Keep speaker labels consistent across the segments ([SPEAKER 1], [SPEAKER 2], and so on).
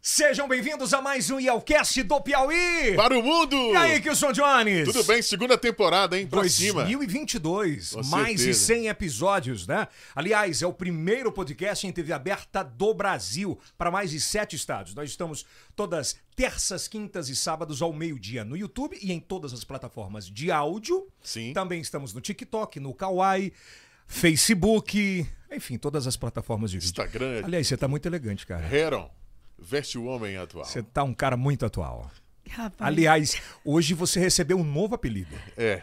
[SPEAKER 1] Sejam bem-vindos a mais um Yelcast do Piauí!
[SPEAKER 2] Para o mundo!
[SPEAKER 1] E aí, Kilson Jones?
[SPEAKER 2] Tudo bem, segunda temporada, hein? Pra cima.
[SPEAKER 1] 2022,
[SPEAKER 2] Com
[SPEAKER 1] mais de
[SPEAKER 2] certeza.
[SPEAKER 1] 100 episódios, né? Aliás, é o primeiro podcast em TV aberta do Brasil, para mais de sete estados. Nós estamos todas terças, quintas e sábados ao meio-dia no YouTube e em todas as plataformas de áudio.
[SPEAKER 2] Sim.
[SPEAKER 1] Também estamos no TikTok, no Kawaii, Facebook, enfim, todas as plataformas de vídeo.
[SPEAKER 2] Instagram.
[SPEAKER 1] Aliás, você tá muito elegante, cara.
[SPEAKER 2] Heron, veste o homem atual.
[SPEAKER 1] Você tá um cara muito atual.
[SPEAKER 3] Rapaz.
[SPEAKER 1] Aliás, hoje você recebeu um novo apelido.
[SPEAKER 2] É.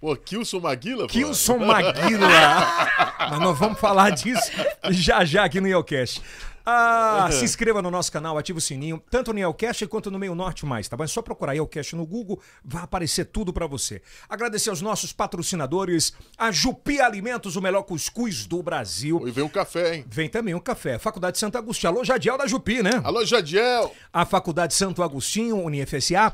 [SPEAKER 2] Pô, Kilson Maguila, pô.
[SPEAKER 1] Kilson Maguila. Mas nós vamos falar disso já já aqui no Yelcast. Ah, se inscreva no nosso canal, ative o sininho, tanto no Yelcast quanto no Meio Norte Mais, tá bom? É só procurar Yelcast no Google, vai aparecer tudo pra você. Agradecer aos nossos patrocinadores, a Jupi Alimentos, o melhor cuscuz do Brasil.
[SPEAKER 2] E vem um café, hein?
[SPEAKER 1] Vem também o café, Faculdade Santo Agostinho. Alô, Jadiel da Jupi, né?
[SPEAKER 2] Alô, Jadiel!
[SPEAKER 1] a Faculdade Santo Agostinho, UniFSA,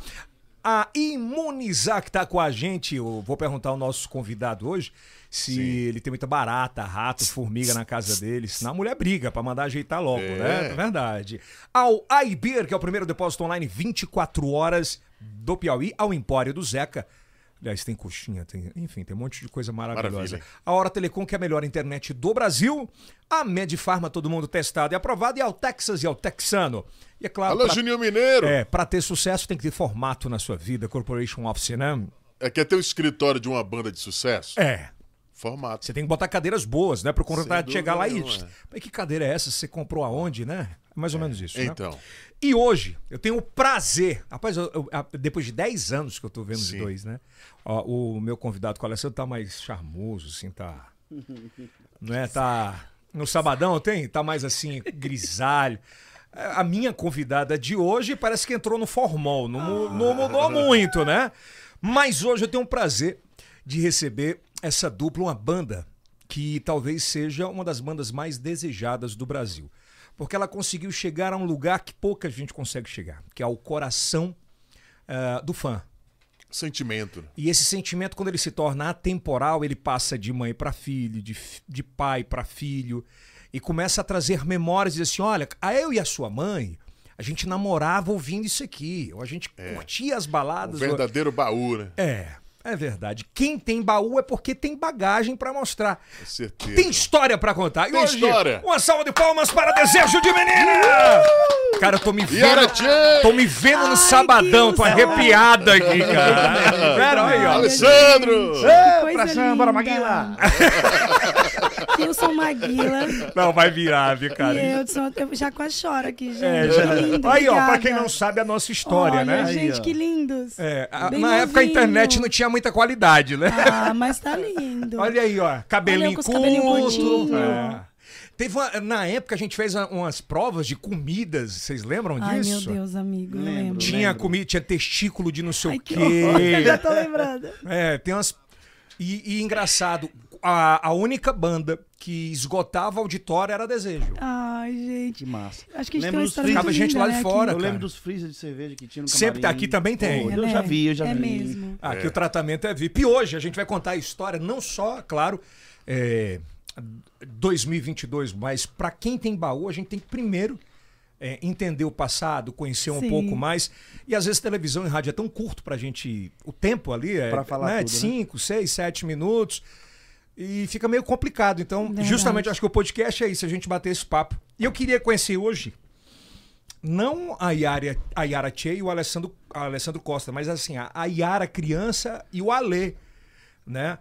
[SPEAKER 1] a Imunizar, que está com a gente. Eu vou perguntar ao nosso convidado hoje se ele tem muita barata, rato, formiga na casa dele. Senão a mulher briga para mandar ajeitar logo,
[SPEAKER 2] É.
[SPEAKER 1] né? É verdade. Ao AIBER, que é o primeiro depósito online 24 horas do Piauí, ao Empório do Zeca. Aliás, tem coxinha, tem, enfim, tem um monte de coisa maravilhosa.
[SPEAKER 2] Maravilha.
[SPEAKER 1] A Hora Telecom, que é a melhor internet do Brasil. A Medifarma, todo mundo testado e aprovado. E ao Texas e ao Texano. E é claro,
[SPEAKER 2] Alô,
[SPEAKER 1] pra-
[SPEAKER 2] Juninho Mineiro!
[SPEAKER 1] é, pra ter sucesso tem que ter formato na sua vida, Corporation Office, né?
[SPEAKER 2] É, quer ter o escritório de uma banda de sucesso?
[SPEAKER 1] É.
[SPEAKER 2] Formato.
[SPEAKER 1] Você tem que botar cadeiras boas, né? Pro contratado
[SPEAKER 2] dúvida
[SPEAKER 1] chegar lá e.
[SPEAKER 2] nenhuma.
[SPEAKER 1] Mas que cadeira é essa? Você comprou aonde, né? É Mais ou menos isso. né?
[SPEAKER 2] Então.
[SPEAKER 1] E hoje, eu tenho o prazer. Rapaz, eu- eu- a- depois de 10 anos que eu tô vendo os
[SPEAKER 2] Sim.
[SPEAKER 1] dois, né? Ó, o meu convidado com o Alessandro tá mais charmoso, assim, tá. Não é? Tá. No sabadão tem? Tá mais assim, grisalho. É, A minha convidada de hoje parece que entrou no formol, não, mu- não mudou muito, né? Mas hoje eu tenho o prazer de receber essa dupla, uma banda que talvez seja uma das bandas mais desejadas do Brasil. Porque ela conseguiu chegar a um lugar que pouca gente consegue chegar, que é o coração ah, do fã.
[SPEAKER 2] Sentimento. né?
[SPEAKER 1] E esse sentimento, quando ele se torna atemporal, ele passa de mãe para filho, de, fi- de pai para filho, e começa a trazer memórias e diz assim: olha, a eu e a sua mãe, a gente namorava ouvindo isso aqui, ou a gente curtia as
[SPEAKER 2] Um
[SPEAKER 1] baladas. ou-
[SPEAKER 2] verdadeiro baú, né?
[SPEAKER 1] É, é verdade. Quem tem baú é porque tem bagagem para mostrar.
[SPEAKER 2] Com certeza.
[SPEAKER 1] É. Tem história pra contar. E
[SPEAKER 2] Tem
[SPEAKER 1] hoje,
[SPEAKER 2] história.
[SPEAKER 1] uma salva de palmas para Desejo de Menina!
[SPEAKER 2] Uh!
[SPEAKER 1] Cara, eu tô me
[SPEAKER 2] Yara
[SPEAKER 1] vendo.
[SPEAKER 2] Tchê!
[SPEAKER 1] Tô me vendo no
[SPEAKER 3] Ai,
[SPEAKER 1] sabadão, tô
[SPEAKER 3] Deus.
[SPEAKER 1] arrepiada aqui, cara. Pera aí, ó.
[SPEAKER 2] Alessandro!
[SPEAKER 3] Coisa
[SPEAKER 4] pra cima, bora,
[SPEAKER 3] linda.
[SPEAKER 4] Maguila!
[SPEAKER 3] Wilson Maguila.
[SPEAKER 1] Não, vai virar, viu,
[SPEAKER 3] E
[SPEAKER 1] cara?
[SPEAKER 3] eu, sou- eu já quase choro aqui, gente.
[SPEAKER 1] É,
[SPEAKER 3] Que
[SPEAKER 1] já-
[SPEAKER 3] lindo,
[SPEAKER 1] Aí, ó, pra
[SPEAKER 3] obrigada.
[SPEAKER 1] quem não sabe a nossa história,
[SPEAKER 3] Olha,
[SPEAKER 1] né?
[SPEAKER 3] gente,
[SPEAKER 4] Aí, ó.
[SPEAKER 3] que lindos.
[SPEAKER 1] É, a-
[SPEAKER 3] Bem
[SPEAKER 1] na época a
[SPEAKER 3] novinho.
[SPEAKER 1] internet não tinha muita qualidade, né?
[SPEAKER 3] Ah, mas tá lindo.
[SPEAKER 1] Olha aí, ó. Cabelinho
[SPEAKER 3] Olha, com os cabelinho
[SPEAKER 1] curto.
[SPEAKER 3] curtinho.
[SPEAKER 1] É. Teve uma- na época a gente fez a- umas provas de comidas, vocês lembram
[SPEAKER 3] Ai, meu
[SPEAKER 1] disso?
[SPEAKER 3] Deus, amigo, não
[SPEAKER 4] Lembro.
[SPEAKER 3] lembro.
[SPEAKER 1] Tinha
[SPEAKER 4] lembro.
[SPEAKER 1] comida, tinha testículo de não sei
[SPEAKER 3] Ai,
[SPEAKER 1] o
[SPEAKER 3] que
[SPEAKER 1] quê.
[SPEAKER 3] horror, já tô lembrada.
[SPEAKER 1] É, tem umas. E, e engraçado, a, a única banda que esgotava auditório era Desejo.
[SPEAKER 3] Ai, gente.
[SPEAKER 4] Que massa.
[SPEAKER 3] Acho que a gente tem
[SPEAKER 4] Lembro
[SPEAKER 3] uma
[SPEAKER 4] dos
[SPEAKER 3] história muito
[SPEAKER 1] Ficava gente
[SPEAKER 3] linda,
[SPEAKER 1] lá de
[SPEAKER 3] né, aqui.
[SPEAKER 1] fora.
[SPEAKER 4] eu
[SPEAKER 1] cara.
[SPEAKER 4] lembro dos freezer de cerveja que tinha no
[SPEAKER 1] Sempre tá
[SPEAKER 4] camarim.
[SPEAKER 1] aqui também tem.
[SPEAKER 4] Pô,
[SPEAKER 3] É,
[SPEAKER 4] eu já vi, eu já
[SPEAKER 3] é
[SPEAKER 4] vi.
[SPEAKER 3] mesmo.
[SPEAKER 1] Ah, que o tratamento é VIP. E hoje a gente vai contar a história, não só, claro, é, 2022, mas para quem tem baú, a gente tem que primeiro é, entender o passado, conhecer um
[SPEAKER 3] Sim.
[SPEAKER 1] pouco mais. E às vezes televisão e rádio é tão curto pra gente. O tempo ali é
[SPEAKER 4] Pra falar
[SPEAKER 1] né, de
[SPEAKER 4] tudo, né?
[SPEAKER 1] 5, 6, 7 minutos. E fica meio complicado. Então,
[SPEAKER 3] Verdade.
[SPEAKER 1] justamente, acho que o podcast é isso, a gente bater esse papo. E eu queria conhecer hoje não a Yara, a Yara Tchê e o Alessandro, a Alessandro Costa, mas assim, a, a Yara criança e o Alê, né?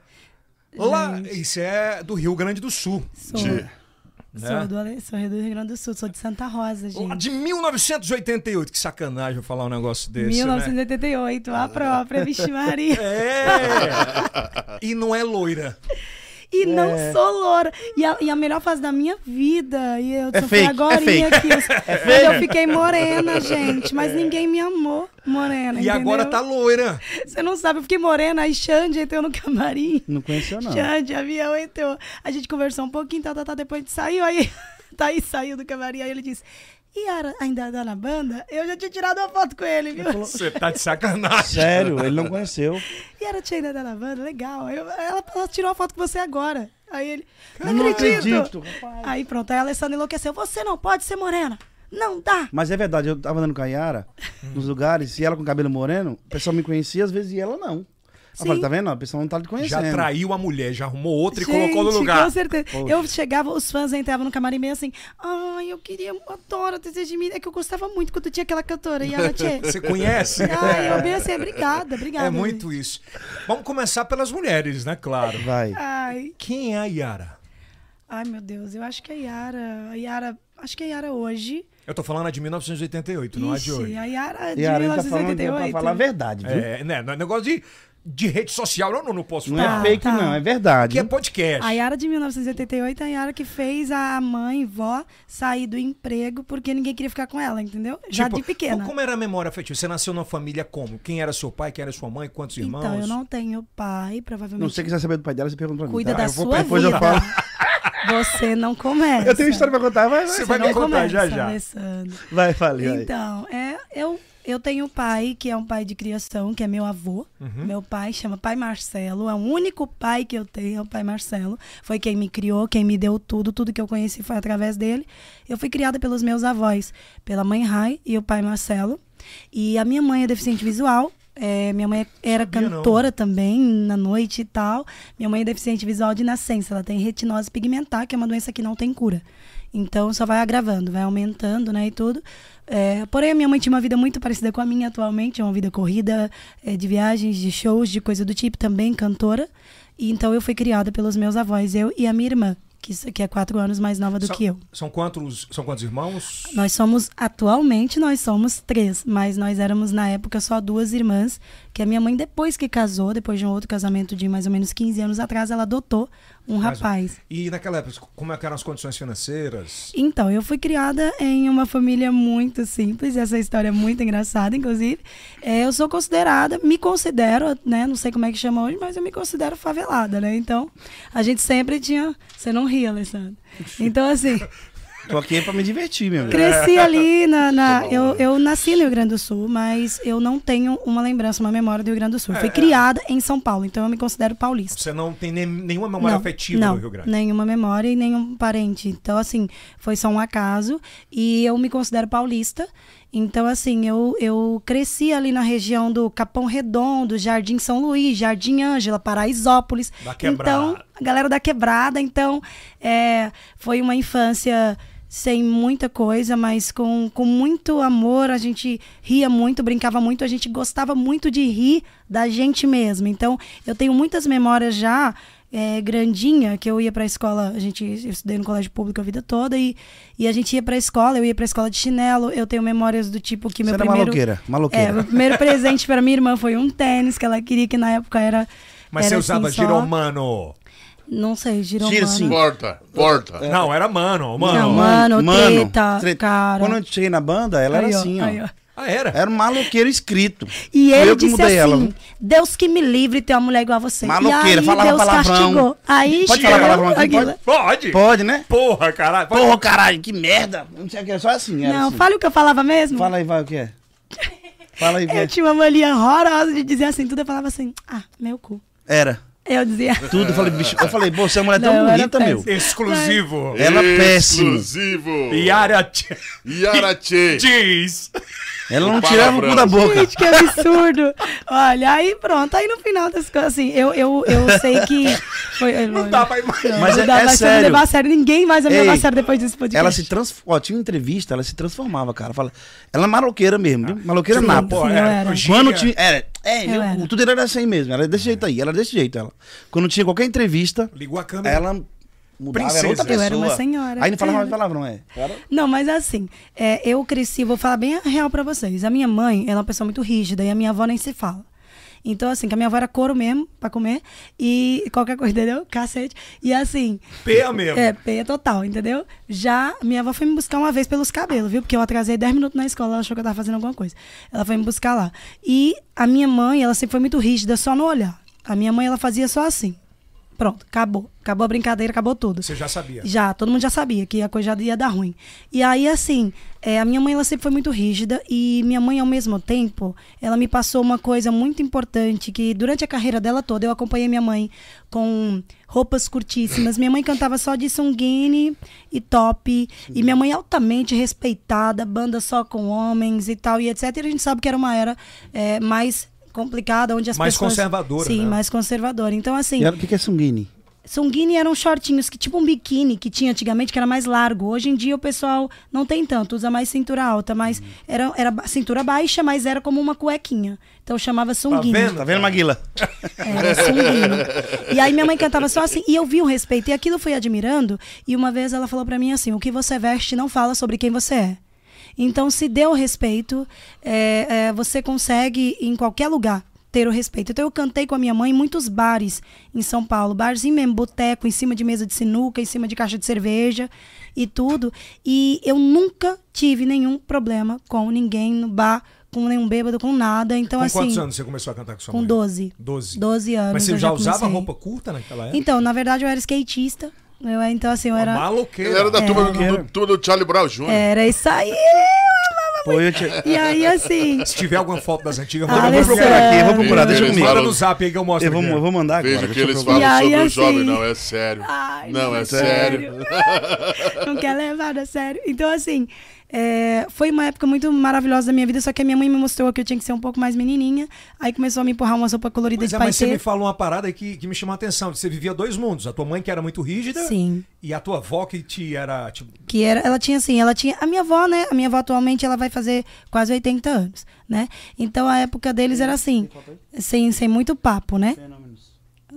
[SPEAKER 1] Lá, isso é do Rio Grande do Sul,
[SPEAKER 3] Sou,
[SPEAKER 2] Tchê.
[SPEAKER 1] né?
[SPEAKER 3] sou, do, Ale- sou do Rio Grande do Sul, sou de Santa Rosa,
[SPEAKER 1] Lá
[SPEAKER 3] gente.
[SPEAKER 1] de 1988, que sacanagem eu falar um negócio desse, né?
[SPEAKER 3] 1988,
[SPEAKER 4] Ah.
[SPEAKER 3] a própria, vixe Maria.
[SPEAKER 1] É! e não é loira.
[SPEAKER 4] É,
[SPEAKER 3] E não sou loura. E a, e a melhor fase da minha vida. E eu
[SPEAKER 4] É
[SPEAKER 3] sofri
[SPEAKER 4] fake,
[SPEAKER 3] agora
[SPEAKER 4] é fake. É.
[SPEAKER 3] aqui. Quando eu fiquei morena, gente. Mas ninguém me amou morena.
[SPEAKER 1] E
[SPEAKER 3] entendeu?
[SPEAKER 1] agora tá loira.
[SPEAKER 3] Você não sabe, eu fiquei morena, aí Xande entrou no camarim.
[SPEAKER 4] Não conhecia, não.
[SPEAKER 3] Xande, avião entrou. A gente conversou um pouquinho, tá, tá, tá, depois a gente saiu, aí Thaís saiu do camarim, aí ele disse. E Ara ainda tá na banda? Eu já tinha tirado uma foto com ele, viu?
[SPEAKER 1] Você tá de sacanagem.
[SPEAKER 4] Sério, ele não conheceu.
[SPEAKER 3] E era tia ainda tá na banda? Legal. Eu- ela, ela tirou uma foto com você agora. Aí ele. Não,
[SPEAKER 4] Não
[SPEAKER 3] acredito.
[SPEAKER 4] acredito, rapaz.
[SPEAKER 3] Aí pronto, aí a Alessandra enlouqueceu. Você não pode ser morena. Não dá.
[SPEAKER 4] Mas é verdade, eu tava andando com a Yara nos lugares, e ela com cabelo moreno, o pessoal me conhecia, às vezes, e ela não.
[SPEAKER 3] Sim.
[SPEAKER 4] Eu falei, tá vendo? O pessoal não tá te
[SPEAKER 1] Já
[SPEAKER 4] conhecendo.
[SPEAKER 1] traiu a mulher, já arrumou outra e
[SPEAKER 3] Gente,
[SPEAKER 1] colocou no lugar.
[SPEAKER 3] Com certeza.
[SPEAKER 4] Poxa.
[SPEAKER 3] Eu chegava, os fãs entravam no camarim meio assim. Ai, eu queria, eu adoro desejo de mim. É que eu gostava muito quando tinha aquela cantora. E ela tinha.
[SPEAKER 1] Você conhece?
[SPEAKER 3] Ai, eu bem assim, obrigada, obrigada.
[SPEAKER 1] É muito isso. Vamos começar pelas mulheres, né? Claro.
[SPEAKER 4] Vai.
[SPEAKER 3] Ai,
[SPEAKER 1] Quem é a Yara?
[SPEAKER 3] ai, meu Deus, eu acho que a Yara. A Yara. Acho que a Yara hoje.
[SPEAKER 1] Eu tô falando a de 1988, não a de
[SPEAKER 3] Ixi,
[SPEAKER 1] hoje.
[SPEAKER 3] a Yara é de
[SPEAKER 4] E a Yara tá falando pra-
[SPEAKER 3] 1988.
[SPEAKER 4] pra falar a verdade, viu?
[SPEAKER 1] É, né? não é Negócio de, de rede social, eu não, não posso
[SPEAKER 4] Não
[SPEAKER 1] falar.
[SPEAKER 3] Tá,
[SPEAKER 4] é fake,
[SPEAKER 3] tá.
[SPEAKER 4] não, é verdade.
[SPEAKER 1] Que é podcast.
[SPEAKER 3] A Yara de 1988 é a Yara que fez a mãe, vó, sair do emprego porque ninguém queria ficar com ela, entendeu? Já
[SPEAKER 1] Tipo,
[SPEAKER 3] de pequena.
[SPEAKER 1] Como era a memória afetiva? Você nasceu numa família como? Quem era seu pai? Quem era sua mãe? Quantos irmãos?
[SPEAKER 3] Então, eu não tenho pai, provavelmente.
[SPEAKER 4] Não sei o que você vai saber do pai dela, você pergunta pra mim.
[SPEAKER 3] Cuida
[SPEAKER 4] tá?
[SPEAKER 3] da
[SPEAKER 4] Eu vou-
[SPEAKER 3] sua
[SPEAKER 4] Depois
[SPEAKER 3] vida.
[SPEAKER 4] eu falo.
[SPEAKER 3] Você não começa.
[SPEAKER 4] Eu tenho história pra contar, vai, vai.
[SPEAKER 1] Você vai
[SPEAKER 3] não
[SPEAKER 1] me contar já,
[SPEAKER 3] começa,
[SPEAKER 1] já.
[SPEAKER 3] Alessandro.
[SPEAKER 4] Vai, falei. vai.
[SPEAKER 3] Então, é, eu, eu tenho um pai que é um pai de criação, que é meu avô.
[SPEAKER 1] Uhum.
[SPEAKER 3] Meu pai chama Pai Marcelo. É o único pai que eu tenho, é o Pai Marcelo. Foi quem me criou, quem me deu tudo. Tudo que eu conheci foi através dele. Eu fui criada pelos meus avós, pela mãe Rai e o pai Marcelo. E a minha mãe é deficiente visual. É, minha mãe era
[SPEAKER 1] Sabia não.
[SPEAKER 3] cantora também na noite e tal. Minha mãe é deficiente visual de nascença, ela tem retinose pigmentar, que é uma doença que não tem cura. Então só vai agravando, vai aumentando, né, e tudo. É, porém, a minha mãe tinha uma vida muito parecida com a minha atualmente, uma vida corrida, é, de viagens, de shows, de coisa do tipo, também cantora. E, então eu fui criada pelos meus avós, eu e a minha irmã, que, s- que é quatro anos mais nova do
[SPEAKER 1] são,
[SPEAKER 3] que eu.
[SPEAKER 1] São quantos, são quantos irmãos?
[SPEAKER 3] Nós somos, atualmente, nós somos três, mas nós éramos na época só duas irmãs, que a minha mãe, depois que casou, depois de um outro casamento de mais ou menos 15 anos atrás, ela adotou um
[SPEAKER 1] Mas-
[SPEAKER 3] rapaz.
[SPEAKER 1] E naquela época, como é que eram as condições financeiras?
[SPEAKER 3] Então, eu fui criada em uma família muito simples, essa história é muito engraçada, inclusive. É, eu sou considerada, me considero, né? Não sei como é que chama hoje, mas eu me considero favelada, né? Então, a gente sempre tinha. Você não ria, Alessandra. Então, assim.
[SPEAKER 4] Tô aqui é pra me divertir, meu. amigo.
[SPEAKER 3] Cresci ali na. na-
[SPEAKER 2] Tá bom,
[SPEAKER 3] eu,
[SPEAKER 2] né?
[SPEAKER 3] eu nasci no Rio Grande do Sul, mas eu não tenho uma lembrança, uma memória do Rio Grande do Sul. Eu fui
[SPEAKER 1] É.
[SPEAKER 3] criada em São Paulo, então eu me considero paulista.
[SPEAKER 1] Você não tem nem- nenhuma memória afetiva
[SPEAKER 3] não,
[SPEAKER 1] no Rio Grande.
[SPEAKER 3] Nenhuma memória e nenhum parente. Então, assim, foi só um acaso. E eu me considero paulista. Então, assim, eu, eu cresci ali na região do Capão Redondo, Jardim São Luís, Jardim Ângela, Paraisópolis.
[SPEAKER 1] Da quebrada.
[SPEAKER 3] Então, a galera da quebrada. Então, é, foi uma infância sem muita coisa, mas com, com muito amor. A gente ria muito, brincava muito, a gente gostava muito de rir da gente mesmo. Então, eu tenho muitas memórias já. é, grandinha, que eu ia pra escola, a gente, eu estudei no colégio público a vida toda e, e a gente ia pra escola, eu ia pra escola de chinelo, eu tenho memórias do tipo que meu
[SPEAKER 4] Você era
[SPEAKER 3] primeiro...
[SPEAKER 4] maloqueira, maloqueira.
[SPEAKER 3] É, meu primeiro presente pra minha irmã foi um tênis que ela queria, que na época era
[SPEAKER 1] Mas
[SPEAKER 3] era
[SPEAKER 1] você usava
[SPEAKER 3] assim, só-
[SPEAKER 1] giromano.
[SPEAKER 3] não sei, girou
[SPEAKER 4] Gira, assim.
[SPEAKER 3] mano.
[SPEAKER 4] sim.
[SPEAKER 2] Porta, porta.
[SPEAKER 1] Não, era mano, mano.
[SPEAKER 3] Não, mano, treta, cara.
[SPEAKER 4] Quando eu cheguei na banda, ela
[SPEAKER 3] Aí,
[SPEAKER 4] era
[SPEAKER 3] ó,
[SPEAKER 4] assim, ó.
[SPEAKER 3] aí, ó.
[SPEAKER 1] Ah, era?
[SPEAKER 4] Era um maloqueiro escrito.
[SPEAKER 3] E
[SPEAKER 4] Fui
[SPEAKER 3] ele
[SPEAKER 4] eu que
[SPEAKER 3] disse assim:
[SPEAKER 4] mudei ela, viu?
[SPEAKER 3] Deus que me livre ter uma mulher igual a você. e
[SPEAKER 4] Maloqueira,
[SPEAKER 3] aí,
[SPEAKER 4] falava
[SPEAKER 3] Deus
[SPEAKER 4] palavrão.
[SPEAKER 3] castigou. Aí
[SPEAKER 4] Pode
[SPEAKER 3] chegou
[SPEAKER 4] falar palavrão aqui,
[SPEAKER 3] aquilo.
[SPEAKER 4] pode?
[SPEAKER 1] Pode?
[SPEAKER 4] Pode, né?
[SPEAKER 1] Porra, caralho. Pode-
[SPEAKER 4] Porra, caralho, que merda. Não sei o que, é só assim. Era
[SPEAKER 3] Não,
[SPEAKER 4] assim.
[SPEAKER 3] fale o que eu falava mesmo.
[SPEAKER 4] Fala aí, vai, o que é? Fala aí, o que é?
[SPEAKER 3] eu tinha uma mania horrorosa de dizer assim, tudo eu falava assim, ah, meu cu.
[SPEAKER 4] Era.
[SPEAKER 3] Eu dizia.
[SPEAKER 4] Tudo, eu falei, bicho, eu falei, pô, você é uma mulher
[SPEAKER 3] Não,
[SPEAKER 4] tão
[SPEAKER 3] era
[SPEAKER 4] bonita, meu.
[SPEAKER 3] péssimo.
[SPEAKER 1] Exclusivo.
[SPEAKER 4] Ela é péssima.
[SPEAKER 2] Exclusivo.
[SPEAKER 1] Yara T-
[SPEAKER 2] Yaratê.
[SPEAKER 1] diz.
[SPEAKER 4] Ela não
[SPEAKER 2] Fala,
[SPEAKER 4] tirava o cu
[SPEAKER 2] Bruno.
[SPEAKER 4] da boca.
[SPEAKER 3] Gente, que absurdo. Olha, aí pronto, aí no final das coisas, assim, eu, eu, eu sei que. Foi,
[SPEAKER 1] Não dá pra imaginar.
[SPEAKER 4] Mas
[SPEAKER 3] não
[SPEAKER 4] é-
[SPEAKER 3] dá
[SPEAKER 4] é
[SPEAKER 3] mais pra
[SPEAKER 4] sério.
[SPEAKER 3] levar a sério. Ninguém mais vai me
[SPEAKER 4] Ei,
[SPEAKER 3] levar a sério depois desse podcast.
[SPEAKER 4] Ela se transformava. Ó, tinha uma entrevista, ela se transformava, cara. Fala, ela é maloqueira mesmo, viu? Maloqueira
[SPEAKER 3] Sim,
[SPEAKER 4] nada.
[SPEAKER 3] pô,
[SPEAKER 1] é,
[SPEAKER 3] eu era.
[SPEAKER 1] gíria.
[SPEAKER 4] Quando tinha. Era, é,
[SPEAKER 3] Eu
[SPEAKER 4] meu,
[SPEAKER 3] era.
[SPEAKER 4] o tudo era assim mesmo. Era desse jeito aí, ela era desse jeito. Ela. Quando tinha qualquer entrevista,
[SPEAKER 1] Ligou a câmera.
[SPEAKER 4] ela mudava,
[SPEAKER 1] Princesa.
[SPEAKER 4] era outra
[SPEAKER 1] Eu
[SPEAKER 4] pessoa.
[SPEAKER 3] era uma senhora.
[SPEAKER 4] Aí não falava mais
[SPEAKER 3] É.
[SPEAKER 4] palavrão, é. Era-
[SPEAKER 3] Não, mas assim, é, eu cresci, vou falar bem a real pra vocês. A minha mãe, ela é uma pessoa muito rígida e a minha avó nem se fala. Então, assim, que a minha avó era couro mesmo pra comer e qualquer coisa, entendeu? Cacete. E assim,
[SPEAKER 1] P mesmo.
[SPEAKER 3] é, peia total, entendeu? Já minha avó foi me buscar uma vez pelos cabelos, viu? Porque eu atrasei 10 minutos na escola, ela achou que eu tava fazendo alguma coisa. Ela foi me buscar lá. E a minha mãe, ela sempre foi muito rígida, só no olhar. A minha mãe, ela fazia só assim. pronto, acabou. Acabou a brincadeira, acabou tudo.
[SPEAKER 1] Você já sabia.
[SPEAKER 3] Já, todo mundo já sabia que a coisa já ia dar ruim. E aí, assim, é, a minha mãe ela sempre foi muito rígida e minha mãe, ao mesmo tempo, ela me passou uma coisa muito importante que durante a carreira dela toda eu acompanhei minha mãe com roupas curtíssimas. Minha mãe cantava só de sunguine e top. E minha mãe altamente respeitada, banda só com homens e tal, e etc. E a gente sabe que era uma era é, mais complicada, onde as
[SPEAKER 1] Mais
[SPEAKER 3] pessoas...
[SPEAKER 1] conservadora,
[SPEAKER 3] Sim,
[SPEAKER 1] né?
[SPEAKER 3] mais conservadora. Então, assim...
[SPEAKER 4] E era- O que, que é sunguini?
[SPEAKER 3] Sunguini eram shortinhos, que tipo um biquíni que tinha antigamente, que era mais largo. Hoje em dia o pessoal não tem tanto, usa mais cintura alta, mas era, era ba- cintura baixa, mas era como uma cuequinha. Então chamava sunguini.
[SPEAKER 1] vendo?
[SPEAKER 4] Tá vendo, Maguila?
[SPEAKER 3] Era sunguinho. E aí minha mãe cantava só assim, e eu vi o respeito, e aquilo eu fui admirando, e uma vez ela falou pra mim assim, o que você veste não fala sobre quem você é. Então se dê o respeito, é, é, você consegue em qualquer lugar ter o respeito. Então eu cantei com a minha mãe em muitos bares em São Paulo, barzinho mesmo, boteco, em cima de mesa de sinuca, em cima de caixa de cerveja e tudo. E eu nunca tive nenhum problema com ninguém no bar, com nenhum bêbado, com nada. Então
[SPEAKER 1] com
[SPEAKER 3] assim,
[SPEAKER 1] quantos anos você começou a cantar com sua
[SPEAKER 3] com
[SPEAKER 1] mãe?
[SPEAKER 3] 12.
[SPEAKER 1] 12.
[SPEAKER 3] 12 anos.
[SPEAKER 1] Tá Mas você
[SPEAKER 3] eu
[SPEAKER 1] já, usava
[SPEAKER 3] comecei.
[SPEAKER 1] roupa curta naquela época?
[SPEAKER 3] Então, na verdade, eu era skatista. Eu, então, assim, eu
[SPEAKER 1] Uma
[SPEAKER 3] era. É.
[SPEAKER 1] Maloqueira.
[SPEAKER 2] Ele era da
[SPEAKER 1] É,
[SPEAKER 2] turma, do, do- turma do Charlie Brown Jr.
[SPEAKER 3] Era isso aí!
[SPEAKER 4] Pô, eu tinha...
[SPEAKER 3] E aí, assim.
[SPEAKER 1] Se tiver alguma foto das antigas,
[SPEAKER 3] Ah,
[SPEAKER 1] manda,
[SPEAKER 4] Eu vou procurar aqui, eu vou procurar, deixa
[SPEAKER 2] Eles
[SPEAKER 4] comigo.
[SPEAKER 1] manda
[SPEAKER 2] falam-
[SPEAKER 1] no zap aí que eu mostro.
[SPEAKER 4] Eu vou,
[SPEAKER 1] aqui.
[SPEAKER 4] eu vou mandar agora.
[SPEAKER 2] Vejo que
[SPEAKER 4] deixa eu
[SPEAKER 2] eles
[SPEAKER 4] procurar.
[SPEAKER 2] falam
[SPEAKER 3] E
[SPEAKER 2] sobre o
[SPEAKER 3] aí, assim-
[SPEAKER 2] jovem, não, é sério.
[SPEAKER 3] Ai,
[SPEAKER 2] não, é sério.
[SPEAKER 3] Ai, Não quer levar a sério. Então, assim, é, foi uma época muito maravilhosa da minha vida, só que a minha mãe me mostrou que eu tinha que ser um pouco mais menininha. Aí começou a me empurrar uma sopa colorida
[SPEAKER 1] Pois
[SPEAKER 3] de
[SPEAKER 1] é, mas você me
[SPEAKER 3] paetê.
[SPEAKER 1] falou uma parada que, que me chamou a atenção. Você vivia dois mundos. A tua mãe que era muito rígida
[SPEAKER 3] Sim.
[SPEAKER 1] e a tua avó que te era... Tipo,
[SPEAKER 3] Que era, ela tinha assim, ela tinha. A minha avó, né? A minha avó atualmente ela vai fazer quase 80 anos, né? Então a época deles era assim, sem, sem muito papo, né?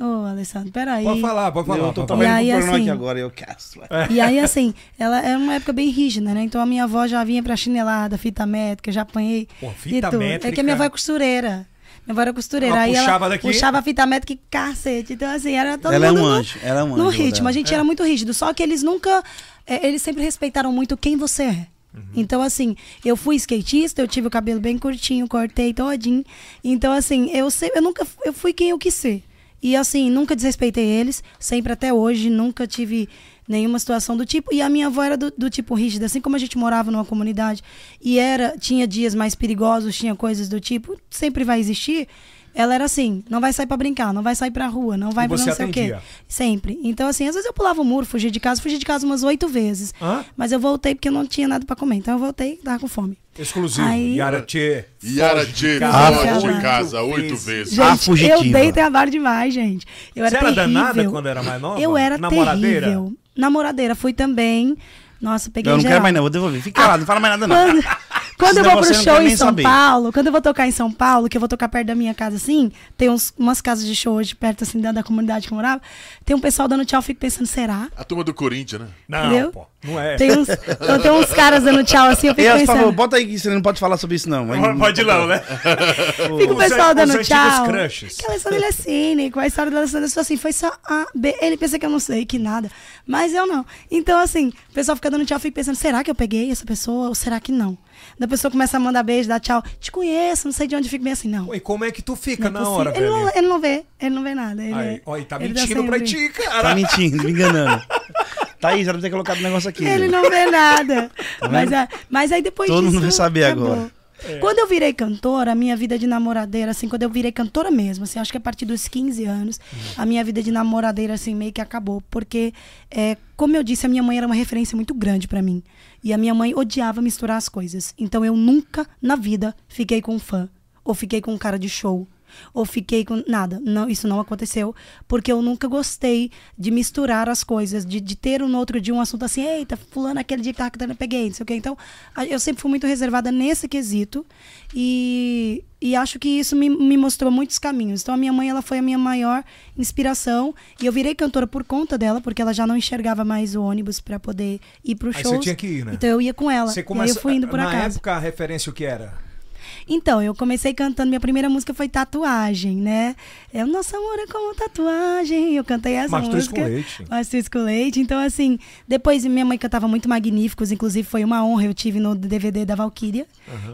[SPEAKER 3] Ô, Alessandro, peraí.
[SPEAKER 1] pode falar, pode falar.
[SPEAKER 4] Eu tô
[SPEAKER 1] pode
[SPEAKER 3] E
[SPEAKER 4] trabalhando
[SPEAKER 3] aí,
[SPEAKER 4] com o pornô
[SPEAKER 3] assim-
[SPEAKER 4] aqui agora, eu caço.
[SPEAKER 3] E aí, assim, ela era uma época bem rígida, né? Então a minha avó já vinha pra chinelada, fita métrica, já apanhei.
[SPEAKER 1] Pô,
[SPEAKER 3] de
[SPEAKER 1] fita
[SPEAKER 3] tudo.
[SPEAKER 1] métrica.
[SPEAKER 3] É que a minha avó é costureira. Minha avó era costureira.
[SPEAKER 1] Ela
[SPEAKER 3] aí
[SPEAKER 1] puxava
[SPEAKER 3] ela
[SPEAKER 1] daqui?
[SPEAKER 3] puxava a fita métrica e cacete. Então, assim, era todo
[SPEAKER 4] Ela é
[SPEAKER 3] mundo
[SPEAKER 4] um
[SPEAKER 3] no-
[SPEAKER 4] anjo, ela é um
[SPEAKER 3] No
[SPEAKER 4] anjo,
[SPEAKER 3] ritmo.
[SPEAKER 4] Rodela.
[SPEAKER 3] A gente era muito rígido. Só que eles nunca. é, eles sempre respeitaram muito quem você é.
[SPEAKER 1] Uhum.
[SPEAKER 3] Então, assim, eu fui skatista, eu tive o cabelo bem curtinho, cortei todinho. Então, assim, eu, se- eu nunca eu fui quem eu quis ser. E, assim, nunca desrespeitei eles, sempre até hoje, nunca tive nenhuma situação do tipo. E a minha avó era do, do tipo rígida, assim como a gente morava numa comunidade e era tinha dias mais perigosos, tinha coisas do tipo, sempre vai existir. Ela era assim, não vai sair pra brincar, não vai sair pra rua, não vai pra
[SPEAKER 1] você
[SPEAKER 3] não sei o
[SPEAKER 1] atendia?
[SPEAKER 3] quê. Sempre. Então, assim, às vezes eu pulava o muro, fugia de casa, fugi de casa umas oito vezes.
[SPEAKER 1] Hã?
[SPEAKER 3] Mas eu voltei porque eu não tinha nada pra comer. Então eu voltei, tava com fome.
[SPEAKER 1] Exclusivo.
[SPEAKER 3] Aí-
[SPEAKER 1] Yara Tchê.
[SPEAKER 2] Yara
[SPEAKER 1] foge de
[SPEAKER 2] Tchê,
[SPEAKER 1] casa.
[SPEAKER 3] foge
[SPEAKER 2] fora
[SPEAKER 3] Oito
[SPEAKER 2] de casa oito
[SPEAKER 4] vezes.
[SPEAKER 2] vezes.
[SPEAKER 4] Ah,
[SPEAKER 3] Gente,
[SPEAKER 4] fugitiva.
[SPEAKER 3] eu dei trabalho demais, gente. Eu
[SPEAKER 1] Você
[SPEAKER 3] era
[SPEAKER 1] era danada
[SPEAKER 3] terrível.
[SPEAKER 1] quando era mais nova?
[SPEAKER 3] Eu era
[SPEAKER 1] Namoradeira?
[SPEAKER 3] terrível. Namoradeira, fui também. Nossa, peguei
[SPEAKER 4] Eu não
[SPEAKER 3] geral.
[SPEAKER 4] quero mais não, vou devolver. Fica calado, não fala mais nada não.
[SPEAKER 3] Quando, quando eu
[SPEAKER 4] Senão
[SPEAKER 3] vou pro
[SPEAKER 4] você não
[SPEAKER 3] show
[SPEAKER 4] quer
[SPEAKER 3] em
[SPEAKER 4] nem
[SPEAKER 3] São
[SPEAKER 4] saber.
[SPEAKER 3] Paulo, quando eu vou tocar em São Paulo, que eu vou tocar perto da minha casa, assim, tem uns- umas casas de show hoje perto, assim, da, da comunidade que eu morava, tem um pessoal dando tchau, eu fico pensando, será?
[SPEAKER 2] A turma do Corinthians, né?
[SPEAKER 1] Não,
[SPEAKER 3] Entendeu?
[SPEAKER 1] pô. Não é.
[SPEAKER 3] Tem uns, então tem uns caras dando tchau, assim, eu
[SPEAKER 4] E
[SPEAKER 3] fico
[SPEAKER 4] elas falam,
[SPEAKER 3] pensando...
[SPEAKER 4] bota aí que você não pode falar sobre isso não. Aí não-
[SPEAKER 1] Pode ir lá, né?
[SPEAKER 3] Fica o
[SPEAKER 1] Os an-
[SPEAKER 3] pessoal
[SPEAKER 1] os
[SPEAKER 3] dando
[SPEAKER 1] antigos
[SPEAKER 3] tchau.
[SPEAKER 1] crushes.
[SPEAKER 3] Que Alessandro ele é cínico. A história do Alessandro é assim, foi só A, B. Ele pensa que eu não sei, que nada. Mas eu não. Então, assim, o pessoal fica dando tchau, fica pensando, será que eu peguei essa pessoa ou será que não? Da pessoa começa a mandar beijo, dar tchau. Te conheço, não sei de onde, fico bem assim, não.
[SPEAKER 1] Pô, E como é que tu fica
[SPEAKER 3] não é
[SPEAKER 1] na hora,
[SPEAKER 3] possível. ele,
[SPEAKER 1] velho?
[SPEAKER 3] não, ele não vê, ele não vê nada. Ele,
[SPEAKER 1] Aí, ó, e tá
[SPEAKER 3] ele dá
[SPEAKER 1] mentindo pra
[SPEAKER 3] sempre-
[SPEAKER 1] ti,
[SPEAKER 4] Tá
[SPEAKER 1] cara.
[SPEAKER 4] mentindo, me enganando. Thaís, era pra ter colocado o negócio aqui.
[SPEAKER 3] Ele
[SPEAKER 4] viu?
[SPEAKER 3] não vê nada. mas, a- mas aí depois
[SPEAKER 4] Todo
[SPEAKER 3] disso.
[SPEAKER 4] mundo vai saber agora.
[SPEAKER 3] Quando eu virei cantora, a minha vida de namoradeira, assim, quando eu virei cantora mesmo, assim, acho que a partir dos 15 anos,
[SPEAKER 4] Hum.
[SPEAKER 3] a minha vida de namoradeira, assim, meio que acabou. Porque, é, como eu disse, a minha mãe era uma referência muito grande pra mim. E a minha mãe odiava misturar as coisas. Então eu nunca, na vida, fiquei com um fã. Ou fiquei com um cara de show. Ou fiquei com. Nada. Não, isso não aconteceu. Porque eu nunca gostei de misturar as coisas, de, de ter um no outro dia um assunto assim, eita, fulano, aquele dia que tava cantando, eu peguei, não sei o quê. Então, a- eu sempre fui muito reservada nesse quesito. E, e acho que isso me, me mostrou muitos caminhos. Então, a minha mãe, ela foi a minha maior inspiração. E eu virei cantora por conta dela, porque ela já não enxergava mais o ônibus para poder ir pro
[SPEAKER 1] Aí
[SPEAKER 3] show.
[SPEAKER 1] você tinha que ir, né?
[SPEAKER 3] Então, eu ia com ela.
[SPEAKER 1] Você
[SPEAKER 3] E aí eu
[SPEAKER 1] começa...
[SPEAKER 3] fui indo por
[SPEAKER 1] Na
[SPEAKER 3] acaso.
[SPEAKER 1] época, a referência o que era?
[SPEAKER 3] Então, eu comecei cantando, minha primeira música foi Tatuagem, né? É o Nosso Amor é como tatuagem. Eu cantei essa
[SPEAKER 1] Mastruz com
[SPEAKER 3] música.
[SPEAKER 1] leite.
[SPEAKER 3] Mastruz com leite. Então, assim, depois minha mãe cantava muito Magníficos, inclusive foi uma honra, eu tive no DVD da Valkyria.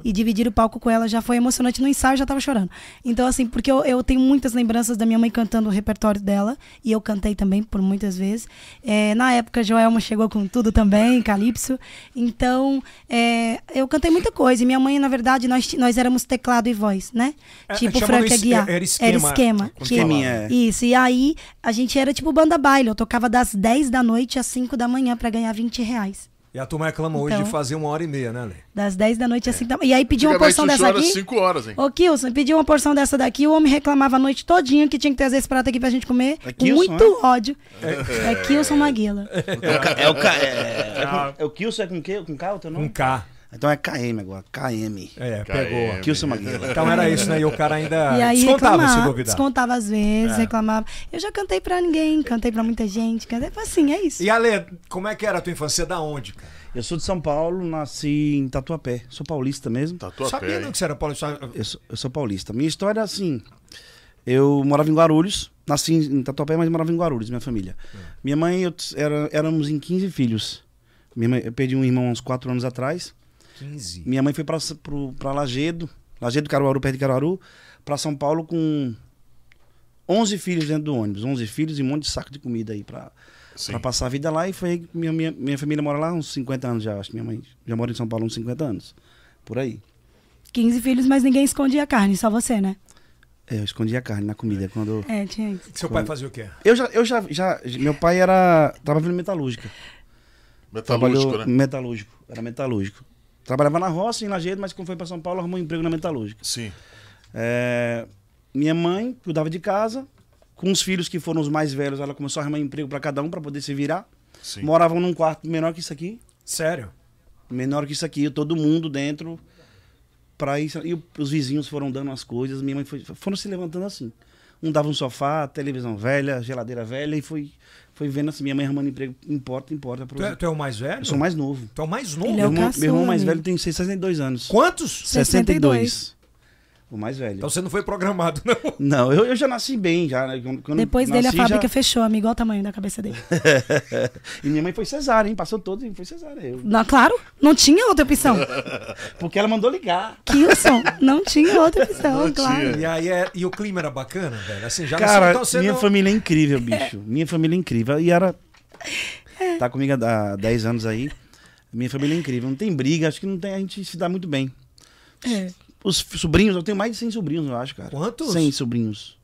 [SPEAKER 3] E dividir o palco com ela já foi emocionante. No ensaio eu já tava chorando. Então, assim, porque eu, eu tenho muitas lembranças da minha mãe cantando o repertório dela. E eu cantei também por muitas vezes. É, na época, Joelma chegou com tudo também, Calypso. Então, é, eu cantei muita coisa. E minha mãe, na verdade, nós, ti- nós éramos teclado e voz, né?
[SPEAKER 1] É,
[SPEAKER 3] tipo
[SPEAKER 1] chamava
[SPEAKER 3] Frank
[SPEAKER 1] es-
[SPEAKER 3] Aguiar.
[SPEAKER 1] era esquema, quando
[SPEAKER 3] que-
[SPEAKER 1] falava.
[SPEAKER 4] Esqueminha, é.
[SPEAKER 3] Isso. E aí, a gente era tipo banda baile. Eu tocava das 10 da noite às 5 da manhã pra ganhar 20 reais.
[SPEAKER 1] E a turma reclama hoje
[SPEAKER 3] Então.
[SPEAKER 1] de fazer uma hora e meia, né, Lê?
[SPEAKER 3] Das 10 da noite às 5 da manhã. E aí pediu uma
[SPEAKER 2] É. Antigamente
[SPEAKER 3] porção
[SPEAKER 2] o show era
[SPEAKER 3] dessa aqui.
[SPEAKER 2] cinco horas, hein?
[SPEAKER 3] Ô, Kilson, pediu uma porção dessa daqui, o homem reclamava a noite todinha que tinha que trazer esse prato aqui pra gente comer.
[SPEAKER 4] É
[SPEAKER 3] com
[SPEAKER 4] Kilson,
[SPEAKER 3] muito
[SPEAKER 4] é?
[SPEAKER 3] ódio. É, Kilson Maguila.
[SPEAKER 4] É o, K- é o, K- é, é com- é o Kilson, é com K? Com K o teu
[SPEAKER 1] Um
[SPEAKER 4] nome?
[SPEAKER 1] K.
[SPEAKER 4] Então é KM agora, KM.
[SPEAKER 1] É,
[SPEAKER 2] KM.
[SPEAKER 1] pegou.
[SPEAKER 4] Kilson Maguila.
[SPEAKER 1] Então era isso, né? E o cara ainda
[SPEAKER 3] E
[SPEAKER 1] descontava
[SPEAKER 3] aí
[SPEAKER 1] se
[SPEAKER 3] reclamava,
[SPEAKER 1] duvidar.
[SPEAKER 3] descontava às vezes,
[SPEAKER 4] É.
[SPEAKER 3] reclamava. Eu já cantei pra ninguém, cantei pra muita gente, cantei assim, é isso.
[SPEAKER 1] E Ale, como é que era a tua infância? Da onde, cara?
[SPEAKER 4] Eu sou de São Paulo, nasci em Tatuapé. Sou paulista mesmo.
[SPEAKER 2] Tatuapé.
[SPEAKER 1] Sabia né? não
[SPEAKER 2] hein?
[SPEAKER 1] que você era Paulo? Sá-
[SPEAKER 4] Eu sou, eu sou paulista. Minha história é assim. Eu morava em Guarulhos, nasci em Tatuapé, mas morava em Guarulhos, minha família. Minha mãe, eu t- era, éramos em 15 filhos. Minha mãe, eu perdi um irmão há uns 4 anos atrás.
[SPEAKER 1] 15.
[SPEAKER 4] Minha mãe foi pra, S- pro- pra Lagedo, Lagedo Caruaru, perto de Caruaru, pra São Paulo com 11 filhos dentro do ônibus. 11 filhos e um monte de saco de comida aí pra,
[SPEAKER 2] Sim.
[SPEAKER 4] pra passar a vida lá. E foi aí que minha, minha, minha família mora lá uns 50 anos já, acho que minha mãe já mora em São Paulo uns 50 anos. Por aí.
[SPEAKER 3] 15 filhos, mas ninguém escondia a carne, só você, né?
[SPEAKER 4] É, eu escondia a carne na comida quando...
[SPEAKER 3] É, tinha isso.
[SPEAKER 1] Seu pai fazia o quê?
[SPEAKER 4] Eu já, eu já, já, meu pai era, trabalhava em metalúrgica.
[SPEAKER 2] Metalúrgico,
[SPEAKER 4] Trabalhou-
[SPEAKER 2] né?
[SPEAKER 4] Metalúrgico, era metalúrgico. Trabalhava na roça, em Lagedo, mas quando foi pra São Paulo arrumou um emprego na metalúrgica.
[SPEAKER 2] Sim.
[SPEAKER 4] É, minha mãe cuidava de casa, com os filhos que foram os mais velhos, ela começou a arrumar emprego para cada um para poder se virar.
[SPEAKER 2] Sim.
[SPEAKER 4] Moravam num quarto menor que isso aqui,
[SPEAKER 1] Sério?
[SPEAKER 4] menor que isso aqui, todo mundo dentro para isso. E o- os vizinhos foram dando as coisas, minha mãe foi, foram se levantando assim. Um dava um sofá, televisão velha, geladeira velha e foi foi vendo assim minha mãe arrumando emprego, importa, importa
[SPEAKER 1] Tu é, tu é o mais velho?
[SPEAKER 4] Eu sou mais novo.
[SPEAKER 1] Tu é o mais
[SPEAKER 3] Ele é
[SPEAKER 1] novo?
[SPEAKER 3] o-
[SPEAKER 4] Meu irmão, meu irmão
[SPEAKER 3] caçula,
[SPEAKER 4] mais
[SPEAKER 3] né?
[SPEAKER 4] velho tem 62 anos.
[SPEAKER 1] Quantos?
[SPEAKER 4] 62. O mais velho.
[SPEAKER 1] Então você não foi programado, não.
[SPEAKER 4] Não, eu, eu já nasci bem, já. né? Quando- quando
[SPEAKER 3] Depois dele a
[SPEAKER 4] nasci, já-
[SPEAKER 3] fábrica fechou, amigo, igual o tamanho da cabeça dele.
[SPEAKER 4] e minha mãe foi cesárea, hein? Passou todo e foi cesárea. Eu-
[SPEAKER 3] Não, claro, não tinha outra opção.
[SPEAKER 4] Porque ela mandou ligar.
[SPEAKER 3] Kilson, não tinha outra opção,
[SPEAKER 2] Não
[SPEAKER 3] claro.
[SPEAKER 2] tinha.
[SPEAKER 1] E aí, é- e o clima era bacana, velho? Assim, já
[SPEAKER 4] Cara,
[SPEAKER 1] nasceu- você
[SPEAKER 4] minha
[SPEAKER 1] não-
[SPEAKER 4] família é incrível, bicho. Minha família é incrível. E era. Tá comigo há 10 anos aí. Minha família é incrível. Não tem briga, acho que não tem. A gente se dá muito bem.
[SPEAKER 3] É.
[SPEAKER 4] Os f- sobrinhos, eu tenho mais de 100 sobrinhos, eu acho, cara.
[SPEAKER 1] Quantos?
[SPEAKER 4] 100 sobrinhos.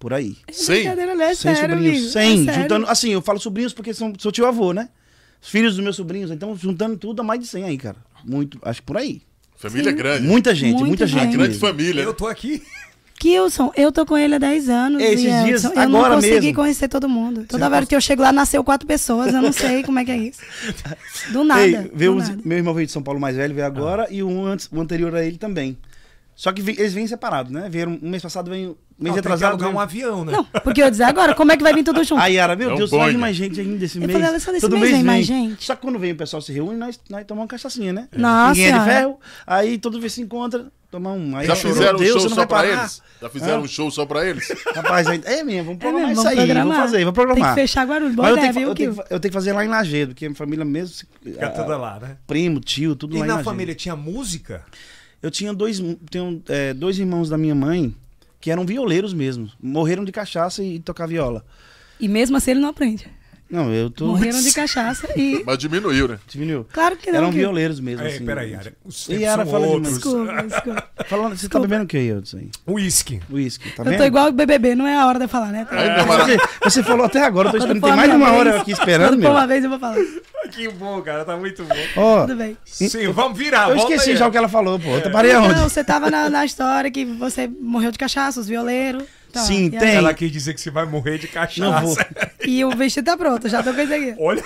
[SPEAKER 4] Por aí.
[SPEAKER 2] Sim.
[SPEAKER 3] Brincadeira, não é
[SPEAKER 4] 100
[SPEAKER 3] sério, amigo.
[SPEAKER 4] sobrinhos.
[SPEAKER 3] é
[SPEAKER 4] 100.
[SPEAKER 3] sério.
[SPEAKER 4] juntando, assim, eu falo sobrinhos porque são, sou tio avô, né? Os filhos dos meus sobrinhos. Então, juntando tudo, dá mais de 100 aí, cara. Muito. Acho que por aí.
[SPEAKER 2] Família grande.
[SPEAKER 4] Muita gente,
[SPEAKER 3] Muita
[SPEAKER 4] muita, gente.
[SPEAKER 3] gente.
[SPEAKER 2] Grande
[SPEAKER 4] mesmo.
[SPEAKER 2] família. né?
[SPEAKER 1] Eu tô aqui.
[SPEAKER 3] Kilson, eu tô com ele há 10 anos.
[SPEAKER 4] É, esses
[SPEAKER 3] e Edson,
[SPEAKER 4] dias,
[SPEAKER 3] eu
[SPEAKER 4] agora
[SPEAKER 3] não consegui
[SPEAKER 4] mesmo.
[SPEAKER 3] conhecer todo mundo. Toda
[SPEAKER 1] não
[SPEAKER 3] hora
[SPEAKER 1] cons-
[SPEAKER 3] que eu chego lá, nasceu quatro pessoas. Eu não sei como é que é isso. Do nada.
[SPEAKER 4] Ei, veio
[SPEAKER 3] do
[SPEAKER 4] uns-
[SPEAKER 3] nada.
[SPEAKER 4] meu irmão veio de São Paulo mais velho, veio agora,
[SPEAKER 2] Ah.
[SPEAKER 4] e um antes, o anterior a ele também. Só que vi- eles vêm separados, né? Vieram um mês passado, veio. Um mês
[SPEAKER 1] Não, tem que
[SPEAKER 4] atrasado.
[SPEAKER 1] alugar
[SPEAKER 4] veio-
[SPEAKER 1] um avião, né?
[SPEAKER 3] Não, porque eu ia dizer agora, como é que vai vir tudo junto?
[SPEAKER 4] Aí, Yara, meu
[SPEAKER 2] É um
[SPEAKER 4] Deus, só vem
[SPEAKER 2] Boeing.
[SPEAKER 4] mais gente ainda esse
[SPEAKER 3] Eu
[SPEAKER 4] mês.
[SPEAKER 3] falei, olha só, desse mês vem mais gente.
[SPEAKER 4] Só que quando vem o pessoal se reúne, nós, nós tomamos uma cachaçinha, né?
[SPEAKER 3] Nossa
[SPEAKER 4] Ninguém é de
[SPEAKER 3] Senhora.
[SPEAKER 4] ferro. Aí todo vez se encontra, tomar um. Aí
[SPEAKER 2] Já
[SPEAKER 4] eu choro,
[SPEAKER 2] fizeram um
[SPEAKER 4] Deus,
[SPEAKER 2] show
[SPEAKER 4] você não
[SPEAKER 2] só
[SPEAKER 4] vai
[SPEAKER 2] pra
[SPEAKER 4] parar.
[SPEAKER 2] eles? Já fizeram um show só pra eles?
[SPEAKER 4] Rapaz, aí, é mesmo,
[SPEAKER 3] É
[SPEAKER 4] vamos
[SPEAKER 3] mesmo,
[SPEAKER 4] programar isso
[SPEAKER 3] vamos
[SPEAKER 4] aí.
[SPEAKER 3] programar.
[SPEAKER 4] Vamos fazer, vamos
[SPEAKER 3] Tem que
[SPEAKER 4] programar.
[SPEAKER 3] fechar Guarulhos, boa
[SPEAKER 4] Mas eu
[SPEAKER 3] ideia,
[SPEAKER 4] tenho que
[SPEAKER 3] viu,
[SPEAKER 4] fa- eu tenho, que
[SPEAKER 3] Kiko?
[SPEAKER 4] fa- eu tenho que fazer lá em Lagedo, porque a minha família mesmo. se-
[SPEAKER 1] Fica
[SPEAKER 4] ah,
[SPEAKER 1] toda lá, né?
[SPEAKER 4] Primo, tio, tudo
[SPEAKER 1] E
[SPEAKER 4] lá em
[SPEAKER 1] na
[SPEAKER 4] Lagedo.
[SPEAKER 1] família tinha música?
[SPEAKER 4] Eu tinha dois, tenho, é, dois irmãos da minha mãe que eram violeiros mesmo. Morreram de cachaça e, tocar viola.
[SPEAKER 3] E mesmo assim ele não aprende.
[SPEAKER 4] Não, eu tô.
[SPEAKER 3] Morreram de cachaça e.
[SPEAKER 2] Mas diminuiu, né?
[SPEAKER 4] Diminuiu.
[SPEAKER 3] Claro que não.
[SPEAKER 4] eram
[SPEAKER 3] Kiko.
[SPEAKER 4] violeiros mesmo.
[SPEAKER 1] Aí,
[SPEAKER 4] assim.
[SPEAKER 1] peraí, Yara. Os
[SPEAKER 4] E
[SPEAKER 1] tempos
[SPEAKER 4] Yara,
[SPEAKER 1] são
[SPEAKER 4] fala de
[SPEAKER 1] outros.
[SPEAKER 3] Desculpa, desculpa.
[SPEAKER 4] Falando, você tá bebendo o que, Eudes? aí?
[SPEAKER 1] Whisky.
[SPEAKER 4] Uísque, tá
[SPEAKER 3] eu
[SPEAKER 4] vendo?
[SPEAKER 3] tô igual o BBB, não é a hora de eu falar, né?
[SPEAKER 2] Aí, não, mas-
[SPEAKER 4] Ah, Você, você falou até agora, eu tô esperando.
[SPEAKER 3] for
[SPEAKER 4] Tem
[SPEAKER 3] a
[SPEAKER 4] mais de
[SPEAKER 3] minha
[SPEAKER 4] uma hora
[SPEAKER 3] vez-
[SPEAKER 4] eu aqui esperando,
[SPEAKER 3] Quando for
[SPEAKER 4] meu.
[SPEAKER 3] uma vez eu vou falar.
[SPEAKER 1] Que bom, cara. Tá muito bom.
[SPEAKER 4] Ó,
[SPEAKER 3] Tudo bem.
[SPEAKER 1] Sim, vamos virar.
[SPEAKER 4] eu
[SPEAKER 1] volta
[SPEAKER 4] esqueci
[SPEAKER 1] aí.
[SPEAKER 4] já o que ela falou, pô. Eu parei
[SPEAKER 3] É. Não,
[SPEAKER 4] aonde?
[SPEAKER 3] você tava na, na história que você morreu de cachaça, os violeiros. Tá,
[SPEAKER 4] Sim,
[SPEAKER 3] e aí?
[SPEAKER 4] tem.
[SPEAKER 1] Ela quis dizer que você vai morrer de cachaça.
[SPEAKER 4] Não vou.
[SPEAKER 3] E o vestido tá pronto, já tô com isso aqui.
[SPEAKER 1] Olha.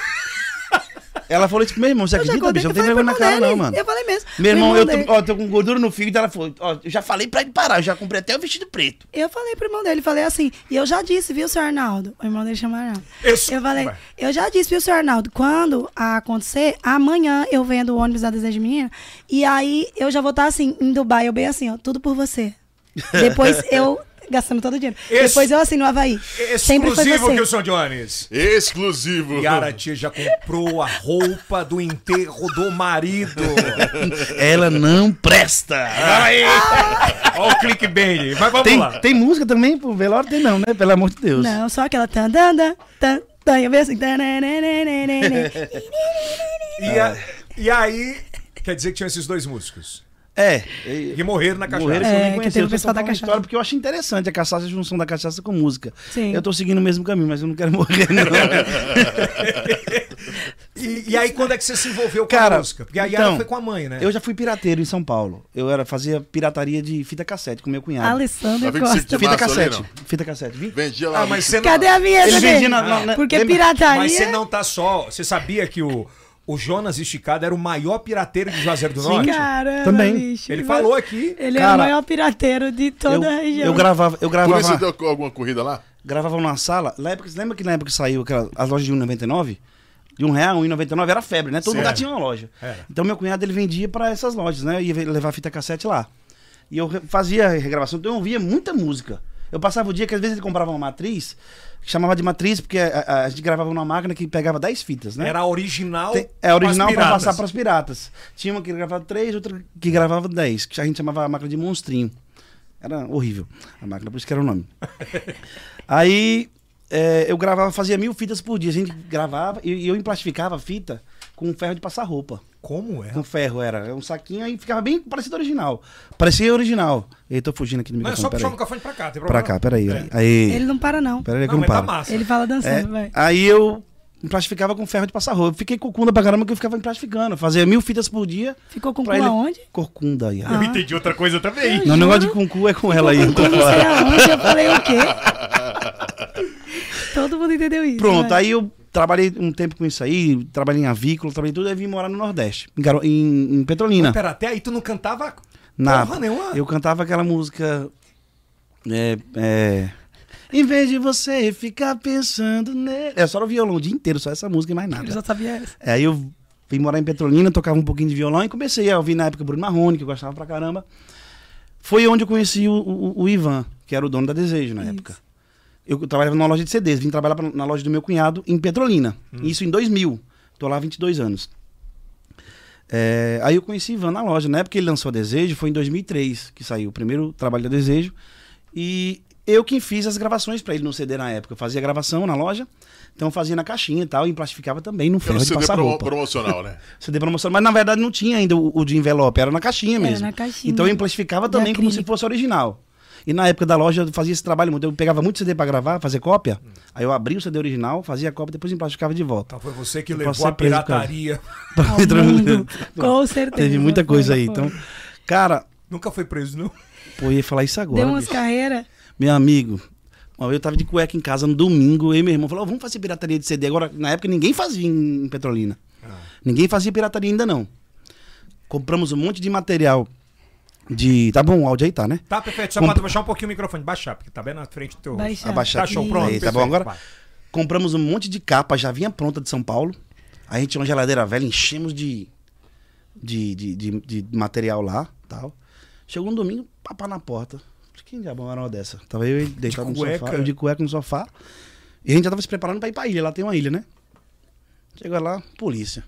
[SPEAKER 4] Ela falou isso, meu irmão,
[SPEAKER 3] Eu
[SPEAKER 4] você
[SPEAKER 3] já
[SPEAKER 4] acredita,
[SPEAKER 3] contei
[SPEAKER 4] bicho? Eu Não
[SPEAKER 3] que
[SPEAKER 4] tem
[SPEAKER 3] eu
[SPEAKER 4] vergonha
[SPEAKER 3] falei
[SPEAKER 4] na
[SPEAKER 3] pro
[SPEAKER 4] cara, não,
[SPEAKER 3] Nery.
[SPEAKER 4] mano.
[SPEAKER 3] Eu falei mesmo.
[SPEAKER 4] Meu irmão, eu
[SPEAKER 3] dele-
[SPEAKER 4] tô, ó, tô com gordura no fígado. Ela falou, ó, eu já falei pra ele parar, eu já comprei até o vestido preto.
[SPEAKER 3] Eu falei pro irmão dele, falei assim, e eu já disse, viu, senhor Arnaldo? O irmão dele chama Arnaldo.
[SPEAKER 1] Eu sou-
[SPEAKER 3] Eu falei, eu já disse, viu, senhor Arnaldo? Quando acontecer, amanhã eu venho do ônibus da Desejo Menina, e aí eu já vou estar assim, em Dubai, eu bem assim, ó, tudo por você. Depois eu, gastando todo o dinheiro.
[SPEAKER 1] Ex-
[SPEAKER 3] Depois eu assim, no Havaí. Sempre foi assim.
[SPEAKER 1] Exclusivo
[SPEAKER 3] você.
[SPEAKER 1] que o São Jones.
[SPEAKER 4] Uhum.
[SPEAKER 2] Exclusivo.
[SPEAKER 1] Yara Tia já comprou a roupa do enterro do marido.
[SPEAKER 4] Ela não presta.
[SPEAKER 1] Aí! Olha o clickbait. Mas vamos lá.
[SPEAKER 4] Tem, tem música também pro velório? Tem não, né? Pelo amor de Deus.
[SPEAKER 3] Não, só aquela tan tan tan tan tan, eu bem assim, tan, né, né, né, né, né, né.
[SPEAKER 1] E, a- e aí, quer dizer que tinham esses dois músicos.
[SPEAKER 4] É.
[SPEAKER 1] E morreram na cachaça.
[SPEAKER 4] Morreram que eu
[SPEAKER 3] É,
[SPEAKER 4] nem
[SPEAKER 3] que
[SPEAKER 4] conheci.
[SPEAKER 3] teve
[SPEAKER 4] Eu
[SPEAKER 3] o
[SPEAKER 4] tô
[SPEAKER 3] pessoal da
[SPEAKER 4] contando uma
[SPEAKER 3] cachaça.
[SPEAKER 4] história porque eu acho interessante a cachaça, a junção da cachaça com música.
[SPEAKER 3] Sim.
[SPEAKER 4] Eu tô seguindo o mesmo caminho, mas eu não quero morrer, não.
[SPEAKER 1] E, e aí, quando é que você se envolveu com a
[SPEAKER 4] É. Cara,
[SPEAKER 1] música? Porque a Yara
[SPEAKER 4] então,
[SPEAKER 1] foi com a mãe, né?
[SPEAKER 4] eu já fui pirateiro em São Paulo. Eu era, fazia pirataria de fita cassete com meu cunhado.
[SPEAKER 3] Ah, Alessandro
[SPEAKER 2] Tá vendo que você
[SPEAKER 3] Costa.
[SPEAKER 2] tem-
[SPEAKER 4] Fita
[SPEAKER 2] Massa,
[SPEAKER 4] cassete.
[SPEAKER 2] ali,
[SPEAKER 4] Fita cassete. Vi-
[SPEAKER 2] Vendia lá. um
[SPEAKER 1] Ah, mas você não,
[SPEAKER 3] Cadê a minha?
[SPEAKER 4] Ele
[SPEAKER 3] Cadê?
[SPEAKER 4] vendia na- né? na- na-
[SPEAKER 3] Porque
[SPEAKER 4] lembra?
[SPEAKER 3] pirataria...
[SPEAKER 1] mas você não tá só. Você sabia que o, o Jonas Esticado era o maior pirateiro de Juazeiro do Norte?
[SPEAKER 3] Caramba,
[SPEAKER 4] Também.
[SPEAKER 3] bicho.
[SPEAKER 1] Ele falou aqui.
[SPEAKER 3] Ele é o
[SPEAKER 4] Cara,
[SPEAKER 3] maior pirateiro de
[SPEAKER 4] Eu,
[SPEAKER 3] toda a região.
[SPEAKER 4] eu gravava, eu
[SPEAKER 2] Por
[SPEAKER 4] gravava,
[SPEAKER 2] isso você deu alguma corrida lá?
[SPEAKER 4] gravava numa sala. Na época, você lembra que na época que saiu aquela, as lojas de 1,99? De um real, 1,99 era febre, né? Todo
[SPEAKER 1] Sim.
[SPEAKER 4] lugar
[SPEAKER 1] Era.
[SPEAKER 4] tinha uma loja.
[SPEAKER 1] Era.
[SPEAKER 4] Então meu cunhado ele vendia pra essas lojas, né? Eu ia levar fita cassete lá. E eu re- fazia regravação, então eu ouvia muita música. Eu passava o dia que às vezes ele comprava uma matriz, que chamava de matriz porque a, a- a gente gravava numa máquina que pegava 10 fitas, né?
[SPEAKER 1] Era original.
[SPEAKER 4] Tem- é original
[SPEAKER 1] pras
[SPEAKER 4] pra
[SPEAKER 1] piratas.
[SPEAKER 4] passar pras piratas. Tinha uma que gravava três, outra que gravava dez, que a gente chamava a máquina de monstrinho. Era horrível a máquina, por isso que era o nome. Aí é, eu gravava, fazia mil fitas por dia. A gente gravava e, e eu emplastificava a fita com ferro de passar roupa.
[SPEAKER 1] Como é?
[SPEAKER 4] Com ferro era. Era um saquinho aí ficava bem parecido original. Parecia original. Eu tô fugindo aqui do
[SPEAKER 1] Mas é
[SPEAKER 4] microfone.
[SPEAKER 1] só puxar o
[SPEAKER 4] um peraí.
[SPEAKER 1] microfone pra cá, tem
[SPEAKER 4] Pra
[SPEAKER 1] problema.
[SPEAKER 4] cá, peraí.
[SPEAKER 1] É.
[SPEAKER 4] Aí.
[SPEAKER 3] Ele não para, não.
[SPEAKER 4] Peraí que
[SPEAKER 1] Não,
[SPEAKER 4] eu
[SPEAKER 1] mas
[SPEAKER 4] não
[SPEAKER 1] tá
[SPEAKER 4] paro.
[SPEAKER 1] massa.
[SPEAKER 3] Ele fala
[SPEAKER 4] É,
[SPEAKER 3] dançando, vai.
[SPEAKER 4] aí eu plastificava com ferro de passar roupa. Eu Fiquei corcunda pra caramba que eu ficava plastificando. Fazia mil fitas por dia.
[SPEAKER 3] Ficou com o cu
[SPEAKER 4] pra ele-
[SPEAKER 3] aonde?
[SPEAKER 4] Corcunda aí.
[SPEAKER 1] Eu entendi outra coisa também.
[SPEAKER 4] Não, o negócio de
[SPEAKER 3] juro.
[SPEAKER 4] com cu é com ela aí.
[SPEAKER 3] Eu não sei aonde, eu falei o quê? Todo mundo entendeu isso. né?
[SPEAKER 4] Pronto,
[SPEAKER 3] vai.
[SPEAKER 4] aí eu trabalhei um tempo com isso aí, trabalhei em avícola, trabalhei tudo, aí vim morar no Nordeste, em, Garo- em- em Petrolina.
[SPEAKER 1] Pera, até aí tu não cantava
[SPEAKER 4] É. Na,
[SPEAKER 1] porra nenhuma.
[SPEAKER 4] eu cantava aquela música. É, é, em vez de você ficar pensando nele. É só o violão o dia inteiro, só essa música e mais
[SPEAKER 3] Ele
[SPEAKER 4] nada.
[SPEAKER 3] já sabia essa.
[SPEAKER 4] É, Aí eu vim morar em Petrolina, tocava um pouquinho de violão e comecei a ouvir na época Bruno Marrone, que eu gostava pra caramba. Foi onde eu conheci o, o- o Ivan, que era o dono da Desejo na
[SPEAKER 3] Isso.
[SPEAKER 4] época. Eu trabalhava numa loja de CDs, vim trabalhar pra- na loja do meu cunhado em Petrolina. Isso em 2000. Tô lá há 22 anos. É, aí eu conheci Ivan na loja. Na época que ele lançou a Desejo, foi em 2003 que saiu o primeiro trabalho da Desejo. E eu quem fiz as gravações pra ele no CD na época. Eu fazia gravação na loja, então eu fazia na caixinha e tal, e plastificava também no
[SPEAKER 2] Era
[SPEAKER 4] ferro
[SPEAKER 2] um
[SPEAKER 4] de
[SPEAKER 2] CD
[SPEAKER 4] passar
[SPEAKER 2] promo-
[SPEAKER 4] roupa.
[SPEAKER 2] promocional, né?
[SPEAKER 4] CD promocional, mas na verdade não tinha ainda o, o de envelope, era na caixinha
[SPEAKER 3] Era
[SPEAKER 4] mesmo.
[SPEAKER 3] na caixinha.
[SPEAKER 4] Então eu plastificava
[SPEAKER 3] De
[SPEAKER 4] também como se
[SPEAKER 3] acrílico.
[SPEAKER 4] fosse original. E na época da loja eu fazia esse trabalho muito. Eu pegava muito CD pra gravar, fazer cópia. Aí eu abria o CD original, fazia a cópia, depois emplastificava de volta.
[SPEAKER 1] Então foi você que
[SPEAKER 4] Eu
[SPEAKER 1] levou
[SPEAKER 4] posso
[SPEAKER 1] a
[SPEAKER 4] ser preso, cara.
[SPEAKER 1] pirataria.
[SPEAKER 3] Ao mundo. Com certeza.
[SPEAKER 4] Teve muita coisa
[SPEAKER 3] Foi,
[SPEAKER 4] aí.
[SPEAKER 3] foi.
[SPEAKER 4] Então, cara,
[SPEAKER 1] Nunca foi preso, não?
[SPEAKER 4] pô, eu ia falar isso agora.
[SPEAKER 3] Deu umas
[SPEAKER 4] bicho.
[SPEAKER 3] carreiras.
[SPEAKER 4] Meu amigo, uma vez eu tava de cueca em casa no domingo, eu e meu irmão falou, "Ó, vamos fazer pirataria de CD. Agora, na época ninguém fazia em Petrolina. Ninguém fazia pirataria ainda não. Compramos um monte de material de... Tá bom, o áudio aí tá, né?
[SPEAKER 1] Tá, perfeito. Só
[SPEAKER 4] Com-
[SPEAKER 1] pode baixar um pouquinho o microfone. Baixar, porque tá bem na frente do teu...
[SPEAKER 3] Baixar.
[SPEAKER 4] Abaixar
[SPEAKER 1] Tá show,
[SPEAKER 3] Isso.
[SPEAKER 1] pronto.
[SPEAKER 4] Aí, tá
[SPEAKER 1] perfeito.
[SPEAKER 4] bom agora?
[SPEAKER 1] Vai.
[SPEAKER 4] Compramos um monte de capa, já vinha pronta de São Paulo. Aí a gente tinha uma geladeira velha, enchemos de, de, de, de- de material lá tal. Chegou um domingo, papá na porta. Quem diabo era uma dessa? Tava eu deitado no
[SPEAKER 1] cueca.
[SPEAKER 4] sofá, eu de cueca no sofá. E a gente já tava se preparando pra ir pra ilha, lá tem uma ilha, né? Chegou lá, polícia.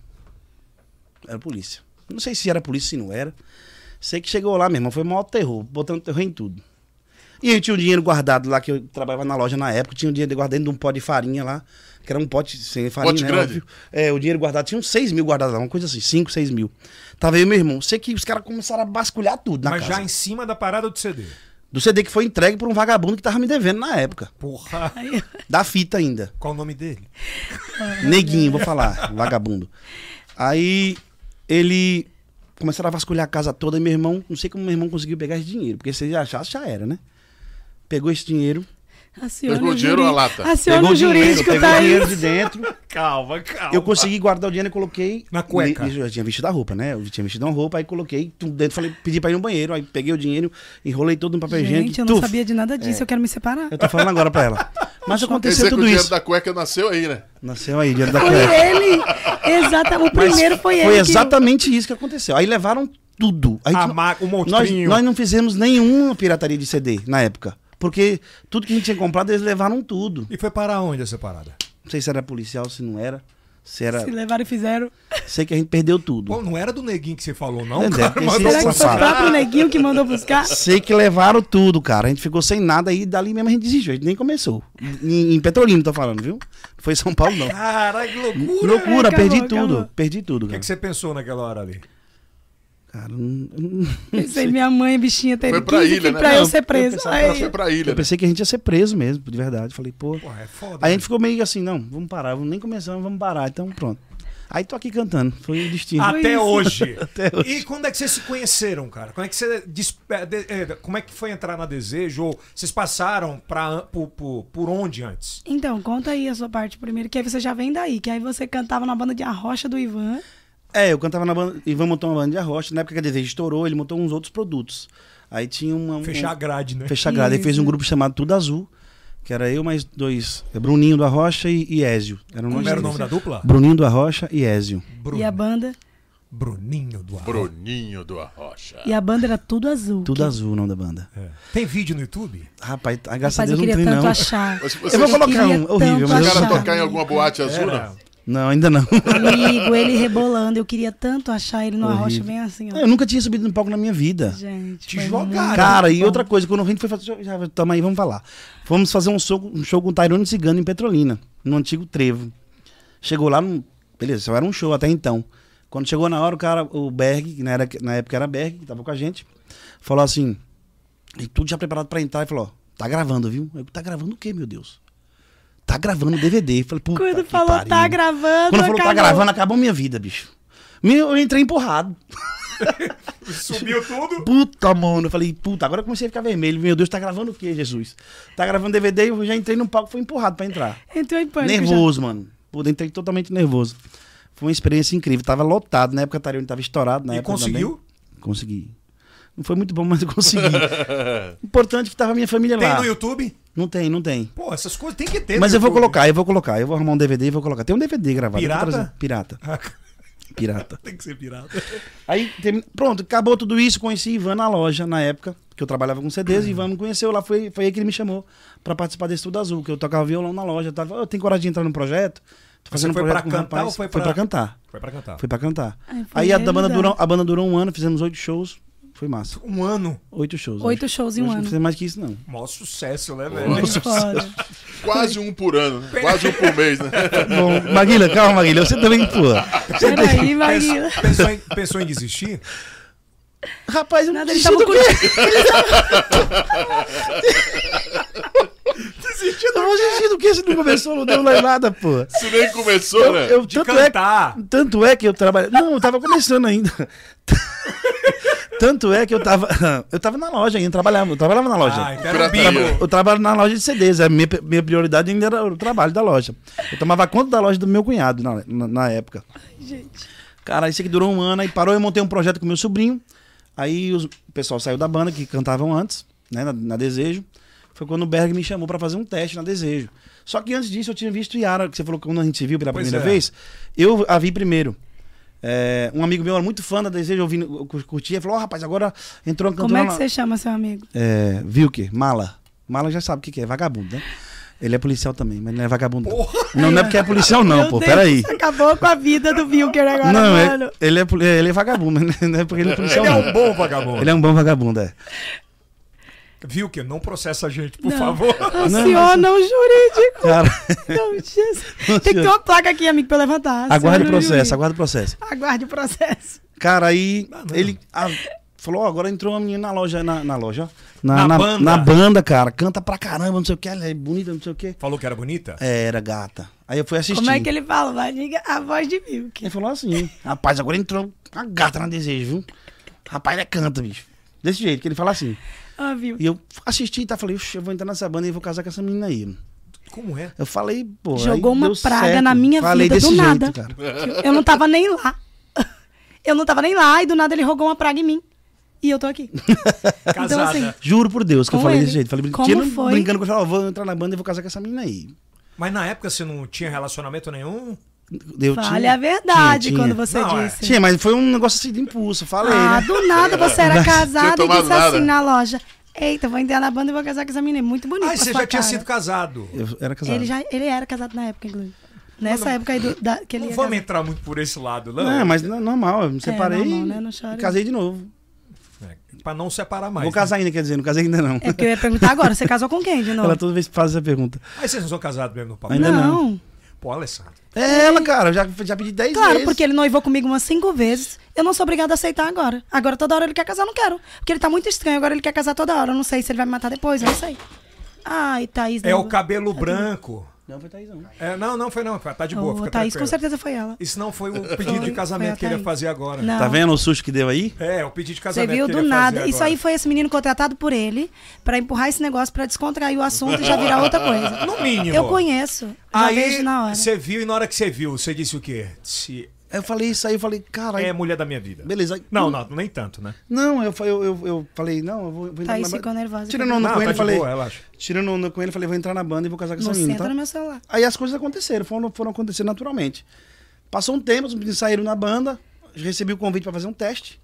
[SPEAKER 4] Era polícia. Não sei se era polícia, se não era. Sei que chegou lá, meu irmão, foi o maior terror, botando terror em tudo. E eu tinha o dinheiro guardado lá, que eu trabalhava na loja na época, tinha o dinheiro guardado dentro de um pó de farinha lá, que era um pote sem farinha,
[SPEAKER 2] Pote
[SPEAKER 4] né,
[SPEAKER 2] grande.
[SPEAKER 4] óbvio. É, o dinheiro guardado, tinha uns 6 mil guardados lá, uma coisa assim, 5, 6 mil. Tava aí, meu irmão, sei que os caras começaram a basculhar tudo na
[SPEAKER 1] Mas
[SPEAKER 4] casa.
[SPEAKER 1] já em cima da parada do CD.
[SPEAKER 4] Do CD que foi entregue por um vagabundo que tava me devendo na época,
[SPEAKER 1] Porra.
[SPEAKER 4] da fita ainda.
[SPEAKER 1] Qual o nome dele?
[SPEAKER 4] Neguinho, vou falar, vagabundo. Aí ele começaram a vasculhar a casa toda e meu irmão, não sei como meu irmão conseguiu pegar esse dinheiro, porque se ele achasse já era, né? Pegou esse dinheiro,
[SPEAKER 3] Aciona
[SPEAKER 2] Pegou
[SPEAKER 3] o
[SPEAKER 2] dinheiro
[SPEAKER 3] juri-
[SPEAKER 2] ou a lata?
[SPEAKER 3] Aciona
[SPEAKER 4] Pegou
[SPEAKER 3] o jurídico,
[SPEAKER 4] dinheiro, pegou
[SPEAKER 3] tá
[SPEAKER 4] dinheiro de dentro.
[SPEAKER 1] Calma, calma.
[SPEAKER 4] Eu consegui guardar o dinheiro e coloquei.
[SPEAKER 1] Na cueca.
[SPEAKER 4] Eu já tinha vestido a roupa, né? Eu tinha vestido uma roupa, aí coloquei tudo dentro, falei, pedi pra ir no banheiro, aí peguei o dinheiro, enrolei todo no papel higiênico.
[SPEAKER 3] Gente, eu não
[SPEAKER 4] tuf. É.
[SPEAKER 3] sabia de nada disso, eu quero me separar.
[SPEAKER 4] Eu tô falando agora pra ela. Mas
[SPEAKER 2] Quer dizer
[SPEAKER 4] aconteceu
[SPEAKER 2] que o
[SPEAKER 4] tudo
[SPEAKER 2] dinheiro
[SPEAKER 4] isso.
[SPEAKER 2] da cueca nasceu aí, né?
[SPEAKER 4] Nasceu aí, dinheiro da
[SPEAKER 3] Foi
[SPEAKER 4] cueca.
[SPEAKER 3] ele! Exata, o primeiro foi ele.
[SPEAKER 4] Foi
[SPEAKER 3] que-
[SPEAKER 4] exatamente isso que aconteceu. Aí levaram tudo. Aí
[SPEAKER 1] A
[SPEAKER 4] tu-
[SPEAKER 1] ma- o
[SPEAKER 4] nós,
[SPEAKER 1] monstrinho.
[SPEAKER 4] nós não fizemos nenhuma pirataria de CD na época. Porque tudo que a gente tinha comprado, eles levaram tudo.
[SPEAKER 1] E foi parar onde essa parada?
[SPEAKER 4] Não sei se era policial, se não era. Se era.
[SPEAKER 3] Se levaram e fizeram.
[SPEAKER 4] Sei que a gente perdeu tudo.
[SPEAKER 1] Pô, não era do neguinho que você falou, não?
[SPEAKER 4] Não,
[SPEAKER 1] cara,
[SPEAKER 4] É, deve ter
[SPEAKER 1] Mas
[SPEAKER 4] sido
[SPEAKER 1] não
[SPEAKER 3] Será que foi o
[SPEAKER 4] safado.
[SPEAKER 3] próprio neguinho que mandou buscar?
[SPEAKER 4] Sei que levaram tudo, cara. A gente ficou sem nada aí dali mesmo a gente desistiu. A gente nem começou. Em, em Petrolina, tô falando, viu? Não foi em São Paulo, não.
[SPEAKER 1] Caralho, que loucura. O
[SPEAKER 4] Loucura,
[SPEAKER 3] acabou,
[SPEAKER 4] perdi
[SPEAKER 3] acabou.
[SPEAKER 4] tudo. Perdi tudo,
[SPEAKER 1] que,
[SPEAKER 4] cara.
[SPEAKER 1] que você pensou naquela hora ali?
[SPEAKER 4] Cara, eu não- eu não-
[SPEAKER 3] Pensei, minha mãe, bichinha,
[SPEAKER 4] É,
[SPEAKER 3] teve
[SPEAKER 2] Foi pra
[SPEAKER 3] 15
[SPEAKER 2] ilha,
[SPEAKER 3] que
[SPEAKER 2] né?
[SPEAKER 3] pra
[SPEAKER 2] Não,
[SPEAKER 3] eu ser presa.
[SPEAKER 1] pensava
[SPEAKER 3] Aí,
[SPEAKER 2] Ela foi pra ilha.
[SPEAKER 4] eu
[SPEAKER 2] né?
[SPEAKER 4] pensei que a gente ia ser preso mesmo, de verdade. Falei, pô.
[SPEAKER 1] Porra, é foda.
[SPEAKER 4] Aí a gente ficou meio assim, não, vamos parar, vamos nem começar, vamos parar. Então pronto. Aí tô aqui cantando. Foi o destino.
[SPEAKER 1] Até
[SPEAKER 3] isso.
[SPEAKER 1] hoje.
[SPEAKER 4] Até hoje.
[SPEAKER 1] E quando é que vocês se conheceram, cara? Como é que você despe- de- eh, como é que foi entrar na Desejo? Ou vocês passaram pra, por, por, por onde antes?
[SPEAKER 3] Então, conta aí a sua parte primeiro, que aí você já vem daí, que aí você cantava na banda de Arrocha do Ivan.
[SPEAKER 4] É, eu cantava na banda. Ivan montou uma banda de arrocha. Na época que a Desejo estourou, ele montou uns outros produtos. Aí tinha uma. um-
[SPEAKER 1] Fechar a grade, né?
[SPEAKER 4] Fechar a grade. Aí fez um grupo chamado Tudo Azul, que era eu mais dois. é Bruninho do Arrocha e, e Ézio. Era o nome
[SPEAKER 1] Como era o nome
[SPEAKER 4] deles.
[SPEAKER 1] da dupla?
[SPEAKER 4] Bruninho do Arrocha e Ézio.
[SPEAKER 1] Bruno.
[SPEAKER 3] E a banda.
[SPEAKER 1] Bruninho do Arrocha.
[SPEAKER 2] Bruninho do Arrocha.
[SPEAKER 3] E a banda era tudo azul.
[SPEAKER 4] Tudo Azul o nome da banda.
[SPEAKER 1] É. Tem vídeo no YouTube?
[SPEAKER 4] Rapaz, a graças a
[SPEAKER 3] Rapaz, eu
[SPEAKER 4] Deus não
[SPEAKER 3] queria
[SPEAKER 4] tem
[SPEAKER 3] tanto
[SPEAKER 4] não.
[SPEAKER 3] achar.
[SPEAKER 2] Mas se
[SPEAKER 4] Eu vou
[SPEAKER 2] vocês
[SPEAKER 4] colocar
[SPEAKER 3] queria
[SPEAKER 4] um, horrível,
[SPEAKER 3] tanto
[SPEAKER 4] mas eu
[SPEAKER 2] cara
[SPEAKER 3] achar.
[SPEAKER 4] vou
[SPEAKER 2] tocar em alguma boate azul, né?
[SPEAKER 1] Era.
[SPEAKER 2] não.
[SPEAKER 4] Não, ainda não.
[SPEAKER 3] Amigo, ele rebolando. Eu queria tanto achar ele no Arrocha,
[SPEAKER 4] Horrível. É,
[SPEAKER 3] bem assim, ó.
[SPEAKER 4] Eu nunca tinha subido no palco na minha vida.
[SPEAKER 3] Gente.
[SPEAKER 1] Te
[SPEAKER 3] foi
[SPEAKER 1] jogaram.
[SPEAKER 3] muito
[SPEAKER 4] Cara, e
[SPEAKER 3] bom.
[SPEAKER 4] outra coisa, quando a gente foi fazer. Já, já, tamo aí, vamos falar. Fomos fazer um show, um show com o Tairone Cigano em Petrolina, no antigo Trevo. Chegou lá, num- beleza, só era um show até então. Quando chegou na hora, o cara, o Berg, que na, era, na época era Berg, que tava com a gente, falou assim, e tudo já preparado pra entrar, e falou: ó, tá gravando, viu? Eu, tá gravando o quê, meu Deus? Tá gravando DVD. Eu falei, puta
[SPEAKER 3] Quando
[SPEAKER 4] que
[SPEAKER 3] falou
[SPEAKER 4] pariu.
[SPEAKER 3] tá gravando,
[SPEAKER 4] Quando falou tá
[SPEAKER 3] acabou.
[SPEAKER 4] gravando, acabou minha vida, bicho. Meu, Eu entrei empurrado.
[SPEAKER 1] Subiu tudo.
[SPEAKER 4] Puta, mano. Eu falei, puta, agora eu comecei a ficar vermelho. Meu Deus, tá gravando o quê, Jesus? Tá gravando DVD e eu já entrei no palco, fui empurrado pra entrar.
[SPEAKER 3] Entrou em pânico.
[SPEAKER 4] nervoso, mano. Pô, entrei totalmente nervoso. Foi uma experiência incrível. Tava lotado. Na época, a Tarione tava estourado. Na
[SPEAKER 1] e
[SPEAKER 4] época
[SPEAKER 1] conseguiu?
[SPEAKER 4] Também. Consegui. Não foi muito bom, mas eu consegui. Importante que tava a minha família
[SPEAKER 1] Tem
[SPEAKER 4] lá.
[SPEAKER 1] no YouTube?
[SPEAKER 4] Não tem, não tem.
[SPEAKER 1] Pô, essas coisas tem que ter.
[SPEAKER 4] mas
[SPEAKER 1] no
[SPEAKER 4] eu vou
[SPEAKER 1] YouTube.
[SPEAKER 4] colocar, eu vou colocar. Eu vou arrumar um DVD e vou colocar. Tem um DVD gravado. eu vou
[SPEAKER 1] Pirata?
[SPEAKER 4] trazer. Pirata. Pirata.
[SPEAKER 1] tem que ser pirata.
[SPEAKER 4] Aí, termi- pronto, acabou tudo isso. Conheci Ivan na loja, na época, que eu trabalhava com CDs.
[SPEAKER 3] Uhum.
[SPEAKER 4] Ivan me conheceu lá, foi, foi aí que ele me chamou pra participar desse Tudo Azul, que eu tocava violão na loja. Tava, "Ô, eu tenho coragem de entrar no projeto. Tô
[SPEAKER 1] Mas
[SPEAKER 4] fazendo um
[SPEAKER 1] você foi pra
[SPEAKER 4] projeto com um
[SPEAKER 1] cantar
[SPEAKER 4] rapaz.
[SPEAKER 1] ou foi
[SPEAKER 4] Foi
[SPEAKER 1] pra-
[SPEAKER 4] pra cantar.
[SPEAKER 1] Foi pra cantar.
[SPEAKER 4] Foi pra cantar.
[SPEAKER 3] Ai, foi
[SPEAKER 4] aí a,
[SPEAKER 3] ele
[SPEAKER 4] da banda
[SPEAKER 3] dá.
[SPEAKER 4] durou, a banda durou um ano, fizemos oito shows. Foi massa.
[SPEAKER 1] Um ano.
[SPEAKER 4] Oito shows.
[SPEAKER 3] Oito
[SPEAKER 4] acho.
[SPEAKER 3] shows em um
[SPEAKER 4] Acho que
[SPEAKER 3] ano.
[SPEAKER 4] Não fizemos mais que isso, não.
[SPEAKER 1] Mó sucesso, né, velho?
[SPEAKER 3] já. Foda.
[SPEAKER 2] Quase um por ano, né? Quase um por mês, né?
[SPEAKER 4] Bom, Maguila, calma, Maguila. Você também, pô.
[SPEAKER 3] Peraí, Maguila.
[SPEAKER 1] Pensou, pensou em, pensou em desistir?
[SPEAKER 4] Rapaz, eu não
[SPEAKER 3] Nada, ele tava
[SPEAKER 4] desisti do quê?
[SPEAKER 3] curtindo.
[SPEAKER 4] Eu não vou desistir do que você não começou, não deu lá em nada, pô.
[SPEAKER 2] Se nem começou,
[SPEAKER 4] Eu,
[SPEAKER 2] né?
[SPEAKER 4] eu-
[SPEAKER 1] De
[SPEAKER 4] tanto, é,
[SPEAKER 1] cantar.
[SPEAKER 4] tanto é que eu trabalhei. Não, eu tava começando ainda. tanto é que eu tava. Eu tava na loja ainda, trabalhava, eu trabalhava na loja.
[SPEAKER 1] Ah, então era um
[SPEAKER 2] Pirataria.
[SPEAKER 1] bingo.
[SPEAKER 4] Eu trabalho na loja de CDs, a minha, minha prioridade ainda era o trabalho da loja. Eu tomava conta da loja do meu cunhado na, na, na época.
[SPEAKER 3] Gente.
[SPEAKER 4] Cara, isso aqui durou um ano, aí parou, eu montei um projeto com meu sobrinho. Aí os- o pessoal saiu da banda que cantavam antes, né, na, na Desejo. Foi quando o Berg me chamou pra fazer um teste na Desejo. Só que antes disso eu tinha visto Yara, que você falou que quando a gente se viu pela
[SPEAKER 1] Pois
[SPEAKER 4] primeira
[SPEAKER 1] é.
[SPEAKER 4] vez, eu a vi primeiro. É, um amigo meu era muito fã da Desejo, ouvindo, eu cu- curtia, falou: Ó, rapaz, agora entrou uma
[SPEAKER 3] Como
[SPEAKER 4] cantora.
[SPEAKER 3] é que
[SPEAKER 4] na-
[SPEAKER 3] você chama seu amigo?
[SPEAKER 4] é, Vilker, mala. Mala já sabe o que, que é, vagabundo, né? Ele é policial também, mas não é vagabundo. não. Não, não é porque é policial, não,
[SPEAKER 3] Meu
[SPEAKER 4] pô,
[SPEAKER 3] Deus,
[SPEAKER 4] peraí.
[SPEAKER 3] Acabou com a vida do Vilker agora,
[SPEAKER 4] Não,
[SPEAKER 3] mano.
[SPEAKER 4] é, ele, é, poli- é, ele é vagabundo, mas não é porque ele é policial,
[SPEAKER 1] Ele é
[SPEAKER 4] não.
[SPEAKER 1] um bom vagabundo.
[SPEAKER 4] Ele é um bom vagabundo, é.
[SPEAKER 3] Tá
[SPEAKER 1] Viu que não processa a gente, por
[SPEAKER 3] um- Não.
[SPEAKER 1] favor.
[SPEAKER 3] Aciona o jurídico.
[SPEAKER 4] Cara,
[SPEAKER 3] Não, Jesus. Tem que ter uma placa aqui, amigo, pra eu levantar. Aciona
[SPEAKER 4] aguarde o processo,
[SPEAKER 3] jurídico.
[SPEAKER 4] aguarde o processo.
[SPEAKER 3] Aguarde o processo.
[SPEAKER 4] Cara, aí
[SPEAKER 1] Ah, não.
[SPEAKER 4] ele ah, falou, ó, agora entrou uma menina na loja, na, na loja, ó.
[SPEAKER 1] Na banda.
[SPEAKER 4] na banda, cara, canta pra caramba, não sei o que, ela é bonita, não sei o que.
[SPEAKER 1] Falou que era bonita?
[SPEAKER 4] É, era gata. Aí eu fui assistir.
[SPEAKER 3] Como é que ele fala? Vai, diga a voz de
[SPEAKER 4] É
[SPEAKER 3] Vilker.
[SPEAKER 4] Ele falou assim, rapaz, agora entrou uma gata na desejo, viu? Rapaz, ela canta, bicho. Desse jeito, que ele fala assim.
[SPEAKER 3] Óbvio.
[SPEAKER 4] E eu assisti e tá, falei, "Oxe, eu vou entrar nessa banda e vou casar com essa menina aí.
[SPEAKER 1] Como é?
[SPEAKER 4] Eu falei, pô. aí
[SPEAKER 3] Jogou uma
[SPEAKER 4] deu
[SPEAKER 3] praga
[SPEAKER 4] certo.
[SPEAKER 3] na minha
[SPEAKER 4] falei
[SPEAKER 3] vida
[SPEAKER 4] desse
[SPEAKER 3] do
[SPEAKER 4] jeito,
[SPEAKER 3] nada.
[SPEAKER 4] cara.
[SPEAKER 3] Eu não tava nem lá. Eu não tava nem lá e do nada ele rogou uma praga em mim. E eu tô aqui.
[SPEAKER 1] Casada.
[SPEAKER 3] assim,
[SPEAKER 4] Juro por Deus que eu
[SPEAKER 3] Com
[SPEAKER 4] falei
[SPEAKER 3] ele.
[SPEAKER 4] desse jeito. Falei,
[SPEAKER 3] Como
[SPEAKER 4] tirando-
[SPEAKER 3] foi?
[SPEAKER 4] brincando com ele, falei, ó, vou entrar na banda e vou casar com essa menina aí.
[SPEAKER 1] Mas na época você não tinha relacionamento nenhum?
[SPEAKER 4] Eu
[SPEAKER 3] Fale
[SPEAKER 4] tinha-
[SPEAKER 3] a verdade
[SPEAKER 4] tinha, tinha.
[SPEAKER 3] quando você
[SPEAKER 1] Não, é.
[SPEAKER 3] disse.
[SPEAKER 4] Tinha, mas foi um negócio assim de impulso, falei,
[SPEAKER 3] Ah,
[SPEAKER 4] né?
[SPEAKER 3] do nada você era casada e
[SPEAKER 2] tomado
[SPEAKER 3] disse
[SPEAKER 2] nada.
[SPEAKER 3] assim na loja. Eita, vou entrar na banda e vou casar com essa menina. É Muito bonito.
[SPEAKER 1] Ah,
[SPEAKER 3] com a
[SPEAKER 1] você
[SPEAKER 3] sua
[SPEAKER 1] já tinha
[SPEAKER 3] cara.
[SPEAKER 1] sido casado.
[SPEAKER 4] Eu era casado.
[SPEAKER 3] Ele, já, ele era casado na época, inclusive. Nessa época aí do, da, que ele
[SPEAKER 1] Não
[SPEAKER 3] ia
[SPEAKER 1] vamos
[SPEAKER 3] casar. É,
[SPEAKER 1] entrar muito por esse lado, não.
[SPEAKER 4] Não, É, mas não- normal, eu me separei
[SPEAKER 3] normal, né? Não chora.
[SPEAKER 4] e casei de novo.
[SPEAKER 1] É, pra não separar mais. né?
[SPEAKER 4] Vou casar ainda, quer dizer, não casei ainda não.
[SPEAKER 3] É porque eu ia perguntar agora, você casou com quem de novo?
[SPEAKER 4] Ela toda vez faz essa pergunta.
[SPEAKER 1] Né? Aí vocês não são casados mesmo no papo.
[SPEAKER 4] Ainda- não.
[SPEAKER 1] Pô, Alessandro.
[SPEAKER 4] É ela, cara, eu já, já pedi 10
[SPEAKER 3] Claro,
[SPEAKER 4] vezes.
[SPEAKER 3] porque ele noivou comigo umas cinco vezes. Eu não sou obrigada a aceitar agora. Agora toda hora ele quer casar, eu não quero. Porque ele tá muito estranho, agora ele quer casar toda hora. Eu não sei se ele vai me matar depois, eu não sei. Ai, Thaís.
[SPEAKER 1] É
[SPEAKER 3] não-
[SPEAKER 1] o cabelo branco.
[SPEAKER 4] Não, foi Thaís, não.
[SPEAKER 1] É, não, não foi não. Tá de boa,
[SPEAKER 3] Ô,
[SPEAKER 1] fica
[SPEAKER 3] Thaís, com
[SPEAKER 1] tranquilo.
[SPEAKER 3] certeza foi ela.
[SPEAKER 1] Isso não foi o pedido
[SPEAKER 3] Foi-
[SPEAKER 1] de casamento
[SPEAKER 3] foi a
[SPEAKER 1] que ele ia
[SPEAKER 3] Thaís.
[SPEAKER 1] fazer agora.
[SPEAKER 3] Não.
[SPEAKER 4] Tá vendo o susto que deu aí?
[SPEAKER 1] É, o pedido de
[SPEAKER 3] Você
[SPEAKER 1] casamento.
[SPEAKER 3] viu
[SPEAKER 1] que
[SPEAKER 3] do
[SPEAKER 1] ele ia fazer
[SPEAKER 3] nada. Isso
[SPEAKER 1] agora.
[SPEAKER 3] aí foi esse menino contratado por ele pra empurrar esse negócio, pra descontrair o assunto e já virar outra coisa.
[SPEAKER 1] No mínimo.
[SPEAKER 3] Eu conheço. Já vejo
[SPEAKER 1] Aí
[SPEAKER 3] na hora.
[SPEAKER 1] você é viu e na hora que você viu, você disse o quê? Se
[SPEAKER 4] Aí eu falei isso aí, eu falei, cara,
[SPEAKER 1] é mulher da minha vida.
[SPEAKER 4] beleza. Aí- hum,
[SPEAKER 1] Não, não, nem tanto, né?
[SPEAKER 4] Não, eu, fa- eu, eu, eu falei, não, eu vou, eu vou entrar
[SPEAKER 3] Thaís
[SPEAKER 4] na
[SPEAKER 3] ficou
[SPEAKER 4] banda.
[SPEAKER 3] nervosa.
[SPEAKER 4] Tirando onda
[SPEAKER 1] Não,
[SPEAKER 4] com
[SPEAKER 1] tá
[SPEAKER 4] ele,
[SPEAKER 1] de
[SPEAKER 4] falei.
[SPEAKER 1] boa, relaxa.
[SPEAKER 4] Tirando onda com ele, falei, vou entrar na banda e vou casar
[SPEAKER 1] um
[SPEAKER 4] com essa
[SPEAKER 3] Você
[SPEAKER 4] menina.
[SPEAKER 3] entra
[SPEAKER 4] tá?
[SPEAKER 3] no meu celular.
[SPEAKER 4] Aí as coisas aconteceram, foram, foram acontecer naturalmente. Passou um tempo, os meninos saíram na banda, recebi o convite para fazer um teste.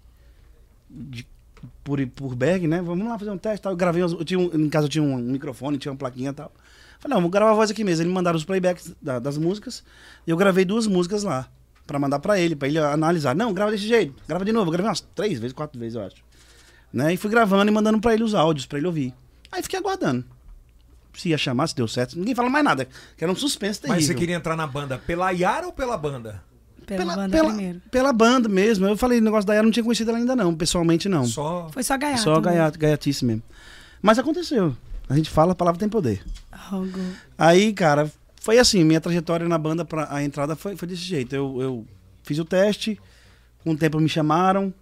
[SPEAKER 4] de- por, por Berg, né? Vamos lá fazer um teste. Tal. Eu gravei, umas- eu tinha um- em casa eu tinha um microfone, tinha uma plaquinha e tal. Falei, não, vou gravar a voz aqui mesmo. Eles me mandaram os playbacks da- das músicas. E eu gravei duas músicas lá, para mandar para ele, para ele analisar. Não, grava desse jeito, grava de novo. Eu gravei umas três vezes, quatro vezes, eu acho. Né? E fui gravando e mandando para ele os áudios, para ele ouvir. Aí fiquei aguardando. Se ia chamar, se deu certo. Ninguém fala mais nada, que era um suspense terrível.
[SPEAKER 1] Mas você queria entrar na banda pela Yara ou pela banda?
[SPEAKER 3] Pela, banda primeiro.
[SPEAKER 4] pela banda mesmo. Eu falei, o negócio da Yara eu não tinha conhecido ela ainda não, pessoalmente não. É
[SPEAKER 1] Só.
[SPEAKER 3] Foi só gaiato.
[SPEAKER 4] Só
[SPEAKER 3] né?
[SPEAKER 4] gaiat, gaiatice mesmo. Mas aconteceu. A gente fala, a palavra tem poder.
[SPEAKER 3] Algo.
[SPEAKER 4] Aí, cara, foi assim, minha trajetória na banda, pra, a entrada foi, foi desse jeito. Eu, eu fiz o teste, com o tempo me chamaram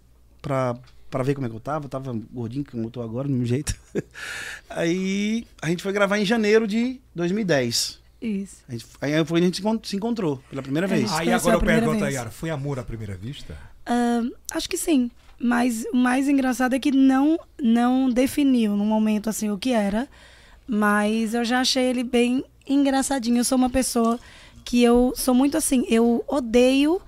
[SPEAKER 4] pra, pra ver como é que eu tava. Eu tava gordinho, como eu tô agora, do mesmo jeito. Aí a gente foi gravar em janeiro de 2010.
[SPEAKER 3] Isso.
[SPEAKER 4] A gente, aí foi a gente se encont- se encontrou pela primeira
[SPEAKER 3] É.
[SPEAKER 4] vez.
[SPEAKER 3] Isso,
[SPEAKER 1] Aí
[SPEAKER 3] conheceu
[SPEAKER 1] agora
[SPEAKER 3] a
[SPEAKER 1] eu
[SPEAKER 3] primeira
[SPEAKER 1] pergunto a
[SPEAKER 3] vez.
[SPEAKER 1] Yara, foi amor à primeira vista?
[SPEAKER 3] Ahn, acho que sim. Mas o mais engraçado é que não, não definiu no momento assim o que era. Mas eu já achei ele bem engraçadinho. Eu sou uma pessoa que eu sou muito assim, eu odeio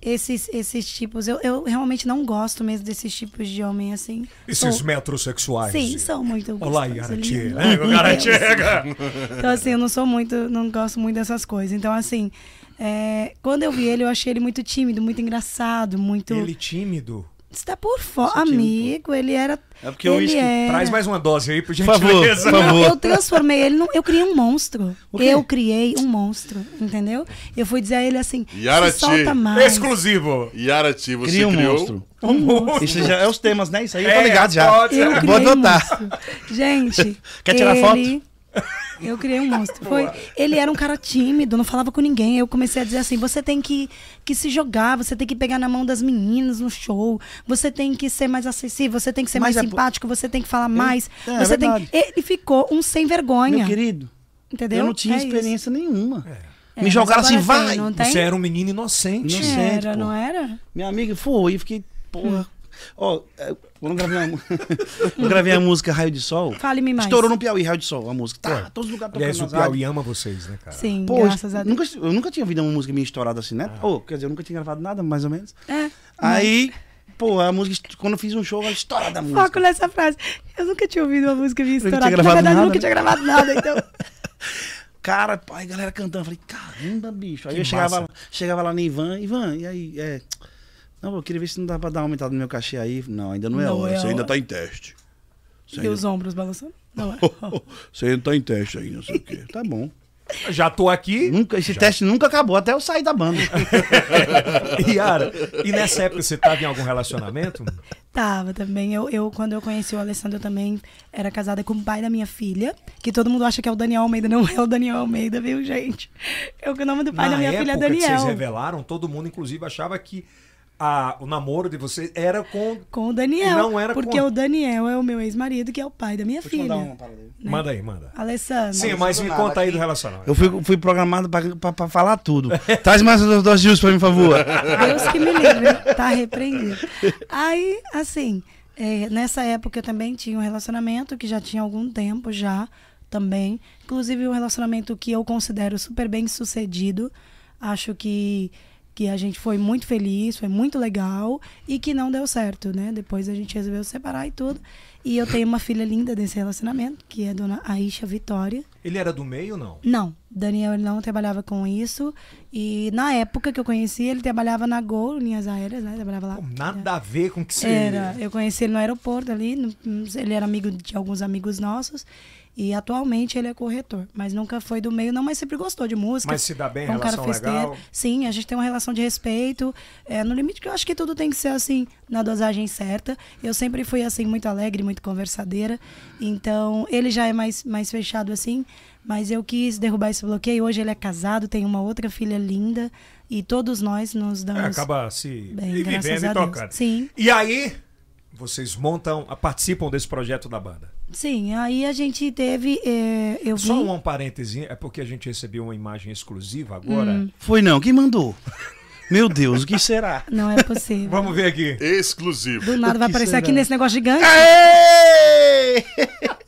[SPEAKER 3] esses, esses tipos. Eu, eu realmente não gosto mesmo desses tipos de homem assim.
[SPEAKER 1] Esses
[SPEAKER 3] Sou-
[SPEAKER 1] metrosexuais.
[SPEAKER 3] Sim, é são muito
[SPEAKER 1] Olá,
[SPEAKER 3] gostosos,
[SPEAKER 1] Yara
[SPEAKER 3] lindos.
[SPEAKER 1] Tchê, né? O cara
[SPEAKER 3] Meu Deus.
[SPEAKER 1] chega.
[SPEAKER 3] Então, assim, eu não sou muito, não gosto muito dessas coisas. Então, assim, é, quando eu vi ele, eu achei ele muito tímido, muito engraçado, muito.
[SPEAKER 1] Ele tímido.
[SPEAKER 3] Você tá por fora.
[SPEAKER 4] Você tímido,
[SPEAKER 3] Amigo, ele era.
[SPEAKER 4] É porque o
[SPEAKER 3] ele
[SPEAKER 4] uísque
[SPEAKER 3] era-
[SPEAKER 1] Traz mais uma dose aí, por
[SPEAKER 4] favor,
[SPEAKER 1] gentileza.
[SPEAKER 4] por
[SPEAKER 3] Não,
[SPEAKER 4] favor.
[SPEAKER 3] eu transformei ele num. Eu criei um monstro.
[SPEAKER 4] O quê?
[SPEAKER 3] Eu criei um monstro, entendeu? Eu fui dizer a ele assim:
[SPEAKER 2] Yara
[SPEAKER 3] se solta
[SPEAKER 2] Tchê,
[SPEAKER 3] mais.
[SPEAKER 1] Exclusivo.
[SPEAKER 2] Yara Ti, você
[SPEAKER 4] Cria um
[SPEAKER 2] criou.
[SPEAKER 4] monstro. Isso já é os temas, né? Isso aí eu
[SPEAKER 1] É,
[SPEAKER 4] tô ligado já.
[SPEAKER 1] pode.
[SPEAKER 3] Eu
[SPEAKER 4] Vou
[SPEAKER 3] criei
[SPEAKER 4] adotar.
[SPEAKER 3] um monstro. Gente.
[SPEAKER 4] Quer tirar
[SPEAKER 3] ele... Eu criei um monstro. Foi... Ele era um cara tímido, não falava com ninguém. Eu comecei a dizer assim: você tem que, que se jogar, você tem que pegar na mão das meninas no show, você tem que ser mais acessível, você tem que ser mais
[SPEAKER 4] Mas é po-
[SPEAKER 3] simpático, você tem que falar mais.
[SPEAKER 4] é
[SPEAKER 3] você tem...
[SPEAKER 4] verdade.
[SPEAKER 3] Ele ficou um sem vergonha.
[SPEAKER 4] Meu querido,
[SPEAKER 3] entendeu?
[SPEAKER 4] eu não tinha
[SPEAKER 3] É isso.
[SPEAKER 4] experiência nenhuma.
[SPEAKER 3] É,
[SPEAKER 4] Me
[SPEAKER 3] mas
[SPEAKER 4] jogaram
[SPEAKER 3] agora
[SPEAKER 4] assim,
[SPEAKER 3] tem,
[SPEAKER 4] vai!
[SPEAKER 3] Não tem?
[SPEAKER 1] Você era um menino inocente.
[SPEAKER 4] Inocente.
[SPEAKER 3] Era,
[SPEAKER 4] pô.
[SPEAKER 3] não era?
[SPEAKER 4] Minha amiga foi, eu fiquei, porra. Ó, é, eu não gravei a, mu- eu gravei a música Raio de Sol.
[SPEAKER 3] Fale-me mais.
[SPEAKER 4] Estourou no Piauí, Raio de Sol, a música. Tá, todos os lugares
[SPEAKER 1] Aliás, o
[SPEAKER 4] nas rádios.
[SPEAKER 1] Piauí ama vocês, né, cara?
[SPEAKER 3] Sim,
[SPEAKER 4] Pô,
[SPEAKER 3] graças a Deus.
[SPEAKER 4] nunca, eu nunca tinha ouvido uma música minha estourada assim, né? Ô, quer dizer, eu nunca tinha gravado nada, mais ou menos.
[SPEAKER 3] É,
[SPEAKER 4] Aí, pô, a música, est- quando eu fiz um show, ela estourada a música.
[SPEAKER 3] Foco nessa frase. Eu nunca tinha ouvido uma música minha
[SPEAKER 4] Nunca tinha
[SPEAKER 3] estourada. Na
[SPEAKER 4] gravado
[SPEAKER 3] verdade, eu
[SPEAKER 4] nada,
[SPEAKER 3] nunca
[SPEAKER 4] né?
[SPEAKER 3] tinha gravado nada, então.
[SPEAKER 4] Cara, pô, aí a galera cantando. Eu falei, caramba, bicho. Aí
[SPEAKER 1] Que
[SPEAKER 4] eu chegava lá,
[SPEAKER 1] massa.
[SPEAKER 4] chegava lá na Ivan, Ivan, e aí? É, não, eu queria ver se não dá pra dar uma aumentada no meu cachê aí. Não, ainda não é
[SPEAKER 3] Não
[SPEAKER 4] hora.
[SPEAKER 3] é
[SPEAKER 4] Você
[SPEAKER 3] a
[SPEAKER 4] ainda
[SPEAKER 3] hora.
[SPEAKER 4] tá em teste. Você
[SPEAKER 3] E
[SPEAKER 4] ainda,
[SPEAKER 3] os ombros balançando? Não é.
[SPEAKER 4] você ainda tá em teste ainda, não sei o quê. Tá bom.
[SPEAKER 1] Já tô aqui.
[SPEAKER 4] Nunca, esse teste nunca acabou, até eu sair da banda.
[SPEAKER 1] Yara, e nessa época você tava em algum relacionamento?
[SPEAKER 3] Tava também. Eu, eu, quando eu conheci o Alessandro, eu também era casada com o pai da minha filha, que todo mundo acha que é o Daniel Almeida. Não é o Daniel Almeida, viu, gente? Eu, o nome do pai
[SPEAKER 1] Na
[SPEAKER 3] da minha filha é
[SPEAKER 1] época que vocês
[SPEAKER 3] Daniel.
[SPEAKER 1] revelaram, todo mundo, inclusive, achava que a- o namoro de vocês era com.
[SPEAKER 3] Com o Daniel.
[SPEAKER 1] Não era com-
[SPEAKER 3] porque o Daniel é o meu ex-marido, que é o pai da minha
[SPEAKER 4] Vou te
[SPEAKER 3] filha.
[SPEAKER 4] mandar uma parada aí.
[SPEAKER 1] Manda aí, manda.
[SPEAKER 3] Ah, Alessandro.
[SPEAKER 1] um. Sim, mas me
[SPEAKER 4] nada,
[SPEAKER 1] conta aí
[SPEAKER 4] aqui-
[SPEAKER 1] do relacionamento.
[SPEAKER 4] Eu fui, fui programado pra, pra, pra falar tudo. Traz mais dois dois dias pra mim, por favor.
[SPEAKER 3] Deus que me livre, tá repreendido. Aí, assim, é, nessa época eu também tinha um relacionamento que já tinha algum tempo já também. Inclusive um relacionamento que eu considero super bem sucedido. Acho que que a gente foi muito feliz, foi muito legal e que não deu certo, né? Depois a gente resolveu separar e tudo. E eu tenho uma filha linda desse relacionamento, que é a dona Aisha Vitória.
[SPEAKER 1] Ele era do meio ou não?
[SPEAKER 3] Não, Daniel ele não trabalhava com isso. E na época que eu conheci, ele trabalhava na Gol, linhas aéreas, né? Trabalhava lá.
[SPEAKER 1] Pô, Nada a ver com o que É, você.
[SPEAKER 3] Era, eu conheci ele no aeroporto ali, no- ele era amigo de alguns amigos nossos. E atualmente ele é corretor, mas nunca foi do meio, não, mas sempre gostou de música.
[SPEAKER 1] Mas se dá bem,
[SPEAKER 3] É um cara
[SPEAKER 1] relação legal.
[SPEAKER 3] festeiro. Sim, a gente tem uma relação de respeito. É, no limite que eu acho que tudo tem que ser assim, na dosagem certa. Eu sempre fui assim, muito alegre, muito conversadeira. Então, ele já é mais, mais fechado assim. Mas eu quis derrubar esse bloqueio. Hoje ele é casado, tem uma outra filha linda. E todos nós nos
[SPEAKER 1] É,
[SPEAKER 3] damos.
[SPEAKER 1] acaba se
[SPEAKER 3] Bem,
[SPEAKER 1] e
[SPEAKER 3] graças
[SPEAKER 1] vivendo
[SPEAKER 3] a
[SPEAKER 1] e
[SPEAKER 3] Deus.
[SPEAKER 1] tocando.
[SPEAKER 3] Sim.
[SPEAKER 1] E aí, vocês montam, a- participam desse projeto da banda.
[SPEAKER 3] Sim, aí a gente teve. é, eu vi.
[SPEAKER 1] Só um parêntese, é porque a gente recebeu uma imagem exclusiva agora.
[SPEAKER 3] Hum.
[SPEAKER 4] Foi não, quem mandou? Meu Deus, o que será?
[SPEAKER 3] Não é possível.
[SPEAKER 1] Vamos ver aqui.
[SPEAKER 2] Exclusivo.
[SPEAKER 3] Do nada vai
[SPEAKER 4] que
[SPEAKER 3] aparecer
[SPEAKER 4] será?
[SPEAKER 3] aqui nesse negócio gigante.
[SPEAKER 4] Aê!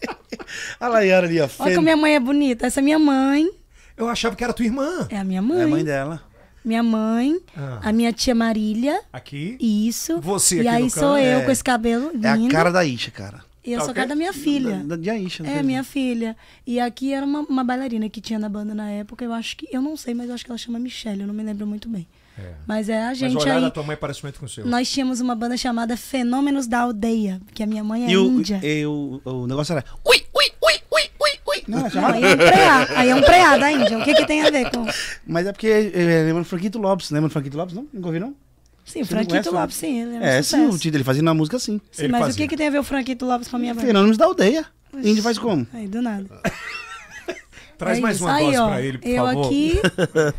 [SPEAKER 4] A Laiara ali, ó.
[SPEAKER 3] Olha
[SPEAKER 4] Fen...
[SPEAKER 3] como minha mãe é bonita. Essa é minha mãe.
[SPEAKER 1] Eu achava que era tua irmã.
[SPEAKER 3] É a minha
[SPEAKER 4] É
[SPEAKER 3] mãe.
[SPEAKER 4] a mãe dela.
[SPEAKER 3] Minha mãe,
[SPEAKER 1] Ah.
[SPEAKER 3] a minha tia Marília.
[SPEAKER 1] Aqui.
[SPEAKER 3] Isso.
[SPEAKER 1] Você
[SPEAKER 3] E
[SPEAKER 1] aqui
[SPEAKER 3] aí
[SPEAKER 1] no
[SPEAKER 3] sou
[SPEAKER 1] canto.
[SPEAKER 3] eu
[SPEAKER 4] É.
[SPEAKER 3] com esse cabelo lindo.
[SPEAKER 4] É a cara da Isha, cara.
[SPEAKER 3] E eu
[SPEAKER 1] Tá
[SPEAKER 3] sou a
[SPEAKER 1] ok?
[SPEAKER 3] cara da minha filha.
[SPEAKER 4] Da, da Isha. não
[SPEAKER 3] É,
[SPEAKER 4] fez
[SPEAKER 3] minha filha. E aqui era uma, uma bailarina que tinha na banda na época. Eu acho que. Eu não sei, mas eu acho que ela chama Michelle. Eu não me lembro muito bem.
[SPEAKER 1] É.
[SPEAKER 3] Mas é a
[SPEAKER 1] Mas tá- o
[SPEAKER 3] gente
[SPEAKER 1] olhar
[SPEAKER 3] aí.
[SPEAKER 1] da tua mãe parece muito com o seu.
[SPEAKER 3] Nós tínhamos uma banda chamada Fenômenos da Aldeia, que a minha mãe é
[SPEAKER 4] E o,
[SPEAKER 3] índia.
[SPEAKER 4] e o, o negócio era.
[SPEAKER 5] Ui, ui, ui, ui, ui, ui.
[SPEAKER 4] Não, é
[SPEAKER 3] Não,
[SPEAKER 4] chamada-
[SPEAKER 3] aí é um preá, aí é um preá da Índia. O que, que tem a ver com.
[SPEAKER 4] Mas é porque é, lembra do Franquito Lopes. Lembra do Franquito Lopes? Não? Nunca ouviu, não?
[SPEAKER 3] Sim, o
[SPEAKER 4] Você não conhece,
[SPEAKER 3] Franquito
[SPEAKER 4] não?
[SPEAKER 3] Lopes, sim. Ele é,
[SPEAKER 4] É,
[SPEAKER 3] um
[SPEAKER 4] sim, o
[SPEAKER 3] sucesso.
[SPEAKER 4] Tito, ele fazia na música assim.
[SPEAKER 3] Sim,
[SPEAKER 1] Ele
[SPEAKER 3] mas o
[SPEAKER 1] fazia.
[SPEAKER 3] que, que tem a ver o Franquito Lopes com a minha banda?
[SPEAKER 4] Fenômenos da aldeia. Índio faz como?
[SPEAKER 3] Aí, do nada.
[SPEAKER 1] Traz
[SPEAKER 3] É
[SPEAKER 1] mais
[SPEAKER 3] isso.
[SPEAKER 1] uma
[SPEAKER 3] aí,
[SPEAKER 1] dose
[SPEAKER 3] ó,
[SPEAKER 1] pra ele, por
[SPEAKER 3] eu
[SPEAKER 1] favor.
[SPEAKER 3] aqui,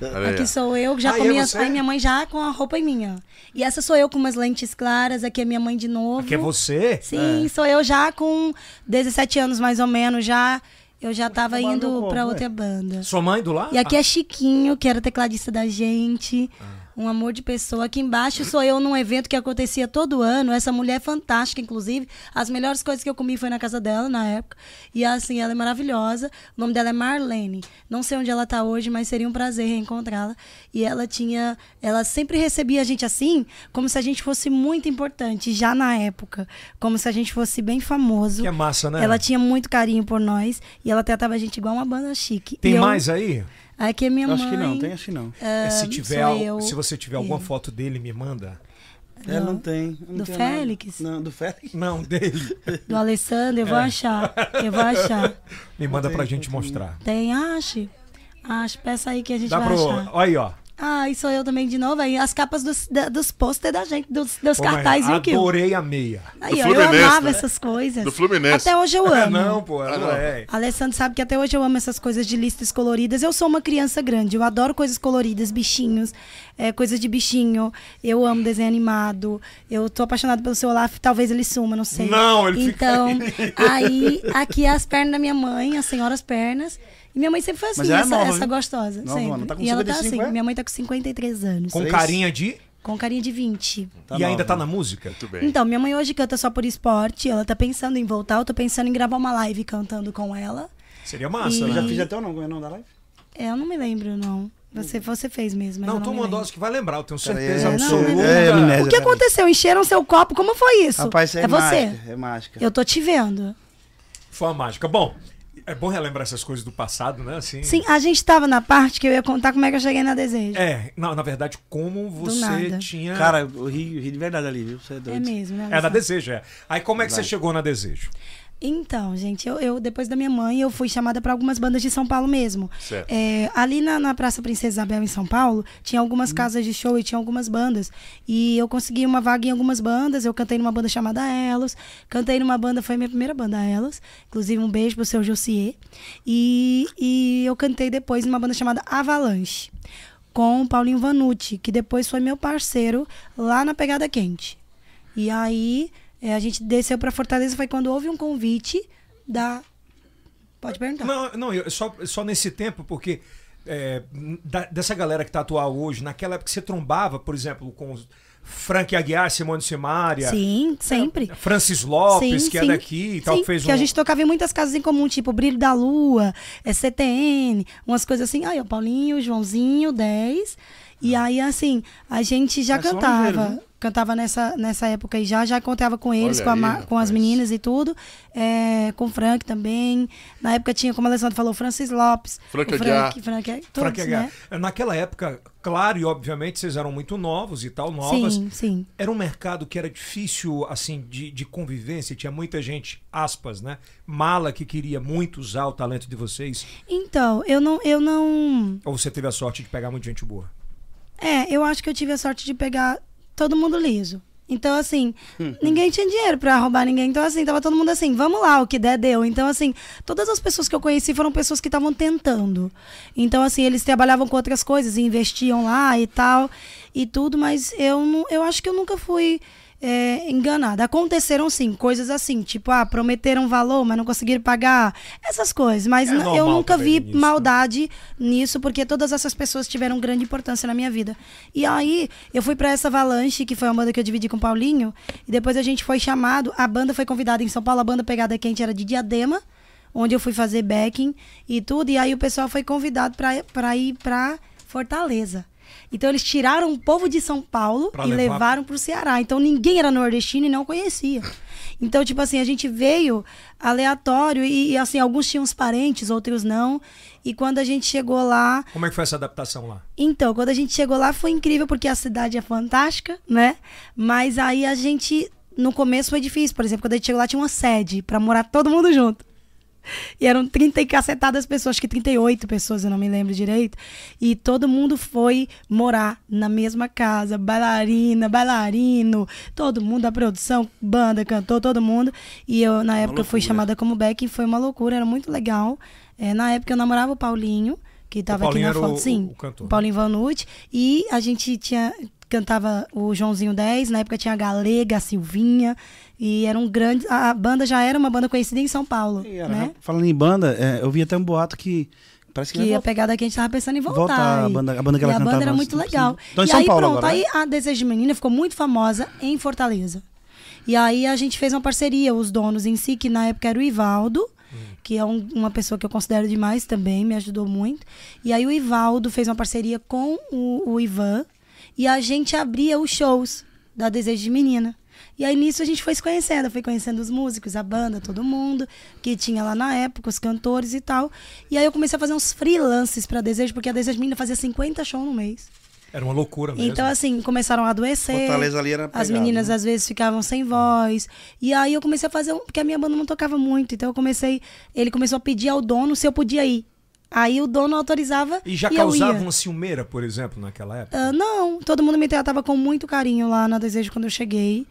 [SPEAKER 2] Olha aí, ó.
[SPEAKER 3] aqui sou eu, já
[SPEAKER 1] Ah,
[SPEAKER 3] com
[SPEAKER 1] e é
[SPEAKER 3] minha,
[SPEAKER 1] você?
[SPEAKER 3] aí minha mãe já com a roupa em mim, ó. E essa sou eu com umas lentes claras, aqui é minha mãe de novo.
[SPEAKER 1] Aqui é você. É.
[SPEAKER 3] Sim, sou eu já com 17 anos mais ou menos, já eu já
[SPEAKER 1] tá
[SPEAKER 3] tava
[SPEAKER 4] tomar meu
[SPEAKER 3] indo
[SPEAKER 4] copo,
[SPEAKER 3] pra
[SPEAKER 4] ué.
[SPEAKER 3] outra banda.
[SPEAKER 1] Sua mãe do lado?
[SPEAKER 3] E aqui é Chiquinho, que era tecladista da gente.
[SPEAKER 1] Ah.
[SPEAKER 3] Um amor de pessoa. Aqui embaixo sou eu num evento que acontecia todo ano. Essa mulher é fantástica, inclusive. As melhores coisas que eu comi foi na casa dela, na época. E assim, ela é maravilhosa. O nome dela é Marlene. Não sei onde ela tá hoje, mas seria um prazer reencontrá-la. E ela tinha. Ela sempre recebia a gente assim, como se a gente fosse muito importante, já na época. Como se a gente fosse bem famoso.
[SPEAKER 1] Que é massa, né?
[SPEAKER 3] Ela tinha muito carinho por nós. E ela tratava a gente igual uma banda chique.
[SPEAKER 1] Tem
[SPEAKER 3] E eu-
[SPEAKER 1] mais aí? É,
[SPEAKER 3] Aqui é minha
[SPEAKER 4] Eu
[SPEAKER 3] mãe.
[SPEAKER 4] acho que não, tem, acho que não.
[SPEAKER 3] ah,
[SPEAKER 1] se, tiver,
[SPEAKER 3] sou
[SPEAKER 1] al-
[SPEAKER 3] eu. É.
[SPEAKER 1] se você tiver alguma
[SPEAKER 3] e-
[SPEAKER 1] foto dele, me manda.
[SPEAKER 4] Ela não tem. eu não
[SPEAKER 3] Do
[SPEAKER 4] tenho nada.
[SPEAKER 3] Félix?
[SPEAKER 4] Não, do Félix.
[SPEAKER 1] Não, dele.
[SPEAKER 3] Do Alessandro, eu
[SPEAKER 1] É.
[SPEAKER 3] vou achar. Eu vou achar.
[SPEAKER 1] Me manda pra gente mostrar.
[SPEAKER 3] Tem, ache. Ache, peça aí que a gente
[SPEAKER 1] Dá
[SPEAKER 3] vai
[SPEAKER 1] pro.
[SPEAKER 3] achar.
[SPEAKER 1] Olha aí, ó.
[SPEAKER 3] Ah, e sou eu também de novo. Aí as capas dos, da- dos pôster da gente, dos, dos
[SPEAKER 1] Pô, mas
[SPEAKER 3] cartazes e aquilo.
[SPEAKER 1] Adorei a meia. É,
[SPEAKER 3] Aí,
[SPEAKER 2] Do
[SPEAKER 3] ó, eu
[SPEAKER 2] Fluminense,
[SPEAKER 3] amava
[SPEAKER 2] né?
[SPEAKER 3] essas coisas.
[SPEAKER 2] Do Fluminense.
[SPEAKER 3] Até hoje eu amo.
[SPEAKER 1] Não, pô,
[SPEAKER 4] Tá
[SPEAKER 1] ela
[SPEAKER 2] Ah, não.
[SPEAKER 1] não é.
[SPEAKER 3] Alessandro sabe que até hoje eu amo essas coisas de listas coloridas. Eu sou uma criança grande, eu adoro coisas coloridas, bichinhos, é, coisas de bichinho. Eu amo desenho animado. Eu tô apaixonada pelo seu Olaf, talvez ele suma, não sei.
[SPEAKER 1] Não, ele fica
[SPEAKER 3] Então, aí, aqui é as pernas da minha mãe, a senhora as pernas. E minha mãe sempre foi assim,
[SPEAKER 4] Mas ela é
[SPEAKER 3] essa,
[SPEAKER 4] nova,
[SPEAKER 3] essa
[SPEAKER 4] viu?
[SPEAKER 3] gostosa.
[SPEAKER 4] Nova,
[SPEAKER 3] sempre.
[SPEAKER 4] não tá com
[SPEAKER 3] e ela tá
[SPEAKER 4] 55,
[SPEAKER 3] assim,
[SPEAKER 4] é?
[SPEAKER 3] minha mãe tá com 53 anos.
[SPEAKER 1] Com
[SPEAKER 4] Vocês-
[SPEAKER 1] carinha de.
[SPEAKER 3] Com carinha de 20.
[SPEAKER 4] é Tá
[SPEAKER 1] e
[SPEAKER 4] nova.
[SPEAKER 1] ainda tá na música?
[SPEAKER 2] Muito bem.
[SPEAKER 3] Então, minha mãe hoje canta só por esporte. Ela tá pensando em voltar. Eu tô pensando em gravar uma live cantando com ela.
[SPEAKER 1] Seria massa,
[SPEAKER 4] Eu
[SPEAKER 1] né?
[SPEAKER 4] já fiz até o nome, como é o nome da live?
[SPEAKER 3] É, eu não me lembro, não. Você, você fez mesmo. mas
[SPEAKER 1] Não,
[SPEAKER 3] eu
[SPEAKER 1] toma
[SPEAKER 3] me
[SPEAKER 1] uma
[SPEAKER 3] lembro.
[SPEAKER 1] dose que vai lembrar, eu tenho
[SPEAKER 4] Pera aí,
[SPEAKER 1] certeza
[SPEAKER 4] é,
[SPEAKER 1] absoluta.
[SPEAKER 4] é, amnésia.
[SPEAKER 3] O que aconteceu? Encheram seu copo? Como foi isso?
[SPEAKER 4] Rapaz, isso é,
[SPEAKER 3] é você.
[SPEAKER 4] mágica. É mágica.
[SPEAKER 3] Eu tô te vendo.
[SPEAKER 1] Foi uma mágica. Bom, é bom relembrar essas coisas do passado, né? Assim,
[SPEAKER 3] Sim, a gente tava na parte que eu ia contar como é que eu cheguei na Desejo.
[SPEAKER 1] É, na, na verdade, como você
[SPEAKER 3] nada.
[SPEAKER 1] tinha.
[SPEAKER 4] Cara, eu ri, eu ri de verdade ali, viu? Você é doido.
[SPEAKER 3] É mesmo, né?
[SPEAKER 1] é na
[SPEAKER 3] Alessandro?
[SPEAKER 1] Desejo, é. Aí como é que você chegou na Desejo?
[SPEAKER 3] Então, gente, eu, eu, depois da minha mãe, eu fui chamada para algumas bandas de São Paulo mesmo.
[SPEAKER 2] Certo.
[SPEAKER 3] É, ali na, na Praça Princesa Isabel, em São Paulo, tinha algumas casas de show e tinha algumas bandas. E eu consegui uma vaga em algumas bandas. Eu cantei numa banda chamada Elos. Cantei numa banda, foi minha primeira banda, Elos. Inclusive, um beijo pro seu Jussier. E, e eu cantei depois numa banda chamada Avalanche. com o Paulinho Vanucci, que depois foi meu parceiro lá na Pegada Quente. E aí é, a gente desceu pra Fortaleza, foi quando houve um convite da. Pode perguntar.
[SPEAKER 1] Não, não, eu- só, só nesse tempo, porque é, da- dessa galera que tá atual hoje, naquela época que você trombava, por exemplo, com os Frank Aguiar, Simone Simaria,
[SPEAKER 3] Sim, sempre.
[SPEAKER 1] Francis Lopes,
[SPEAKER 3] Sim,
[SPEAKER 1] que é
[SPEAKER 3] sim.
[SPEAKER 1] daqui e tal,
[SPEAKER 3] Sim,
[SPEAKER 1] que fez
[SPEAKER 3] que
[SPEAKER 1] um.
[SPEAKER 3] a gente tocava em muitas casas em comum, tipo Brilho da Lua, é CTN, umas coisas assim. Aí, o Paulinho, o Joãozinho, 10. E
[SPEAKER 1] Ah.
[SPEAKER 3] aí, assim, a gente já
[SPEAKER 4] É só
[SPEAKER 3] cantava.
[SPEAKER 4] ligeiro, né?
[SPEAKER 3] Cantava nessa, nessa época e já, já contava com eles,
[SPEAKER 2] Olha
[SPEAKER 3] com, a
[SPEAKER 2] aí,
[SPEAKER 3] Ma- com as
[SPEAKER 2] rapaz.
[SPEAKER 3] meninas e tudo. É, com o Frank também. Na época tinha, como a Alessandra falou, o Francis Lopes.
[SPEAKER 2] Frank
[SPEAKER 3] o
[SPEAKER 2] Aguiar.
[SPEAKER 3] Frank, Frank, todos,
[SPEAKER 1] Frank Aguiar.
[SPEAKER 3] né?
[SPEAKER 1] Naquela época, claro, e obviamente vocês eram muito novos e tal, novas.
[SPEAKER 3] Sim, sim.
[SPEAKER 1] Era um mercado que era difícil, assim, de, de convivência. Tinha muita gente, aspas, né? Mala que queria muito usar o talento de vocês.
[SPEAKER 3] Então, eu não, eu não.
[SPEAKER 1] Ou você teve a sorte de pegar muita gente boa?
[SPEAKER 3] É, eu acho que eu tive a sorte de pegar todo mundo liso. Então, assim, ninguém tinha dinheiro pra roubar ninguém. Então, assim, tava todo mundo assim, vamos lá, o que der, deu. Então, assim, todas as pessoas que eu conheci foram pessoas que estavam tentando. Então, assim, eles trabalhavam com outras coisas e investiam lá e tal, e tudo, mas eu, não, eu acho que eu nunca fui é, enganada. Aconteceram, sim, coisas assim, tipo, ah, prometeram valor, mas não conseguiram pagar, essas coisas. Mas
[SPEAKER 1] É
[SPEAKER 3] n- eu
[SPEAKER 1] normal
[SPEAKER 3] nunca
[SPEAKER 1] também
[SPEAKER 3] vi
[SPEAKER 1] nisso, né?
[SPEAKER 3] maldade verdade nisso, porque todas essas pessoas tiveram grande importância na minha vida. E aí, eu fui pra essa Avalanche, que foi uma banda que eu dividi com o Paulinho, e depois a gente foi chamado, a banda foi convidada em São Paulo, a banda Pegada Quente era de Diadema, onde eu fui fazer backing e tudo, e aí o pessoal foi convidado pra, pra ir pra Fortaleza. Então eles tiraram o povo de São Paulo
[SPEAKER 1] Pra
[SPEAKER 3] e
[SPEAKER 1] levar-
[SPEAKER 3] levaram pro Ceará. Então ninguém era nordestino e não conhecia. Então, tipo assim, a gente veio aleatório e, e, assim, alguns tinham uns parentes, outros não. E quando a gente chegou lá.
[SPEAKER 1] Como é que foi essa adaptação lá?
[SPEAKER 3] Então, quando a gente chegou lá foi incrível porque a cidade é fantástica, né? Mas aí a gente. No começo foi difícil. Por exemplo, quando a gente chegou lá tinha uma sede pra morar todo mundo junto. E eram 30 e cacetadas pessoas, acho que 38 pessoas, eu não me lembro direito. E todo mundo foi morar na mesma casa, bailarina, bailarino, todo mundo, a produção, banda, cantor, todo mundo. E eu, na época, eu fui chamada como backing, foi uma loucura, era muito legal. É, na época, eu namorava o Paulinho, que tava
[SPEAKER 1] Paulinho
[SPEAKER 3] aqui
[SPEAKER 1] era
[SPEAKER 3] na foto,
[SPEAKER 1] o-
[SPEAKER 3] sim.
[SPEAKER 1] o cantor, né?
[SPEAKER 3] Paulinho Vanucci. E a gente tinha cantava o Joãozinho 10, na época tinha a Galega, a Silvinha, e era um grande... A a banda já era uma banda conhecida em São Paulo,
[SPEAKER 4] E era,
[SPEAKER 3] né?
[SPEAKER 4] né? Falando em banda, é, eu vi até um boato que parece que,
[SPEAKER 3] Que
[SPEAKER 4] vai
[SPEAKER 3] a pegada que a gente tava pensando em voltar.
[SPEAKER 4] Voltar a
[SPEAKER 3] e-
[SPEAKER 4] banda- a banda que ela
[SPEAKER 3] e a banda
[SPEAKER 4] cantava
[SPEAKER 3] era
[SPEAKER 4] antes,
[SPEAKER 3] muito
[SPEAKER 4] não
[SPEAKER 3] legal.
[SPEAKER 4] precisa. Então, em
[SPEAKER 3] e
[SPEAKER 4] São
[SPEAKER 3] aí
[SPEAKER 4] Paulo
[SPEAKER 3] pronto,
[SPEAKER 4] agora,
[SPEAKER 3] aí a Desejo de Menina ficou muito famosa em Fortaleza. E aí a gente fez uma parceria, os donos em si, que na época era o Ivaldo, que é um- uma pessoa que eu considero demais também, me ajudou muito. E aí o Ivaldo fez uma parceria com o, o Ivan e a gente abria os shows da Desejo de Menina. E aí nisso a gente foi se conhecendo, eu fui conhecendo os músicos, a banda, todo mundo que tinha lá na época, os cantores e tal. E aí eu comecei a fazer uns freelances pra Desejo, porque a Desejo de Menina fazia 50 shows no mês.
[SPEAKER 1] Era uma loucura mesmo.
[SPEAKER 3] Então, assim, começaram a adoecer.
[SPEAKER 4] Fortaleza ali era
[SPEAKER 3] As
[SPEAKER 4] pegado,
[SPEAKER 3] meninas
[SPEAKER 4] né?
[SPEAKER 3] às vezes ficavam sem voz. E aí eu comecei a fazer um. Porque a minha banda não tocava muito. Então eu comecei. Ele começou a pedir ao dono se eu podia ir. Aí o dono autorizava.
[SPEAKER 1] E já
[SPEAKER 3] eu
[SPEAKER 1] causava
[SPEAKER 3] ia.
[SPEAKER 1] uma ciumeira, por exemplo, naquela época?
[SPEAKER 3] Ah, não, todo mundo me tratava com muito carinho lá na Desejo quando eu cheguei.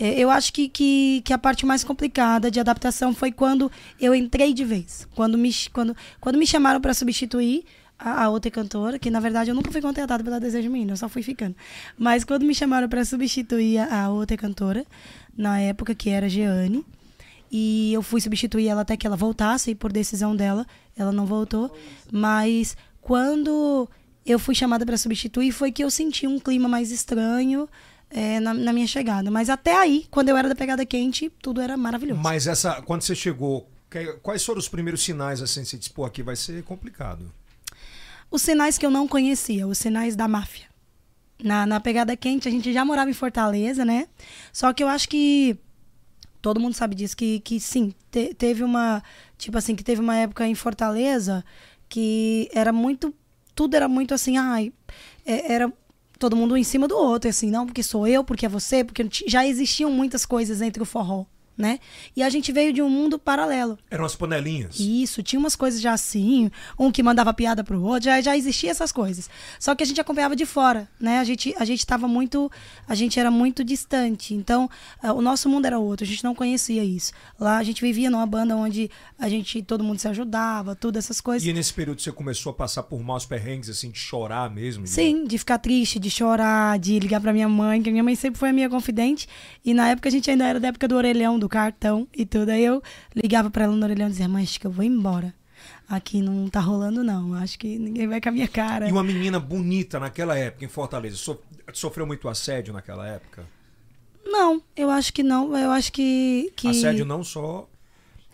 [SPEAKER 3] É, Eu acho que, que, que a parte mais complicada de adaptação foi quando eu entrei de vez. Quando me, ch- quando, quando me chamaram para substituir a, a outra cantora, que na verdade eu nunca fui contratada pela Desejo Menino, eu só fui ficando. Mas quando me chamaram para substituir a, a outra cantora, na época que era Jeane, e eu fui substituir ela até que ela voltasse, e por decisão dela, ela não voltou. Mas quando eu fui chamada para substituir, foi que eu senti um clima mais estranho eh, na, na minha chegada. Mas até aí, quando eu era da pegada quente, tudo era maravilhoso.
[SPEAKER 1] Mas essa, quando você chegou, que- quais foram os primeiros sinais assim? que Você disse, pô, aqui vai ser complicado.
[SPEAKER 3] Os sinais que eu não conhecia, os sinais da máfia. Na, na pegada quente, a gente já morava em Fortaleza, né? Só que eu acho que todo mundo sabe disso, que, que sim, te- teve uma. Tipo assim, que teve uma época em Fortaleza que era muito. Tudo era muito assim, ai. é- era todo mundo um em cima do outro, assim, não, porque sou eu, porque é você, porque não ti- já existiam muitas coisas entre o forró. né? E a gente veio de um mundo paralelo.
[SPEAKER 1] Eram as panelinhas.
[SPEAKER 3] Isso, tinha umas coisas já assim, um que mandava piada pro outro, já, já existia essas coisas. Só que a gente acompanhava de fora, né? A gente, a gente tava muito, a gente era muito distante. Então, ah, o nosso mundo era outro, a gente não conhecia isso. Lá a gente vivia numa banda onde a gente, todo mundo se ajudava, tudo essas coisas.
[SPEAKER 1] E nesse período você começou a passar por maus perrengues, assim, de chorar mesmo? de-
[SPEAKER 3] Sim, de ficar triste, de chorar, de ligar pra minha mãe, que minha mãe sempre foi a minha confidente. E na época a gente ainda era da época do orelhão, do cartão e tudo. Aí eu ligava pra ela no orelhão e dizia, mãe, acho que eu vou embora. Aqui não tá rolando, não. Acho que ninguém vai com a minha cara.
[SPEAKER 1] E uma menina bonita naquela época, em Fortaleza, so- sofreu muito assédio naquela época?
[SPEAKER 3] Não, eu acho que não. Eu acho que. que...
[SPEAKER 1] Assédio não só,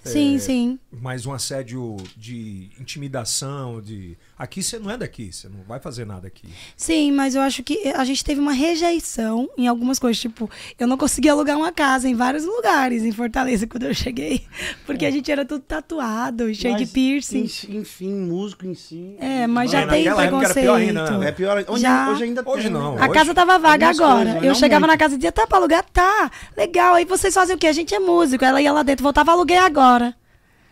[SPEAKER 3] Sim,
[SPEAKER 1] é,
[SPEAKER 3] sim.
[SPEAKER 1] mas um assédio de intimidação, de... Aqui você não é daqui, você não vai fazer nada aqui.
[SPEAKER 3] Sim, mas eu acho que a gente teve uma rejeição em algumas coisas. Tipo, eu não conseguia alugar uma casa em vários lugares em Fortaleza quando eu cheguei.
[SPEAKER 1] É.
[SPEAKER 3] Porque a gente era tudo tatuado, cheio de
[SPEAKER 4] Mas,
[SPEAKER 3] piercing.
[SPEAKER 4] en- Enfim, músico em si.
[SPEAKER 3] É, mas já
[SPEAKER 1] Mas
[SPEAKER 3] tem
[SPEAKER 1] naquela época era
[SPEAKER 3] preconceito.
[SPEAKER 1] pior ainda, né?
[SPEAKER 4] É pior. Hoje,
[SPEAKER 3] Já.
[SPEAKER 4] hoje ainda
[SPEAKER 1] Hoje
[SPEAKER 4] tem,
[SPEAKER 1] não.
[SPEAKER 4] né?
[SPEAKER 3] A casa tava vaga
[SPEAKER 4] Algumas
[SPEAKER 3] agora.
[SPEAKER 4] coisas, mas
[SPEAKER 3] eu
[SPEAKER 4] não
[SPEAKER 3] chegava na
[SPEAKER 4] muito.
[SPEAKER 3] casa e dizia, tá pra alugar? Tá. Legal. Aí vocês fazem o quê? A gente é músico. Ela ia lá dentro, voltava, aluguei agora.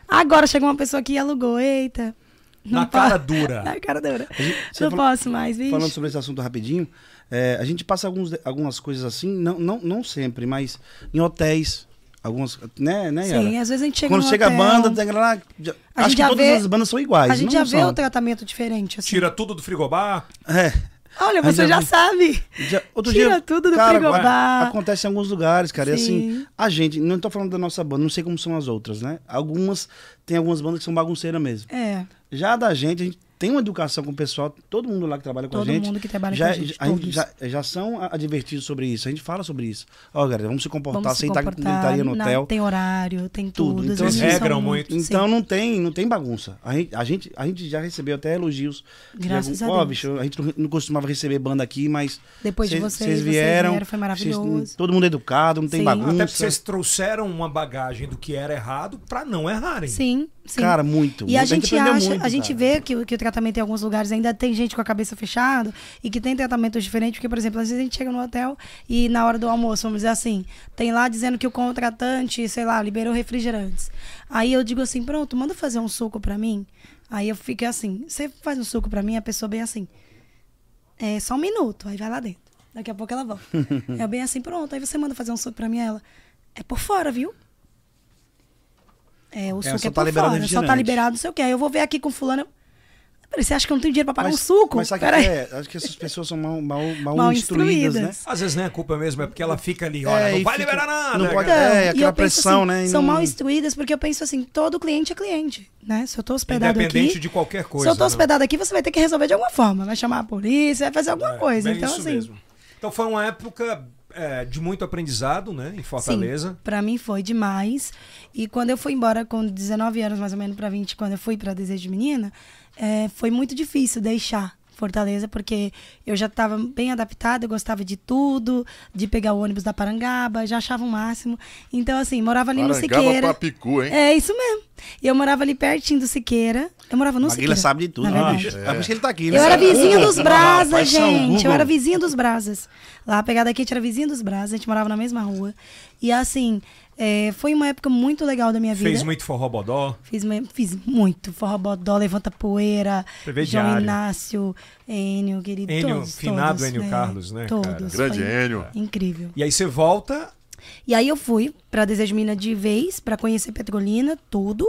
[SPEAKER 3] Agora chegou uma pessoa que alugou. Eita.
[SPEAKER 1] Na
[SPEAKER 3] po-
[SPEAKER 1] cara dura.
[SPEAKER 3] na cara dura.
[SPEAKER 4] A gente- você
[SPEAKER 3] Não
[SPEAKER 4] fala-
[SPEAKER 3] posso mais, bicho.
[SPEAKER 4] Falando sobre esse assunto rapidinho, é, a gente passa alguns, de- algumas coisas assim, não, não, não sempre, mas em hotéis. Algumas. Né, né, Yara?
[SPEAKER 3] Sim, às vezes a gente chega
[SPEAKER 4] Quando
[SPEAKER 3] num
[SPEAKER 4] chega
[SPEAKER 3] hotel,
[SPEAKER 4] a banda, tem aquela lá. já-
[SPEAKER 3] A
[SPEAKER 4] acho
[SPEAKER 3] gente
[SPEAKER 4] que
[SPEAKER 3] já
[SPEAKER 4] todas
[SPEAKER 3] vê-
[SPEAKER 4] as bandas são iguais.
[SPEAKER 3] A gente
[SPEAKER 4] não
[SPEAKER 3] já
[SPEAKER 4] são.
[SPEAKER 3] vê o tratamento diferente. Assim.
[SPEAKER 1] Tira tudo do frigobar,
[SPEAKER 4] É.
[SPEAKER 3] Olha,
[SPEAKER 4] A gente
[SPEAKER 3] você
[SPEAKER 4] já
[SPEAKER 3] já
[SPEAKER 4] vê-
[SPEAKER 3] sabe.
[SPEAKER 4] Já- outro
[SPEAKER 3] Tira
[SPEAKER 4] dia,
[SPEAKER 3] tudo do
[SPEAKER 4] cara,
[SPEAKER 3] frigobar.
[SPEAKER 4] Acontece em alguns lugares, cara. E
[SPEAKER 3] Sim.
[SPEAKER 4] assim, a gente, não tô falando da nossa banda, não sei como são as outras, né? Algumas, tem algumas bandas que são bagunceiras mesmo.
[SPEAKER 3] É.
[SPEAKER 4] Já da gente, a gente tem uma educação com o pessoal, todo mundo lá que trabalha com
[SPEAKER 3] Todo
[SPEAKER 4] a gente.
[SPEAKER 3] mundo que trabalha
[SPEAKER 4] já,
[SPEAKER 3] com a gente,
[SPEAKER 4] A gente
[SPEAKER 3] todos.
[SPEAKER 4] já, já são a- advertidos sobre isso, a gente fala sobre isso. Ó, galera, vamos se comportar
[SPEAKER 3] Vamos se
[SPEAKER 4] sem estar com
[SPEAKER 3] comportar,
[SPEAKER 4] gritaria tá no
[SPEAKER 3] na-
[SPEAKER 4] hotel.
[SPEAKER 3] Tem horário, tem
[SPEAKER 4] Tudo.
[SPEAKER 3] tudo.
[SPEAKER 4] Então,
[SPEAKER 3] As
[SPEAKER 4] eles
[SPEAKER 3] meninas são
[SPEAKER 1] regram muito.
[SPEAKER 3] sim.
[SPEAKER 4] Então não tem, não tem bagunça. A gente, a gente, a gente já recebeu até elogios.
[SPEAKER 3] Graças
[SPEAKER 4] de
[SPEAKER 3] a
[SPEAKER 4] Ó,
[SPEAKER 3] Deus.
[SPEAKER 4] bicho, a gente não, não costumava receber banda aqui, mas.
[SPEAKER 3] Depois de
[SPEAKER 4] cês-
[SPEAKER 3] vocês,
[SPEAKER 4] cês
[SPEAKER 3] vocês vieram, foi maravilhoso.
[SPEAKER 4] cês- todo mundo educado, não tem
[SPEAKER 3] Sim.
[SPEAKER 4] bagunça.
[SPEAKER 1] até porque vocês trouxeram uma bagagem do que era errado pra não errarem.
[SPEAKER 3] Sim, sim.
[SPEAKER 4] Cara, muito.
[SPEAKER 3] E a
[SPEAKER 4] muito.
[SPEAKER 3] gente
[SPEAKER 4] aprendeu
[SPEAKER 3] acha,
[SPEAKER 4] muito,
[SPEAKER 3] a gente
[SPEAKER 4] cara.
[SPEAKER 3] vê que, o- que o tratamento em alguns lugares ainda tem gente com a cabeça fechada e que tem tratamentos diferentes, porque, por exemplo, às vezes a gente chega no hotel e na hora do almoço, vamos dizer assim, tem lá dizendo que o contratante, sei lá, liberou refrigerantes. Aí eu digo assim, pronto, manda fazer um suco pra mim. Aí eu fico assim, você faz um suco pra mim, a pessoa bem assim, é só um minuto, aí vai lá dentro. Daqui a pouco ela volta. é bem assim, pronto, aí você manda fazer um suco pra mim, ela, é por fora, viu? É, o
[SPEAKER 4] É,
[SPEAKER 3] suco
[SPEAKER 4] só
[SPEAKER 3] é
[SPEAKER 4] tá
[SPEAKER 3] por
[SPEAKER 4] liberado
[SPEAKER 3] fora, só tá
[SPEAKER 4] refrigerante.
[SPEAKER 3] liberado, não sei o quê. Aí eu vou ver aqui com fulano. Peraí, você acha que eu não tenho dinheiro pra pagar um suco?
[SPEAKER 4] Mas sabe o que
[SPEAKER 3] Peraí.
[SPEAKER 4] é? Acho que essas pessoas são mal, mal, mal,
[SPEAKER 3] Mal
[SPEAKER 4] instruídas,
[SPEAKER 3] instruídas.
[SPEAKER 4] né?
[SPEAKER 1] Às vezes nem a culpa mesmo, é porque ela fica ali, olha,
[SPEAKER 4] É,
[SPEAKER 1] não
[SPEAKER 4] e
[SPEAKER 1] vai
[SPEAKER 4] fica-
[SPEAKER 1] liberar nada.
[SPEAKER 4] não
[SPEAKER 1] cara.
[SPEAKER 4] pode-
[SPEAKER 3] Então,
[SPEAKER 4] É,
[SPEAKER 3] e eu
[SPEAKER 4] aquela
[SPEAKER 3] penso
[SPEAKER 4] pressão,
[SPEAKER 3] assim,
[SPEAKER 4] né, e
[SPEAKER 3] São
[SPEAKER 4] não-
[SPEAKER 3] mal instruídas, porque eu penso assim, todo cliente é cliente, né? Se eu tô hospedado
[SPEAKER 1] Independente
[SPEAKER 3] aqui...
[SPEAKER 1] de qualquer
[SPEAKER 3] Se
[SPEAKER 1] coisa,
[SPEAKER 3] eu tô
[SPEAKER 1] né?
[SPEAKER 3] hospedado aqui, você vai ter que resolver de alguma forma. Vai chamar a polícia, vai fazer alguma
[SPEAKER 1] É,
[SPEAKER 3] coisa.
[SPEAKER 1] bem
[SPEAKER 3] Então,
[SPEAKER 1] isso
[SPEAKER 3] assim...
[SPEAKER 1] mesmo. Então foi uma época é, de muito aprendizado, né, em Fortaleza.
[SPEAKER 3] Sim, pra mim foi demais. E quando eu fui embora com 19 anos, mais ou menos, pra 20, quando eu fui pra Desejo de Menina, eh, foi muito difícil deixar Fortaleza, porque eu já estava bem adaptada, eu gostava de tudo, de pegar o ônibus da Parangaba, já achava o máximo. Então, assim, morava ali no
[SPEAKER 2] Parangaba
[SPEAKER 3] Siqueira.
[SPEAKER 2] pra Picu, hein?
[SPEAKER 3] É isso mesmo. E eu morava ali pertinho do Siqueira. Eu morava no Siqueira.
[SPEAKER 4] Maguila sabe de tudo,
[SPEAKER 3] na
[SPEAKER 4] né?
[SPEAKER 3] verdade.
[SPEAKER 4] bicho? É por isso que ele tá aqui, né?
[SPEAKER 3] Eu era vizinha
[SPEAKER 4] Google,
[SPEAKER 3] dos
[SPEAKER 4] rapaz, é um
[SPEAKER 3] Brasas,
[SPEAKER 4] são
[SPEAKER 3] gente. Eu
[SPEAKER 4] Google.
[SPEAKER 3] era vizinha dos Brasas. Lá, a pegada aqui, a gente era vizinha dos Brasas. A gente morava na mesma rua. E assim, é, foi uma época muito legal da minha vida.
[SPEAKER 1] Fez muito forró bodó.
[SPEAKER 3] Fiz, me- fiz muito. Forró Bodó, Levanta Poeira,
[SPEAKER 1] TV
[SPEAKER 3] João
[SPEAKER 1] Diário.
[SPEAKER 3] Inácio, Enio, querido.
[SPEAKER 1] Enio,
[SPEAKER 3] todos,
[SPEAKER 1] finado
[SPEAKER 3] todos,
[SPEAKER 1] Enio Carlos, né, cara?
[SPEAKER 3] Todos.
[SPEAKER 2] Grande
[SPEAKER 3] foi
[SPEAKER 2] Enio.
[SPEAKER 3] Incrível.
[SPEAKER 1] E aí você volta,
[SPEAKER 3] E aí eu fui pra Desejo Minas de vez, pra conhecer Petrolina, tudo.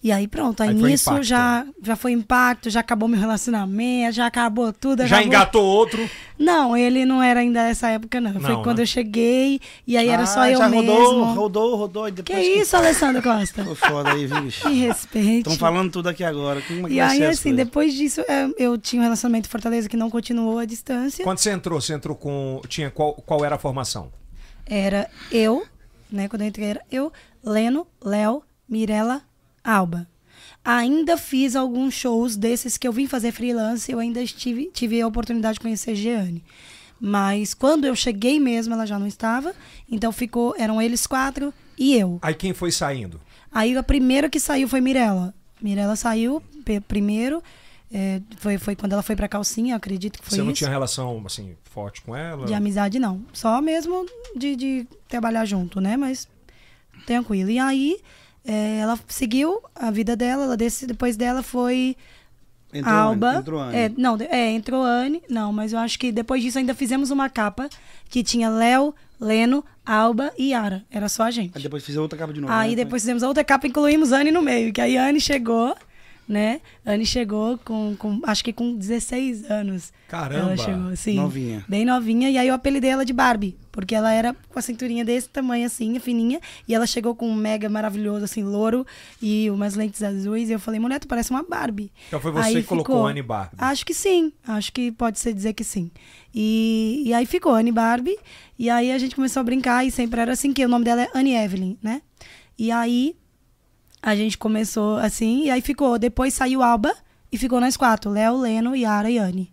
[SPEAKER 3] E aí pronto, aí,
[SPEAKER 1] Aí foi
[SPEAKER 3] nisso
[SPEAKER 1] impacto.
[SPEAKER 3] já, já foi impacto, já acabou meu relacionamento, já acabou tudo.
[SPEAKER 1] já
[SPEAKER 3] acabou-
[SPEAKER 1] engatou outro.
[SPEAKER 3] Não, ele não era ainda essa época, não. Foi
[SPEAKER 1] Não,
[SPEAKER 3] quando
[SPEAKER 1] né?
[SPEAKER 3] eu cheguei, e aí era só
[SPEAKER 4] Ah,
[SPEAKER 3] eu
[SPEAKER 4] já
[SPEAKER 3] mesmo.
[SPEAKER 4] rodou, rodou, rodou. e
[SPEAKER 3] Que
[SPEAKER 4] depois
[SPEAKER 3] isso, Alessandro Costa?
[SPEAKER 4] Tô foda aí, viu, bicho?
[SPEAKER 3] Me respeite.
[SPEAKER 4] Estão falando tudo aqui agora. Como é que
[SPEAKER 3] E
[SPEAKER 4] vai
[SPEAKER 3] aí,
[SPEAKER 4] ser as
[SPEAKER 3] assim,
[SPEAKER 4] coisas?
[SPEAKER 3] depois disso, é, eu tinha um relacionamento em Fortaleza que não continuou à distância.
[SPEAKER 1] Quando você entrou, você entrou com. Tinha qual, qual era a formação?
[SPEAKER 3] Era eu, né? Quando eu entrei, era eu, Leno, Léo, Mirella, Alba. Ainda fiz alguns shows desses que eu vim fazer freelance, eu ainda estive, tive a oportunidade de conhecer Jeane. Mas quando eu cheguei mesmo, ela já não estava. Então ficou, eram eles quatro e eu.
[SPEAKER 1] Aí quem foi saindo?
[SPEAKER 3] Aí a primeira que saiu foi Mirella. Mirella saiu pe- primeiro. é, foi, foi quando ela foi pra calcinha, eu acredito que foi
[SPEAKER 1] você
[SPEAKER 3] isso.
[SPEAKER 1] não tinha relação assim forte com ela?
[SPEAKER 3] De amizade, não. Só mesmo de, de trabalhar junto, né? Mas tranquilo. E aí, é, ela seguiu a vida dela, ela desse, depois dela foi
[SPEAKER 4] Entrou
[SPEAKER 3] Alba.
[SPEAKER 4] Anne, entrou Anne.
[SPEAKER 3] É, não, de- é, entrou Anne. Não, mas eu acho que depois disso ainda fizemos uma capa que tinha Léo, Leno, Alba e Yara. Era só a gente.
[SPEAKER 4] Aí depois fiz a outra capa de novo.
[SPEAKER 3] Aí
[SPEAKER 4] né?
[SPEAKER 3] depois fizemos a outra capa e incluímos Anne no meio, que aí a Anne chegou, né? Anne chegou com, com- acho que com 16 anos.
[SPEAKER 1] Caramba!
[SPEAKER 3] Ela chegou, sim.
[SPEAKER 4] Novinha.
[SPEAKER 3] Bem novinha. E aí eu apelidei ela de Barbie, porque ela era com a cinturinha desse tamanho, assim, fininha. E ela chegou com um mega maravilhoso, assim, louro e umas lentes azuis. E eu falei, mulher, tu parece uma Barbie.
[SPEAKER 1] Então foi você
[SPEAKER 3] Aí
[SPEAKER 1] que colocou
[SPEAKER 3] ficou.
[SPEAKER 1] Anne Barbie.
[SPEAKER 3] Acho que sim, acho que pode ser dizer que sim. E, e aí ficou Anne Barbie, e aí a gente começou a brincar, e sempre era assim, que o nome dela é Anne Evelyn, né? E aí a gente começou assim, e aí ficou. Depois saiu Alba, e ficou nós quatro, Léo, Leno, Yara e Anne.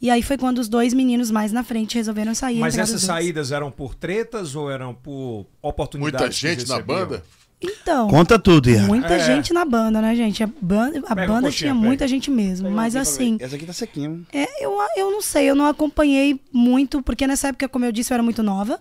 [SPEAKER 3] E aí foi quando os dois meninos mais na frente resolveram sair.
[SPEAKER 1] Mas
[SPEAKER 3] entraram
[SPEAKER 1] essas
[SPEAKER 3] os dois.
[SPEAKER 1] saídas eram por tretas ou eram por oportunidades?
[SPEAKER 2] Muita
[SPEAKER 1] que
[SPEAKER 2] gente na
[SPEAKER 1] recebiam?
[SPEAKER 2] banda.
[SPEAKER 3] Então,
[SPEAKER 4] Conta tudo, Ian.
[SPEAKER 3] muita
[SPEAKER 1] É.
[SPEAKER 3] gente na banda, né, gente? A banda, a
[SPEAKER 1] Pega a
[SPEAKER 3] banda
[SPEAKER 1] coxinha,
[SPEAKER 3] tinha
[SPEAKER 1] pega.
[SPEAKER 3] muita gente mesmo, mas assim...
[SPEAKER 4] Essa aqui tá sequinha. hein?
[SPEAKER 3] É, eu, eu não sei, eu não acompanhei muito, porque nessa época, como eu disse, eu era muito nova.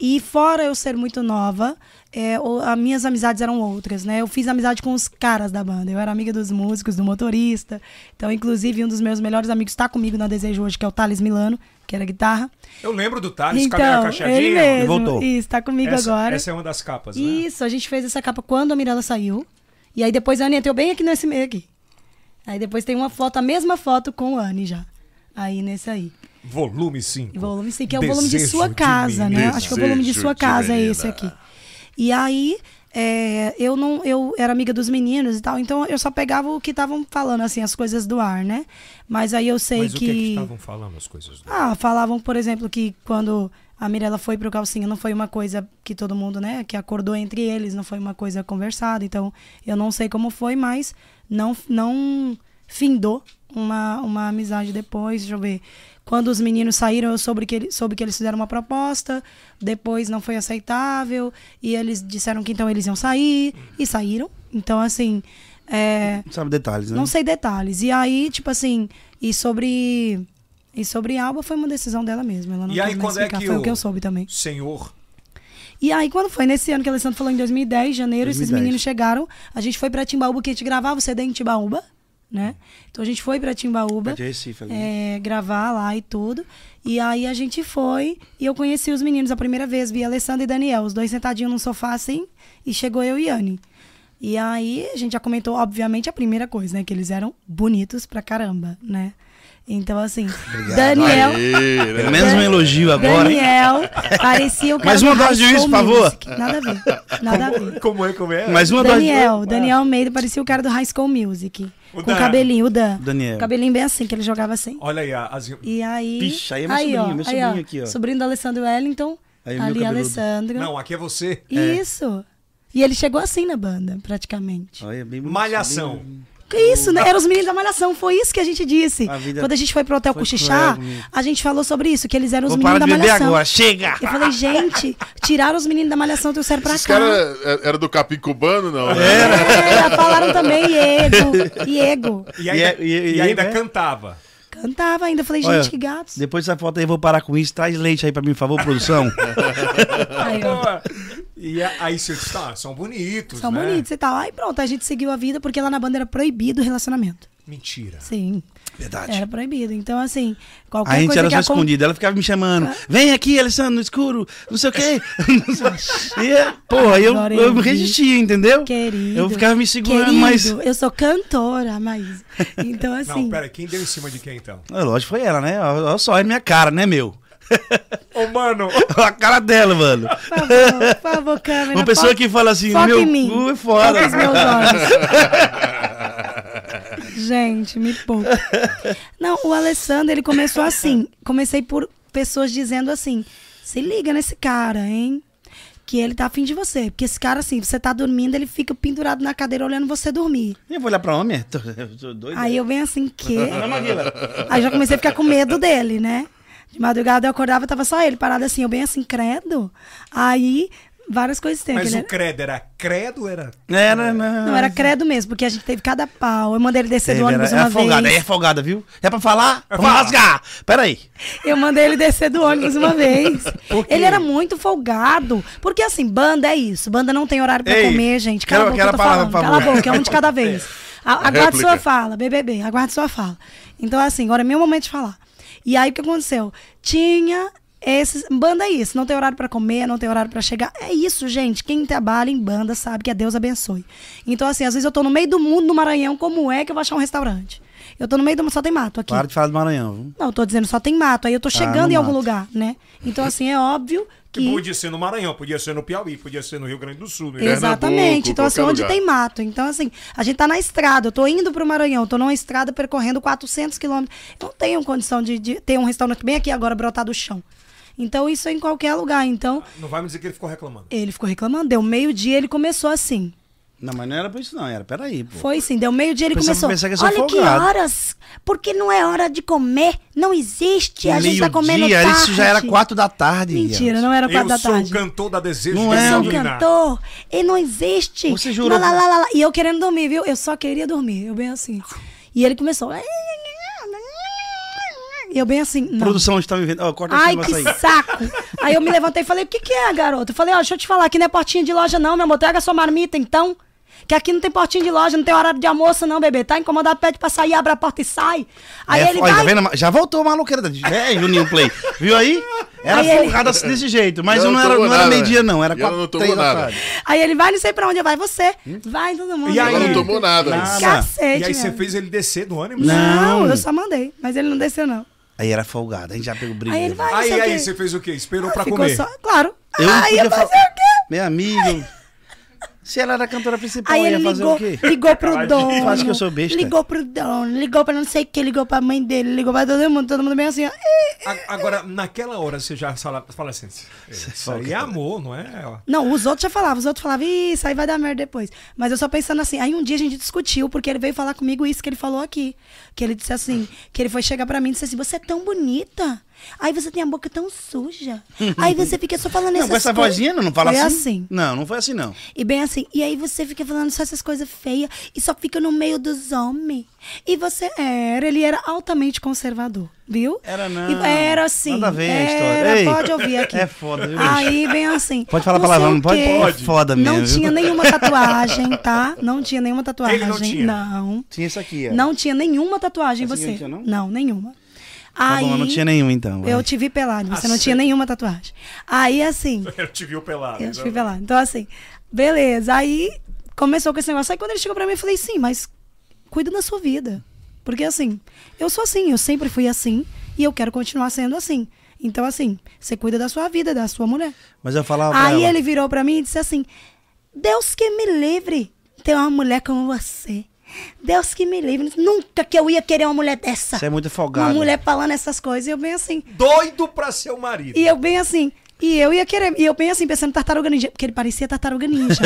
[SPEAKER 3] E fora eu ser muito nova, é, o- as minhas amizades eram outras, né? Eu fiz amizade com os caras da banda. Eu era amiga dos músicos, do motorista. Então, inclusive, um dos meus melhores amigos está comigo na Desejo hoje, que é o Thales Milano, que era guitarra.
[SPEAKER 1] Eu lembro do Thales, cabelo
[SPEAKER 3] então,
[SPEAKER 1] é cacheadinho.
[SPEAKER 3] ele mesmo.
[SPEAKER 4] voltou.
[SPEAKER 3] Isso, tá comigo
[SPEAKER 1] essa,
[SPEAKER 3] agora.
[SPEAKER 1] essa é uma das capas, né?
[SPEAKER 3] Isso, a gente fez essa capa quando a Mirella saiu. E aí depois a Anne entrou bem aqui nesse meio aqui. Aí depois tem uma foto, a mesma foto com a Anne já. Aí nesse aí.
[SPEAKER 1] Volume 5.
[SPEAKER 3] Volume 5, que é o volume de
[SPEAKER 1] Desejo
[SPEAKER 3] sua
[SPEAKER 1] de
[SPEAKER 3] casa, né?
[SPEAKER 1] menina.
[SPEAKER 3] Acho que é o volume de
[SPEAKER 2] Desejo
[SPEAKER 3] sua
[SPEAKER 2] de
[SPEAKER 3] casa é
[SPEAKER 2] menina.
[SPEAKER 3] esse aqui. E aí, é, eu não, eu era amiga dos meninos e tal, então eu só pegava o que estavam falando, assim, as coisas do ar, né? Mas aí eu sei
[SPEAKER 1] Mas o que é que
[SPEAKER 3] que.
[SPEAKER 1] estavam falando as coisas do...
[SPEAKER 3] Ah, falavam, por exemplo, que quando a Mirella foi pro calcinha, não foi uma coisa que todo mundo, né, que acordou entre eles, não foi uma coisa conversada. Então, eu não sei como foi, mas não não findou uma, uma amizade depois, deixa eu ver. Quando os meninos saíram, eu soube que, ele, soube que eles fizeram uma proposta, depois não foi aceitável, e eles disseram que então eles iam sair, e saíram. Então, assim, é,
[SPEAKER 4] Não sabe detalhes, né?
[SPEAKER 3] não sei detalhes. E aí, tipo assim, e sobre. E sobre Alba foi uma decisão dela mesma. Ela não
[SPEAKER 1] E aí,
[SPEAKER 3] quis mais
[SPEAKER 1] quando é
[SPEAKER 3] ficar,
[SPEAKER 1] que
[SPEAKER 3] foi
[SPEAKER 1] o-
[SPEAKER 3] o que eu soube também.
[SPEAKER 1] Senhor,
[SPEAKER 3] E aí, quando foi nesse ano que o Alessandro falou, em 2010, janeiro, esses
[SPEAKER 4] 2010.
[SPEAKER 3] meninos chegaram. A gente foi pra Timbaúba, que a gente gravava o CD em Timbaúba, né? Então a gente foi pra Timbaúba.
[SPEAKER 4] É de Recife ali.
[SPEAKER 3] é, gravar lá e tudo. E aí a gente foi e eu conheci os meninos a primeira vez, vi Alessandra e Daniel, os dois sentadinhos num sofá assim, e chegou eu e Anne. E aí a gente já comentou, obviamente, a primeira coisa, né? Que eles eram bonitos pra caramba, né? Então, assim, Daniel.
[SPEAKER 2] Aê, né?
[SPEAKER 4] Pelo menos um elogio agora, hein?
[SPEAKER 3] Daniel parecia o cara.
[SPEAKER 4] Mais uma
[SPEAKER 3] do High
[SPEAKER 4] dose de juízo,
[SPEAKER 3] School
[SPEAKER 4] por favor.
[SPEAKER 3] Music. Nada a ver. Nada a ver.
[SPEAKER 1] como é, como é?
[SPEAKER 4] Mais uma dose de-
[SPEAKER 3] Daniel, Daniel Almeida parecia o cara do High School Music.
[SPEAKER 1] O
[SPEAKER 3] com
[SPEAKER 1] Dan.
[SPEAKER 3] o cabelinho, o Dan.
[SPEAKER 4] Daniel.
[SPEAKER 3] O cabelinho bem assim, que ele jogava assim.
[SPEAKER 1] Olha aí, a- as...
[SPEAKER 3] E aí.
[SPEAKER 4] Vixe, aí é meu sobrinho, meu sobrinho aqui, ó.
[SPEAKER 3] Sobrinho do Alessandro Wellington.
[SPEAKER 4] Aí o meu
[SPEAKER 3] ali,
[SPEAKER 4] cabeludo.
[SPEAKER 3] Alessandro.
[SPEAKER 1] não, aqui é você.
[SPEAKER 3] Isso. E ele chegou assim na banda, praticamente.
[SPEAKER 4] Olha, bem bonito,
[SPEAKER 1] Malhação.
[SPEAKER 4] bem-
[SPEAKER 3] Que isso, né? Eram os meninos da Malhação, foi isso que a gente disse.
[SPEAKER 4] A vida
[SPEAKER 3] Quando a gente foi pro hotel
[SPEAKER 4] foi
[SPEAKER 3] cochichar,
[SPEAKER 4] cruel comigo.
[SPEAKER 3] a gente falou sobre isso, que eles eram os
[SPEAKER 4] Vou
[SPEAKER 3] meninos
[SPEAKER 4] parar
[SPEAKER 3] da
[SPEAKER 4] de beber
[SPEAKER 3] Malhação.
[SPEAKER 4] agora. Chega!
[SPEAKER 3] Eu falei, gente, tiraram os meninos da Malhação e trouxeram pra
[SPEAKER 2] Esses
[SPEAKER 3] cá.
[SPEAKER 2] caras é, era, era do capim cubano, não?
[SPEAKER 4] É,
[SPEAKER 2] né?
[SPEAKER 3] Era, falaram também Iego, Iego.
[SPEAKER 1] E ainda,
[SPEAKER 4] E é- e-
[SPEAKER 1] e
[SPEAKER 4] e-
[SPEAKER 1] ainda
[SPEAKER 4] é?
[SPEAKER 1] cantava.
[SPEAKER 3] Cantava ainda, eu falei, gente,
[SPEAKER 4] Olha,
[SPEAKER 3] que gatos.
[SPEAKER 4] Depois dessa foto aí, eu vou parar com isso. Traz leite aí pra mim, por favor, produção. É.
[SPEAKER 3] Aí, ó.
[SPEAKER 1] Boa. E a- aí você disse, tá, são bonitos,
[SPEAKER 3] São
[SPEAKER 1] né?
[SPEAKER 3] bonitos e tal. Aí pronto, a gente seguiu a vida porque lá na banda era proibido o relacionamento.
[SPEAKER 1] Mentira.
[SPEAKER 3] Sim.
[SPEAKER 4] Verdade.
[SPEAKER 3] Era proibido. Então, assim, qualquer
[SPEAKER 4] A gente
[SPEAKER 3] coisa
[SPEAKER 4] era
[SPEAKER 3] que
[SPEAKER 4] só
[SPEAKER 3] acon-
[SPEAKER 4] escondida. Ela ficava me chamando. Vem aqui, Alessandro, no escuro. Não sei o quê. e, é, porra, eu,
[SPEAKER 3] Agora
[SPEAKER 4] eu
[SPEAKER 3] eu
[SPEAKER 4] me
[SPEAKER 3] vi.
[SPEAKER 4] resistia, entendeu?
[SPEAKER 3] Querido.
[SPEAKER 4] Eu ficava me segurando,
[SPEAKER 3] querido,
[SPEAKER 4] mas...
[SPEAKER 3] Eu sou cantora, mas. Então, assim.
[SPEAKER 1] Não, pera, quem deu em cima de quem então?
[SPEAKER 4] Ah, Lógico, foi ela, né? Olha só, é minha cara, né, meu?
[SPEAKER 1] Ô, mano,
[SPEAKER 4] Olha a cara dela, mano.
[SPEAKER 3] Por favor, por favor, câmera.
[SPEAKER 4] Uma pessoa
[SPEAKER 3] foca-
[SPEAKER 4] que fala assim,
[SPEAKER 3] foca
[SPEAKER 4] meu
[SPEAKER 3] em mim.
[SPEAKER 4] cu é foda.
[SPEAKER 3] Foca os meus olhos. Gente, me poupa. Não, o Alessandro, ele começou assim. Comecei por pessoas dizendo assim: se liga nesse cara, hein? Que ele tá afim de você. Porque esse cara, assim, você tá dormindo, ele fica pendurado na cadeira olhando você dormir.
[SPEAKER 4] Eu vou olhar pra homem? Tô, eu tô doido.
[SPEAKER 3] Aí eu venho assim, que.
[SPEAKER 4] é. Não, Maguila.
[SPEAKER 3] Aí já comecei a ficar com medo dele, né? De madrugada eu acordava, tava só ele parado assim, eu bem assim, credo. Aí várias coisas tem.
[SPEAKER 1] Mas
[SPEAKER 3] aquele né?
[SPEAKER 1] o credo era credo, era.
[SPEAKER 4] Era, não.
[SPEAKER 3] Não, era credo mesmo, porque a gente teve cada pau. Eu mandei ele descer
[SPEAKER 4] Teve,
[SPEAKER 3] do
[SPEAKER 4] era,
[SPEAKER 3] ônibus
[SPEAKER 4] era
[SPEAKER 3] uma
[SPEAKER 4] folgada, aí é
[SPEAKER 3] vez. É
[SPEAKER 4] folgada, viu? É pra falar?
[SPEAKER 1] É
[SPEAKER 4] Vamos
[SPEAKER 1] falar.
[SPEAKER 4] rasgar! Pera aí.
[SPEAKER 3] Eu mandei ele descer do ônibus uma vez.
[SPEAKER 1] quê?
[SPEAKER 3] Ele era muito folgado. Porque assim, banda é isso. Banda não tem horário pra
[SPEAKER 4] Ei,
[SPEAKER 3] comer, gente. Cala a
[SPEAKER 4] quero-
[SPEAKER 3] boca,
[SPEAKER 4] quero
[SPEAKER 3] eu tô
[SPEAKER 4] a
[SPEAKER 3] falando.
[SPEAKER 4] palavra, por
[SPEAKER 3] Cala a
[SPEAKER 4] favor.
[SPEAKER 3] boca, é um de cada vez. A- aguarde
[SPEAKER 2] Réplica.
[SPEAKER 3] sua fala, BBB. Aguarde sua fala. Então assim, agora é meu momento de falar. E aí o que aconteceu? Tinha esses... Banda é isso. Não tem horário pra comer, não tem horário pra chegar. É isso, gente. Quem trabalha em banda sabe que a Deus abençoe. Então assim, às vezes eu tô no meio do mundo, no Maranhão. Como é que eu vou achar um restaurante? Eu tô no meio do... Só tem mato aqui.
[SPEAKER 4] Para de falar do Maranhão, viu?
[SPEAKER 3] Não, eu tô dizendo só tem mato. Aí eu tô chegando
[SPEAKER 4] Ah, no
[SPEAKER 3] em algum
[SPEAKER 4] mato.
[SPEAKER 3] lugar, né? Então, assim, é óbvio que.
[SPEAKER 1] Que podia ser no Maranhão, podia ser no Piauí, podia ser no Rio Grande do Sul. Né?
[SPEAKER 2] Pernambuco,
[SPEAKER 3] Exatamente. Então, assim,
[SPEAKER 2] qualquer
[SPEAKER 3] onde
[SPEAKER 2] lugar.
[SPEAKER 3] tem mato. Então, assim, a gente tá na estrada. Eu tô indo pro Maranhão, eu tô numa estrada percorrendo 400 quilômetros. Eu não tenho condição de, de ter um restaurante bem aqui agora, brotar do chão. Então, isso é em qualquer lugar. Então,
[SPEAKER 1] Não vai me dizer que ele ficou reclamando.
[SPEAKER 3] ele ficou reclamando. Deu meio-dia, ele começou assim.
[SPEAKER 4] Não, mas não era pra isso, não. Era, pera aí, pô.
[SPEAKER 3] Foi sim, deu meio-dia, ele
[SPEAKER 4] Pensava-
[SPEAKER 3] começou.
[SPEAKER 4] pensava que eu sou
[SPEAKER 3] Olha que
[SPEAKER 4] folgado."
[SPEAKER 3] horas! Porque não é hora de comer. Não existe. A gente tá comendo.
[SPEAKER 4] Meio-dia,
[SPEAKER 3] tarde.
[SPEAKER 4] isso já era quatro da tarde.
[SPEAKER 3] Mentira,
[SPEAKER 4] Ian.
[SPEAKER 3] não é era quatro
[SPEAKER 1] Eu
[SPEAKER 3] da
[SPEAKER 1] sou um
[SPEAKER 3] tarde.
[SPEAKER 1] o cantor da desejo
[SPEAKER 4] Não
[SPEAKER 1] de
[SPEAKER 4] é,
[SPEAKER 3] Eu sou um
[SPEAKER 1] menina.
[SPEAKER 3] cantor, ele não existe.
[SPEAKER 4] Você
[SPEAKER 3] Lá,
[SPEAKER 4] jurou
[SPEAKER 3] lá,
[SPEAKER 4] que-
[SPEAKER 3] lá, lá, lá. E eu querendo dormir, viu? Eu só queria dormir, eu bem assim. E ele começou. E eu bem assim. Não.
[SPEAKER 4] Produção está me vendo. Ó, corta esse
[SPEAKER 3] Ai, que
[SPEAKER 4] negócio aí.
[SPEAKER 3] saco! Aí eu me levantei e falei: o que, que é, garoto? Eu falei: ó, deixa eu te falar, aqui não é portinha de loja, não, meu amor. Traga sua marmita, então. Que aqui não tem portinha de loja, não tem horário de almoço, não, bebê. Tá incomodado, pede pra sair, abre a porta e sai. Aí
[SPEAKER 4] É,
[SPEAKER 3] ele
[SPEAKER 4] ó,
[SPEAKER 3] vai.
[SPEAKER 4] tá vendo? Já voltou a maluqueira. da- É, Juninho Play. Viu aí? Era
[SPEAKER 3] Aí ele-
[SPEAKER 4] folgada assim desse jeito. Mas
[SPEAKER 2] Ela
[SPEAKER 4] não,
[SPEAKER 2] não
[SPEAKER 4] era,
[SPEAKER 2] tomou
[SPEAKER 4] não era
[SPEAKER 2] nada, né?
[SPEAKER 4] meio-dia, não. Era
[SPEAKER 2] e ela
[SPEAKER 4] quatro
[SPEAKER 2] não tomou
[SPEAKER 4] três da
[SPEAKER 2] nada.
[SPEAKER 4] tarde.
[SPEAKER 3] Aí ele vai, não sei pra onde vai você.
[SPEAKER 4] Hum?
[SPEAKER 3] Vai todo mundo.
[SPEAKER 1] E aí?
[SPEAKER 2] Ela não tomou nada.
[SPEAKER 4] Nada.
[SPEAKER 3] Cacete,
[SPEAKER 1] E aí você
[SPEAKER 3] velho.
[SPEAKER 1] fez ele descer do ônibus?
[SPEAKER 3] é, Não,
[SPEAKER 4] Não.
[SPEAKER 3] eu só mandei. Mas ele não desceu, não.
[SPEAKER 4] Aí era folgada. A gente já pegou briga.
[SPEAKER 3] Aí ele vai, não
[SPEAKER 1] Aí,
[SPEAKER 3] sei o
[SPEAKER 1] aí
[SPEAKER 3] quê. Ah,
[SPEAKER 1] você fez o quê? Esperou pra
[SPEAKER 3] Ficou
[SPEAKER 1] comer.
[SPEAKER 3] só- claro.
[SPEAKER 4] Eu não
[SPEAKER 3] aí
[SPEAKER 4] podia
[SPEAKER 3] eu fazer
[SPEAKER 4] falar.
[SPEAKER 3] o quê?
[SPEAKER 4] Meu amigo. Se ela era a cantora principal,
[SPEAKER 3] Aí
[SPEAKER 4] ia
[SPEAKER 3] ele
[SPEAKER 4] fazer
[SPEAKER 3] ligou,
[SPEAKER 4] o quê?
[SPEAKER 3] ligou pro dono.
[SPEAKER 4] Faz que eu sou besta.
[SPEAKER 3] Ligou pro dono, ligou pra não sei o que, ligou pra mãe dele, ligou pra todo mundo, todo mundo bem assim, ó. Ih.
[SPEAKER 1] A- Agora, naquela hora, você já fala, fala assim. Isso aí é amor, não é? ó.
[SPEAKER 3] Não, os outros já falavam, os outros falavam, "Ih, isso aí vai dar merda depois. Mas eu só pensando assim, aí um dia a gente discutiu, porque ele veio falar comigo isso que ele falou aqui. Que ele disse assim, que ele foi chegar pra mim e disse assim, você é tão bonita, aí você tem a boca tão suja, aí você fica só falando
[SPEAKER 4] Não,
[SPEAKER 3] essas
[SPEAKER 4] com essa
[SPEAKER 3] coisas."
[SPEAKER 4] vozinha, não, não fala
[SPEAKER 3] Foi
[SPEAKER 4] assim.
[SPEAKER 3] assim.
[SPEAKER 4] Não, não foi assim, não.
[SPEAKER 3] E bem assim, e aí você fica falando só essas coisas feias e só fica no meio dos homens. E você era, ele era altamente conservador, viu?
[SPEAKER 4] Era não.
[SPEAKER 3] E era assim.
[SPEAKER 4] Nada a ver a história.
[SPEAKER 3] era,
[SPEAKER 4] Ei,
[SPEAKER 3] pode ouvir aqui.
[SPEAKER 4] é foda, viu, bicho?
[SPEAKER 3] Aí bem assim.
[SPEAKER 4] Pode falar
[SPEAKER 3] sei
[SPEAKER 4] palavrão,
[SPEAKER 3] o
[SPEAKER 4] não pode?
[SPEAKER 3] quê.
[SPEAKER 4] Pode. É foda
[SPEAKER 3] Não
[SPEAKER 4] mesmo.
[SPEAKER 3] tinha nenhuma tatuagem, tá? Não tinha nenhuma tatuagem.
[SPEAKER 1] Ele não tinha?
[SPEAKER 3] Não.
[SPEAKER 4] Tinha isso aqui, ó.
[SPEAKER 3] Não tinha nenhuma tatuagem em
[SPEAKER 4] Essa
[SPEAKER 3] você.
[SPEAKER 4] não tinha, não?
[SPEAKER 3] nenhuma.
[SPEAKER 4] Tá
[SPEAKER 3] aí
[SPEAKER 4] bom, não tinha nenhum, então. vai. Ah,
[SPEAKER 3] eu te vi pelado, você não
[SPEAKER 1] Aceito.
[SPEAKER 3] tinha nenhuma tatuagem. Aí assim,
[SPEAKER 1] Eu te viu pelado.
[SPEAKER 3] eu fui lá. Então, assim, beleza. Aí começou com esse negócio. Aí quando ele chegou pra mim, eu falei, sim, mas cuida da sua vida. Porque assim, eu sou assim, eu sempre fui assim e eu quero continuar sendo assim. Então, assim, você cuida da sua vida, da sua mulher.
[SPEAKER 4] Mas eu falava pra
[SPEAKER 3] Aí
[SPEAKER 4] ela,
[SPEAKER 3] ele virou pra mim e disse assim: Deus que me livre de ter uma mulher como você. Deus que me livre. Nunca que eu ia querer uma mulher dessa.
[SPEAKER 4] Você é muito folgada.
[SPEAKER 3] Uma mulher falando essas coisas. E eu bem assim.
[SPEAKER 1] Doido pra seu marido.
[SPEAKER 3] E eu bem assim. E eu ia querer. E eu bem assim, pensando em tartaruga ninja. Porque ele parecia tartaruga ninja.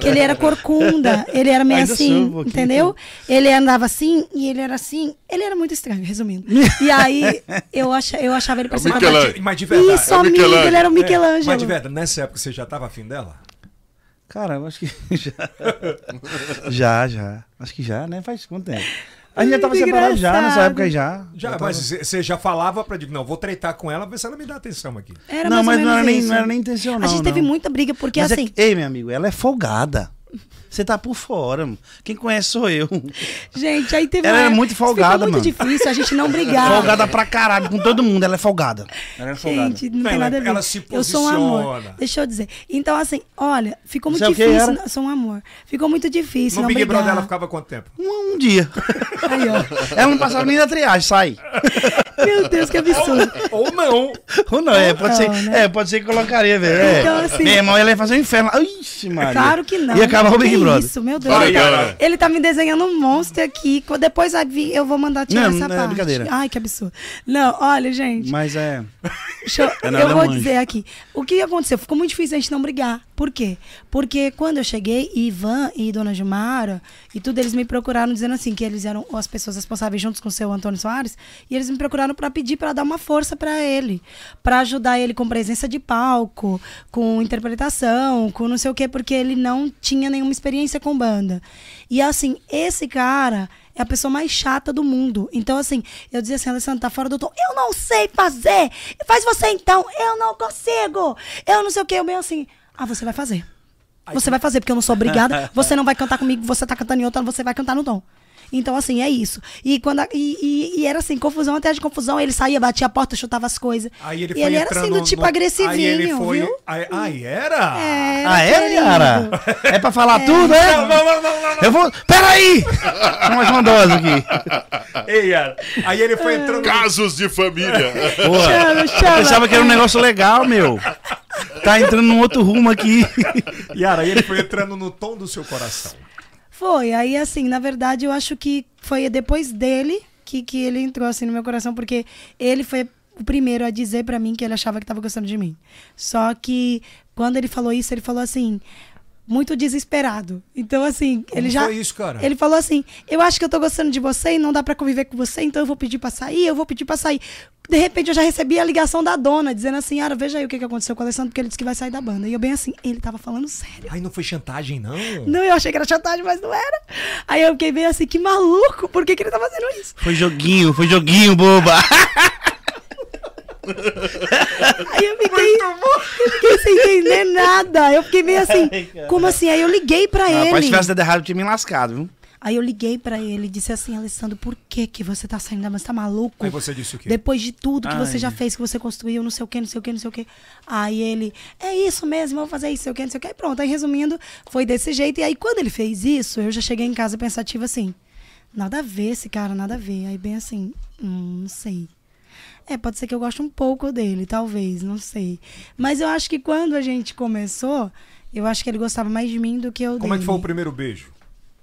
[SPEAKER 3] que ele era corcunda. Ele era meio
[SPEAKER 4] Ainda sou
[SPEAKER 3] assim,
[SPEAKER 4] um pouquinho.
[SPEAKER 3] entendeu? Ele andava assim e ele era assim. Ele era muito estranho, resumindo. E aí eu, acha, eu achava ele parecendo.
[SPEAKER 1] Mas de-
[SPEAKER 2] Michelangelo.
[SPEAKER 1] É Mas de verdade.
[SPEAKER 3] Isso,
[SPEAKER 2] É o
[SPEAKER 3] amigo,
[SPEAKER 2] Michelangelo.
[SPEAKER 3] ele era o
[SPEAKER 1] É,
[SPEAKER 3] Michelangelo.
[SPEAKER 1] Mas de verdade, nessa época você já tava afim dela?
[SPEAKER 4] Cara, eu acho que já. já, já. Acho que já, né? Faz quanto tempo? A gente já tava
[SPEAKER 3] Muito
[SPEAKER 4] separado já, nessa
[SPEAKER 3] engraçado.
[SPEAKER 4] época aí já.
[SPEAKER 1] Já,
[SPEAKER 4] tava-
[SPEAKER 1] mas você- você já falava pra dizer, não, vou treitar com ela, ver se ela me dá atenção aqui.
[SPEAKER 3] Era
[SPEAKER 4] não,
[SPEAKER 3] mais ou
[SPEAKER 4] mas não
[SPEAKER 3] menos
[SPEAKER 4] era, nem,
[SPEAKER 3] isso.
[SPEAKER 4] não era nem intencional.
[SPEAKER 3] A gente teve
[SPEAKER 4] não.
[SPEAKER 3] muita briga, porque
[SPEAKER 4] Mas é
[SPEAKER 3] assim.
[SPEAKER 4] que- ei, meu amigo, ela é folgada. Você tá por fora, mano. Quem conhece sou eu.
[SPEAKER 3] Gente, aí teve.
[SPEAKER 4] Ela
[SPEAKER 3] uma
[SPEAKER 4] era
[SPEAKER 3] época-
[SPEAKER 4] muito
[SPEAKER 3] ficou
[SPEAKER 4] folgada,
[SPEAKER 3] muito
[SPEAKER 4] mano.
[SPEAKER 3] difícil a gente não brigar.
[SPEAKER 4] Folgada pra caralho, com todo mundo. Ela é folgada. Ela é folgada.
[SPEAKER 3] Gente, não
[SPEAKER 1] Não,
[SPEAKER 3] tem
[SPEAKER 1] ela-
[SPEAKER 3] nada a ver.
[SPEAKER 1] ela se
[SPEAKER 3] Eu sou um amor.
[SPEAKER 1] posiciona.
[SPEAKER 3] Deixa eu dizer. Então, assim, olha, ficou muito
[SPEAKER 4] Você é o quê,
[SPEAKER 3] difícil.
[SPEAKER 4] era?
[SPEAKER 3] não- sou um amor. Ficou muito difícil.
[SPEAKER 1] No
[SPEAKER 3] não
[SPEAKER 1] Big
[SPEAKER 3] brigar.
[SPEAKER 1] Brother ela ficava quanto tempo?
[SPEAKER 4] Um, um dia.
[SPEAKER 3] Aí, ó.
[SPEAKER 4] Ela não passava nem da triagem, sai.
[SPEAKER 3] Meu Deus, que absurdo.
[SPEAKER 1] Ou não.
[SPEAKER 4] Ou não, é, pode
[SPEAKER 3] Não,
[SPEAKER 4] ser.
[SPEAKER 3] né?
[SPEAKER 4] É, pode ser que colocaria, velho. É.
[SPEAKER 3] Então, assim-
[SPEAKER 4] Meu irmão, ela ia fazer um inferno. lá. Ixi, Maria.
[SPEAKER 3] Claro que não. né?
[SPEAKER 4] Ia acabar o
[SPEAKER 3] Que
[SPEAKER 4] Big
[SPEAKER 3] isso,
[SPEAKER 4] brother?
[SPEAKER 3] isso, meu Deus.
[SPEAKER 2] Vai,
[SPEAKER 3] ele, tá,
[SPEAKER 2] cara.
[SPEAKER 3] ele tá me desenhando um monstro aqui. Co- Depois vai vir- eu vou mandar tirar
[SPEAKER 4] Não,
[SPEAKER 3] essa
[SPEAKER 4] não é
[SPEAKER 3] parte.
[SPEAKER 4] brincadeira.
[SPEAKER 3] Ai, que absurdo. Não, olha, gente.
[SPEAKER 4] Mas é.
[SPEAKER 3] Deixa eu-
[SPEAKER 4] É, não,
[SPEAKER 3] eu
[SPEAKER 4] ela é um
[SPEAKER 3] vou
[SPEAKER 4] anjo.
[SPEAKER 3] dizer aqui. O que aconteceu? Ficou muito difícil a gente não brigar. Por quê? Porque quando eu cheguei, Ivan e Dona Gilmara e tudo, eles me procuraram dizendo assim, que eles eram as pessoas responsáveis juntos com o seu Antônio Soares, e eles me procuraram para pedir para dar uma força para ele, para ajudar ele com presença de palco, com interpretação, com não sei o quê, porque ele não tinha nenhuma experiência com banda. E assim, esse cara é a pessoa mais chata do mundo. Então, assim, eu dizia assim, Alessandro, tá fora do tom. Eu não sei fazer. Faz você então. Eu não consigo. Eu não sei o quê. Eu meio assim, ah, você vai fazer. Você vai fazer, porque eu não sou obrigada. Você não vai cantar comigo, você tá cantando em outra, você vai cantar no tom. Então, assim, é isso. E quando a- e, e- e era assim, confusão atrás de confusão. Ele saía, batia a porta, chutava as coisas.
[SPEAKER 1] Aí ele
[SPEAKER 3] e
[SPEAKER 1] foi
[SPEAKER 3] ele era assim,
[SPEAKER 1] entrando
[SPEAKER 3] do tipo
[SPEAKER 1] no-
[SPEAKER 3] agressivinho,
[SPEAKER 1] aí ele foi...
[SPEAKER 3] viu?
[SPEAKER 1] Aí, aí era?
[SPEAKER 3] É,
[SPEAKER 4] Ah, é,
[SPEAKER 3] querido.
[SPEAKER 4] cara? É pra falar tudo,
[SPEAKER 3] Então,
[SPEAKER 1] Não,
[SPEAKER 4] é?
[SPEAKER 1] não, não, não, não, não.
[SPEAKER 4] Eu vou. Peraí! Dá mais uma dose aqui.
[SPEAKER 1] Ei, Yara. Aí ele
[SPEAKER 3] É.
[SPEAKER 1] foi entrando.
[SPEAKER 2] Casos de família.
[SPEAKER 4] Porra.
[SPEAKER 3] Chama,
[SPEAKER 4] Eu
[SPEAKER 3] chama.
[SPEAKER 4] pensava que era um negócio legal, meu. Tá entrando num outro rumo aqui.
[SPEAKER 1] Yara, aí ele foi entrando no tom do seu coração.
[SPEAKER 3] Foi, aí assim, na verdade eu acho que foi depois dele que, que ele entrou assim no meu coração, porque ele foi o primeiro a dizer pra mim que ele achava que tava gostando de mim. Só que quando ele falou isso, ele falou assim, muito desesperado. Então assim,
[SPEAKER 1] Como
[SPEAKER 3] ele já
[SPEAKER 1] foi isso, cara?
[SPEAKER 3] Ele falou assim: "Eu acho que eu tô gostando de você e não dá pra conviver com você, então eu vou pedir pra sair, eu vou pedir pra sair". De repente eu já recebi a ligação da dona dizendo assim: "Ara, veja aí o que que aconteceu com o Alessandro, porque ele disse que vai sair da banda". E eu bem assim, ele tava falando sério.
[SPEAKER 1] Aí não foi chantagem, não?
[SPEAKER 3] Não, eu achei que era chantagem, mas não era. Aí eu fiquei meio assim, que maluco, por que, que ele tá fazendo isso?
[SPEAKER 4] Foi joguinho, foi joguinho, boba.
[SPEAKER 3] Aí eu fiquei, eu fiquei sem entender nada. Eu fiquei meio assim, como assim? Aí eu liguei pra
[SPEAKER 4] Rapaz, se
[SPEAKER 3] ele.
[SPEAKER 4] tivesse dado errado, eu tinha me lascado, viu?
[SPEAKER 3] Aí eu liguei pra ele e disse assim, Alessandro, por que que você tá saindo da banda? Você tá maluco?
[SPEAKER 1] Aí você disse o quê?
[SPEAKER 3] Depois de tudo que você
[SPEAKER 4] Ai.
[SPEAKER 3] já fez, que você construiu, não sei o quê, não sei o quê, não sei o quê. Aí ele, é isso mesmo, eu vou fazer isso, não sei o quê, não sei o quê. E pronto, aí resumindo, foi desse jeito. E aí quando ele fez isso, eu já cheguei em casa pensativa assim, nada a ver esse cara, nada a ver. Aí bem assim, hum, não sei. É, pode ser que eu goste um pouco dele, talvez, não sei. Mas eu acho que quando a gente começou, eu acho que ele gostava mais de mim do que eu dele.
[SPEAKER 1] Como é que foi o primeiro beijo?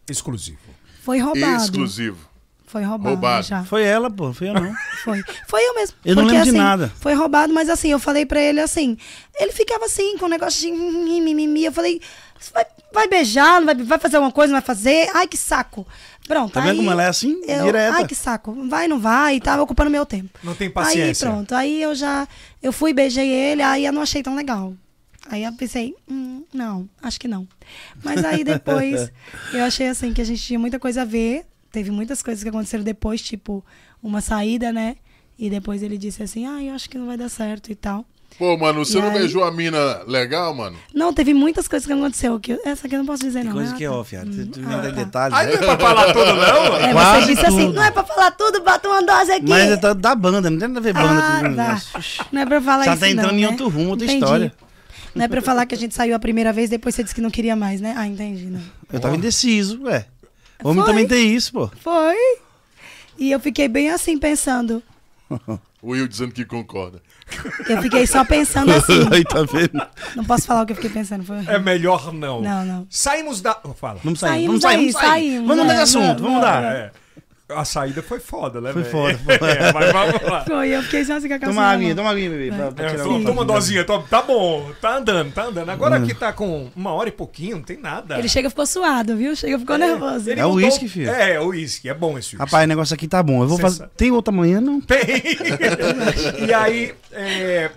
[SPEAKER 1] Exclusivo.
[SPEAKER 3] Foi roubado.
[SPEAKER 2] Exclusivo.
[SPEAKER 3] Foi roubado, né,
[SPEAKER 2] Roubado.
[SPEAKER 3] já.
[SPEAKER 4] Foi ela, pô, foi eu não.
[SPEAKER 3] Foi. Foi eu mesmo.
[SPEAKER 4] Eu não
[SPEAKER 3] Porque,
[SPEAKER 4] lembro
[SPEAKER 3] assim,
[SPEAKER 4] de nada.
[SPEAKER 3] Foi roubado, mas assim, eu falei pra ele assim. Ele ficava assim, com um negócio de mimimi. Eu falei, "Você vai, vai beijar, não vai, vai fazer alguma coisa, não vai fazer. Ai, que saco. Pronto.
[SPEAKER 4] Tá vendo
[SPEAKER 3] aí
[SPEAKER 4] como ela é assim?
[SPEAKER 3] eu-
[SPEAKER 4] Direta.
[SPEAKER 3] Ai, que saco. Vai, não vai, e tava ocupando meu tempo.
[SPEAKER 1] Não tem paciência.
[SPEAKER 3] Aí pronto. Aí eu já. Eu fui, beijei ele, aí eu não achei tão legal. Aí eu pensei, hum, não, acho que não. Mas aí depois eu achei assim que a gente tinha muita coisa a ver. Teve muitas coisas que aconteceram depois, tipo uma saída, né? E depois ele disse assim, ah, eu acho que não vai dar certo e tal.
[SPEAKER 2] Pô, mano, você
[SPEAKER 3] E
[SPEAKER 2] não
[SPEAKER 3] aí?
[SPEAKER 2] beijou a mina legal, mano?
[SPEAKER 3] Não, teve muitas coisas que aconteceu. Que eu- essa aqui eu não posso dizer,
[SPEAKER 4] Tem
[SPEAKER 3] não.
[SPEAKER 4] coisa
[SPEAKER 3] Ah,
[SPEAKER 4] que é
[SPEAKER 3] tá.
[SPEAKER 4] off, cara. Tu, tu
[SPEAKER 3] Hum,
[SPEAKER 4] não
[SPEAKER 3] ah,
[SPEAKER 4] tem né?
[SPEAKER 3] tá.
[SPEAKER 4] detalhes.
[SPEAKER 1] Aí não é pra falar tudo, não?
[SPEAKER 3] É,
[SPEAKER 4] Quase
[SPEAKER 3] você disse assim,
[SPEAKER 4] tudo.
[SPEAKER 3] não é pra falar tudo, bota uma dose aqui.
[SPEAKER 4] Mas é da, da banda, não tem nada a ver banda
[SPEAKER 3] Ah,
[SPEAKER 4] com o
[SPEAKER 3] tá.
[SPEAKER 4] negócio. Oxi.
[SPEAKER 3] Não é pra falar
[SPEAKER 4] né? Já
[SPEAKER 3] isso.
[SPEAKER 4] tá entrando
[SPEAKER 3] não,
[SPEAKER 4] em
[SPEAKER 3] né?
[SPEAKER 4] outro rumo, outra
[SPEAKER 3] Entendi.
[SPEAKER 4] história.
[SPEAKER 3] Não é pra falar que a gente saiu a primeira vez, depois você disse que não queria mais, né? Ah, entendi. Não.
[SPEAKER 4] Eu tava indeciso, ué. Homem
[SPEAKER 3] Foi.
[SPEAKER 4] também tem isso, pô.
[SPEAKER 3] Foi. E eu fiquei bem assim pensando.
[SPEAKER 2] O Will dizendo que concorda.
[SPEAKER 3] Eu fiquei só pensando assim.
[SPEAKER 4] Aí tá vendo?
[SPEAKER 3] Não posso falar o que eu fiquei pensando. Foi horrível.
[SPEAKER 1] É melhor não.
[SPEAKER 3] Não, não.
[SPEAKER 1] Saímos da. Oh, Fala.
[SPEAKER 4] Vamos sair,
[SPEAKER 3] Saímos
[SPEAKER 4] vamos sair,
[SPEAKER 3] aí,
[SPEAKER 4] vamos sair.
[SPEAKER 3] saímos,
[SPEAKER 4] Vamos mudar de
[SPEAKER 3] é,
[SPEAKER 4] assunto, vamos mudar.
[SPEAKER 1] É. A saída foi foda, né?
[SPEAKER 4] Foi
[SPEAKER 1] velho?
[SPEAKER 4] foda.
[SPEAKER 1] É, mas vamos lá.
[SPEAKER 3] Foi, eu fiquei só assim com a calcinha.
[SPEAKER 4] Toma
[SPEAKER 3] na
[SPEAKER 4] aguinha,
[SPEAKER 3] mão.
[SPEAKER 4] toma aguinha, bebê. pra- pra
[SPEAKER 1] É,
[SPEAKER 4] tirar
[SPEAKER 1] toma,
[SPEAKER 4] o-
[SPEAKER 1] toma uma dosinha, toma. tá bom, tá andando, tá andando. Agora
[SPEAKER 4] Uhum.
[SPEAKER 1] aqui tá com uma hora e pouquinho, não tem nada.
[SPEAKER 3] Ele chega e ficou suado, viu? Chega e ficou nervoso.
[SPEAKER 1] Ele
[SPEAKER 4] É o
[SPEAKER 1] mudou-
[SPEAKER 4] uísque, filho.
[SPEAKER 1] É, é o uísque, é bom esse uísque.
[SPEAKER 4] Rapaz, o negócio aqui tá bom. Eu vou fazer.
[SPEAKER 1] Sensa-
[SPEAKER 4] Tem outra manhã, não?
[SPEAKER 1] Tem. e aí, é,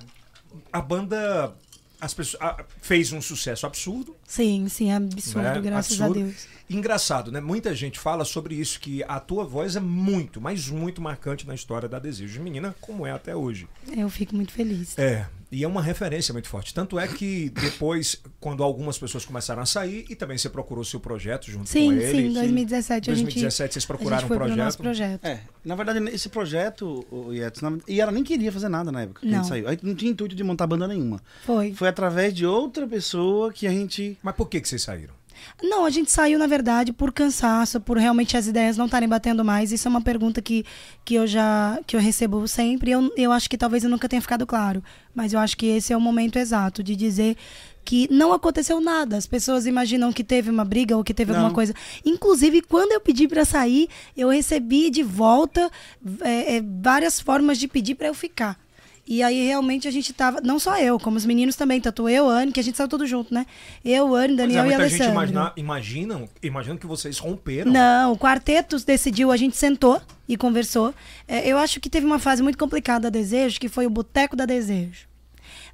[SPEAKER 1] a banda as pessoas, a- fez um sucesso absurdo.
[SPEAKER 3] Sim, sim, é absurdo,
[SPEAKER 1] né?
[SPEAKER 3] graças
[SPEAKER 1] Absurdo.
[SPEAKER 3] a Deus.
[SPEAKER 1] Engraçado, né? Muita gente fala sobre isso, que a tua voz é muito, mas muito marcante na história da Desejo de Menina, como é até hoje.
[SPEAKER 3] Eu fico muito feliz.
[SPEAKER 1] É, e é uma referência muito forte. Tanto é que depois, quando algumas pessoas começaram a sair, e também você procurou seu projeto junto com
[SPEAKER 3] Sim,
[SPEAKER 1] ele.
[SPEAKER 3] sim, 2017 a gente.
[SPEAKER 1] 2017 vocês
[SPEAKER 3] a
[SPEAKER 1] procuraram
[SPEAKER 3] gente
[SPEAKER 1] um
[SPEAKER 3] foi pro
[SPEAKER 1] projeto.
[SPEAKER 3] nosso projeto.
[SPEAKER 4] É, na verdade, esse projeto, o Yetis, na- e ela nem queria fazer nada na época que a
[SPEAKER 3] Não.
[SPEAKER 4] gente saiu. A gente não tinha intuito de montar banda nenhuma.
[SPEAKER 3] Foi.
[SPEAKER 4] Foi através de outra pessoa que a gente.
[SPEAKER 1] Mas por que, que vocês saíram?
[SPEAKER 3] Não, a gente saiu, na verdade, por cansaço, por realmente as ideias não estarem batendo mais. Isso é uma pergunta que, que eu já que eu recebo sempre. Eu, eu acho que talvez eu nunca tenha ficado claro. Mas eu acho que esse é o momento exato de dizer que não aconteceu nada. As pessoas imaginam que teve uma briga ou que teve alguma
[SPEAKER 4] Não.
[SPEAKER 3] coisa. Inclusive, quando eu pedi para sair, eu recebi de volta é, é, várias formas de pedir para eu ficar. E aí realmente a gente tava, não só eu, como os meninos também, tanto eu, Anne, que a gente saiu todo junto, né? Eu, Anne,
[SPEAKER 1] Mas
[SPEAKER 3] Daniel
[SPEAKER 1] é,
[SPEAKER 3] e
[SPEAKER 1] muita gente
[SPEAKER 3] Alessandro.
[SPEAKER 1] imagina, imaginam, imaginam que vocês romperam.
[SPEAKER 3] Não, o quarteto decidiu, a gente sentou e conversou. É, eu acho que teve uma fase muito complicada da Desejo, que foi o Boteco da Desejo.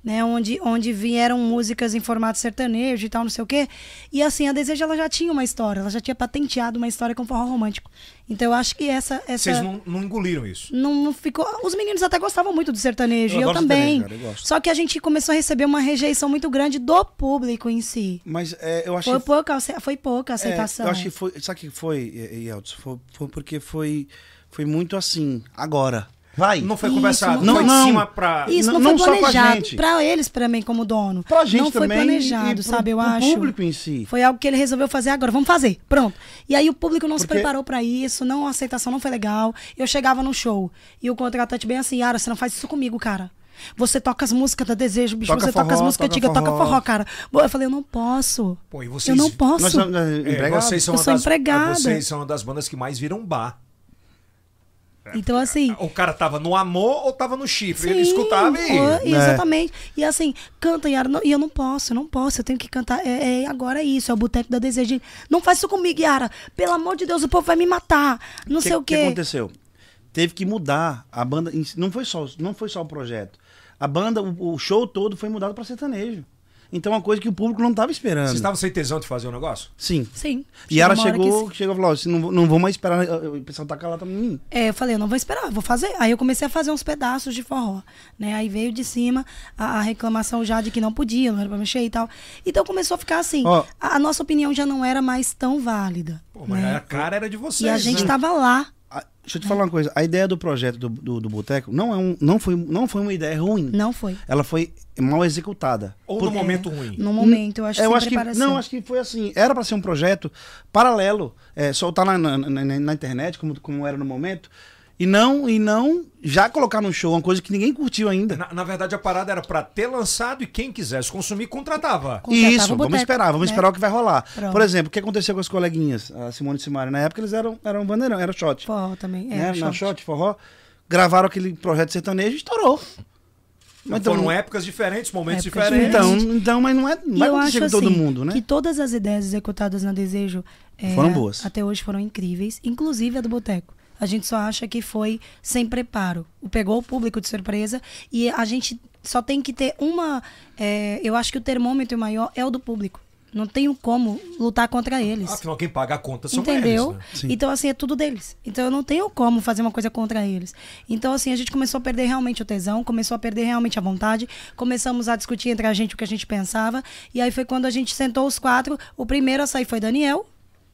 [SPEAKER 3] Né, onde, onde vieram músicas em formato sertanejo e tal, não sei o quê. E assim, a Desejo ela já tinha uma história, ela já tinha patenteado uma história com forró romântico. Então eu acho que essa. essa
[SPEAKER 1] Vocês não, não engoliram isso.
[SPEAKER 3] não, não ficou. Os meninos até gostavam muito do sertanejo,
[SPEAKER 1] Eu
[SPEAKER 3] e eu
[SPEAKER 1] adoro
[SPEAKER 3] também.
[SPEAKER 1] sertanejo,
[SPEAKER 4] cara, eu gosto.
[SPEAKER 3] Só que a gente começou a receber uma rejeição muito grande do público em si.
[SPEAKER 4] Mas é, eu achei.
[SPEAKER 3] Foi pouca, ace- foi pouca
[SPEAKER 4] É,
[SPEAKER 3] aceitação.
[SPEAKER 4] eu acho que foi. Sabe o que foi, eh, eh, Yeltsin? Foi, foi porque foi, foi muito assim, agora. Vai.
[SPEAKER 1] Não foi
[SPEAKER 3] Isso,
[SPEAKER 1] conversado. Não,
[SPEAKER 3] não-
[SPEAKER 1] foi
[SPEAKER 4] não.
[SPEAKER 1] de cima pra.
[SPEAKER 3] Isso não,
[SPEAKER 4] Não- não
[SPEAKER 3] foi
[SPEAKER 4] só com a
[SPEAKER 3] planejado.
[SPEAKER 4] gente.
[SPEAKER 3] Pra eles, pra mim, como dono.
[SPEAKER 4] Pra gente
[SPEAKER 3] não foi
[SPEAKER 4] também
[SPEAKER 3] planejado,
[SPEAKER 4] e pro-
[SPEAKER 3] sabe? Eu
[SPEAKER 4] pro
[SPEAKER 3] acho.
[SPEAKER 4] público em si.
[SPEAKER 3] Foi algo que ele resolveu fazer agora. Vamos fazer. Pronto. E aí o público não se
[SPEAKER 4] Porque-
[SPEAKER 3] preparou pra isso, não, a aceitação não foi legal. Eu chegava num show e o contratante bem assim, Yara, você não faz isso comigo, cara. Você toca as músicas da Desejo, bicho.
[SPEAKER 4] Toca
[SPEAKER 3] você toca as
[SPEAKER 4] forró,
[SPEAKER 3] músicas
[SPEAKER 4] toca
[SPEAKER 3] antigas, toca
[SPEAKER 4] forró.
[SPEAKER 3] forró, cara. Bom, Eu falei, eu não posso.
[SPEAKER 1] Pô, e
[SPEAKER 3] Eu
[SPEAKER 1] vocês-
[SPEAKER 3] não posso.
[SPEAKER 4] Nós somos, eh,
[SPEAKER 1] É,
[SPEAKER 4] empregados.
[SPEAKER 1] vocês são
[SPEAKER 3] Eu
[SPEAKER 1] uma
[SPEAKER 3] sou
[SPEAKER 1] das,
[SPEAKER 3] empregada.
[SPEAKER 1] Vocês são uma das bandas que mais viram bar.
[SPEAKER 3] Então, assim.
[SPEAKER 1] O cara tava no amor ou tava no chifre?
[SPEAKER 3] Sim,
[SPEAKER 1] Ele escutava e.
[SPEAKER 3] foi,
[SPEAKER 4] Né?
[SPEAKER 3] Exatamente. E assim, canta, Yara. não- e eu não posso, eu não posso. Eu tenho que cantar. É, é, agora é isso, é o boteco da desejo. Não faz isso comigo, Yara. Pelo amor de Deus, o povo vai me matar. Não sei o
[SPEAKER 4] que
[SPEAKER 3] quê.
[SPEAKER 4] aconteceu? Teve que mudar a banda. em si. Não foi só, não foi só o projeto. A banda, o, o show todo foi mudado para sertanejo. Então é uma coisa que o público não estava esperando.
[SPEAKER 1] Vocês estavam sem tesão de fazer o negócio?
[SPEAKER 4] Sim.
[SPEAKER 3] Sim.
[SPEAKER 4] E ela
[SPEAKER 3] Chegou uma hora
[SPEAKER 4] chegou,
[SPEAKER 3] que-
[SPEAKER 4] chegou e falou: ó, se não, vou- não vou mais esperar eh, eh, o pessoal tá calado em mim.
[SPEAKER 3] É, eu falei, eu não vou esperar, eu vou fazer. Aí eu comecei a fazer uns pedaços de forró, né? Aí veio de cima a, a reclamação já de que não podia, não era pra mexer e tal. Então começou a ficar assim.
[SPEAKER 4] Ó.
[SPEAKER 3] a, a nossa opinião já não era mais tão válida.
[SPEAKER 1] Pô, mas
[SPEAKER 3] né?
[SPEAKER 1] a cara era de vocês.
[SPEAKER 3] E a gente tá-
[SPEAKER 1] né?
[SPEAKER 3] tava lá.
[SPEAKER 4] Ah, Deixa eu
[SPEAKER 3] É.
[SPEAKER 4] te falar uma coisa. A ideia do projeto do, do, do Boteco não, é um, não, foi, não foi uma ideia ruim.
[SPEAKER 3] Não foi.
[SPEAKER 4] Ela foi mal executada.
[SPEAKER 1] Ou
[SPEAKER 3] É.
[SPEAKER 4] Por-
[SPEAKER 1] no momento ruim.
[SPEAKER 3] No momento, eu acho,
[SPEAKER 4] É,
[SPEAKER 3] sem
[SPEAKER 4] que
[SPEAKER 3] preparação.
[SPEAKER 4] não, acho que foi assim. Era para ser um projeto paralelo, é, soltar na, na- na- na internet como, como era no momento e não e não já colocar no show uma coisa que ninguém curtiu ainda.
[SPEAKER 1] Na, na verdade, a parada era pra ter lançado e quem quisesse consumir, contratava.
[SPEAKER 3] Contratava
[SPEAKER 4] E Isso,
[SPEAKER 3] o
[SPEAKER 4] vamos
[SPEAKER 3] boteco,
[SPEAKER 4] esperar, vamos
[SPEAKER 3] né?
[SPEAKER 4] esperar o que vai rolar.
[SPEAKER 3] Pronto.
[SPEAKER 4] Por exemplo, o que aconteceu com as coleguinhas, a Simone e Simara, na época eles eram eram bandeirão, era shot.
[SPEAKER 3] Forró também. É,
[SPEAKER 4] né?
[SPEAKER 3] short.
[SPEAKER 4] Na shot, forró, gravaram aquele projeto sertanejo e estourou.
[SPEAKER 1] Mas é Foram épocas diferentes, momentos
[SPEAKER 3] então- Épocas
[SPEAKER 1] diferentes.
[SPEAKER 4] então, então, mas não é não
[SPEAKER 3] E
[SPEAKER 4] vai
[SPEAKER 3] eu
[SPEAKER 4] acontecer
[SPEAKER 3] acho
[SPEAKER 4] com todo
[SPEAKER 3] assim,
[SPEAKER 4] mundo, né?
[SPEAKER 3] que todas as ideias executadas na Desejo é,
[SPEAKER 4] Foram boas.
[SPEAKER 3] até hoje foram incríveis, inclusive a do Boteco. A gente só acha que foi sem preparo. O- Pegou o público de surpresa e a gente só tem que ter uma. é, eu acho que o termômetro maior é o do público. Não tenho como lutar contra eles.
[SPEAKER 1] Ah, Afinal, quem paga a conta são
[SPEAKER 3] Entendeu?
[SPEAKER 1] eles. né?
[SPEAKER 4] Sim.
[SPEAKER 3] Então, assim, é tudo deles. Então, eu não tenho como fazer uma coisa contra eles. Então, assim, a gente começou a perder realmente o tesão, começou a perder realmente a vontade, começamos a discutir entre a gente o que a gente pensava. E aí foi quando a gente sentou os quatro. O primeiro a sair foi Daniel,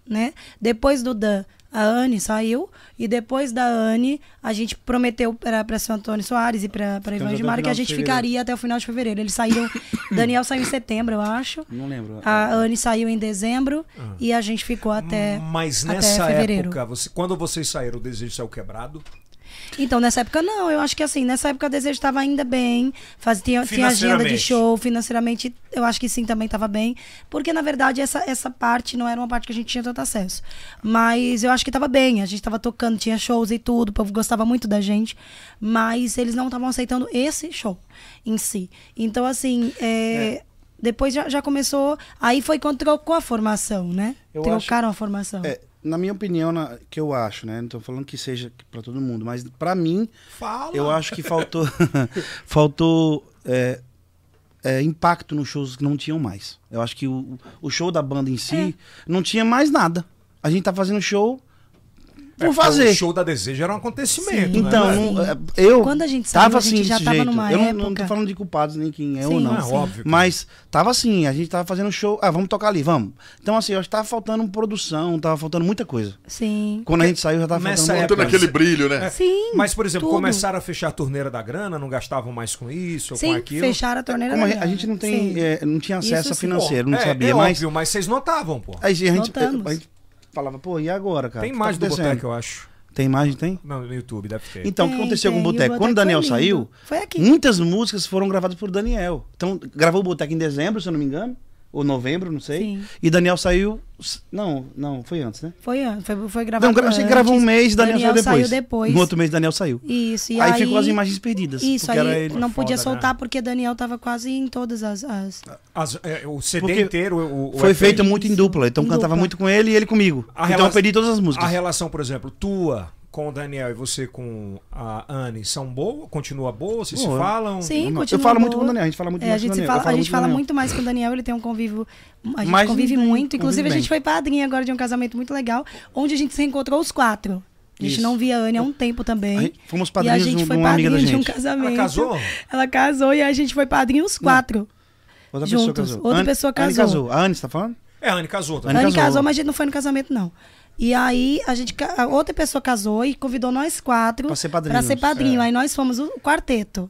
[SPEAKER 3] né? Depois do Dan, a Anne saiu. E depois da Anne, a gente prometeu para Santo Antônio Soares e para Ivan
[SPEAKER 4] até o
[SPEAKER 3] Gilmar que a
[SPEAKER 4] final de
[SPEAKER 3] gente
[SPEAKER 4] fevereiro.
[SPEAKER 3] ficaria até o final de fevereiro. Eles saíram. Daniel saiu em setembro, eu acho.
[SPEAKER 4] Não lembro.
[SPEAKER 3] A Anne saiu em dezembro e a gente ficou até,
[SPEAKER 1] Mas
[SPEAKER 3] até
[SPEAKER 1] nessa
[SPEAKER 3] fevereiro.
[SPEAKER 1] época, você- quando vocês saíram, o desejo saiu quebrado.
[SPEAKER 3] Então, nessa época, não. Eu acho que assim, nessa época o desejo estava ainda bem. Faz, tinha, tinha agenda de
[SPEAKER 1] Financeiramente.
[SPEAKER 3] show, financeiramente, eu acho que sim, também estava bem. Porque, na verdade, essa, essa parte não era uma parte que a gente tinha tanto acesso. Mas eu acho que estava bem. A gente estava tocando, tinha shows e tudo. O povo gostava muito da gente. Mas eles não estavam aceitando esse show em si. Então, assim. é, Depois já, já começou. Aí foi quando trocou a formação, né?
[SPEAKER 4] Eu acho-
[SPEAKER 3] Trocaram a formação.
[SPEAKER 4] É, na minha opinião, na- que eu acho, né? Não tô falando que seja pra todo mundo, mas pra mim,
[SPEAKER 1] Fala.
[SPEAKER 4] eu acho que faltou faltou é, é, impacto nos shows que não tinham mais. Eu acho que
[SPEAKER 1] É.
[SPEAKER 4] o, o show da banda em si não tinha mais nada. A gente tá fazendo show por
[SPEAKER 1] O
[SPEAKER 4] fazer.
[SPEAKER 1] é um show da Desejo era um acontecimento. né,
[SPEAKER 4] Então,
[SPEAKER 1] velho?
[SPEAKER 4] não- é, eu
[SPEAKER 3] Quando a gente saiu,
[SPEAKER 4] tava
[SPEAKER 3] a gente
[SPEAKER 4] assim,
[SPEAKER 3] já
[SPEAKER 4] desse
[SPEAKER 3] tava
[SPEAKER 4] jeito.
[SPEAKER 3] numa
[SPEAKER 4] eu não, não tô
[SPEAKER 3] época-
[SPEAKER 4] falando de culpados nem quem é ou
[SPEAKER 3] Sim,
[SPEAKER 4] não.
[SPEAKER 1] não, é óbvio. que-
[SPEAKER 4] Mas tava assim, a gente tava fazendo show, ah, vamos tocar ali, vamos. Então assim, eu acho que tava faltando produção, tava faltando muita coisa.
[SPEAKER 3] Sim.
[SPEAKER 4] Quando a gente saiu já tava
[SPEAKER 1] Nessa
[SPEAKER 4] faltando muita
[SPEAKER 1] época-
[SPEAKER 2] Tendo
[SPEAKER 4] coisa.
[SPEAKER 2] aquele brilho, né?
[SPEAKER 3] Sim.
[SPEAKER 1] Mas, por exemplo,
[SPEAKER 3] tudo.
[SPEAKER 1] começaram a fechar a torneira da grana, não gastavam mais com isso ou
[SPEAKER 3] Sim,
[SPEAKER 1] com aquilo.
[SPEAKER 3] fecharam a torneira
[SPEAKER 4] Como a,
[SPEAKER 3] da
[SPEAKER 4] gente- a
[SPEAKER 3] grana.
[SPEAKER 4] gente não tem,
[SPEAKER 3] Sim.
[SPEAKER 4] é, não tinha
[SPEAKER 3] Isso
[SPEAKER 4] acesso
[SPEAKER 3] sim.
[SPEAKER 4] financeiro, não
[SPEAKER 1] é,
[SPEAKER 4] sabia,
[SPEAKER 1] é
[SPEAKER 4] mas É,
[SPEAKER 1] óbvio, mas vocês notavam, pô.
[SPEAKER 4] aí a gente,
[SPEAKER 3] Notamos.
[SPEAKER 4] a gente falava, pô, e agora, cara?
[SPEAKER 1] Tem
[SPEAKER 4] O que
[SPEAKER 1] mais
[SPEAKER 4] tá
[SPEAKER 1] do
[SPEAKER 4] acontecendo?
[SPEAKER 1] Boteco, eu acho.
[SPEAKER 4] Tem imagem, tem?
[SPEAKER 1] Não, no YouTube, deve ter.
[SPEAKER 4] Então, o que
[SPEAKER 3] Tem,
[SPEAKER 4] aconteceu com o
[SPEAKER 3] tem, e
[SPEAKER 4] Boteco? Quando o
[SPEAKER 3] foi
[SPEAKER 4] Daniel
[SPEAKER 3] lindo.
[SPEAKER 4] saiu,
[SPEAKER 3] Foi aqui.
[SPEAKER 4] muitas músicas foram gravadas por Daniel. Então, gravou o Boteco em dezembro, se eu não me engano, ou novembro, não sei.
[SPEAKER 3] Sim.
[SPEAKER 4] E Daniel saiu, não, não, foi antes, né?
[SPEAKER 3] Foi, an- foi, foi gravado.
[SPEAKER 4] Não, gra- você
[SPEAKER 3] antes,
[SPEAKER 4] gravou um mês, Daniel,
[SPEAKER 3] Daniel
[SPEAKER 4] saiu depois.
[SPEAKER 3] saiu depois.
[SPEAKER 4] No outro mês, Daniel saiu.
[SPEAKER 3] Isso, e
[SPEAKER 4] aí,
[SPEAKER 3] aí,
[SPEAKER 4] ficou as imagens perdidas.
[SPEAKER 3] Isso,
[SPEAKER 4] porque
[SPEAKER 3] aí
[SPEAKER 4] era ele.
[SPEAKER 3] não podia
[SPEAKER 1] Foda, né?
[SPEAKER 3] soltar porque Daniel tava quase em todas as. as-
[SPEAKER 1] As- é, o CD
[SPEAKER 4] Porque
[SPEAKER 1] inteiro. O, o
[SPEAKER 4] Foi
[SPEAKER 1] EP,
[SPEAKER 4] feito muito em dupla, então
[SPEAKER 3] Em
[SPEAKER 4] cantava
[SPEAKER 3] dupla.
[SPEAKER 4] muito com ele e ele comigo.
[SPEAKER 1] A
[SPEAKER 4] então
[SPEAKER 1] relação-
[SPEAKER 4] eu perdi todas as
[SPEAKER 1] A
[SPEAKER 4] músicas.
[SPEAKER 1] relação, por exemplo, tua com o Daniel e você com a Anne são boa? Continua boa? Vocês se
[SPEAKER 4] Boa.
[SPEAKER 1] falam?
[SPEAKER 3] Sim,
[SPEAKER 4] eu
[SPEAKER 3] continua
[SPEAKER 4] falo muito
[SPEAKER 3] boa.
[SPEAKER 4] com o Daniel, a gente fala muito
[SPEAKER 3] É,
[SPEAKER 4] mais
[SPEAKER 3] a
[SPEAKER 4] com
[SPEAKER 3] gente
[SPEAKER 4] o
[SPEAKER 3] se
[SPEAKER 4] Daniel, eu
[SPEAKER 3] fala,
[SPEAKER 4] falo
[SPEAKER 3] a gente
[SPEAKER 4] muito com o
[SPEAKER 3] fala
[SPEAKER 4] Daniel.
[SPEAKER 3] muito mais com o Daniel, ele tem um convívio. A gente
[SPEAKER 4] Mas
[SPEAKER 3] convive
[SPEAKER 4] não tem-
[SPEAKER 3] muito. Inclusive,
[SPEAKER 4] convive
[SPEAKER 3] a gente foi
[SPEAKER 4] bem.
[SPEAKER 3] padrinha agora de um casamento muito legal, onde a gente se encontrou os quatro. A gente
[SPEAKER 4] Isso.
[SPEAKER 3] não via a Anne há um tempo também.
[SPEAKER 4] A gente- fomos
[SPEAKER 3] e
[SPEAKER 4] padrinhos
[SPEAKER 3] a gente
[SPEAKER 4] de um-
[SPEAKER 3] foi
[SPEAKER 4] de uma amiga
[SPEAKER 3] padrinho
[SPEAKER 4] da
[SPEAKER 3] de um
[SPEAKER 4] gente.
[SPEAKER 3] casamento.
[SPEAKER 1] Ela casou?
[SPEAKER 3] Ela casou e a gente foi padrinho os quatro.
[SPEAKER 4] Outra
[SPEAKER 3] juntos.
[SPEAKER 4] pessoa casou.
[SPEAKER 3] Outra
[SPEAKER 4] Anne-
[SPEAKER 3] pessoa
[SPEAKER 4] Anne
[SPEAKER 3] casou.
[SPEAKER 4] A Anne, você tá falando?
[SPEAKER 1] É, a Anne casou
[SPEAKER 3] Anne
[SPEAKER 1] também.
[SPEAKER 4] Anne
[SPEAKER 3] casou.
[SPEAKER 4] casou,
[SPEAKER 3] mas a gente não foi no casamento, não. E aí, a gente, ca- a outra pessoa casou e convidou nós quatro
[SPEAKER 4] Pra ser padrinhos,
[SPEAKER 3] pra ser padrinho.
[SPEAKER 4] é.
[SPEAKER 3] Aí nós fomos o quarteto.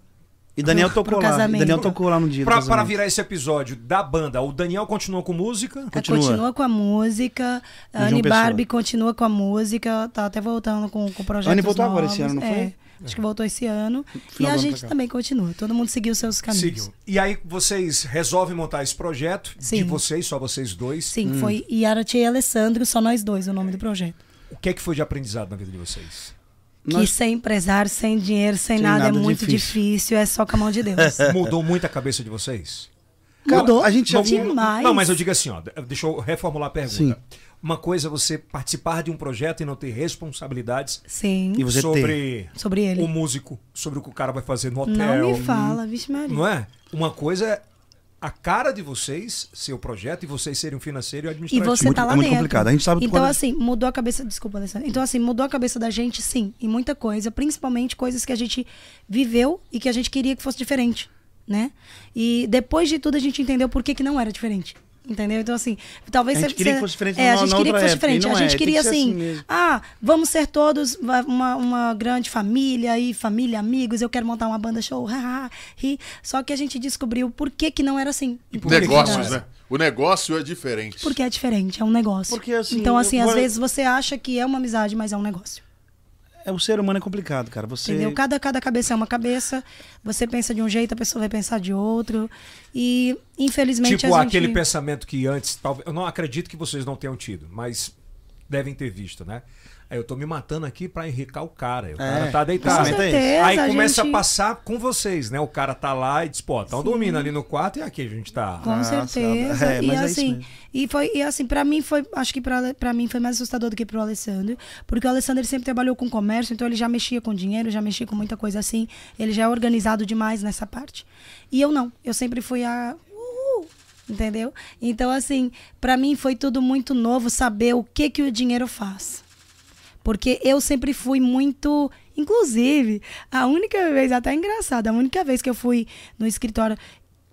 [SPEAKER 4] E Daniel
[SPEAKER 3] pro
[SPEAKER 4] tocou lá. E
[SPEAKER 3] casamento.
[SPEAKER 4] Daniel tocou lá no dia. do
[SPEAKER 1] Pra, pra
[SPEAKER 4] casamento.
[SPEAKER 1] virar esse episódio da banda, o Daniel continua com música?
[SPEAKER 3] Ela
[SPEAKER 4] Continua.
[SPEAKER 3] Ah, continua com a música.
[SPEAKER 4] João
[SPEAKER 3] A Anne
[SPEAKER 4] Pessoa.
[SPEAKER 3] Barbie continua com a música. Tá até voltando com, com projetos
[SPEAKER 4] Anne voltou agora
[SPEAKER 3] novos.
[SPEAKER 4] esse ano, não
[SPEAKER 3] É, Acho que voltou esse ano. e
[SPEAKER 4] Final
[SPEAKER 3] a
[SPEAKER 4] do ano pra
[SPEAKER 3] gente
[SPEAKER 4] cá.
[SPEAKER 3] também continua. Todo mundo seguiu seus caminhos.
[SPEAKER 1] Seguiu. E aí vocês resolvem montar esse projeto de
[SPEAKER 3] Sim.
[SPEAKER 1] vocês, só vocês dois.
[SPEAKER 3] Sim,
[SPEAKER 4] Hum.
[SPEAKER 3] foi Yaratia e Alessandro, só nós dois, o nome do projeto.
[SPEAKER 1] O que é que foi de aprendizado na vida de vocês?
[SPEAKER 3] Que
[SPEAKER 4] Nós-
[SPEAKER 3] sem empresário, sem dinheiro, sem,
[SPEAKER 4] Sem
[SPEAKER 3] nada, é
[SPEAKER 4] nada,
[SPEAKER 3] muito
[SPEAKER 4] difícil.
[SPEAKER 3] difícil. é só com a mão de Deus.
[SPEAKER 4] É.
[SPEAKER 1] Mudou muito a cabeça de vocês?
[SPEAKER 4] Cara,
[SPEAKER 3] Mudou
[SPEAKER 4] a gente já-
[SPEAKER 3] demais.
[SPEAKER 1] Não, mas eu digo assim, ó, deixa eu reformular a pergunta. Uma coisa é você participar de um projeto e não ter responsabilidades
[SPEAKER 3] Sim.
[SPEAKER 4] E você tem.
[SPEAKER 1] sobre
[SPEAKER 3] Sobre ele.
[SPEAKER 1] o músico, sobre o que o cara vai fazer no hotel.
[SPEAKER 3] Não me fala, vixe Maria.
[SPEAKER 1] Não é? Uma coisa é a cara de vocês, seu projeto, e vocês serem o financeiro e o
[SPEAKER 3] E
[SPEAKER 1] administrativo.
[SPEAKER 3] você
[SPEAKER 4] Muito-
[SPEAKER 3] tá lá
[SPEAKER 4] é muito
[SPEAKER 3] dentro.
[SPEAKER 4] complicado, a gente sabe
[SPEAKER 3] Então,
[SPEAKER 4] quando-
[SPEAKER 3] assim, mudou a cabeça. Desculpa, Alessandra. Então, assim, mudou a cabeça da gente, sim, em muita coisa, principalmente coisas que a gente viveu e que a gente queria que fosse diferente, né? E depois de tudo a gente entendeu por que, que não era diferente. Entendeu? Então, assim, talvez
[SPEAKER 4] A gente
[SPEAKER 3] você-
[SPEAKER 4] queria
[SPEAKER 3] você-
[SPEAKER 4] que fosse diferente
[SPEAKER 3] É,
[SPEAKER 4] na-
[SPEAKER 3] a gente
[SPEAKER 4] na
[SPEAKER 3] queria que
[SPEAKER 4] outra
[SPEAKER 3] fosse
[SPEAKER 4] época, e
[SPEAKER 3] diferente. a
[SPEAKER 4] não é,
[SPEAKER 3] gente
[SPEAKER 4] tem que
[SPEAKER 3] queria,
[SPEAKER 4] ser assim
[SPEAKER 3] assim,
[SPEAKER 4] mesmo.
[SPEAKER 3] ah, vamos ser todos va- uma, uma grande família e família, amigos, eu quero montar uma banda show, haha, ri. Só que a gente descobriu por que, que não era assim. E
[SPEAKER 1] por que que não
[SPEAKER 2] Negócios,
[SPEAKER 1] era?
[SPEAKER 2] né? O negócio é diferente.
[SPEAKER 3] porque é diferente, é um negócio.
[SPEAKER 4] Porque, assim,
[SPEAKER 3] então,
[SPEAKER 4] eu-
[SPEAKER 3] assim, às
[SPEAKER 4] agora-
[SPEAKER 3] vezes você acha que é uma amizade, mas é um negócio.
[SPEAKER 4] É, o ser humano é complicado, cara. Você.
[SPEAKER 3] Entendeu? Cada, cada cabeça é uma cabeça. Você pensa de um jeito, a pessoa vai pensar de outro. E, infelizmente,
[SPEAKER 1] Tipo
[SPEAKER 3] a gente...
[SPEAKER 1] aquele pensamento que antes, talvez. Eu não acredito que vocês não tenham tido, mas devem ter visto, né? Aí eu tô me matando aqui pra enricar o cara. O cara tá
[SPEAKER 3] Com
[SPEAKER 1] deitado.
[SPEAKER 4] pensamento é esse.
[SPEAKER 3] certeza,
[SPEAKER 1] Aí começa
[SPEAKER 3] gente...
[SPEAKER 1] a passar com vocês, né? O cara tá lá e diz, pô, tão dormindo ali no quarto e aqui a gente tá.
[SPEAKER 3] Com
[SPEAKER 4] Ah,
[SPEAKER 3] certeza.
[SPEAKER 4] sabe. É,
[SPEAKER 3] e
[SPEAKER 4] mas é isso
[SPEAKER 3] assim,
[SPEAKER 4] mesmo.
[SPEAKER 3] e foi e assim, para mim foi, acho que pra pra mim foi mais assustador do que pro Alessandro, porque o Alessandro ele sempre trabalhou com comércio, então ele já mexia com dinheiro, já mexia com muita coisa assim, ele já é organizado demais nessa parte. E eu não, eu sempre fui a uhul, entendeu? Então assim, pra mim foi tudo muito novo saber o que que o dinheiro faz. Porque eu sempre fui muito. Inclusive, a única vez, até engraçado, a única vez que eu fui no escritório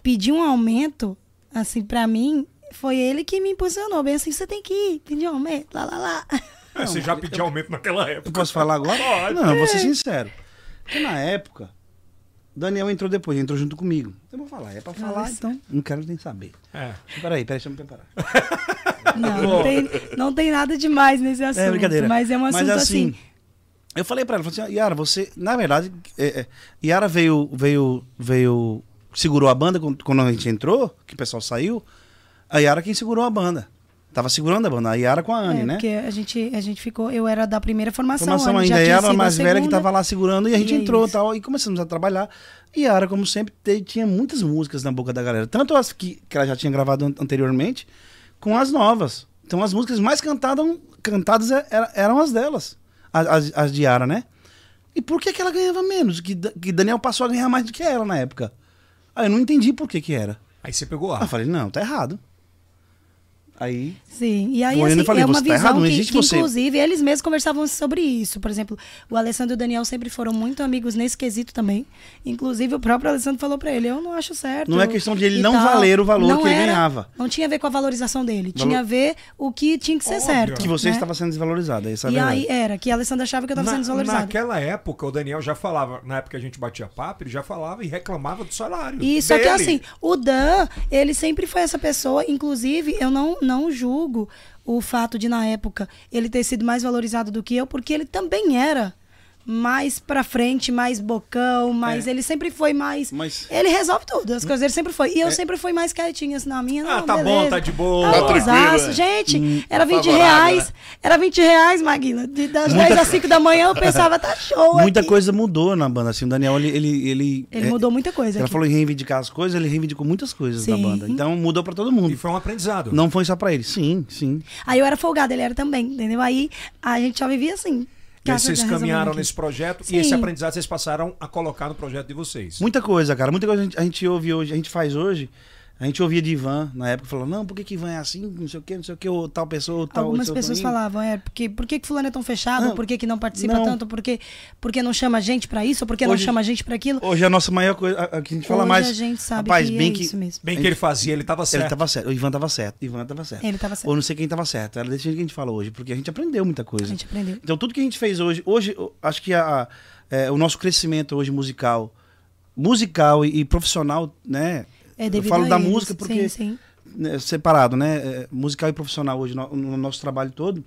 [SPEAKER 3] pedir um aumento, assim, pra mim, foi ele que me impulsionou. Bem assim, você tem que ir, pedir um aumento, lá, lá, lá.
[SPEAKER 1] É, você já pediu aumento naquela
[SPEAKER 4] Eu
[SPEAKER 1] época.
[SPEAKER 4] posso falar agora? Não, eu vou
[SPEAKER 3] É.
[SPEAKER 4] ser sincero. Porque na época, Daniel entrou depois, entrou junto comigo. Eu vou falar, é
[SPEAKER 3] Ah,
[SPEAKER 4] pra falar,
[SPEAKER 3] Nossa.
[SPEAKER 4] então. Não quero nem saber.
[SPEAKER 1] É.
[SPEAKER 4] Peraí, peraí, deixa eu me preparar.
[SPEAKER 3] Não, não tem, não tem nada demais nesse assunto.
[SPEAKER 4] É brincadeira.
[SPEAKER 3] Mas é um assunto assim.
[SPEAKER 4] Eu falei pra ela, falei assim, Yara, você, na verdade, é, é, Yara veio, veio, veio, segurou a banda quando quando a gente entrou, que o pessoal saiu. A Yara quem segurou a banda. Tava segurando a banda, a Yara com a Anne,
[SPEAKER 3] é,
[SPEAKER 4] né?
[SPEAKER 3] Porque a gente, a gente ficou. Eu era da primeira formação.
[SPEAKER 4] formação
[SPEAKER 3] a Anne um já
[SPEAKER 4] ainda,
[SPEAKER 3] tinha
[SPEAKER 4] ela a
[SPEAKER 3] sido
[SPEAKER 4] mais velha que
[SPEAKER 3] segunda.
[SPEAKER 4] tava lá segurando, e a gente
[SPEAKER 3] E é
[SPEAKER 4] entrou e
[SPEAKER 3] isso.
[SPEAKER 4] tal, e começamos a trabalhar. E a Ara, como sempre, te- tinha muitas músicas na boca da galera, tanto as que, que ela já tinha gravado an- anteriormente, com as novas. Então as músicas mais cantadas, cantadas e- era- eram as delas, as, as- as de Ara, né? E por que, que ela ganhava menos? Que, Da- que Daniel passou a ganhar mais do que ela na época. Aí eu não entendi por que que era.
[SPEAKER 1] Aí você pegou
[SPEAKER 4] Aí eu
[SPEAKER 1] ar.
[SPEAKER 4] falei, não, tá errado. Aí.
[SPEAKER 3] Sim, e aí
[SPEAKER 4] Bom, eu
[SPEAKER 3] assim,
[SPEAKER 4] não falei,
[SPEAKER 3] é uma
[SPEAKER 4] você tá
[SPEAKER 3] visão
[SPEAKER 4] errado, não
[SPEAKER 3] que,
[SPEAKER 4] existe
[SPEAKER 3] que,
[SPEAKER 4] você.
[SPEAKER 3] inclusive, eles mesmos conversavam sobre isso. Por exemplo, o Alessandro e o Daniel sempre foram muito amigos nesse quesito também. Inclusive, o próprio Alessandro falou pra ele, eu não acho certo.
[SPEAKER 4] Não é questão de ele
[SPEAKER 3] e
[SPEAKER 4] não
[SPEAKER 3] tal.
[SPEAKER 4] valer o valor que ele ganhava.
[SPEAKER 3] Não tinha a ver com a valorização dele,
[SPEAKER 4] Valor-
[SPEAKER 3] tinha a ver o que tinha que ser
[SPEAKER 1] Óbvio.
[SPEAKER 3] certo.
[SPEAKER 4] Que você
[SPEAKER 3] né?
[SPEAKER 4] estava sendo desvalorizada. Essa é a
[SPEAKER 3] E
[SPEAKER 4] verdade.
[SPEAKER 3] aí era, que a Alessandra achava que eu tava sendo desvalorizada.
[SPEAKER 1] naquela época, o Daniel já falava, na época que a gente batia papo, ele já falava e reclamava do salário.
[SPEAKER 3] E só que
[SPEAKER 1] dele.
[SPEAKER 3] assim, o Dan, ele sempre foi essa pessoa, inclusive, eu não, não julgo o fato de, na época, ele ter sido mais valorizado do que eu, porque ele também era mais pra frente, mais bocão, mas ele sempre foi mais.
[SPEAKER 4] Mas-
[SPEAKER 3] Ele resolve tudo, as coisas ele sempre foi. E eu sempre fui mais quietinha, assim, na minha.
[SPEAKER 1] Ah,
[SPEAKER 3] não,
[SPEAKER 1] tá
[SPEAKER 3] beleza.
[SPEAKER 1] bom, tá de boa.
[SPEAKER 2] Tá
[SPEAKER 3] Tá
[SPEAKER 2] tranquilo,
[SPEAKER 3] tranquilo.
[SPEAKER 2] é.
[SPEAKER 3] Gente,
[SPEAKER 2] tá
[SPEAKER 3] era 20
[SPEAKER 2] favorável,
[SPEAKER 3] reais.
[SPEAKER 2] né?
[SPEAKER 3] Era 20 reais, Maguila. De, das 10 às 5 da manhã eu pensava, tá show.
[SPEAKER 4] Muita
[SPEAKER 3] aqui.
[SPEAKER 4] coisa mudou na banda. Assim, o Daniel, ele. Ele, ele,
[SPEAKER 3] Ele
[SPEAKER 4] é,
[SPEAKER 3] mudou muita coisa.
[SPEAKER 4] Ela
[SPEAKER 3] aqui.
[SPEAKER 4] falou em reivindicar as coisas, ele reivindicou muitas coisas
[SPEAKER 3] Sim.
[SPEAKER 4] na banda. Então mudou pra todo mundo.
[SPEAKER 1] E foi um aprendizado.
[SPEAKER 4] Não foi só pra ele. Sim, sim.
[SPEAKER 3] Aí eu era folgada, ele era também, entendeu? Aí a gente já vivia assim.
[SPEAKER 1] E aí vocês
[SPEAKER 3] Resolvendo
[SPEAKER 1] caminharam
[SPEAKER 3] aqui.
[SPEAKER 1] nesse projeto
[SPEAKER 3] Sim.
[SPEAKER 1] e esse aprendizado vocês passaram a colocar no projeto de vocês.
[SPEAKER 4] Muita coisa, cara. Muita coisa a gente, a gente ouve hoje, a gente faz hoje. A gente ouvia de Ivan na época falando, não, por que, que Ivan é assim? Não sei o quê, não sei o quê, ou tal pessoa, ou tal.
[SPEAKER 3] Algumas
[SPEAKER 4] ou
[SPEAKER 3] pessoas
[SPEAKER 4] falavam.
[SPEAKER 3] falavam, é, porque, por que, que fulano é tão fechado?
[SPEAKER 4] Não,
[SPEAKER 3] por que, que não participa
[SPEAKER 4] não.
[SPEAKER 3] tanto? Por que, por que não chama a gente pra isso? Por que
[SPEAKER 4] Hoje-
[SPEAKER 3] não chama a gente pra aquilo?
[SPEAKER 4] Hoje é a nossa maior coisa, a, a que a gente fala
[SPEAKER 3] Hoje
[SPEAKER 4] mais.
[SPEAKER 3] a gente sabe
[SPEAKER 4] rapaz,
[SPEAKER 3] que
[SPEAKER 4] bem
[SPEAKER 3] é
[SPEAKER 4] que
[SPEAKER 3] isso mesmo.
[SPEAKER 1] Bem que ele fazia, ele tava certo.
[SPEAKER 4] Ele tava certo, o Ivan tava certo, o Ivan tava certo.
[SPEAKER 3] Ele tava certo.
[SPEAKER 4] Ou não sei quem tava certo, era desse jeito que a gente fala hoje, porque a gente aprendeu muita coisa.
[SPEAKER 3] A gente aprendeu.
[SPEAKER 4] Então tudo que a gente fez hoje, hoje eu acho que a- a- é, o nosso crescimento hoje musical, musical e, e profissional, né?
[SPEAKER 3] É
[SPEAKER 4] eu
[SPEAKER 3] devido
[SPEAKER 4] falo
[SPEAKER 3] a
[SPEAKER 4] da
[SPEAKER 3] eles.
[SPEAKER 4] música porque
[SPEAKER 3] Sim, sim.
[SPEAKER 4] né, separado, né? é, musical e profissional hoje no, no nosso trabalho todo,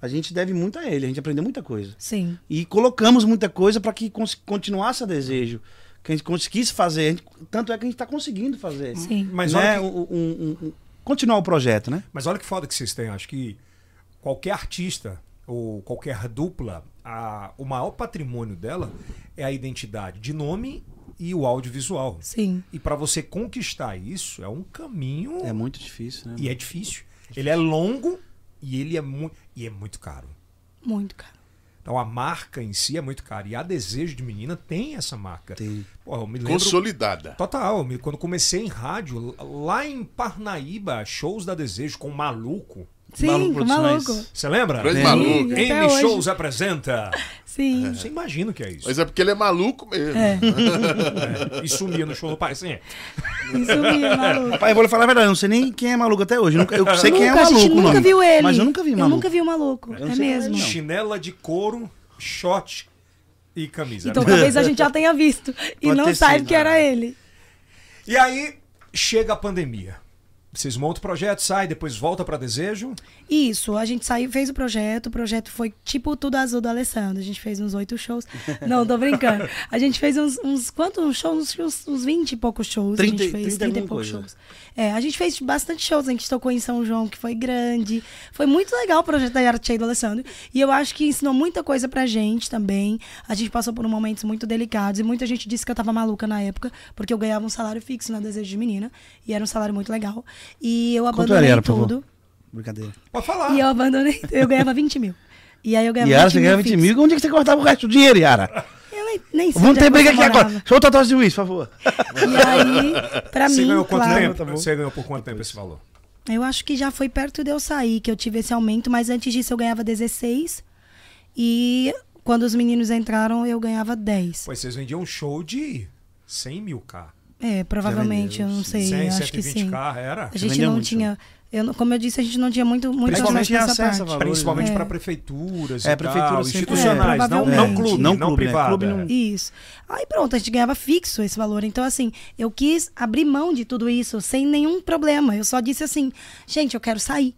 [SPEAKER 4] a gente deve muito a ele, a gente aprendeu muita coisa.
[SPEAKER 3] Sim.
[SPEAKER 4] E colocamos muita coisa para que cons- continuasse a desejo, que a gente conseguisse fazer, a gente- tanto é que a gente está conseguindo fazer.
[SPEAKER 3] Sim.
[SPEAKER 1] Mas olha
[SPEAKER 4] né?
[SPEAKER 1] que-
[SPEAKER 4] um- um- um- um- continuar o projeto, né?
[SPEAKER 1] Mas olha que foda que vocês têm. Acho que qualquer artista ou qualquer dupla, a- o maior patrimônio dela é a identidade de nome e o audiovisual.
[SPEAKER 3] Sim.
[SPEAKER 1] E para você conquistar isso é um caminho
[SPEAKER 4] É muito difícil, né?
[SPEAKER 1] e é difícil. Ele é longo e ele é muito e é muito caro.
[SPEAKER 3] Muito, cara.
[SPEAKER 1] Então a marca em si é muito cara. E a Desejo de Menina tem essa marca.
[SPEAKER 4] Tem.
[SPEAKER 1] Porra, eu me lembro...
[SPEAKER 2] Consolidada.
[SPEAKER 1] Total, me- quando comecei em rádio, lá em Parnaíba, shows da Desejo com Maluco.
[SPEAKER 3] Sim,
[SPEAKER 4] Maluco é
[SPEAKER 3] que
[SPEAKER 4] Produções.
[SPEAKER 3] maluco.
[SPEAKER 1] Você lembra?
[SPEAKER 2] Grande
[SPEAKER 4] Sim.
[SPEAKER 2] maluco.
[SPEAKER 3] Até
[SPEAKER 1] M
[SPEAKER 3] hoje.
[SPEAKER 1] Shows apresenta.
[SPEAKER 3] Sim.
[SPEAKER 1] Você imagina o que é isso.
[SPEAKER 2] Mas é porque ele é maluco mesmo.
[SPEAKER 1] É, E sumia no show do pai. Assim, é.
[SPEAKER 3] Isso mesmo, maluco.
[SPEAKER 4] Rapaz, eu vou falar a verdade, eu não sei nem quem é maluco até hoje. Eu, nunca- eu sei quem é
[SPEAKER 3] Nunca,
[SPEAKER 4] maluco.
[SPEAKER 3] a gente nunca
[SPEAKER 4] mano.
[SPEAKER 3] viu ele.
[SPEAKER 4] Mas eu nunca vi maluco.
[SPEAKER 3] Eu nunca vi o maluco.
[SPEAKER 4] não
[SPEAKER 3] é
[SPEAKER 4] sei quem é
[SPEAKER 3] mesmo.
[SPEAKER 4] ele, não.
[SPEAKER 1] chinela de couro, short e camisa. né?
[SPEAKER 3] Então talvez a gente já tenha visto. E
[SPEAKER 4] Pode
[SPEAKER 3] não
[SPEAKER 4] ter
[SPEAKER 3] saiba
[SPEAKER 4] sido. Ah.
[SPEAKER 3] que era ele.
[SPEAKER 1] E aí chega a pandemia. Vocês montam o projeto, sai, depois volta pra Desejo.
[SPEAKER 3] Isso, a gente saiu, fez o projeto, o projeto foi tipo o Tudo Azul do Alessandro. A gente fez uns oito shows. Não, tô brincando. A gente fez uns, uns quantos shows? Uns, uns 20 e poucos shows. a
[SPEAKER 4] 30
[SPEAKER 3] gente fez
[SPEAKER 4] 30
[SPEAKER 3] 30 e
[SPEAKER 4] alguma
[SPEAKER 3] poucos
[SPEAKER 4] coisa.
[SPEAKER 3] shows. É, a gente fez bastante shows, a gente tocou em São João, que foi grande. Foi muito legal o projeto da Yara Tchê e do Alessandro. E eu acho que ensinou muita coisa pra gente também. A gente passou por momentos muito delicados e muita gente disse que eu tava maluca na época, porque eu ganhava um salário fixo na Desejo de Menina. E era um salário muito legal. E eu
[SPEAKER 4] Quanto era,
[SPEAKER 3] abandonei
[SPEAKER 4] Yara, por favor?
[SPEAKER 3] tudo.
[SPEAKER 4] Brincadeira.
[SPEAKER 1] Pode falar.
[SPEAKER 3] E eu abandonei. Eu ganhava 20 mil. E aí eu ganhava
[SPEAKER 4] Yara, você ganha 20
[SPEAKER 3] fixo.
[SPEAKER 4] mil. Onde é que você cortava o resto do dinheiro, Yara?
[SPEAKER 3] Eu nem, nem sei.
[SPEAKER 4] Vamos
[SPEAKER 3] onde é
[SPEAKER 4] ter
[SPEAKER 3] que
[SPEAKER 4] briga
[SPEAKER 3] eu
[SPEAKER 4] aqui agora.
[SPEAKER 3] morava.
[SPEAKER 4] Solta a dose de uísque, por favor.
[SPEAKER 3] E aí, pra
[SPEAKER 1] Você
[SPEAKER 3] mim,
[SPEAKER 1] ganhou quanto
[SPEAKER 3] claro,
[SPEAKER 1] tempo?
[SPEAKER 4] tá bom.
[SPEAKER 1] Você ganhou por quanto tempo esse valor?
[SPEAKER 3] eu acho que já foi perto de eu sair que eu tive esse aumento, mas antes disso eu ganhava 16. E quando os meninos entraram, eu ganhava 10.
[SPEAKER 1] Pois vocês vendiam um show de 100 mil K.
[SPEAKER 3] É, provavelmente, eu não sei.
[SPEAKER 1] 100,
[SPEAKER 3] acho que sim.
[SPEAKER 1] 120K era.
[SPEAKER 3] A gente
[SPEAKER 4] Vendeu
[SPEAKER 3] não
[SPEAKER 4] muito.
[SPEAKER 3] tinha. Eu, não- como eu disse, a gente não tinha muito, muito acesso
[SPEAKER 4] Principalmente
[SPEAKER 3] a essa
[SPEAKER 4] tinha acesso
[SPEAKER 3] parte.
[SPEAKER 4] a valores,
[SPEAKER 1] Principalmente
[SPEAKER 3] né?
[SPEAKER 1] para
[SPEAKER 3] É.
[SPEAKER 1] prefeituras
[SPEAKER 4] É,
[SPEAKER 1] e tal,
[SPEAKER 4] prefeitura sempre-
[SPEAKER 1] institucionais,
[SPEAKER 3] é,
[SPEAKER 1] não, não
[SPEAKER 3] provavelmente.
[SPEAKER 1] clube, não,
[SPEAKER 4] Não clube, né?
[SPEAKER 1] privado.
[SPEAKER 4] Clube
[SPEAKER 1] é.
[SPEAKER 4] não-
[SPEAKER 3] Isso. Aí pronto, a gente ganhava fixo esse valor. Então, assim, eu quis abrir mão de tudo isso sem nenhum problema. Eu só disse assim, gente, eu quero sair.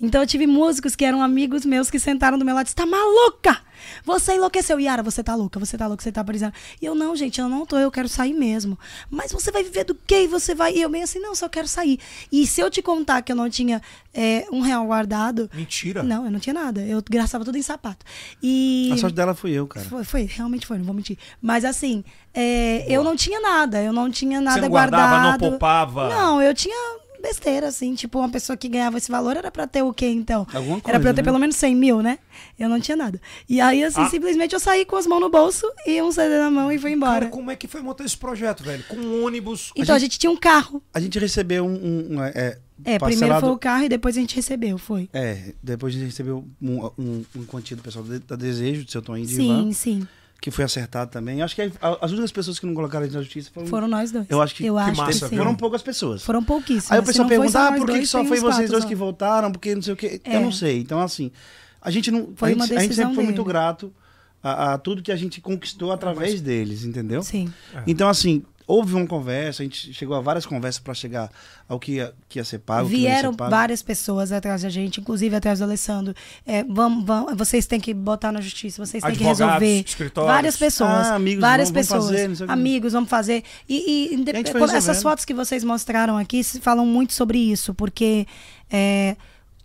[SPEAKER 3] Então eu tive músicos que eram amigos meus que sentaram do meu lado e disse, tá maluca? Você enlouqueceu. Yara, você tá louca, você tá louca, você tá parecendo. E eu, não, gente, eu não tô, eu quero sair mesmo. Mas você vai viver do quê? E Você vai... E eu meio assim, não, só quero sair. E se eu te contar que eu não tinha é, um real guardado...
[SPEAKER 1] Mentira.
[SPEAKER 3] Não, eu não tinha nada. Eu gastava tudo em sapato. E...
[SPEAKER 4] A sorte dela fui eu, cara.
[SPEAKER 3] Foi, foi, realmente foi, não vou mentir. Mas assim, é, eu não tinha nada, eu não tinha nada
[SPEAKER 1] não
[SPEAKER 3] guardado.
[SPEAKER 1] guardava, não poupava?
[SPEAKER 3] Não, eu tinha besteira, assim, tipo, uma pessoa que ganhava esse valor era pra ter o quê, então?
[SPEAKER 4] Alguma
[SPEAKER 3] era pra eu
[SPEAKER 4] coisa,
[SPEAKER 3] ter
[SPEAKER 4] né?
[SPEAKER 3] pelo menos 100 mil, né? Eu não tinha nada. E aí, assim,
[SPEAKER 1] Ah.
[SPEAKER 3] simplesmente eu saí com as mãos no bolso e um CD na mão e fui embora.
[SPEAKER 1] Cara, como é que foi montar esse projeto, velho? Com um ônibus.
[SPEAKER 3] Então a gente... tinha um carro.
[SPEAKER 4] A gente recebeu um. um, um, é, é,
[SPEAKER 3] É, primeiro
[SPEAKER 4] Parcelado-
[SPEAKER 3] foi o carro e depois a gente recebeu, foi.
[SPEAKER 4] É, depois a gente recebeu um, um, um quantia do pessoal de- da Desejo, do seu Tom aí de
[SPEAKER 3] Sim,
[SPEAKER 4] Ivan,
[SPEAKER 3] sim.
[SPEAKER 4] que foi acertado também. Acho que a- a- as únicas pessoas que não colocaram a gente na justiça foram.
[SPEAKER 3] Foram nós dois.
[SPEAKER 4] Eu acho que-
[SPEAKER 3] eu
[SPEAKER 4] que
[SPEAKER 3] acho que
[SPEAKER 1] massa,
[SPEAKER 3] sim.
[SPEAKER 1] viu?
[SPEAKER 4] foram poucas pessoas.
[SPEAKER 3] Foram pouquíssimas.
[SPEAKER 4] Aí o pessoal
[SPEAKER 3] Se não foi
[SPEAKER 4] pergunta,
[SPEAKER 3] só
[SPEAKER 4] ah,
[SPEAKER 3] nós
[SPEAKER 4] por que,
[SPEAKER 3] dois,
[SPEAKER 4] que só
[SPEAKER 3] tem
[SPEAKER 4] foi
[SPEAKER 3] uns
[SPEAKER 4] vocês
[SPEAKER 3] quatro
[SPEAKER 4] dois
[SPEAKER 3] só.
[SPEAKER 4] que voltaram? Porque não sei o quê.
[SPEAKER 3] É.
[SPEAKER 4] Eu não sei. Então, assim, a gente não.
[SPEAKER 3] Foi
[SPEAKER 4] a,
[SPEAKER 3] uma
[SPEAKER 4] gente, a gente
[SPEAKER 3] decisão
[SPEAKER 4] sempre foi muito
[SPEAKER 3] dele.
[SPEAKER 4] grato a, a tudo que a gente conquistou através deles, entendeu?
[SPEAKER 3] Sim.
[SPEAKER 1] É.
[SPEAKER 4] Então, assim, houve uma conversa, a gente chegou a várias conversas para chegar ao que ia, que ia ser pago. o que não ia ser
[SPEAKER 3] Vieram
[SPEAKER 4] pago.
[SPEAKER 3] várias pessoas atrás da gente, inclusive atrás do Alessandro. É, vamos, vamos, vocês têm que botar na justiça, vocês têm
[SPEAKER 1] Advogados,
[SPEAKER 3] que resolver.
[SPEAKER 1] escritórios.
[SPEAKER 3] Várias pessoas.
[SPEAKER 4] Ah, amigos,
[SPEAKER 3] várias
[SPEAKER 4] vamos-
[SPEAKER 3] pessoas.
[SPEAKER 4] vamos fazer, não sei o quê.
[SPEAKER 3] amigos, vamos fazer. E, e indep-
[SPEAKER 4] E a gente foi
[SPEAKER 3] como essas
[SPEAKER 4] resolvendo.
[SPEAKER 3] fotos que vocês mostraram aqui se- falam muito sobre isso, porque é,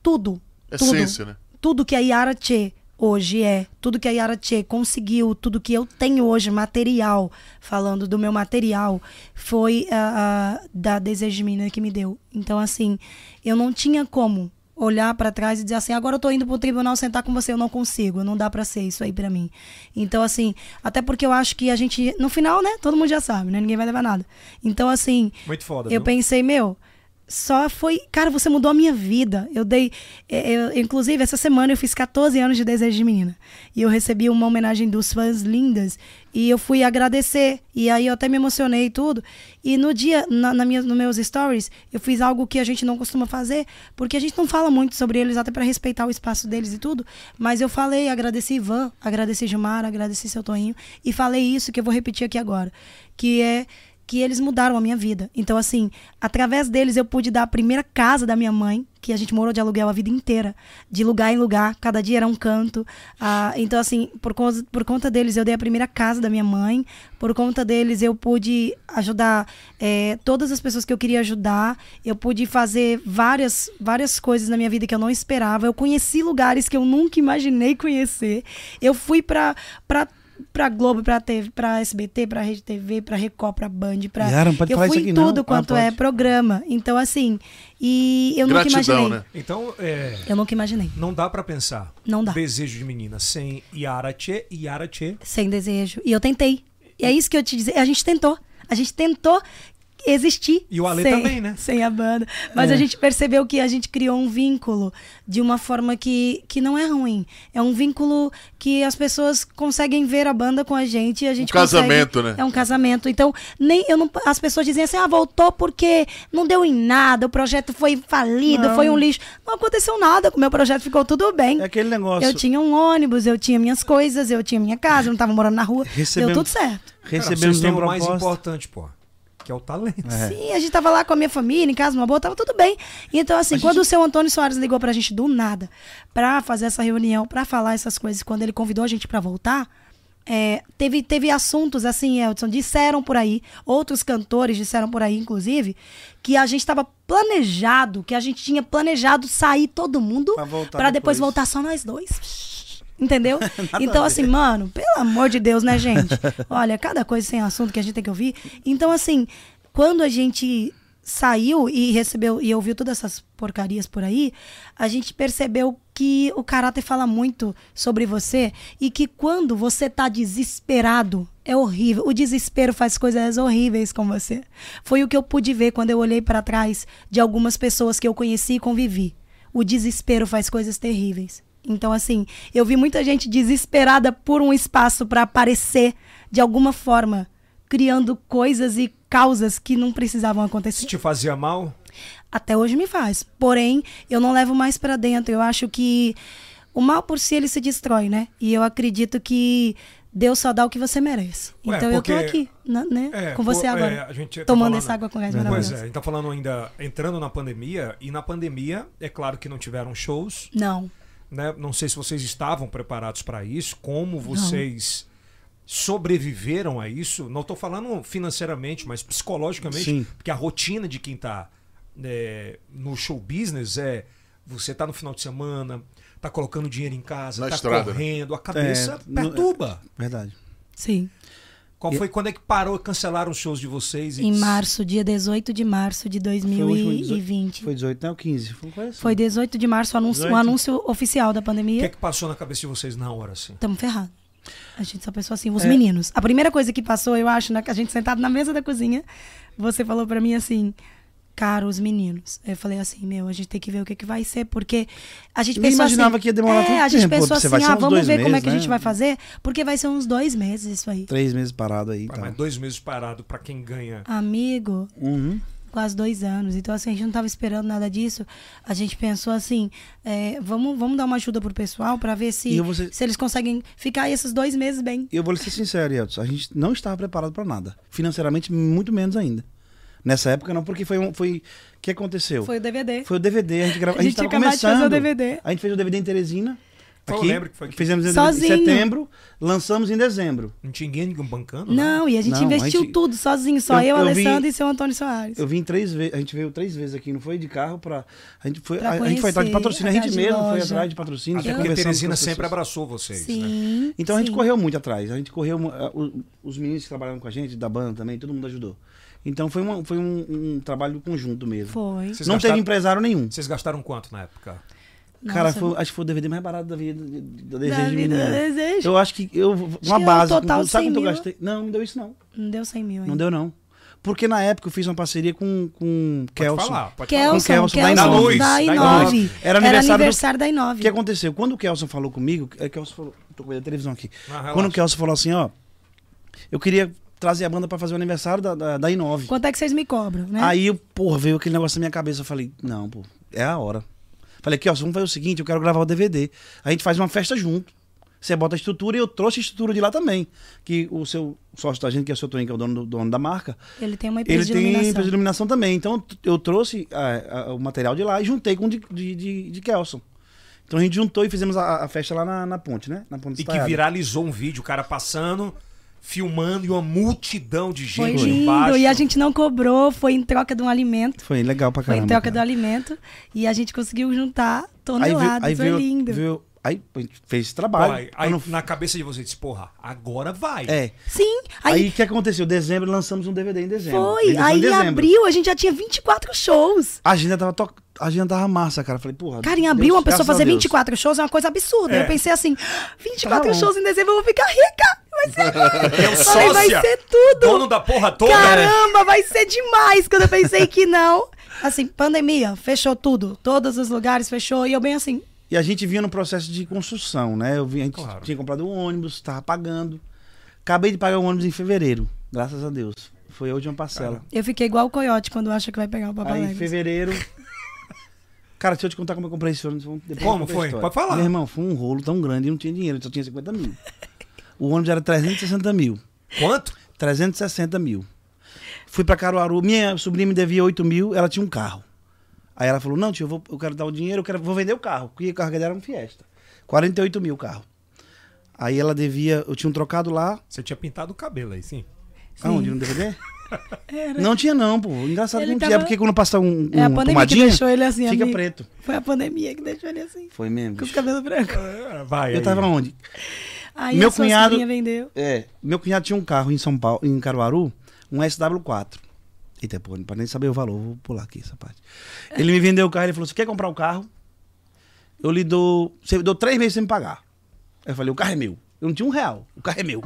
[SPEAKER 3] tudo. tudo,
[SPEAKER 2] Essência, né?
[SPEAKER 3] tudo que a Yara Tchê hoje é, tudo que a Yara Tchê conseguiu, tudo que eu tenho hoje, material, falando do meu material, foi ah, ah, da Desejo de Menina que me deu. Então, assim, eu não tinha como olhar pra trás e dizer assim, agora eu tô indo pro tribunal sentar com você, eu não consigo, não dá pra ser isso aí pra mim. Então, assim, até porque eu acho que a gente, no final, né, todo mundo já sabe, né, ninguém vai levar nada. Então, assim,
[SPEAKER 1] Muito foda,
[SPEAKER 3] eu
[SPEAKER 1] viu?
[SPEAKER 3] pensei, meu, só foi. Cara, você mudou a minha vida. Eu dei. eh, eu- inclusive, essa semana eu fiz 14 anos de Desejo de Menina. E eu recebi uma homenagem dos fãs lindas. E eu fui agradecer. E aí eu até me emocionei e tudo. E no dia, na, na minha, nos meus stories, eu fiz algo que a gente não costuma fazer, porque a gente não fala muito sobre eles, até para respeitar o espaço deles e tudo. Mas eu falei, agradeci Ivan, agradeci Gilmar, agradeci seu Toinho. E falei isso que eu vou repetir aqui agora. Que é que eles mudaram a minha vida. Então, assim, através deles eu pude dar a primeira casa da minha mãe, que a gente morou de aluguel a vida inteira, de lugar em lugar, cada dia era um canto. Ah, então, assim, por, causa- por conta deles eu dei a primeira casa da minha mãe, por conta deles eu pude ajudar eh, todas as pessoas que eu queria ajudar, eu pude fazer várias, várias coisas na minha vida que eu não esperava, eu conheci lugares que eu nunca imaginei conhecer, eu fui pra. pra pra Globo, pra, TV, pra SBT, pra Rede TV, pra Record, pra Band, pra.
[SPEAKER 4] Yara, não pode
[SPEAKER 3] eu
[SPEAKER 4] falar
[SPEAKER 3] fui
[SPEAKER 4] isso
[SPEAKER 3] em
[SPEAKER 4] aqui, não.
[SPEAKER 3] tudo
[SPEAKER 4] Ah,
[SPEAKER 3] quanto é
[SPEAKER 4] pode.
[SPEAKER 3] programa. Então, assim, e eu nunca
[SPEAKER 2] Gratidão,
[SPEAKER 3] imaginei.
[SPEAKER 2] né?
[SPEAKER 1] Então, é,
[SPEAKER 3] Eu nunca imaginei.
[SPEAKER 1] não dá pra pensar.
[SPEAKER 3] Não dá.
[SPEAKER 1] Desejo de menina sem Yara Tchê e Yara Tchê.
[SPEAKER 3] Sem desejo. E eu tentei. E é isso que eu te dizer. A gente tentou. A gente tentou existir.
[SPEAKER 1] E o Ale
[SPEAKER 3] sem,
[SPEAKER 1] também, né? É.
[SPEAKER 3] Sem a banda. Mas a gente percebeu que a gente criou um vínculo de uma forma que, que não é ruim. É um vínculo que as pessoas conseguem ver a banda com a gente e a gente consegue-
[SPEAKER 2] Um casamento, né?
[SPEAKER 3] É um casamento. Então, nem eu não, as pessoas dizem assim: "Ah, voltou porque não deu em nada, o projeto foi falido, foi um lixo". Não aconteceu nada com o meu projeto, ficou tudo bem.
[SPEAKER 4] É aquele negócio.
[SPEAKER 3] Eu tinha um ônibus, eu tinha minhas coisas, eu tinha minha casa, eu não tava morando na rua.
[SPEAKER 4] Recebemos-
[SPEAKER 3] Deu tudo certo.
[SPEAKER 1] Cara,
[SPEAKER 4] Recebemos
[SPEAKER 1] vocês têm
[SPEAKER 4] uma
[SPEAKER 1] o mais
[SPEAKER 4] proposta.
[SPEAKER 1] importante, pô. Que é o talento.
[SPEAKER 3] Sim, a gente tava lá com a minha família, em casa, numa boa, tava tudo bem. Então, assim, quando o seu Antônio Soares ligou pra gente do nada pra fazer essa reunião, pra falar essas coisas, quando ele convidou a gente pra voltar, é, teve, teve assuntos, assim, Elton, disseram por aí, outros cantores disseram por aí, inclusive, que a gente tava planejado, que a gente tinha planejado sair todo mundo
[SPEAKER 4] Pra voltar
[SPEAKER 3] pra depois
[SPEAKER 4] depois.
[SPEAKER 3] voltar só nós dois. Entendeu? então, assim, mano, pelo amor de Deus, né, gente? Olha, cada coisa sem assunto que a gente tem que ouvir. Então, assim, quando a gente saiu e recebeu e ouviu todas essas porcarias por aí, a gente percebeu que o caráter fala muito sobre você e que quando você tá desesperado, é horrível. O desespero faz coisas horríveis com você. Foi o que eu pude ver quando eu olhei pra trás de algumas pessoas que eu conheci e convivi. O desespero faz coisas terríveis. Então, assim, eu vi muita gente desesperada por um espaço para aparecer de alguma forma, criando coisas e causas que não precisavam
[SPEAKER 1] Se
[SPEAKER 3] acontecer.
[SPEAKER 1] te fazia mal,
[SPEAKER 3] Até hoje me faz. Porém, eu não levo mais para dentro. Eu acho que o mal por si ele se destrói, né? E eu acredito que Deus só dá o que você merece.
[SPEAKER 1] Ué,
[SPEAKER 3] então eu tô
[SPEAKER 1] porque-
[SPEAKER 3] aqui, na- né?
[SPEAKER 1] É,
[SPEAKER 3] com você
[SPEAKER 1] pô,
[SPEAKER 3] agora.
[SPEAKER 1] é, a gente tá
[SPEAKER 3] tomando
[SPEAKER 1] falando-
[SPEAKER 3] essa água com gás
[SPEAKER 1] Pois
[SPEAKER 3] maravilhosa.
[SPEAKER 1] é, a gente tá falando ainda, entrando na pandemia, e na pandemia, é claro que não tiveram shows,
[SPEAKER 3] Não.
[SPEAKER 1] né? Não sei se vocês estavam preparados para isso, como vocês sobreviveram a isso. Não tô falando financeiramente, mas psicologicamente,
[SPEAKER 4] Sim.
[SPEAKER 1] porque a rotina de quem tá né, no show business é você tá no final de semana, tá colocando dinheiro em casa,
[SPEAKER 2] Na
[SPEAKER 1] tá
[SPEAKER 2] estrada, né?
[SPEAKER 1] correndo, a cabeça
[SPEAKER 4] É,
[SPEAKER 3] É,
[SPEAKER 1] é
[SPEAKER 4] no- é
[SPEAKER 1] perturba.
[SPEAKER 4] Verdade.
[SPEAKER 3] Sim.
[SPEAKER 1] Qual foi quando é que parou, cancelaram os shows de vocês? e-
[SPEAKER 3] Em março, dia 18 de março de
[SPEAKER 4] Foi o último
[SPEAKER 3] 2020.
[SPEAKER 4] Foi 18, não, 15. Foi, uma coisa assim.
[SPEAKER 3] Foi 18 de março o anúncio, o
[SPEAKER 4] 18?
[SPEAKER 3] anúncio oficial da
[SPEAKER 1] O que é
[SPEAKER 3] pandemia.
[SPEAKER 1] que passou na cabeça de vocês na hora, assim?
[SPEAKER 3] Estamos ferrados. A gente só pensou assim,
[SPEAKER 4] É.
[SPEAKER 3] os meninos. A primeira coisa que passou, eu acho, na, a gente sentado na mesa da cozinha, você falou pra mim assim: ficaram os meninos. Eu falei assim, meu, a gente tem que ver o que, que vai ser, porque a gente
[SPEAKER 4] Nem
[SPEAKER 3] pensou
[SPEAKER 4] imaginava
[SPEAKER 3] assim,
[SPEAKER 4] que ia demorar
[SPEAKER 3] é,
[SPEAKER 4] tanto
[SPEAKER 3] a gente
[SPEAKER 4] tempo,
[SPEAKER 3] pensou
[SPEAKER 4] você
[SPEAKER 3] assim,
[SPEAKER 4] vai ser
[SPEAKER 3] ah,
[SPEAKER 4] uns
[SPEAKER 3] vamos
[SPEAKER 4] dois
[SPEAKER 3] ver como é que a
[SPEAKER 4] meses,
[SPEAKER 3] gente
[SPEAKER 4] né?
[SPEAKER 3] vai fazer, porque vai ser uns dois meses isso aí.
[SPEAKER 4] Três meses parado aí.
[SPEAKER 1] Pá,
[SPEAKER 4] Tá.
[SPEAKER 3] Então.
[SPEAKER 1] Mas dois meses parado pra quem ganha.
[SPEAKER 3] Amigo,
[SPEAKER 4] Uhum.
[SPEAKER 3] quase dois anos. Então, assim, a gente não estava esperando nada disso. A gente pensou assim, é, vamos, vamos dar uma ajuda pro pessoal para ver
[SPEAKER 4] E
[SPEAKER 3] se,
[SPEAKER 4] eu vou ser-
[SPEAKER 3] se eles conseguem ficar aí esses dois meses bem.
[SPEAKER 4] Eu vou lhe ser sincero, Edson, a gente não estava preparado para nada. Financeiramente, muito menos ainda. Nessa época não, porque foi um- foi o que aconteceu.
[SPEAKER 3] Foi o DVD.
[SPEAKER 4] Foi o DVD, a gente
[SPEAKER 3] A
[SPEAKER 4] gravou, a gente
[SPEAKER 3] gente
[SPEAKER 4] tava
[SPEAKER 3] tinha acabado de fazer
[SPEAKER 4] começando.
[SPEAKER 3] o DVD.
[SPEAKER 4] A gente fez o DVD em Teresina.
[SPEAKER 1] Foi, eu
[SPEAKER 4] aqui,
[SPEAKER 1] lembro que foi aqui.
[SPEAKER 4] Fizemos em
[SPEAKER 3] Sozinho.
[SPEAKER 4] setembro, lançamos em dezembro.
[SPEAKER 1] Não tinha ninguém bancando? né?
[SPEAKER 3] Não, e a gente
[SPEAKER 4] Não, a
[SPEAKER 3] investiu
[SPEAKER 4] gente-
[SPEAKER 3] tudo sozinho, só eu,
[SPEAKER 4] Eu- eu vi-
[SPEAKER 3] Alessandro e seu Antônio Soares.
[SPEAKER 4] Eu vim três vezes, a gente veio três vezes aqui, não foi de carro para a gente foi,
[SPEAKER 3] Pra
[SPEAKER 4] a, a gente foi atrás de
[SPEAKER 3] conhecer,
[SPEAKER 4] patrocínio, a gente
[SPEAKER 3] atrás de
[SPEAKER 4] mesmo foi
[SPEAKER 3] loja.
[SPEAKER 4] atrás de patrocínio,
[SPEAKER 1] Até
[SPEAKER 4] ficou
[SPEAKER 1] porque a
[SPEAKER 4] conversando com
[SPEAKER 1] Teresina
[SPEAKER 4] as
[SPEAKER 1] sempre
[SPEAKER 4] pessoas.
[SPEAKER 1] abraçou vocês, né?
[SPEAKER 3] Sim.
[SPEAKER 4] Então a gente
[SPEAKER 3] sim.
[SPEAKER 4] correu muito atrás. A gente correu. mu- ah, o- Os meninos que trabalharam com a gente, da banda também, todo mundo ajudou. Então foi, uma- foi um, um trabalho conjunto mesmo.
[SPEAKER 3] Foi.
[SPEAKER 1] Vocês
[SPEAKER 4] Não
[SPEAKER 1] gastaram-
[SPEAKER 4] teve empresário nenhum.
[SPEAKER 1] Vocês gastaram quanto na época?
[SPEAKER 4] Cara,
[SPEAKER 3] Nossa,
[SPEAKER 4] foi- acho que foi o DVD mais barato da vida de- de- da Desejo
[SPEAKER 3] Da
[SPEAKER 4] de
[SPEAKER 3] vida,
[SPEAKER 4] Menino.
[SPEAKER 3] Desejo.
[SPEAKER 4] Eu acho que eu. Uma
[SPEAKER 3] que é o
[SPEAKER 4] base. com
[SPEAKER 3] total
[SPEAKER 4] tudo. sabe
[SPEAKER 3] 100
[SPEAKER 4] quanto eu
[SPEAKER 3] mil.
[SPEAKER 4] gastei? Não, não deu isso não.
[SPEAKER 3] Não deu 100 mil ainda.
[SPEAKER 4] Não deu não. Porque na época eu fiz uma parceria com, com
[SPEAKER 1] Pode
[SPEAKER 4] Kelson.
[SPEAKER 1] falar, pode falar.
[SPEAKER 3] Kelson,
[SPEAKER 4] Kelson,
[SPEAKER 3] Kelson,
[SPEAKER 4] da
[SPEAKER 1] Inove.
[SPEAKER 3] Kelson
[SPEAKER 1] Da
[SPEAKER 3] da
[SPEAKER 1] Inove.
[SPEAKER 3] Inove.
[SPEAKER 4] Era aniversário do-
[SPEAKER 3] da
[SPEAKER 4] O
[SPEAKER 3] Inove.
[SPEAKER 4] que aconteceu? Quando o Kelson falou comigo, é Kelson falou, tô com a televisão aqui.
[SPEAKER 1] Ah, relaxa.
[SPEAKER 4] Quando o Kelson falou assim, ó, eu queria trazer a banda pra fazer o aniversário da, da, da I9.
[SPEAKER 3] Quanto é que vocês me cobram, né?
[SPEAKER 4] Aí, eu, porra, veio aquele negócio na minha cabeça. Eu falei, não, pô, é a hora. Falei, aqui, ó, vamos fazer o seguinte, eu quero gravar o DVD. A gente faz uma festa junto. Você bota a estrutura e eu trouxe a estrutura de lá também. Que o seu sócio da gente, que é o seu Toninho, que é o dono, do- dono da marca,
[SPEAKER 3] ele tem uma
[SPEAKER 4] ele
[SPEAKER 3] empresa de
[SPEAKER 4] tem
[SPEAKER 3] iluminação.
[SPEAKER 4] empresa de iluminação também. Então t- eu trouxe ah, ah, o material de lá e juntei com o de, de, de, de Kelson. Então a gente juntou e fizemos a, a festa lá na, na ponte, né? Na ponte
[SPEAKER 1] E que
[SPEAKER 4] Estaiada.
[SPEAKER 1] viralizou um vídeo, o cara passando, filmando e uma multidão de
[SPEAKER 3] Foi
[SPEAKER 1] gente
[SPEAKER 3] lindo.
[SPEAKER 1] embaixo.
[SPEAKER 3] E a gente não cobrou, foi em troca de um alimento.
[SPEAKER 4] Foi legal pra
[SPEAKER 3] Foi
[SPEAKER 4] caramba.
[SPEAKER 3] em troca
[SPEAKER 4] cara.
[SPEAKER 3] do alimento. E a gente conseguiu juntar
[SPEAKER 4] Aí veio-
[SPEAKER 3] toneladas.
[SPEAKER 4] aí
[SPEAKER 3] foi
[SPEAKER 4] veio-
[SPEAKER 3] lindo.
[SPEAKER 4] veio- Aí a gente fez
[SPEAKER 1] Pô,
[SPEAKER 4] esse trabalho.
[SPEAKER 1] aí,
[SPEAKER 4] Eu
[SPEAKER 1] aí
[SPEAKER 4] não-
[SPEAKER 1] na cabeça de vocês, disse, porra, agora vai.
[SPEAKER 4] É.
[SPEAKER 3] Sim.
[SPEAKER 4] Aí
[SPEAKER 3] Aí,
[SPEAKER 4] o que aconteceu? Dezembro lançamos um DVD em dezembro.
[SPEAKER 3] foi.
[SPEAKER 4] Edição em
[SPEAKER 3] Aí em
[SPEAKER 4] dezembro.
[SPEAKER 3] abril a gente já tinha 24 shows.
[SPEAKER 4] A agenda tava, to... a agenda tava massa, cara. Eu Falei, porra.
[SPEAKER 3] Cara, em
[SPEAKER 4] Deus-
[SPEAKER 3] abril uma pessoa
[SPEAKER 4] graças a
[SPEAKER 3] fazer
[SPEAKER 4] Deus.
[SPEAKER 3] 24 shows é uma coisa absurda.
[SPEAKER 1] É.
[SPEAKER 3] Eu pensei assim, 24
[SPEAKER 4] Tá bom.
[SPEAKER 3] shows em dezembro eu vou ficar rica. Vai ser
[SPEAKER 4] É
[SPEAKER 1] E
[SPEAKER 4] um
[SPEAKER 1] eu
[SPEAKER 3] Falei, vai
[SPEAKER 1] é um sócia,
[SPEAKER 3] ser tudo.
[SPEAKER 1] Dono da porra toda.
[SPEAKER 4] né?
[SPEAKER 3] Caramba, vai ser demais quando eu pensei que não. Assim, pandemia, fechou tudo. Todos os lugares fechou. E eu bem assim,
[SPEAKER 4] E a gente vinha no processo de construção, né? Eu vi, a gente
[SPEAKER 1] Claro.
[SPEAKER 4] tinha comprado um ônibus, tava pagando. Acabei de pagar o ônibus em fevereiro, graças a Deus. Foi a última parcela.
[SPEAKER 3] eu fiquei igual o coiote quando acha que vai pegar o Papa
[SPEAKER 4] Aí em
[SPEAKER 3] Legos.
[SPEAKER 4] fevereiro. Cara, deixa eu te contar como eu comprei esse ônibus. vamos- depois
[SPEAKER 1] Como
[SPEAKER 4] eu conto a
[SPEAKER 1] foi?
[SPEAKER 4] história.
[SPEAKER 1] Pode falar.
[SPEAKER 4] Meu irmão, foi um rolo tão grande, eu não tinha dinheiro, eu só tinha 50 mil. O ônibus era 360 mil.
[SPEAKER 1] Quanto?
[SPEAKER 4] 360 mil. Fui pra Caruaru, minha sobrinha me devia 8 mil, ela tinha um carro. Aí ela falou: Não, tio, eu, vou- eu quero dar o dinheiro, eu quero, vou vender o carro, porque o carro dela era um Fiesta. 48 mil o carro. Aí ela devia, eu tinha um trocado lá.
[SPEAKER 1] Você tinha pintado o cabelo aí, sim.
[SPEAKER 3] Sim.
[SPEAKER 4] Aonde? No DVD? Não tinha, não, pô. Engraçado que
[SPEAKER 3] Ele
[SPEAKER 4] não tinha.
[SPEAKER 3] tava-
[SPEAKER 4] É porque quando passar um, um
[SPEAKER 3] É a pandemia que
[SPEAKER 4] pomadinha,
[SPEAKER 3] deixou ele assim,
[SPEAKER 4] fica
[SPEAKER 3] amigo.
[SPEAKER 4] preto.
[SPEAKER 3] Foi a pandemia que deixou ele assim,
[SPEAKER 4] Foi mesmo.
[SPEAKER 3] com os
[SPEAKER 4] bicho.
[SPEAKER 3] cabelos brancos.
[SPEAKER 1] É, Vai.
[SPEAKER 4] Eu
[SPEAKER 1] aí.
[SPEAKER 4] tava onde?
[SPEAKER 3] Aí
[SPEAKER 4] Meu
[SPEAKER 3] a sua
[SPEAKER 4] cunhado-
[SPEAKER 3] sobrinha vendeu.
[SPEAKER 4] É, meu cunhado tinha um carro em São Paulo, em Caruaru, um SW4. Eita, pô, não pode nem saber o valor, vou pular aqui essa parte. Ele me vendeu o carro, ele falou: Você quer comprar o carro? Eu lhe dou. Você me dou três meses sem me pagar. Aí eu falei: O carro é meu. Eu não tinha um real, o carro é meu.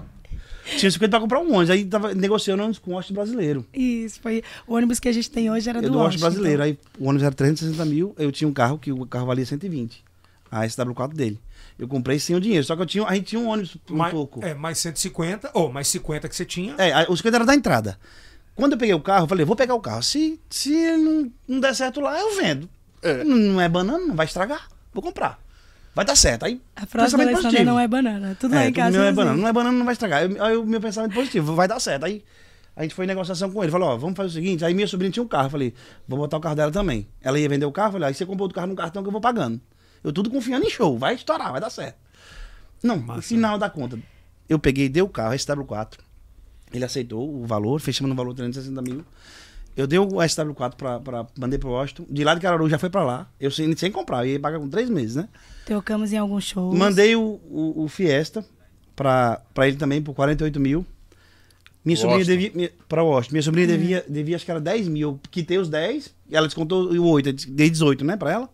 [SPEAKER 4] Tinha 50 pra comprar um ônibus, aí tava negociando ônibus com o Oeste brasileiro.
[SPEAKER 3] Isso, foi. O ônibus que a gente tem hoje era
[SPEAKER 4] Eu
[SPEAKER 3] do
[SPEAKER 4] do Oeste
[SPEAKER 3] Washington.
[SPEAKER 4] é um brasileiro, aí o ônibus era 360 mil, eu tinha um carro que o carro valia 120. A SW4 dele. Eu comprei sem o dinheiro, só que eu tinha, a gente tinha um ônibus um
[SPEAKER 1] mais,
[SPEAKER 4] pouco.
[SPEAKER 1] É, mais 150, ou mais 50 que você tinha.
[SPEAKER 4] É, aí os 50 era da entrada. Quando eu peguei o carro, eu falei, vou pegar o carro. Se, se ele não, não der certo lá, eu vendo.
[SPEAKER 2] É.
[SPEAKER 4] Não, não é banana, não vai estragar. Vou comprar. Vai dar certo. Aí,
[SPEAKER 3] A frase da
[SPEAKER 4] pensamento
[SPEAKER 3] Alessandra
[SPEAKER 4] positivo.
[SPEAKER 3] não é banana. Tudo lá em
[SPEAKER 4] É, tudo
[SPEAKER 3] casa.
[SPEAKER 4] meu é
[SPEAKER 3] assim.
[SPEAKER 4] banana. Não é banana, não vai estragar. Eu- Aí o meu pensamento positivo, vai dar certo. Aí a gente foi em negociação com ele. Falou, ó, vamos fazer o seguinte. Aí minha sobrinha tinha um carro. eu Falei, vou botar o carro dela também. Ela ia vender o carro. eu Falei, aí você comprou outro carro no cartão que eu vou pagando. Eu tudo confiando em show. Vai estourar, vai dar certo. Não, no final da conta. Eu peguei, dei o carro, SW4. Ele aceitou o valor, fechamos no valor 360 mil. Eu dei o SW4 pra, pra mandei pro Washington. De lá de Cararu já foi pra lá. Eu sem, sem comprar, eu ia pagar com três meses, né?
[SPEAKER 3] Trocamos em alguns shows.
[SPEAKER 4] Mandei o, o, o Fiesta pra, pra ele também por 48 mil. Minha sobrinha
[SPEAKER 2] Washington.
[SPEAKER 4] devia. Minha, pra Washington. Minha sobrinha devia, devia, acho que era 10 mil. Eu quitei os 10, e ela descontou o 8, eu dei 18, né, pra ela.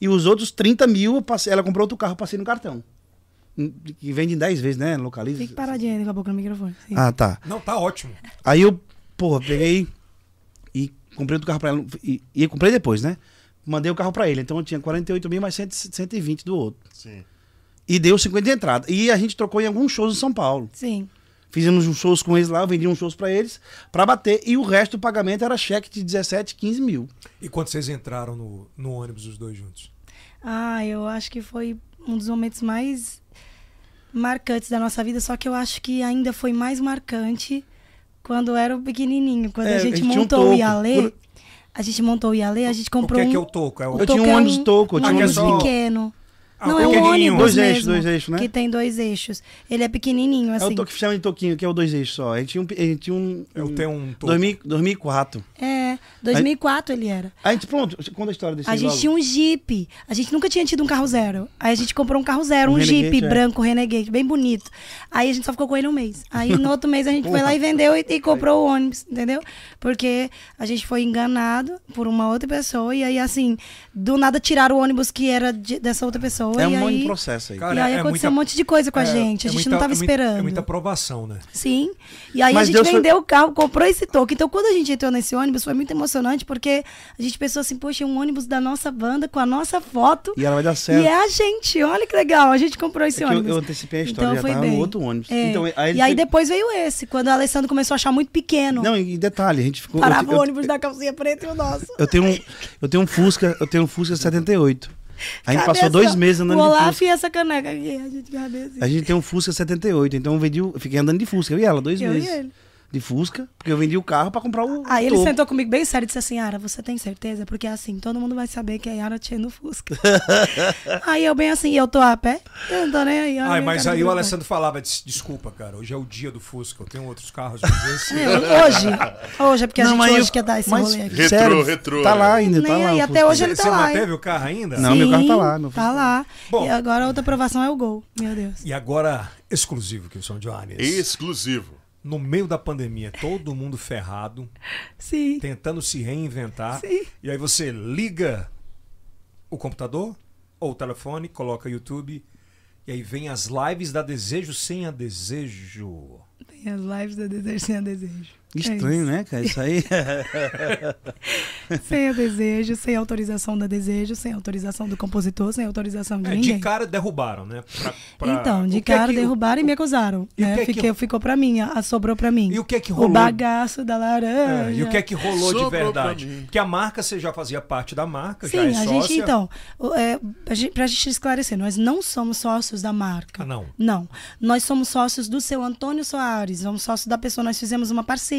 [SPEAKER 4] E os outros 30 mil, eu passei- ela comprou outro carro, eu passei no cartão. Hum, Que vende em 10 vezes, né? Localiza.
[SPEAKER 3] Fique paradinha aí com a boca no microfone. Sim.
[SPEAKER 4] Ah, tá.
[SPEAKER 1] Não, tá ótimo.
[SPEAKER 4] Aí eu, porra, peguei e Comprei outro carro pra ela. E, e eu comprei depois, né? Mandei o carro pra ele. Então eu tinha 48 mil mais 100, 120 do outro.
[SPEAKER 2] Sim.
[SPEAKER 4] E deu 50 de entrada. E a gente trocou em alguns shows em São Paulo.
[SPEAKER 3] Sim.
[SPEAKER 4] Fizemos uns shows com eles lá, eu vendi uns shows pra eles, pra bater. E o resto do pagamento era cheque de 17, 15 mil.
[SPEAKER 6] E quando vocês entraram no, no ônibus os dois juntos?
[SPEAKER 3] Ah, eu acho que foi um dos momentos mais marcantes da nossa vida, só que eu acho que ainda foi mais marcante quando era o pequenininho, quando
[SPEAKER 4] É,
[SPEAKER 3] a, gente
[SPEAKER 4] a gente tinha um
[SPEAKER 3] montou o
[SPEAKER 4] toco.
[SPEAKER 3] Ialê.
[SPEAKER 4] Quando-
[SPEAKER 3] A gente montou o Ialê, a gente
[SPEAKER 6] O
[SPEAKER 3] comprou
[SPEAKER 6] que é que
[SPEAKER 3] um-
[SPEAKER 6] eu toco? É o...
[SPEAKER 4] Eu tinha um
[SPEAKER 3] é
[SPEAKER 4] ônibus toco, eu
[SPEAKER 3] um
[SPEAKER 4] tinha um
[SPEAKER 3] ônibus
[SPEAKER 6] ônibus-
[SPEAKER 3] pequeno.
[SPEAKER 6] Ah,
[SPEAKER 3] não, é um
[SPEAKER 6] pequenininho.
[SPEAKER 3] ônibus
[SPEAKER 4] Dois
[SPEAKER 3] mesmo,
[SPEAKER 4] eixos, dois eixos, né?
[SPEAKER 3] que tem dois eixos. Ele é pequenininho,
[SPEAKER 4] É
[SPEAKER 3] assim.
[SPEAKER 4] o toque que chama de toquinho, que é o dois eixos só. Ele tinha um. Ele tinha um
[SPEAKER 6] Eu tenho um toco.
[SPEAKER 4] 2000, 2004.
[SPEAKER 3] É, 2004 ele era.
[SPEAKER 4] A gente, pronto, conta a história desse
[SPEAKER 3] A
[SPEAKER 4] aí
[SPEAKER 3] gente
[SPEAKER 4] logo.
[SPEAKER 3] tinha um Jeep. A gente nunca tinha tido um carro zero. Aí a gente comprou um carro zero, um,
[SPEAKER 4] Um
[SPEAKER 3] Jeep
[SPEAKER 4] Renegade, é.
[SPEAKER 3] branco, Renegade, bem bonito. Aí a gente só ficou com ele um mês. Aí no outro mês a gente foi lá e vendeu e, e comprou o ônibus, entendeu? Porque a gente foi enganado por uma outra pessoa e aí assim, do nada tiraram o ônibus que era de- dessa outra pessoa
[SPEAKER 4] É
[SPEAKER 3] e
[SPEAKER 4] um monte de
[SPEAKER 3] aí
[SPEAKER 4] processo aí.
[SPEAKER 6] Cara,
[SPEAKER 3] e aí
[SPEAKER 6] é muita-
[SPEAKER 3] aconteceu um monte de coisa com a
[SPEAKER 6] É,
[SPEAKER 3] gente. A
[SPEAKER 6] é
[SPEAKER 3] gente
[SPEAKER 6] muita-
[SPEAKER 3] não tava
[SPEAKER 6] é muita-
[SPEAKER 3] esperando.
[SPEAKER 6] É muita aprovação, né?
[SPEAKER 3] Sim. E aí a
[SPEAKER 4] Mas
[SPEAKER 3] gente
[SPEAKER 4] Deus foi-
[SPEAKER 3] vendeu o carro, comprou esse toque. Então, quando a gente entrou nesse ônibus, foi muito emocionante, porque a gente pensou assim, poxa, é um ônibus da nossa banda, com a nossa foto.
[SPEAKER 4] E ela vai dar certo.
[SPEAKER 3] E é a gente, olha que legal, a gente comprou esse
[SPEAKER 4] É que eu-
[SPEAKER 3] ônibus. Então,
[SPEAKER 4] eu antecipei a história, já
[SPEAKER 3] foi
[SPEAKER 4] tava no
[SPEAKER 3] bem.
[SPEAKER 4] outro ônibus.
[SPEAKER 3] É.
[SPEAKER 4] Então, aí ele
[SPEAKER 3] e aí
[SPEAKER 4] foi-
[SPEAKER 3] depois veio esse, quando o Alessandro começou a achar muito pequeno.
[SPEAKER 4] Não, e detalhe, a gente ficou. eu
[SPEAKER 3] Parava
[SPEAKER 4] te- eu-
[SPEAKER 3] o ônibus da calcinha preta e o nosso.
[SPEAKER 4] Eu tenho um, eu tenho um Fusca, eu tenho um Fusca 78. A gente
[SPEAKER 3] Cabeça-
[SPEAKER 4] passou dois meses andando
[SPEAKER 3] O
[SPEAKER 4] de
[SPEAKER 3] Olaf
[SPEAKER 4] Fusca.
[SPEAKER 3] e essa caneca aqui, a gente cabeça.
[SPEAKER 4] A gente tem um Fusca 78, então eu vendi, o- eu fiquei andando de Fusca, eu e ela, dois
[SPEAKER 3] Eu e
[SPEAKER 4] meses.
[SPEAKER 3] ele.
[SPEAKER 4] De Fusca, porque eu vendi o carro pra comprar o
[SPEAKER 3] Aí ele
[SPEAKER 4] topo.
[SPEAKER 3] sentou comigo bem sério e disse assim: Ara, você tem certeza? Porque assim, todo mundo vai saber que a Yara tinha no Fusca. aí eu, bem assim, eu tô a pé, eu não tô nem aí. olha a
[SPEAKER 6] Ai,
[SPEAKER 3] minha
[SPEAKER 6] mas
[SPEAKER 3] cara
[SPEAKER 6] aí
[SPEAKER 3] de
[SPEAKER 6] o
[SPEAKER 3] vergonha.
[SPEAKER 6] Alessandro falava, "Des- desculpa, cara, hoje é o dia do Fusca, eu tenho outros carros, mas esse...
[SPEAKER 3] É, hoje, hoje é porque a
[SPEAKER 4] Não, mas
[SPEAKER 3] gente hoje
[SPEAKER 4] eu-
[SPEAKER 3] quer dar esse
[SPEAKER 4] mas-
[SPEAKER 3] rolê aqui.
[SPEAKER 2] Retrô,
[SPEAKER 4] Sério,
[SPEAKER 2] retrô,
[SPEAKER 4] Tá
[SPEAKER 2] né?
[SPEAKER 4] lá ainda, tá
[SPEAKER 3] Nem
[SPEAKER 4] lá.
[SPEAKER 3] aí,
[SPEAKER 4] o
[SPEAKER 3] até
[SPEAKER 4] Fusca.
[SPEAKER 3] hoje ele
[SPEAKER 6] Você
[SPEAKER 3] tá lá,
[SPEAKER 6] manteve
[SPEAKER 3] hein?
[SPEAKER 6] o carro ainda?
[SPEAKER 4] Não, meu carro tá lá, meu
[SPEAKER 3] Tá lá.
[SPEAKER 6] Bom.
[SPEAKER 3] e agora a outra aprovação é o gol. Meu Deus.
[SPEAKER 6] E agora, exclusivo, que são Johannes.
[SPEAKER 2] Exclusivo.
[SPEAKER 6] No meio da pandemia, todo mundo ferrado,
[SPEAKER 3] Sim.
[SPEAKER 6] tentando se reinventar.
[SPEAKER 3] Sim.
[SPEAKER 6] E aí você liga o computador ou o telefone, coloca YouTube. E aí vem as lives da Desejo sem a Desejo.
[SPEAKER 3] Tem as lives da Desejo sem a Desejo.
[SPEAKER 4] Estranho, né, cara? Isso aí.
[SPEAKER 3] É isso. Sem a Desejo, sem autorização da Desejo, sem autorização do compositor, sem autorização de
[SPEAKER 6] É,
[SPEAKER 3] ninguém.
[SPEAKER 6] de cara derrubaram, né? Pra- pra-
[SPEAKER 3] Então,
[SPEAKER 6] o
[SPEAKER 3] de
[SPEAKER 6] que é
[SPEAKER 3] cara
[SPEAKER 6] que-
[SPEAKER 3] derrubaram e me acusaram.
[SPEAKER 6] E o
[SPEAKER 3] né?
[SPEAKER 6] que é que-
[SPEAKER 3] Fiquei- Ficou pra mim, a- sobrou pra mim.
[SPEAKER 6] E o que é que rolou?
[SPEAKER 3] O bagaço da laranja.
[SPEAKER 6] É, e o que é que rolou
[SPEAKER 2] Sobrou
[SPEAKER 6] de verdade?
[SPEAKER 2] pra mim.
[SPEAKER 6] Porque a marca você já fazia parte da marca, já é
[SPEAKER 3] Sim, a
[SPEAKER 6] sócia.
[SPEAKER 3] gente, então, o- é, a gente, pra gente esclarecer, nós não somos sócios da marca.
[SPEAKER 6] Ah, não.
[SPEAKER 3] Não. Nós somos sócios do seu Antônio Soares, somos sócios da pessoa. Nós fizemos uma parceria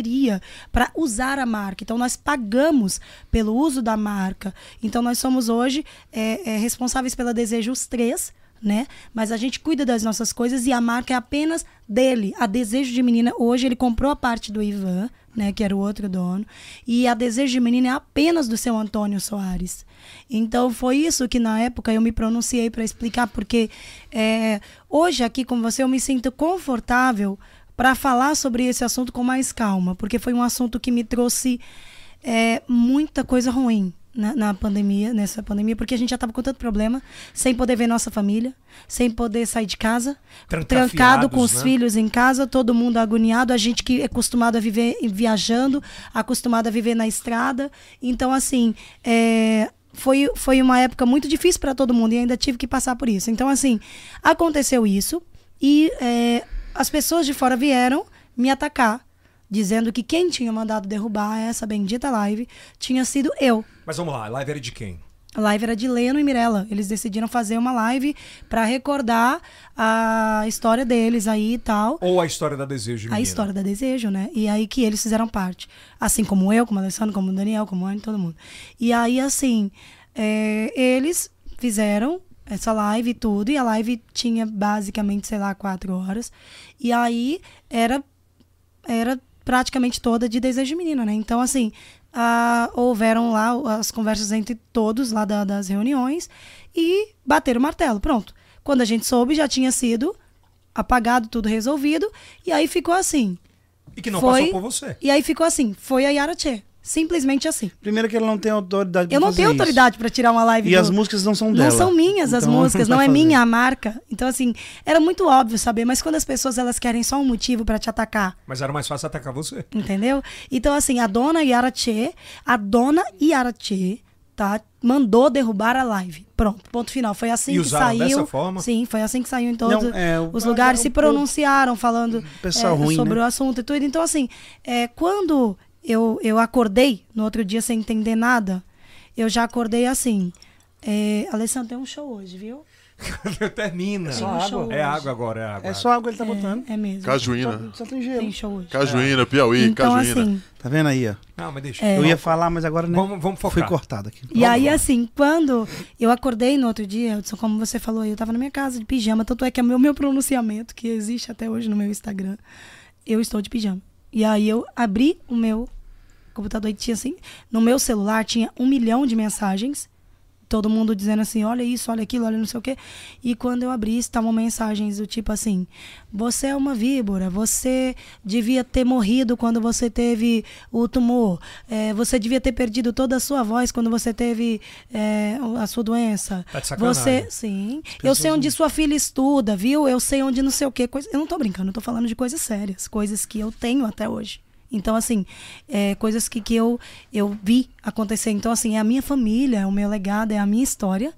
[SPEAKER 3] para usar a marca. Então, nós pagamos pelo uso da marca. Então, nós somos hoje é, é, responsáveis pela Desejo os três. Né? Mas a gente cuida das nossas coisas e a marca é apenas dele. A Desejo de Menina, hoje ele comprou a parte do Ivan, né, que era o outro dono, e a Desejo de Menina é apenas do seu Antônio Soares. Então foi isso que na época eu me pronunciei para explicar, porque é, hoje aqui com você eu me sinto confortável para falar sobre esse assunto com mais calma, porque foi um assunto que me trouxe é, muita coisa ruim. Na, na pandemia, nessa pandemia, porque a gente já estava com tanto problema, sem poder ver nossa família, sem poder sair de casa,
[SPEAKER 6] Trancafiados,
[SPEAKER 3] trancado com os
[SPEAKER 6] né?
[SPEAKER 3] filhos filhos em casa, todo mundo agoniado, a gente que é acostumado a viver viajando, acostumado a viver na estrada. Então, assim, é, foi, foi uma época muito difícil para todo mundo e ainda tive que passar por isso. Então, assim, aconteceu isso e é, as pessoas de fora vieram me atacar, dizendo que quem tinha mandado derrubar essa bendita live tinha sido eu.
[SPEAKER 6] Mas vamos lá, a live era de quem?
[SPEAKER 3] A live era de Leno e Mirella. Eles decidiram fazer uma live para recordar a história deles aí e tal.
[SPEAKER 6] Ou a história da Desejo de
[SPEAKER 3] A
[SPEAKER 6] Menina?
[SPEAKER 3] história da Desejo, né? E aí que eles fizeram parte. Assim como eu, como o Alessandro, como o Daniel, como o Anne, todo mundo. E aí, assim, é, eles fizeram essa live e tudo. E a live tinha basicamente, sei lá, quatro horas. E aí era era praticamente toda de desejo menino, né? Então, assim, ah, houveram lá as conversas entre todos lá da- das reuniões e bateram o martelo, pronto. Quando a gente soube, já tinha sido apagado, tudo resolvido, e aí ficou assim.
[SPEAKER 6] E que não
[SPEAKER 3] foi,
[SPEAKER 6] passou por você.
[SPEAKER 3] E aí ficou assim, foi a Yara Tchê. Simplesmente assim.
[SPEAKER 4] Primeiro que ela não tem autoridade pra
[SPEAKER 3] Eu não
[SPEAKER 4] fazer
[SPEAKER 3] tenho
[SPEAKER 4] isso.
[SPEAKER 3] autoridade pra tirar uma live
[SPEAKER 4] E
[SPEAKER 3] do-
[SPEAKER 4] as músicas não são
[SPEAKER 3] Não
[SPEAKER 4] dela.
[SPEAKER 3] são minhas as
[SPEAKER 4] Então, ela
[SPEAKER 3] músicas,
[SPEAKER 4] vai
[SPEAKER 3] não é
[SPEAKER 4] fazer.
[SPEAKER 3] minha a marca. Então, assim, era muito óbvio saber, mas quando as pessoas elas querem só um motivo pra te atacar,
[SPEAKER 6] Mas era mais fácil atacar você.
[SPEAKER 3] entendeu? Então, assim, a dona Yara Tchê, a dona Yara Tchê, tá? Mandou derrubar a live. Pronto, ponto final. Foi assim
[SPEAKER 6] E
[SPEAKER 3] que
[SPEAKER 6] usaram
[SPEAKER 3] saiu.
[SPEAKER 6] dessa forma?
[SPEAKER 3] Sim, foi assim que saiu em todos
[SPEAKER 4] Não, é, o-
[SPEAKER 3] os lugares.
[SPEAKER 4] é,
[SPEAKER 3] se
[SPEAKER 4] o-
[SPEAKER 3] pronunciaram falando
[SPEAKER 4] pessoal
[SPEAKER 3] é,
[SPEAKER 4] ruim,
[SPEAKER 3] sobre
[SPEAKER 4] né?
[SPEAKER 3] o assunto e tudo. Então, assim, é, quando eu, eu acordei no outro dia sem entender nada, eu já acordei assim. É, Alessandro, tem um show hoje, viu?
[SPEAKER 6] Termina.
[SPEAKER 3] Tem um show
[SPEAKER 6] É
[SPEAKER 3] hoje.
[SPEAKER 6] água agora, é água.
[SPEAKER 4] É só água que ele tá botando.
[SPEAKER 3] É mesmo.
[SPEAKER 2] Cajuína.
[SPEAKER 4] Só tem
[SPEAKER 3] Tem
[SPEAKER 4] gelo.
[SPEAKER 3] show hoje.
[SPEAKER 2] Cajuína, Piauí,
[SPEAKER 3] Então,
[SPEAKER 2] Cajuína.
[SPEAKER 3] assim,
[SPEAKER 4] Tá vendo aí, ó?
[SPEAKER 6] Não, mas
[SPEAKER 3] É,
[SPEAKER 6] deixa.
[SPEAKER 4] Eu ia falar, mas agora não.
[SPEAKER 6] Vamos, vamos
[SPEAKER 4] Fui
[SPEAKER 6] focar.
[SPEAKER 4] cortado aqui.
[SPEAKER 3] E aí, assim, quando eu acordei no outro dia, Edson, como você falou, eu tava na minha casa de pijama, tanto é que o meu, meu pronunciamento, que existe até hoje no meu Instagram, eu estou de pijama. E aí eu abri o meu computador e tinha assim, no meu celular tinha um milhão de mensagens, todo mundo dizendo assim, olha isso, olha aquilo, olha não sei o quê. E quando eu abri, estavam mensagens do tipo assim, você é uma víbora, você devia ter morrido quando você teve o tumor, eh, você devia ter perdido toda a sua voz quando você teve eh, o- a sua doença.
[SPEAKER 6] Tá de sacanagem.
[SPEAKER 3] você, sim. Eu sei onde sua filha estuda, viu? Eu sei onde não sei o quê. Coisa... Eu não tô brincando, eu tô falando de coisas sérias, coisas que eu tenho até hoje. Então, assim, é, coisas que, que eu, eu vi acontecer. Então, assim, é a minha família, é o meu legado, é a minha história.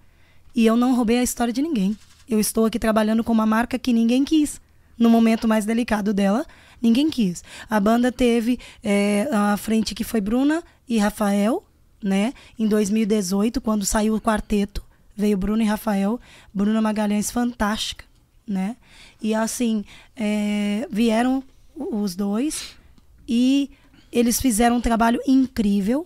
[SPEAKER 3] E eu não roubei a história de ninguém. Eu estou aqui trabalhando com uma marca que ninguém quis. No momento mais delicado dela, ninguém quis. A banda teve é, a frente que foi Bruna e Rafael, né? Em 2018, quando saiu o quarteto, veio Bruno e Rafael. Bruna Magalhães, fantástica, né? E assim, é, vieram os dois e eles fizeram um trabalho incrível.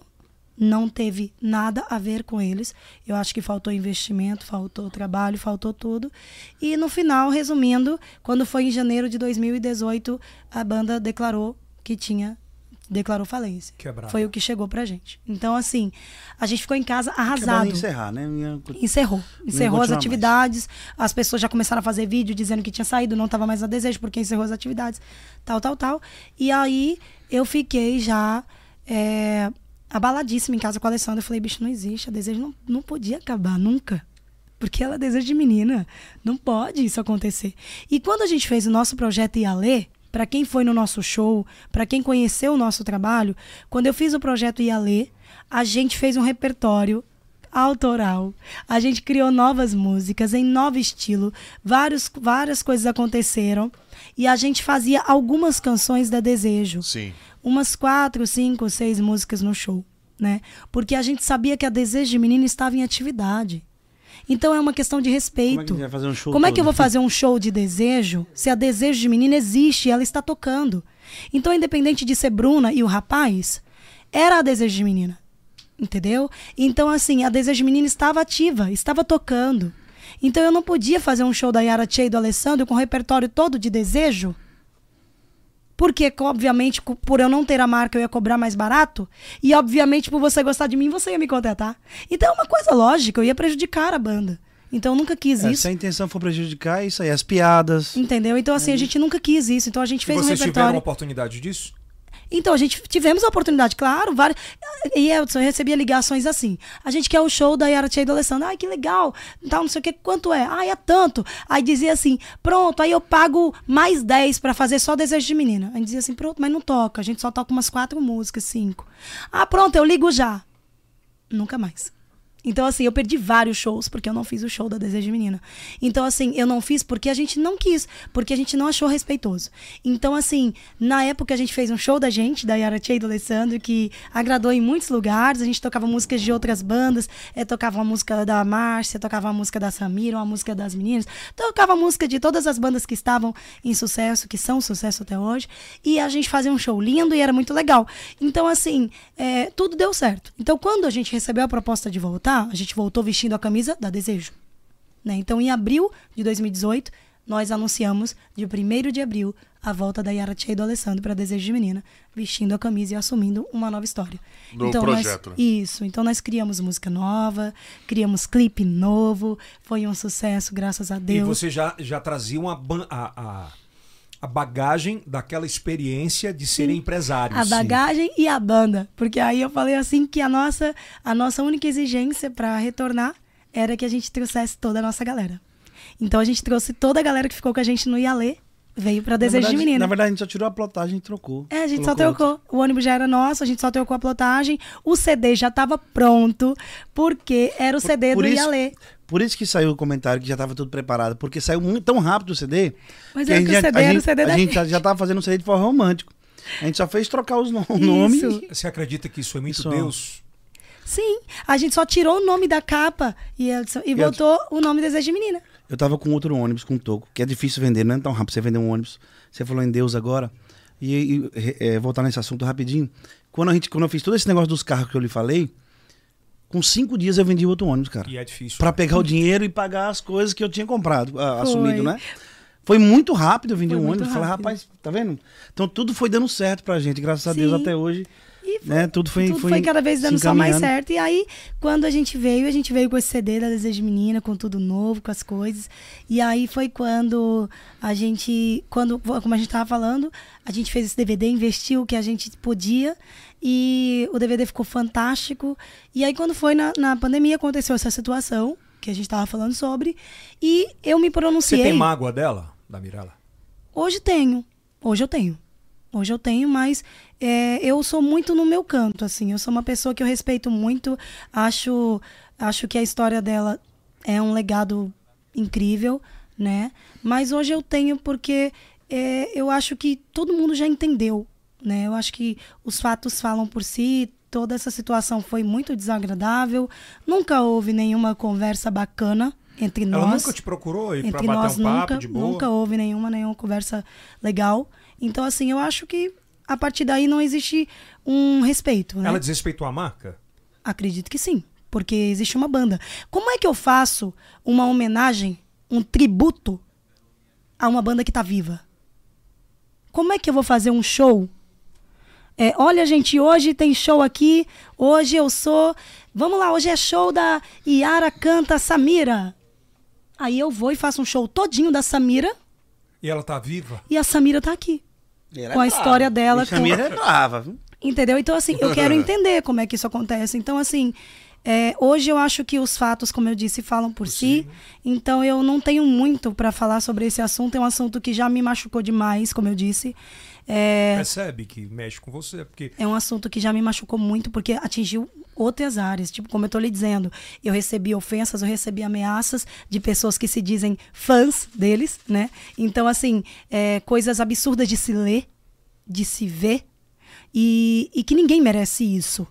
[SPEAKER 3] Não teve nada a ver com eles. Eu acho que faltou investimento, faltou trabalho, faltou tudo. E no final, resumindo, quando foi em janeiro de 2018, a banda declarou que tinha. Declarou falência.
[SPEAKER 6] Quebrada.
[SPEAKER 3] Foi o que chegou pra gente. Então, assim, a gente ficou em casa
[SPEAKER 4] Acabou
[SPEAKER 3] arrasado.
[SPEAKER 4] de encerrar, né? Minha...
[SPEAKER 3] Encerrou. Encerrou as
[SPEAKER 4] continuar
[SPEAKER 3] atividades. As pessoas já começaram a fazer vídeo dizendo que tinha saído, não estava mais a desejo, porque encerrou as atividades. Tal, tal, tal. E aí eu fiquei já é, abaladíssima em casa com a Alessandra. Eu falei, bicho, não existe. A desejo não, não podia acabar nunca. Porque ela é desejo de menina. Não pode isso acontecer. E quando a gente fez o nosso projeto Ialê, para quem foi no nosso show, para quem conheceu o nosso trabalho, quando eu fiz o projeto Ialê, a gente fez um repertório autoral. A gente criou novas músicas em novo estilo. Vários, várias coisas aconteceram. E a gente fazia algumas canções da Desejo
[SPEAKER 2] Sim.
[SPEAKER 3] umas quatro, cinco, seis músicas no show, né? Porque a gente sabia que a Desejo de Menino estava em atividade. Então é uma questão de
[SPEAKER 4] Como é que
[SPEAKER 3] respeito.
[SPEAKER 4] a gente vai fazer um show
[SPEAKER 3] Como é que
[SPEAKER 4] todo?
[SPEAKER 3] eu vou fazer um show de desejo se a Desejo de Menino existe e ela está tocando? Então, independente de ser Bruna e o rapaz, era a Desejo de Menina. Entendeu? Então, assim, a Desejo de Menina estava ativa, estava tocando. Então, eu não podia fazer um show da Yara Tchê e do Alessandro com o repertório todo de desejo porque, co- obviamente, co- por eu não ter a marca, eu ia cobrar mais barato. E, obviamente, por você gostar de mim, você ia me contratar. Então, é uma coisa lógica, eu ia prejudicar a banda. Então, eu nunca quis
[SPEAKER 4] É, se
[SPEAKER 3] isso.
[SPEAKER 4] a intenção for prejudicar, é isso aí. As piadas.
[SPEAKER 3] Entendeu? Então, assim, a gente nunca quis isso. Então, a gente
[SPEAKER 6] Uhum. E
[SPEAKER 3] fez um
[SPEAKER 6] vocês tiveram
[SPEAKER 3] repertório.
[SPEAKER 6] a oportunidade disso?
[SPEAKER 3] Então, a gente tivemos a oportunidade, claro, várias. E Edson, eu recebia ligações assim. A gente quer o show da Yara Tia e do Alessandro. Ai, que legal. Tal, não sei o que, quanto é? Ai, é tanto. Aí dizia assim, pronto, aí eu pago mais 10 pra fazer só desejo de menina. Aí dizia assim, pronto, mas não toca. A gente só toca umas quatro músicas, cinco. Ah, pronto, eu ligo já. Nunca mais. Então, assim, eu perdi vários shows porque eu não fiz o show da Desejo de Menina. Então, assim, eu não fiz porque a gente não quis, porque a gente não achou respeitoso. Então, assim, na época a gente fez um show da gente, da Yara Tchê e do Alessandro, que agradou em muitos lugares. A gente tocava músicas de outras bandas, eh, tocava uma música da Márcia, tocava uma música da Samira, uma música das meninas, tocava música de todas as bandas que estavam em sucesso, que são sucesso até hoje. E a gente fazia um show lindo e era muito legal. Então, assim, eh, tudo deu certo. Então, quando a gente recebeu a proposta de voltar, a gente voltou vestindo a camisa da Desejo. né? Então, em abril de 2018, nós anunciamos, de 1 de abril, a volta da Yara Tchê e do Alessandro para Desejo de Menina, vestindo a camisa e assumindo uma nova história. Então,
[SPEAKER 2] Novo
[SPEAKER 3] nós-
[SPEAKER 2] projeto, né?
[SPEAKER 3] isso, então nós criamos música nova, criamos clipe novo, foi um sucesso, graças a
[SPEAKER 6] E
[SPEAKER 3] Deus.
[SPEAKER 6] você já, já trazia uma ban- a, a, a a bagagem daquela experiência de ser empresário.
[SPEAKER 3] A bagagem e a banda. Porque aí eu falei assim que a nossa, a nossa única exigência para retornar era que a gente trouxesse toda a nossa galera. Então a gente trouxe toda a galera que ficou com a gente no Ialê, veio para
[SPEAKER 4] Na
[SPEAKER 3] Desejo
[SPEAKER 4] verdade,
[SPEAKER 3] de Menina.
[SPEAKER 4] Na verdade, a gente só tirou a plotagem e trocou.
[SPEAKER 3] É, a gente só
[SPEAKER 4] Colocou outra.
[SPEAKER 3] trocou. O ônibus já era nosso, a gente só trocou a plotagem. O CD já estava pronto, porque era o CD
[SPEAKER 4] por
[SPEAKER 3] do
[SPEAKER 4] isso-
[SPEAKER 3] Ialê.
[SPEAKER 4] Por isso que saiu o comentário que já estava tudo preparado, porque saiu muito, tão rápido o CD.
[SPEAKER 3] Mas
[SPEAKER 4] que
[SPEAKER 3] é
[SPEAKER 4] a
[SPEAKER 3] que
[SPEAKER 4] gente
[SPEAKER 3] o
[SPEAKER 4] já-
[SPEAKER 3] CD
[SPEAKER 4] a
[SPEAKER 3] era o
[SPEAKER 4] gente,
[SPEAKER 3] CD da
[SPEAKER 4] A gente já- já estava fazendo um CD de forma romântico. A gente só fez trocar os no- nomes.
[SPEAKER 3] Isso.
[SPEAKER 6] Você acredita que isso é muito
[SPEAKER 4] Isso.
[SPEAKER 6] Deus?
[SPEAKER 3] Sim, a gente só tirou o nome da capa e, ela- e botou o nome Desejo de Menina.
[SPEAKER 4] Eu tava com outro ônibus, com um toco, que é difícil vender, não é tão rápido você vender um ônibus. Você falou em Deus agora. E, e, re- é, voltar nesse assunto rapidinho. Quando, a gente, quando eu fiz todo esse negócio dos carros que eu lhe falei, com cinco dias eu vendi outro ônibus, cara.
[SPEAKER 6] E é difícil.
[SPEAKER 4] Pra pegar o dinheiro e pagar as coisas que eu tinha comprado, a-
[SPEAKER 3] Foi.
[SPEAKER 4] assumido, né? Foi muito rápido eu vendi
[SPEAKER 3] Foi
[SPEAKER 4] um
[SPEAKER 3] muito
[SPEAKER 4] ônibus. Falei,
[SPEAKER 3] rápido.
[SPEAKER 4] rapaz, tá vendo? Então tudo foi dando certo pra gente, graças a Deus
[SPEAKER 3] Sim.
[SPEAKER 4] até hoje.
[SPEAKER 3] E foi,
[SPEAKER 4] Né? Tudo foi.
[SPEAKER 3] tudo foi cada vez
[SPEAKER 4] se
[SPEAKER 3] dando só mais
[SPEAKER 4] encaminhando.
[SPEAKER 3] certo. E aí, quando a gente veio, a gente veio com esse CD da Desejo de Menina, com tudo novo, com as coisas. E aí foi quando a gente, quando, como a gente tava falando, a gente fez esse DVD, investiu o que a gente podia. E o DVD ficou fantástico. E aí, quando foi na, na pandemia, aconteceu essa situação que a gente tava falando sobre. E eu me
[SPEAKER 6] Você
[SPEAKER 3] pronunciei.
[SPEAKER 6] tem mágoa dela, da Mirella?
[SPEAKER 3] Hoje tenho. Hoje eu tenho. Hoje eu tenho, mas é, eu sou muito no meu canto, assim. Eu sou uma pessoa que eu respeito muito. Acho, acho que a história dela é um legado incrível, né? Mas hoje eu tenho porque é, eu acho que todo mundo já entendeu, né? Eu acho que os fatos falam por si. Toda essa situação foi muito desagradável. Nunca houve nenhuma conversa bacana entre
[SPEAKER 6] Ela
[SPEAKER 3] nós
[SPEAKER 6] nunca te procurou ir pra
[SPEAKER 3] entre
[SPEAKER 6] bater
[SPEAKER 3] nós
[SPEAKER 6] um papo
[SPEAKER 3] nunca,
[SPEAKER 6] de boa?
[SPEAKER 3] nunca houve nenhuma, nenhuma conversa legal. Então, assim, eu acho que a partir daí não existe um respeito, né?
[SPEAKER 6] Ela desrespeitou a marca?
[SPEAKER 3] Acredito que sim, porque existe uma banda. Como é que eu faço uma homenagem, um tributo a uma banda que tá viva? Como é que eu vou fazer um show? É, olha, gente, hoje tem show aqui. Hoje eu sou. Vamos lá, hoje é show da Yara Canta Samira. Aí eu vou e faço um show todinho da Samira
[SPEAKER 6] E ela tá viva?
[SPEAKER 3] e a Samira tá aqui.
[SPEAKER 4] Era
[SPEAKER 3] Com a
[SPEAKER 4] brava.
[SPEAKER 3] história dela,
[SPEAKER 4] Bicha minha
[SPEAKER 3] com-
[SPEAKER 4] era brava, viu?
[SPEAKER 3] Entendeu? Então, assim, eu quero entender como é que isso acontece. Então, assim, é, hoje eu acho que os fatos, como eu disse, falam por si. Então, eu não tenho muito para falar sobre esse assunto. É um assunto que já me machucou demais, como eu disse. É,
[SPEAKER 6] Percebe que mexe com você, porque
[SPEAKER 3] é um assunto que já me machucou muito, porque atingiu outras áreas. Tipo, como eu tô lhe dizendo, eu recebi ofensas, eu recebi ameaças de pessoas que se dizem fãs deles, né? Então, assim, é, coisas absurdas de se ler, de se ver, e, e que ninguém merece isso.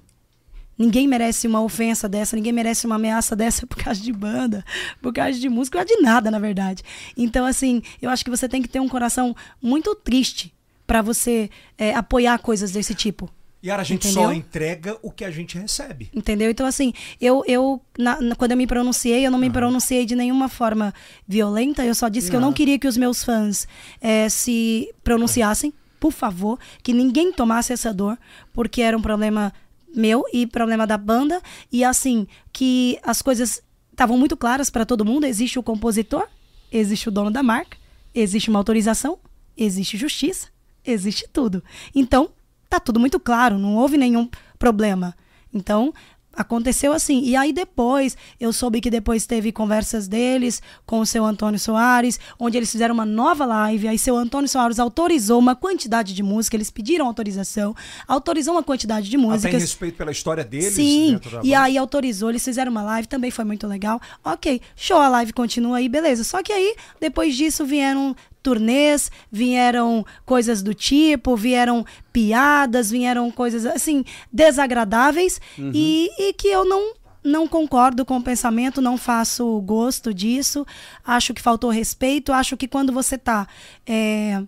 [SPEAKER 3] Ninguém merece uma ofensa dessa, ninguém merece uma ameaça dessa por causa de banda, por causa de música, por causa de nada, na verdade. Então, assim, eu acho que você tem que ter um coração muito triste pra você é, apoiar coisas desse tipo.
[SPEAKER 6] Yara, a gente
[SPEAKER 3] Entendeu?
[SPEAKER 6] só entrega o que a gente recebe.
[SPEAKER 3] Entendeu? Então, assim, eu, eu na- na- quando eu me pronunciei, eu não me pronunciei de nenhuma forma violenta, eu só disse que eu não queria que os meus fãs eh, se pronunciassem, por favor, que ninguém tomasse essa dor, porque era um problema meu e problema da banda, e assim, que as coisas estavam muito claras para todo mundo: existe o compositor, existe o dono da marca, existe uma autorização, existe justiça, existe tudo. Então, tá tudo muito claro, não houve nenhum problema. Então, aconteceu assim. E aí depois, eu soube que depois teve conversas deles com o seu Antônio Soares, onde eles fizeram uma nova live. Aí seu Antônio Soares autorizou uma quantidade de música, eles pediram autorização, autorizou uma quantidade de
[SPEAKER 6] Ela tem
[SPEAKER 3] músicas.
[SPEAKER 6] respeito pela história deles
[SPEAKER 3] Sim,
[SPEAKER 6] dentro da
[SPEAKER 3] e
[SPEAKER 6] banda.
[SPEAKER 3] aí autorizou, eles fizeram uma live, também foi muito legal. Ok, show, a live continua aí, beleza. Só que aí, depois disso, vieram turnês, vieram coisas do tipo, vieram piadas, vieram coisas, assim, desagradáveis
[SPEAKER 6] Uhum.
[SPEAKER 3] e, e que eu não. Não concordo com o pensamento, não faço gosto disso. Acho que faltou respeito. Acho que quando você tá. é,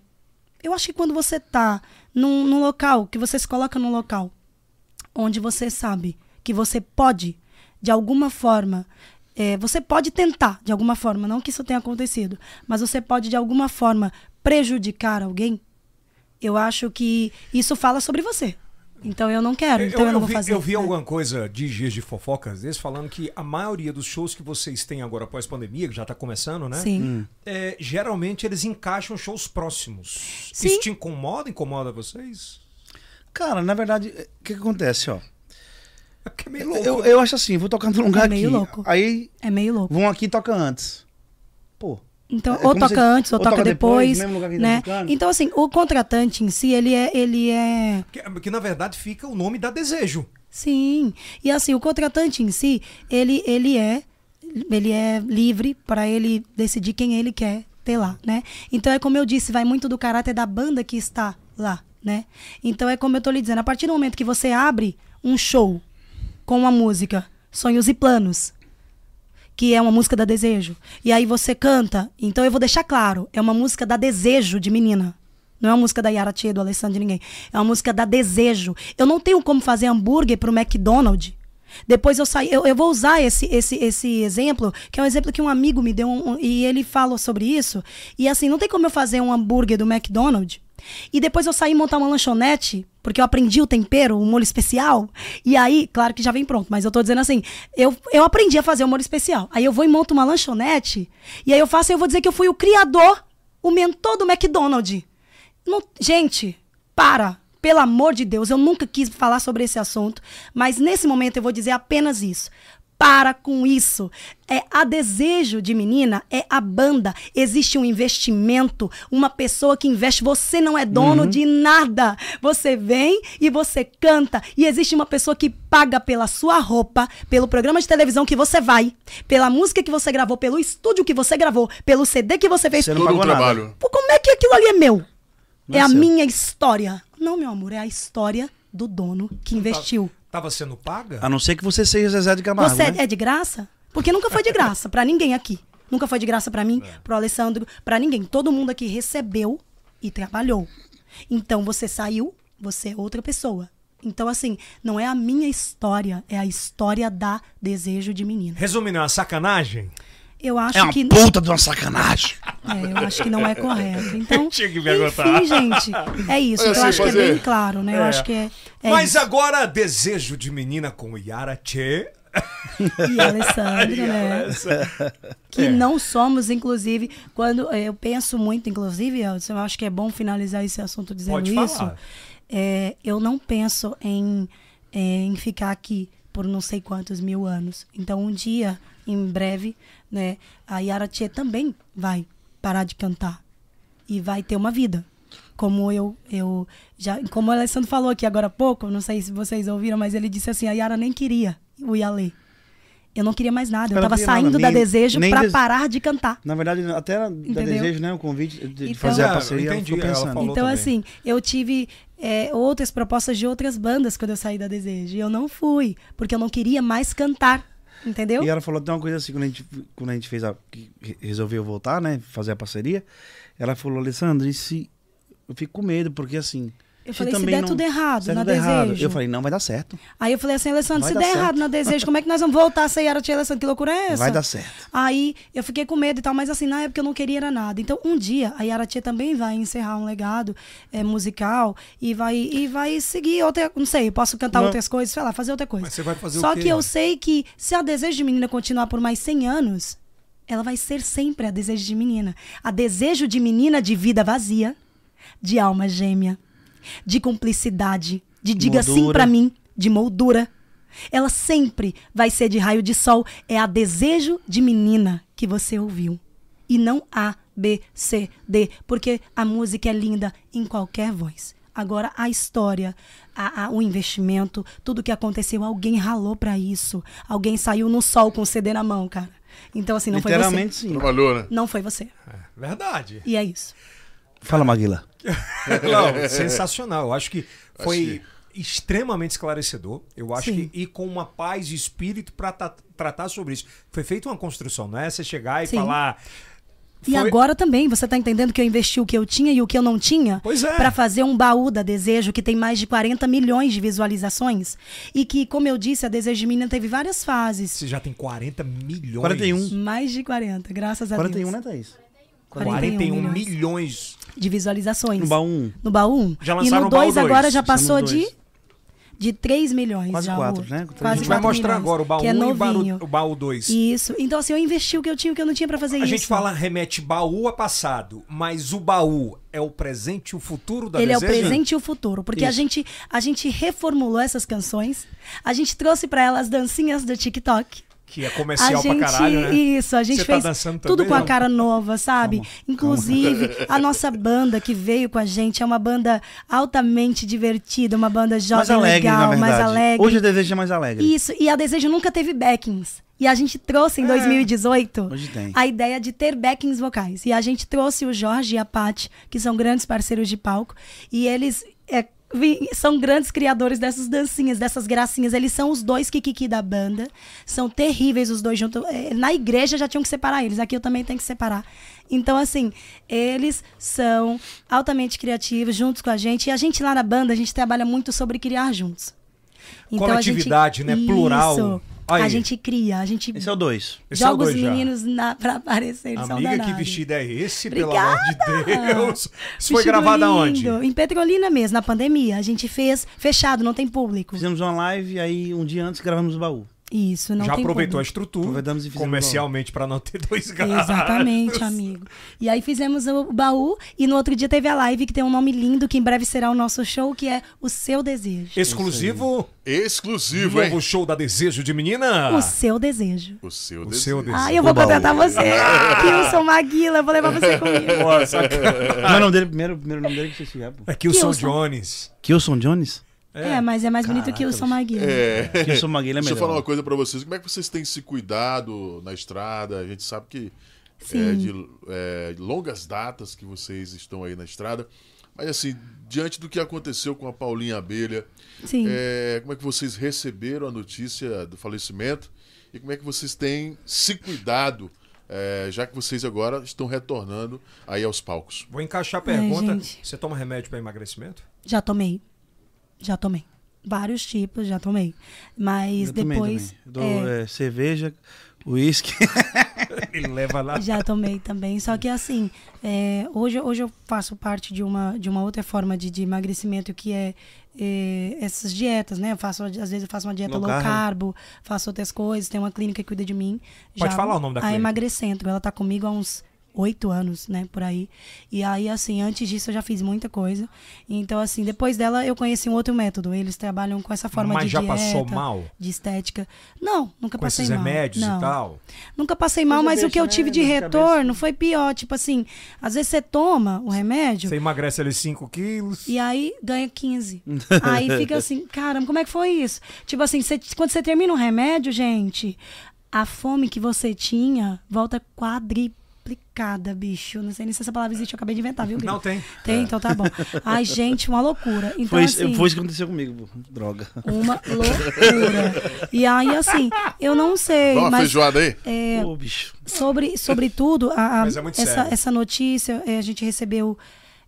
[SPEAKER 3] Eu acho que quando você tá num, num local, que você se coloca num local onde você sabe que você pode, de alguma forma, é, você pode tentar, de alguma forma, não que isso tenha acontecido, mas você pode, de alguma forma, prejudicar alguém, eu acho que isso fala sobre você. Então eu não quero, então eu, não vou
[SPEAKER 1] vi,
[SPEAKER 3] fazer.
[SPEAKER 1] eu vi
[SPEAKER 3] né?
[SPEAKER 1] alguma coisa de dias de fofocas desses falando que a maioria dos shows que vocês têm agora após pandemia, que já tá começando, né?
[SPEAKER 3] Sim.
[SPEAKER 4] Hum.
[SPEAKER 1] É, geralmente eles encaixam shows próximos.
[SPEAKER 3] Sim.
[SPEAKER 1] Isso te incomoda? Incomoda vocês?
[SPEAKER 4] Cara, na verdade, eh, o que, que acontece, ó?
[SPEAKER 1] É porque é meio louco.
[SPEAKER 4] Eu, eu acho assim, vou tocar num lugar
[SPEAKER 3] meio
[SPEAKER 4] aqui.
[SPEAKER 3] louco.
[SPEAKER 4] Aí
[SPEAKER 3] É meio louco.
[SPEAKER 4] vão aqui e toca antes. Pô.
[SPEAKER 3] Então,
[SPEAKER 4] É
[SPEAKER 3] ou
[SPEAKER 4] como
[SPEAKER 3] toca
[SPEAKER 4] se-
[SPEAKER 3] antes, ou, toca, depois,
[SPEAKER 4] mesmo lugar que
[SPEAKER 3] né?
[SPEAKER 4] tá tocando.
[SPEAKER 3] Então, assim, o contratante em si, ele é, ele é,
[SPEAKER 1] Que, que, na verdade fica o nome da desejo.
[SPEAKER 3] sim. E assim, o contratante em si, ele, ele é, ele é livre para ele decidir quem ele quer ter lá, né? Então, é como eu disse, vai muito do caráter da banda que está lá, né? Então, é como eu tô lhe dizendo, a partir do momento que você abre um show com a música Sonhos e Planos, que é uma música da desejo. E aí você canta. Então eu vou deixar claro, é uma música da desejo de menina. Não é uma música da Yara Tia, do Alessandro de ninguém. É uma música da desejo. Eu não tenho como fazer hambúrguer pro McDonald's. Depois eu saí, eu, eu vou usar esse, esse, esse exemplo, que é um exemplo que um amigo me deu um- um- e ele falou sobre isso. E assim, não tem como eu fazer um hambúrguer do McDonald's e depois eu saí montar uma lanchonete, porque eu aprendi o tempero, o molho especial. E aí, claro que já vem pronto, mas eu tô dizendo assim, eu, eu aprendi a fazer o molho especial. Aí eu vou e monto uma lanchonete, e aí eu faço e eu vou dizer que eu fui o criador, o mentor do McDonald's. Não- gente, para. Pelo amor de Deus, eu nunca quis falar sobre esse assunto, mas nesse momento eu vou dizer apenas isso. Para com isso. É a desejo de menina, é a banda. Existe um investimento, uma pessoa que investe. Você não é dono de nada. Você vem e você canta. E existe uma pessoa que paga pela sua roupa, pelo programa de televisão que você vai, pela música que você gravou, pelo estúdio que você gravou, pelo CD que você fez.
[SPEAKER 4] Você não
[SPEAKER 2] Todo um
[SPEAKER 4] pagou nada.
[SPEAKER 2] trabalho.
[SPEAKER 3] Pô, como é que aquilo ali é meu?
[SPEAKER 4] Não
[SPEAKER 3] é
[SPEAKER 4] é
[SPEAKER 3] a
[SPEAKER 4] seu.
[SPEAKER 3] minha história. Não, meu amor, é a história do dono que
[SPEAKER 4] tá
[SPEAKER 3] investiu.
[SPEAKER 1] Tá, Tava sendo paga?
[SPEAKER 4] A Ah, não ser que você seja Zezé de Camargo,
[SPEAKER 3] Você
[SPEAKER 4] né?
[SPEAKER 3] é de graça? Porque nunca foi de graça pra ninguém aqui. Nunca foi de graça pra mim,
[SPEAKER 4] É.
[SPEAKER 3] pro Alessandro, pra ninguém. Todo mundo aqui recebeu e trabalhou. Então você saiu, você é outra pessoa. Então assim, não é a minha história, é a história da desejo de menina.
[SPEAKER 1] Resumindo, é uma sacanagem?
[SPEAKER 3] Eu acho
[SPEAKER 4] É uma
[SPEAKER 3] que
[SPEAKER 4] puta de uma sacanagem.
[SPEAKER 3] É, eu acho que não é correto. Então,
[SPEAKER 1] Tinha que perguntar.
[SPEAKER 3] enfim, gente, é isso.
[SPEAKER 2] Eu
[SPEAKER 3] Eu,
[SPEAKER 2] sei
[SPEAKER 3] acho que é
[SPEAKER 2] fazer.
[SPEAKER 3] bem claro, né? Eu acho que é, é
[SPEAKER 1] Mas
[SPEAKER 3] isso.
[SPEAKER 1] agora, desejo de menina com Yara Tchê.
[SPEAKER 3] E Alessandro, né? Que não somos, inclusive, quando é, eu penso muito, inclusive, Elson, eu acho que é bom finalizar esse assunto dizendo
[SPEAKER 1] Pode falar.
[SPEAKER 3] isso. É, eu não penso em, é, em ficar aqui por não sei quantos mil anos. Então, um dia, em breve, né, a Yara Tchê também vai parar de cantar e vai ter uma vida. Como eu, eu já, como o Alessandro falou aqui agora há pouco, não sei se vocês ouviram, mas ele disse assim, a Yara nem queria o Yalê. Eu não queria mais nada. Eu
[SPEAKER 4] Ela não
[SPEAKER 3] tava
[SPEAKER 4] queria nada,
[SPEAKER 3] saindo da
[SPEAKER 4] nem-
[SPEAKER 3] desejo
[SPEAKER 4] nem
[SPEAKER 3] pra
[SPEAKER 4] dese-
[SPEAKER 3] parar de cantar.
[SPEAKER 4] Na verdade, até era da
[SPEAKER 3] Entendeu?
[SPEAKER 4] desejo, né? O convite de
[SPEAKER 3] Então-
[SPEAKER 4] fazer a
[SPEAKER 1] É,
[SPEAKER 4] parceria.
[SPEAKER 1] entendi,
[SPEAKER 4] eu fico
[SPEAKER 1] ela
[SPEAKER 4] pensando.
[SPEAKER 1] falou.
[SPEAKER 3] então,
[SPEAKER 1] também.
[SPEAKER 3] assim, eu tive é, outras propostas de outras bandas quando eu saí da Desejo. E eu não fui, porque eu não queria mais cantar. Entendeu?
[SPEAKER 4] E ela falou até uma coisa assim, quando a gente, quando a gente fez a. que re- resolveu voltar, né? Fazer a parceria. Ela falou, Alessandro, e se. Eu fico com medo, porque assim.
[SPEAKER 3] Eu falei, se der tudo errado
[SPEAKER 4] se der
[SPEAKER 3] na
[SPEAKER 4] tudo errado.
[SPEAKER 3] Desejo.
[SPEAKER 4] Eu falei, não, vai dar certo.
[SPEAKER 3] Aí eu falei assim, Alessandro,
[SPEAKER 4] Vai
[SPEAKER 3] se
[SPEAKER 4] dar
[SPEAKER 3] der
[SPEAKER 4] certo.
[SPEAKER 3] errado na Desejo, como é que nós vamos voltar a ser Tia Alessandro? Que loucura é essa?
[SPEAKER 4] Vai dar certo.
[SPEAKER 3] Aí eu fiquei com medo e tal, mas assim, na época eu não queria era nada. Então, um dia, a Yara Tia também vai encerrar um legado é, musical e vai, e vai seguir outra. Não sei, eu posso cantar
[SPEAKER 4] Não.
[SPEAKER 3] outras coisas, sei lá, fazer outra coisa.
[SPEAKER 1] Mas você vai fazer o
[SPEAKER 3] Só
[SPEAKER 1] quê?
[SPEAKER 3] que eu sei que se a desejo de menina continuar por mais 100 anos, ela vai ser sempre a desejo de menina. A desejo de menina de vida vazia, de alma gêmea, de cumplicidade, de diga sim
[SPEAKER 4] Moldura.
[SPEAKER 3] pra mim, de moldura. Ela sempre vai ser de raio de sol. É a desejo de menina que você ouviu. E não A, B, C, D. Porque a música é linda em qualquer voz. Agora, a história, a- a- o investimento, tudo que aconteceu, alguém ralou pra isso. Alguém saiu no sol com o CD na mão, cara. Então, assim, não foi você.
[SPEAKER 4] Literalmente sim.
[SPEAKER 2] Trabalhou, né?
[SPEAKER 3] Não foi você.
[SPEAKER 1] Verdade.
[SPEAKER 3] E é isso.
[SPEAKER 4] Fala, Maguila.
[SPEAKER 1] Não, sensacional. Eu acho que foi
[SPEAKER 2] que-
[SPEAKER 1] extremamente esclarecedor. Eu acho
[SPEAKER 3] Sim.
[SPEAKER 1] que e com uma paz de espírito para tratar sobre isso. Foi feita uma construção, não é você chegar e
[SPEAKER 3] Sim.
[SPEAKER 1] falar.
[SPEAKER 3] E
[SPEAKER 1] Foi-
[SPEAKER 3] agora também, você tá entendendo que eu investi o que eu tinha e o que eu não tinha?
[SPEAKER 1] Pois é.
[SPEAKER 3] Pra fazer um baú da Desejo que tem mais de 40 milhões de visualizações. E que, como eu disse, a Desejo de Menina teve várias fases.
[SPEAKER 1] Você já tem 40 milhões.
[SPEAKER 4] 41.
[SPEAKER 3] Mais de 40, graças a
[SPEAKER 4] 41, né,
[SPEAKER 3] Deus.
[SPEAKER 4] Thaís?
[SPEAKER 1] 41
[SPEAKER 3] 41
[SPEAKER 1] milhões. um.
[SPEAKER 3] De visualizações.
[SPEAKER 4] No baú 1.
[SPEAKER 3] No baú 1.
[SPEAKER 1] Já
[SPEAKER 3] e
[SPEAKER 1] lançaram
[SPEAKER 3] no
[SPEAKER 1] o baú
[SPEAKER 3] 2
[SPEAKER 1] dois.
[SPEAKER 3] agora já
[SPEAKER 4] Lançamos
[SPEAKER 3] passou
[SPEAKER 4] dois.
[SPEAKER 3] de de 3 milhões
[SPEAKER 4] Quase
[SPEAKER 3] já. o-
[SPEAKER 4] quatro, né?
[SPEAKER 3] Quase
[SPEAKER 1] a gente vai
[SPEAKER 3] 4
[SPEAKER 1] mostrar
[SPEAKER 3] milhões,
[SPEAKER 1] agora o baú
[SPEAKER 3] que
[SPEAKER 1] 1
[SPEAKER 3] é
[SPEAKER 1] e o
[SPEAKER 3] novinho.
[SPEAKER 1] baú- o baú 2.
[SPEAKER 3] Isso. Então, assim, eu investi o que eu tinha, o que eu não tinha pra fazer
[SPEAKER 1] A
[SPEAKER 3] isso.
[SPEAKER 1] gente fala remete baú a passado, mas o baú é o presente e o futuro da
[SPEAKER 3] Ele é o
[SPEAKER 1] Tá Desejo?
[SPEAKER 3] presente e o futuro, porque a gente a gente reformulou essas canções, a gente trouxe pra elas dancinhas do TikTok.
[SPEAKER 1] Que é
[SPEAKER 3] A
[SPEAKER 1] comercial
[SPEAKER 3] gente,
[SPEAKER 1] pra caralho, né?
[SPEAKER 3] isso, a gente
[SPEAKER 1] Você tá
[SPEAKER 3] fez
[SPEAKER 1] dançando
[SPEAKER 3] tudo
[SPEAKER 1] também,
[SPEAKER 3] com a
[SPEAKER 1] não?
[SPEAKER 3] cara nova, sabe? Inclusive, a nossa banda que veio com a gente é uma banda altamente divertida, uma banda jovem,
[SPEAKER 4] mais alegre,
[SPEAKER 3] legal,
[SPEAKER 4] na verdade.
[SPEAKER 3] mais alegre.
[SPEAKER 4] Hoje a desejo é mais alegre. É.
[SPEAKER 3] Isso, e a Desejo nunca teve backings. E a gente trouxe em 2018
[SPEAKER 4] hoje tem.
[SPEAKER 3] a ideia de ter backings vocais. E a gente trouxe o Jorge e a Paty, que são grandes parceiros de palco, e eles é, vi- são grandes criadores dessas dancinhas, dessas gracinhas. Eles são os dois Kikiki da banda. São terríveis os dois juntos. É, Na igreja já tinham que separar eles, aqui eu também tenho que separar. Então, assim, eles são altamente criativos juntos com a gente. E a gente lá na banda, a gente trabalha muito sobre criar juntos. Então a gente-
[SPEAKER 1] Coletividade, né? Plural.
[SPEAKER 3] Isso.
[SPEAKER 1] Aí.
[SPEAKER 3] A gente cria, a gente
[SPEAKER 4] Esse é o dois.
[SPEAKER 1] Esse é o
[SPEAKER 3] joga os
[SPEAKER 1] dois já.
[SPEAKER 3] meninos na, pra aparecer. Eles são
[SPEAKER 1] Amiga, que
[SPEAKER 3] danados.
[SPEAKER 1] vestido é esse, pelo amor de
[SPEAKER 3] Obrigada!
[SPEAKER 1] Deus? Isso foi
[SPEAKER 3] Vestido
[SPEAKER 1] gravado aonde?
[SPEAKER 3] lindo, Em Petrolina mesmo, na pandemia. A gente fez fechado, não tem público.
[SPEAKER 4] Fizemos uma live, aí um dia antes gravamos o baú.
[SPEAKER 3] Isso, não
[SPEAKER 1] Já
[SPEAKER 3] tem
[SPEAKER 1] aproveitou a
[SPEAKER 3] público.
[SPEAKER 1] estrutura
[SPEAKER 4] Aproveitamos e fizemos
[SPEAKER 1] comercialmente pra não ter dois gatos.
[SPEAKER 3] Exatamente, amigo. E aí fizemos o baú e no outro dia teve a live que tem um nome lindo que em breve será o nosso show, que é O Seu Desejo.
[SPEAKER 1] Exclusivo
[SPEAKER 2] Exclusivo, hein?
[SPEAKER 1] novo show da Desejo de Menina.
[SPEAKER 3] O Seu Desejo.
[SPEAKER 2] O seu
[SPEAKER 1] é O seu
[SPEAKER 2] desejo.
[SPEAKER 1] desejo.
[SPEAKER 3] Ah, eu vou
[SPEAKER 4] O baú.
[SPEAKER 3] contratar você, Wilson Maguila, eu vou levar você comigo.
[SPEAKER 4] Não é o nome dele, primeiro, primeiro nome dele que você se pô.
[SPEAKER 2] É.
[SPEAKER 1] Aqui o São
[SPEAKER 3] Wilson.
[SPEAKER 1] Jones.
[SPEAKER 4] Kilson um Jones?
[SPEAKER 3] É, mas é mais bonito que o Wilson Maguila.
[SPEAKER 4] Kilson Maguila é
[SPEAKER 2] Deixa eu falar uma
[SPEAKER 4] melhor.
[SPEAKER 2] coisa pra vocês. Como é que vocês têm se cuidado na estrada? A gente sabe que
[SPEAKER 3] Sim.
[SPEAKER 2] é de é, de longas datas que vocês estão aí na estrada. Mas assim, diante do que aconteceu com a Paulinha Abelha,
[SPEAKER 3] Sim.
[SPEAKER 2] é, como é que vocês receberam a notícia do falecimento e como é que vocês têm se cuidado, é, já que vocês agora estão retornando aí aos palcos?
[SPEAKER 1] Vou encaixar a pergunta.
[SPEAKER 3] gente.
[SPEAKER 1] Você toma remédio pra emagrecimento?
[SPEAKER 3] Já tomei. Já tomei. Vários tipos, já tomei. Mas
[SPEAKER 4] Eu também,
[SPEAKER 3] depois.
[SPEAKER 4] também. Eu Dou, é, cerveja, uísque.
[SPEAKER 1] Ele leva lá.
[SPEAKER 3] é, já tomei também. Só que assim, é, hoje, hoje eu faço parte de uma, de uma outra forma de, de emagrecimento que é, é, essas dietas, né? Eu faço, às vezes eu faço uma dieta
[SPEAKER 4] Low
[SPEAKER 3] low
[SPEAKER 4] carb.
[SPEAKER 3] carbo, faço outras coisas, tem uma clínica que cuida de mim.
[SPEAKER 1] Pode falar o nome da
[SPEAKER 3] A
[SPEAKER 1] clínica.
[SPEAKER 3] Emagrecentro, ela tá comigo há uns oito anos, né, por aí. E aí, assim, antes disso eu já fiz muita coisa. Então, assim, depois dela eu conheci um outro método. Eles trabalham com essa forma
[SPEAKER 1] Mas
[SPEAKER 3] de
[SPEAKER 1] já
[SPEAKER 3] dieta,
[SPEAKER 1] passou mal?
[SPEAKER 3] de estética. Não, nunca
[SPEAKER 1] Com
[SPEAKER 3] passei
[SPEAKER 1] esses
[SPEAKER 3] mal.
[SPEAKER 1] remédios
[SPEAKER 3] Não.
[SPEAKER 1] e tal.
[SPEAKER 3] Nunca passei mal,
[SPEAKER 4] Coisa
[SPEAKER 3] mas o
[SPEAKER 4] besta,
[SPEAKER 3] que eu
[SPEAKER 4] né?
[SPEAKER 3] tive de
[SPEAKER 4] Dor de cabeça.
[SPEAKER 3] retorno foi pior. Tipo assim, às vezes você toma o remédio
[SPEAKER 1] Você emagrece ali 5 quilos.
[SPEAKER 3] Tipo, e aí ganha 15. aí fica assim, caramba, como é que foi isso? Tipo assim, você- quando você termina um remédio, gente, a fome que você tinha volta quadriplicada, bicho. Não sei nem se essa palavra existe, eu acabei de inventar, viu? Gui?
[SPEAKER 1] Não tem.
[SPEAKER 3] Tem, então tá bom. Ai, gente, uma loucura. Então,
[SPEAKER 4] É. Foi, isso-
[SPEAKER 3] assim,
[SPEAKER 4] foi isso que aconteceu comigo, pô. Droga.
[SPEAKER 3] uma loucura. E aí, assim, eu não sei,
[SPEAKER 2] Dá uma
[SPEAKER 3] mas
[SPEAKER 2] feijoada aí?
[SPEAKER 4] É. Pô, bicho.
[SPEAKER 3] sobre, sobretudo, a, a-
[SPEAKER 1] Mas é muito
[SPEAKER 3] essa,
[SPEAKER 1] sério.
[SPEAKER 3] essa notícia eh, a gente recebeu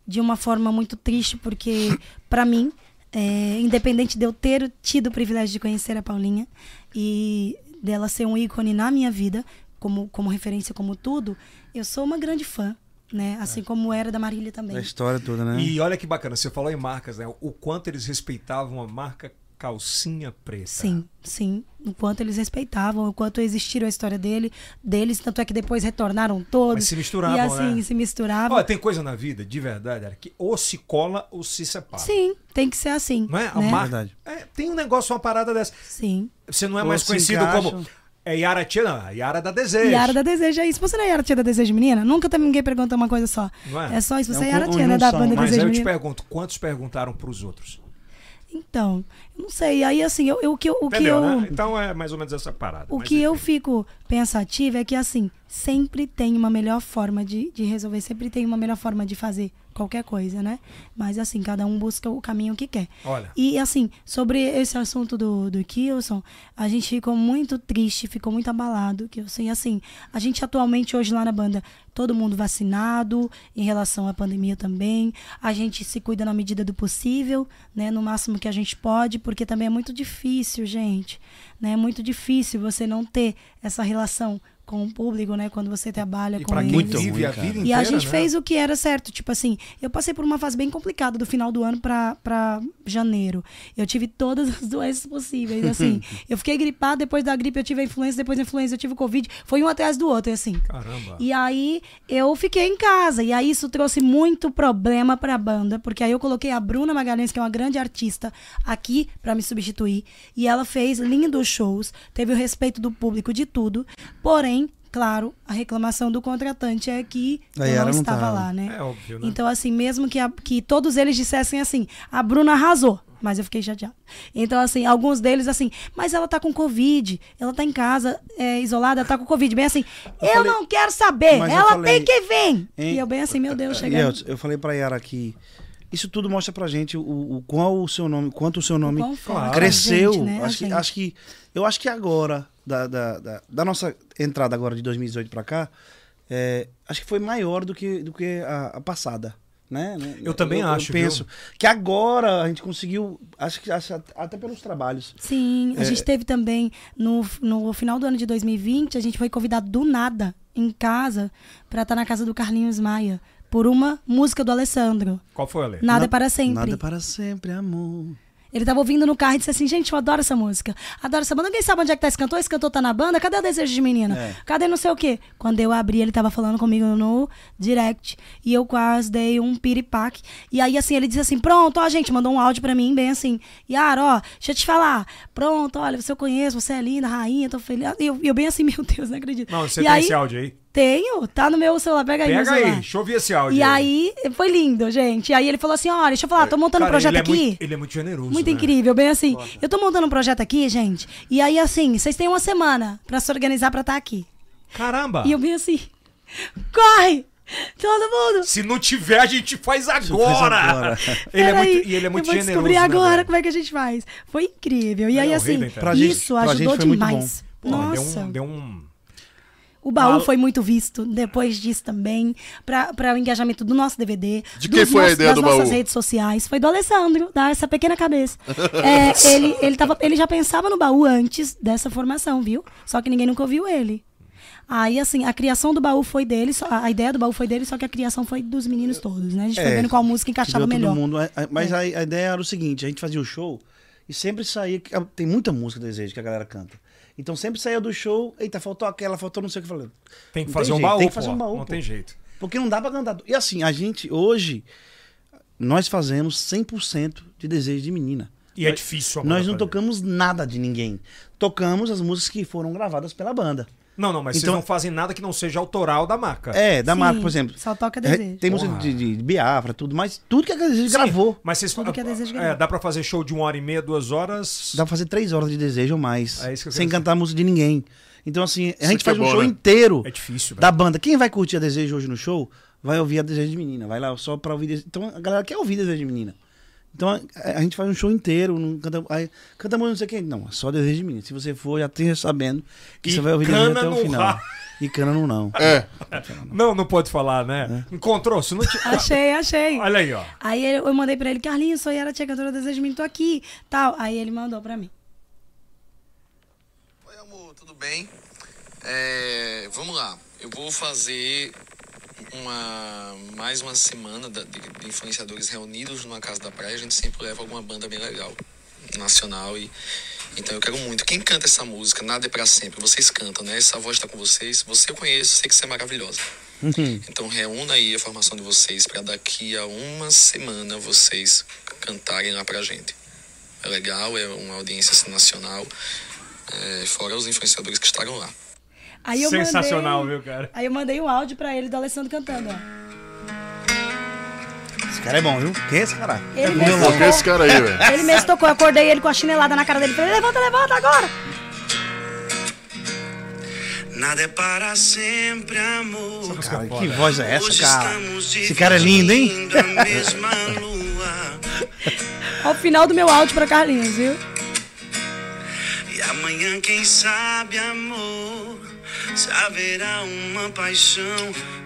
[SPEAKER 3] de uma forma muito triste, porque, para mim, eh, independente de eu ter tido o privilégio de conhecer a Paulinha e dela ser um ícone na minha vida, como, como referência, como tudo, eu sou uma grande fã, né?
[SPEAKER 1] É.
[SPEAKER 3] Assim como era da Marília também.
[SPEAKER 4] A história toda, né?
[SPEAKER 1] E olha que bacana, você falou em marcas, né? O quanto eles respeitavam a marca calcinha preta.
[SPEAKER 3] Sim, sim. O quanto eles respeitavam, o quanto existiram a história dele, deles, tanto é que depois retornaram todos.
[SPEAKER 1] Mas se misturavam,
[SPEAKER 3] E assim,
[SPEAKER 1] né?
[SPEAKER 3] se misturavam.
[SPEAKER 1] Olha, tem coisa na vida, de verdade, era que ou se cola ou se separa.
[SPEAKER 3] Sim, tem que ser assim.
[SPEAKER 1] Não é? A
[SPEAKER 3] né?
[SPEAKER 1] marca.
[SPEAKER 4] Verdade.
[SPEAKER 1] É, tem um negócio, uma parada dessa.
[SPEAKER 3] Sim.
[SPEAKER 1] Você não é
[SPEAKER 4] Ou
[SPEAKER 1] mais
[SPEAKER 4] se
[SPEAKER 1] conhecido
[SPEAKER 4] encaixa.
[SPEAKER 1] como. É Yara Tia, não. é Yara da Desejo.
[SPEAKER 3] Yara da Desejo é isso. Você não é Yara Tia da Desejo Menina? Nunca também ninguém pergunta uma coisa só.
[SPEAKER 1] Não é?
[SPEAKER 3] é? só isso. Você
[SPEAKER 4] É
[SPEAKER 3] é
[SPEAKER 4] um
[SPEAKER 3] Yara
[SPEAKER 4] con-
[SPEAKER 3] Tia, né? Da
[SPEAKER 4] junção,
[SPEAKER 3] banda
[SPEAKER 1] Mas é aí
[SPEAKER 3] Desejo
[SPEAKER 1] eu te
[SPEAKER 3] Menina.
[SPEAKER 1] pergunto, quantos perguntaram pros outros?
[SPEAKER 3] Então, eu não sei. Aí, assim, eu, eu- o que eu. O que
[SPEAKER 1] Entendeu,
[SPEAKER 3] eu...
[SPEAKER 1] né? Então é mais ou menos essa parada.
[SPEAKER 3] O
[SPEAKER 1] mas
[SPEAKER 3] que eu
[SPEAKER 1] enfim.
[SPEAKER 3] fico pensativa é que, assim, sempre tem uma melhor forma de, de resolver, sempre tem uma melhor forma de fazer qualquer coisa, né? Mas, assim, cada um busca o caminho que quer.
[SPEAKER 1] Olha.
[SPEAKER 3] E, assim, sobre esse assunto do, do Kilson, a gente ficou muito triste, ficou muito abalado, Kilson. E, assim, a gente atualmente, hoje lá na banda, todo mundo vacinado em relação à pandemia também. A gente se cuida na medida do possível, né? No máximo que a gente pode, porque também é muito difícil, gente. Né? É muito difícil você não ter essa relação com o público, né? Quando você trabalha
[SPEAKER 1] E
[SPEAKER 3] com
[SPEAKER 1] pra quem
[SPEAKER 3] eles.
[SPEAKER 4] Muito
[SPEAKER 1] vive
[SPEAKER 4] ruim,
[SPEAKER 1] a
[SPEAKER 4] cara.
[SPEAKER 1] vida
[SPEAKER 3] E
[SPEAKER 1] inteira,
[SPEAKER 3] a gente
[SPEAKER 1] né?
[SPEAKER 3] fez o que era certo. Tipo assim, eu passei por uma fase bem complicada do final do ano pra, pra janeiro. Eu tive todas as doenças possíveis, assim. eu fiquei gripada, depois da gripe eu tive a influenza, depois da influenza eu tive o Covid. Foi um atrás do outro, e assim.
[SPEAKER 1] Caramba.
[SPEAKER 3] E aí eu fiquei em casa. E aí isso trouxe muito problema pra banda, porque aí eu coloquei a Bruna Magalhães, que é uma grande artista, aqui pra me substituir. E ela fez lindos shows, teve o respeito do público de tudo. Porém, claro, a reclamação do contratante é que
[SPEAKER 4] Aí
[SPEAKER 3] eu
[SPEAKER 4] ela
[SPEAKER 3] não
[SPEAKER 4] não
[SPEAKER 3] estava
[SPEAKER 4] tava.
[SPEAKER 3] lá, né?
[SPEAKER 1] É óbvio, né?
[SPEAKER 3] Então, assim, mesmo que, a- que todos eles dissessem assim, a Bruna arrasou. Mas eu fiquei chateada. Então, assim, alguns deles, assim, mas ela tá com Covid, ela tá em casa, é, isolada, tá com Covid. Bem assim, eu,
[SPEAKER 4] falei-
[SPEAKER 3] não quero saber,
[SPEAKER 4] Mas eu
[SPEAKER 3] ela
[SPEAKER 4] falei-
[SPEAKER 3] tem que vir.
[SPEAKER 4] Hein?
[SPEAKER 3] E eu bem assim, meu Deus,
[SPEAKER 4] E,
[SPEAKER 3] chegando.
[SPEAKER 4] Elton, eu falei pra Yara que isso tudo mostra pra gente o, o qual o seu nome, quanto o seu nome
[SPEAKER 3] quão forte
[SPEAKER 4] cresceu.
[SPEAKER 3] a gente, né, a
[SPEAKER 4] acho, que,
[SPEAKER 3] gente.
[SPEAKER 4] acho que eu acho que agora da, da, da, da nossa entrada agora de 2018 pra cá, é, acho que foi maior do que do que a, a passada. Né?
[SPEAKER 1] Eu também acho,
[SPEAKER 4] Eu penso que agora a gente conseguiu, acho que acho até pelos trabalhos.
[SPEAKER 3] Sim, a gente teve também, no, no final do ano de 2020, a gente foi convidado do nada, em casa, pra estar na casa do Carlinhos Maia, por uma música do Alessandro.
[SPEAKER 1] Qual foi, Ale?
[SPEAKER 3] Nada é
[SPEAKER 4] Na-
[SPEAKER 3] para sempre.
[SPEAKER 4] Nada é para sempre, amor.
[SPEAKER 3] Ele tava ouvindo no carro e disse assim: gente, eu adoro essa música. Adoro essa banda. Ninguém sabe onde é que tá esse cantor. Esse cantor tá na banda. Cadê o desejo de menina?
[SPEAKER 4] É.
[SPEAKER 3] Cadê não sei o quê? Quando eu abri, ele tava falando comigo no direct. E eu quase dei um piripaque. E aí, assim, ele disse assim: pronto, ó, gente, mandou um áudio pra mim, bem assim. Yara, ó, deixa eu te falar. Pronto, olha, você eu conheço, você é linda, rainha, tô feliz. E eu, eu bem assim, meu Deus, não acredito.
[SPEAKER 1] Não, você
[SPEAKER 3] e
[SPEAKER 1] tem
[SPEAKER 3] aí,
[SPEAKER 1] esse áudio aí?
[SPEAKER 3] Tenho, tá no meu celular. Pega, aí, meu
[SPEAKER 1] Pega aí,
[SPEAKER 3] celular.
[SPEAKER 1] deixa eu ouvir esse áudio.
[SPEAKER 3] né? E aí, foi lindo, gente. E aí ele falou assim: olha, deixa eu falar, tô montando um
[SPEAKER 1] Cara,
[SPEAKER 3] projeto
[SPEAKER 1] ele é
[SPEAKER 3] aqui.
[SPEAKER 1] Muito, ele é muito generoso.
[SPEAKER 3] Muito
[SPEAKER 1] né?
[SPEAKER 3] incrível, bem assim. Eu tô montando um projeto aqui, gente. E aí, assim, vocês têm uma semana pra se organizar pra estar aqui.
[SPEAKER 1] Caramba!
[SPEAKER 3] E eu bem assim. Corre! Todo mundo!
[SPEAKER 1] Se não tiver, a gente faz agora!
[SPEAKER 4] agora.
[SPEAKER 1] Ele é
[SPEAKER 3] Peraí,
[SPEAKER 1] muito, e ele é muito
[SPEAKER 3] eu vou
[SPEAKER 1] generoso.
[SPEAKER 3] descobrir
[SPEAKER 1] né,
[SPEAKER 3] agora
[SPEAKER 1] velho?
[SPEAKER 3] como é que a gente faz. Foi incrível. E
[SPEAKER 1] Ele
[SPEAKER 3] aí,
[SPEAKER 1] é o rei da
[SPEAKER 3] assim,
[SPEAKER 1] internet. Pra
[SPEAKER 4] gente-
[SPEAKER 3] isso
[SPEAKER 4] pra gente
[SPEAKER 3] ajudou
[SPEAKER 4] foi muito
[SPEAKER 3] demais.
[SPEAKER 1] Pô,
[SPEAKER 3] é Nossa,
[SPEAKER 1] Deu um, deu um-
[SPEAKER 3] o baú
[SPEAKER 4] Uma-
[SPEAKER 3] foi muito visto depois disso também, para o engajamento do nosso DVD.
[SPEAKER 2] De
[SPEAKER 3] dos
[SPEAKER 2] quem foi a
[SPEAKER 3] nossos-
[SPEAKER 2] ideia
[SPEAKER 3] das
[SPEAKER 2] do
[SPEAKER 3] nossas
[SPEAKER 2] baú?
[SPEAKER 3] redes sociais. Foi do Alessandro, da essa pequena cabeça. É, ele, ele, tava, ele já pensava no baú antes dessa formação, viu? Só que ninguém nunca ouviu ele. Aí, assim, a criação do baú foi dele, só- a a ideia do baú foi dele, só que a criação foi dos meninos todos, né? A gente foi
[SPEAKER 4] É,
[SPEAKER 3] vendo qual música
[SPEAKER 4] Que
[SPEAKER 3] encaixava
[SPEAKER 4] deu todo
[SPEAKER 3] melhor. É.
[SPEAKER 4] mundo. A- a- Mas a, a ideia era o seguinte: a gente fazia o show e sempre saía. que- ah, Tem muita música do desejo que a galera canta. Então sempre saía do show, eita, faltou aquela, faltou não sei o que. eu Falei,
[SPEAKER 1] Tem que
[SPEAKER 4] não
[SPEAKER 1] fazer um
[SPEAKER 4] jeito,
[SPEAKER 1] baú,
[SPEAKER 4] tem que fazer
[SPEAKER 1] pô.
[SPEAKER 4] um baú.
[SPEAKER 1] Não
[SPEAKER 4] pô.
[SPEAKER 1] tem jeito.
[SPEAKER 4] Porque não dá pra cantar. tudo. E assim, a gente, hoje, nós fazemos 100% de desejo de menina.
[SPEAKER 1] E é difícil a banda
[SPEAKER 4] Nós não
[SPEAKER 1] fazer.
[SPEAKER 4] tocamos nada de ninguém. Tocamos as músicas que foram gravadas pela banda.
[SPEAKER 1] Não, não, mas vocês
[SPEAKER 4] Então-
[SPEAKER 1] não fazem nada que não seja autoral da marca.
[SPEAKER 4] É, da
[SPEAKER 3] Sim,
[SPEAKER 4] marca, por exemplo.
[SPEAKER 3] só toca
[SPEAKER 4] É,
[SPEAKER 3] Desejo.
[SPEAKER 4] Tem música
[SPEAKER 1] Porra.
[SPEAKER 4] de, de Biafra, tudo, mas tudo que a Desejo gravou.
[SPEAKER 1] Mas vocês
[SPEAKER 3] Tudo que é desejo
[SPEAKER 1] é,
[SPEAKER 3] ganhar.
[SPEAKER 1] Dá pra fazer show de uma hora e meia, duas horas.
[SPEAKER 4] Dá pra fazer três horas de desejo ou mais.
[SPEAKER 1] É isso que eu
[SPEAKER 4] sem
[SPEAKER 1] quero
[SPEAKER 4] cantar a música de ninguém. Então, assim, a
[SPEAKER 2] Isso
[SPEAKER 4] gente
[SPEAKER 2] que é
[SPEAKER 4] faz um
[SPEAKER 2] bom,
[SPEAKER 4] show
[SPEAKER 2] né?
[SPEAKER 4] inteiro
[SPEAKER 1] É difícil, velho.
[SPEAKER 4] da banda. Quem vai curtir a desejo hoje no show, vai ouvir a desejo de menina. Vai lá só pra ouvir. Dese- Então, a galera quer ouvir desejo de menina. Então, a, a gente faz um show inteiro. Não canta, aí, canta música não sei quem. Não, é só desejo de menina. Se você for, já tem sabendo que
[SPEAKER 1] E
[SPEAKER 4] você vai ouvir
[SPEAKER 1] cana
[SPEAKER 4] desejo até o
[SPEAKER 1] não
[SPEAKER 4] final.
[SPEAKER 1] ra-
[SPEAKER 4] E cana não, não.
[SPEAKER 2] É,
[SPEAKER 1] Não, não pode falar, né?
[SPEAKER 4] É.
[SPEAKER 1] Encontrou? Se não te...
[SPEAKER 3] Achei, achei.
[SPEAKER 1] Olha aí, ó.
[SPEAKER 3] Aí eu eu mandei pra ele, Carlinhos, sou Yara Tia Cantora Desejo de Mim, tô aqui, tal. Aí ele mandou pra mim.
[SPEAKER 7] Oi, amor, tudo bem? É, vamos lá. Eu vou fazer uma mais uma semana da- de, de influenciadores reunidos numa casa da praia. A gente sempre leva alguma banda bem legal, nacional. e Então eu quero muito. Quem canta essa música, Nada é Pra Sempre, vocês cantam, né? Essa voz tá com vocês. Você eu conheço, sei que você é maravilhosa.
[SPEAKER 4] Hum,
[SPEAKER 7] Então reúna aí a formação de vocês pra daqui a uma semana vocês cantarem lá pra gente. É legal, é uma audiência assim, nacional. É, fora os influenciadores que estarão lá.
[SPEAKER 3] Aí eu
[SPEAKER 1] Sensacional,
[SPEAKER 3] mandei, um-
[SPEAKER 1] viu, cara?
[SPEAKER 3] Aí eu mandei um áudio pra ele do Alessandro cantando, ó.
[SPEAKER 4] Esse cara é bom, viu? Quem é esse cara?
[SPEAKER 2] meu
[SPEAKER 3] Ele mesmo
[SPEAKER 2] irmão, que é esse
[SPEAKER 3] tocou.
[SPEAKER 2] cara aí, velho?
[SPEAKER 3] Ele mesmo tocou, eu acordei ele com a chinelada na cara dele. Falei, levanta, levanta agora!
[SPEAKER 8] Nada é para sempre, amor.
[SPEAKER 4] Cara, que voz é essa,
[SPEAKER 8] Hoje
[SPEAKER 4] cara?
[SPEAKER 8] estamos
[SPEAKER 4] Esse cara é lindo, hein?
[SPEAKER 8] dividindo a mesma lua.
[SPEAKER 3] Ó o final do meu áudio pra Carlinhos, viu?
[SPEAKER 8] E amanhã, quem sabe, amor, se haverá uma paixão,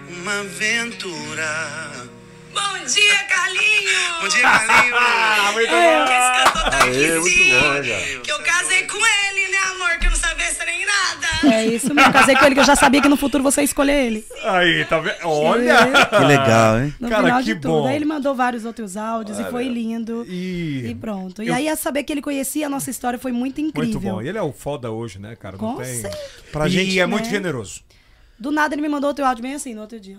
[SPEAKER 8] uma aventura.
[SPEAKER 9] Bom dia, Carlinhos!
[SPEAKER 8] Bom dia, Carlinhos!
[SPEAKER 9] muito
[SPEAKER 3] É.
[SPEAKER 9] bom! Que esse cantor tá
[SPEAKER 2] Aê, muito bom,
[SPEAKER 9] aqui,
[SPEAKER 2] já.
[SPEAKER 9] Que eu casei com ele, né, amor? Que eu não sabia se nem nada.
[SPEAKER 3] É isso mesmo. Casei com ele, que eu já sabia que no futuro você ia escolher ele.
[SPEAKER 1] Aí, tá vendo? Olha!
[SPEAKER 4] Que legal, hein?
[SPEAKER 3] No
[SPEAKER 1] Cara,
[SPEAKER 3] final
[SPEAKER 1] que
[SPEAKER 3] de tudo.
[SPEAKER 1] bom.
[SPEAKER 3] Aí ele mandou vários outros áudios e foi lindo. E,
[SPEAKER 1] E...
[SPEAKER 3] pronto. E
[SPEAKER 1] eu-
[SPEAKER 3] aí, a saber que ele conhecia a nossa história foi muito
[SPEAKER 1] Muito
[SPEAKER 3] incrível.
[SPEAKER 1] bom. E ele é o foda hoje, né, cara? Não
[SPEAKER 3] Com
[SPEAKER 1] tem.
[SPEAKER 3] certeza.
[SPEAKER 1] Pra gente, e é
[SPEAKER 3] né?
[SPEAKER 1] muito generoso.
[SPEAKER 3] Do nada, ele me mandou outro áudio bem assim, no outro dia.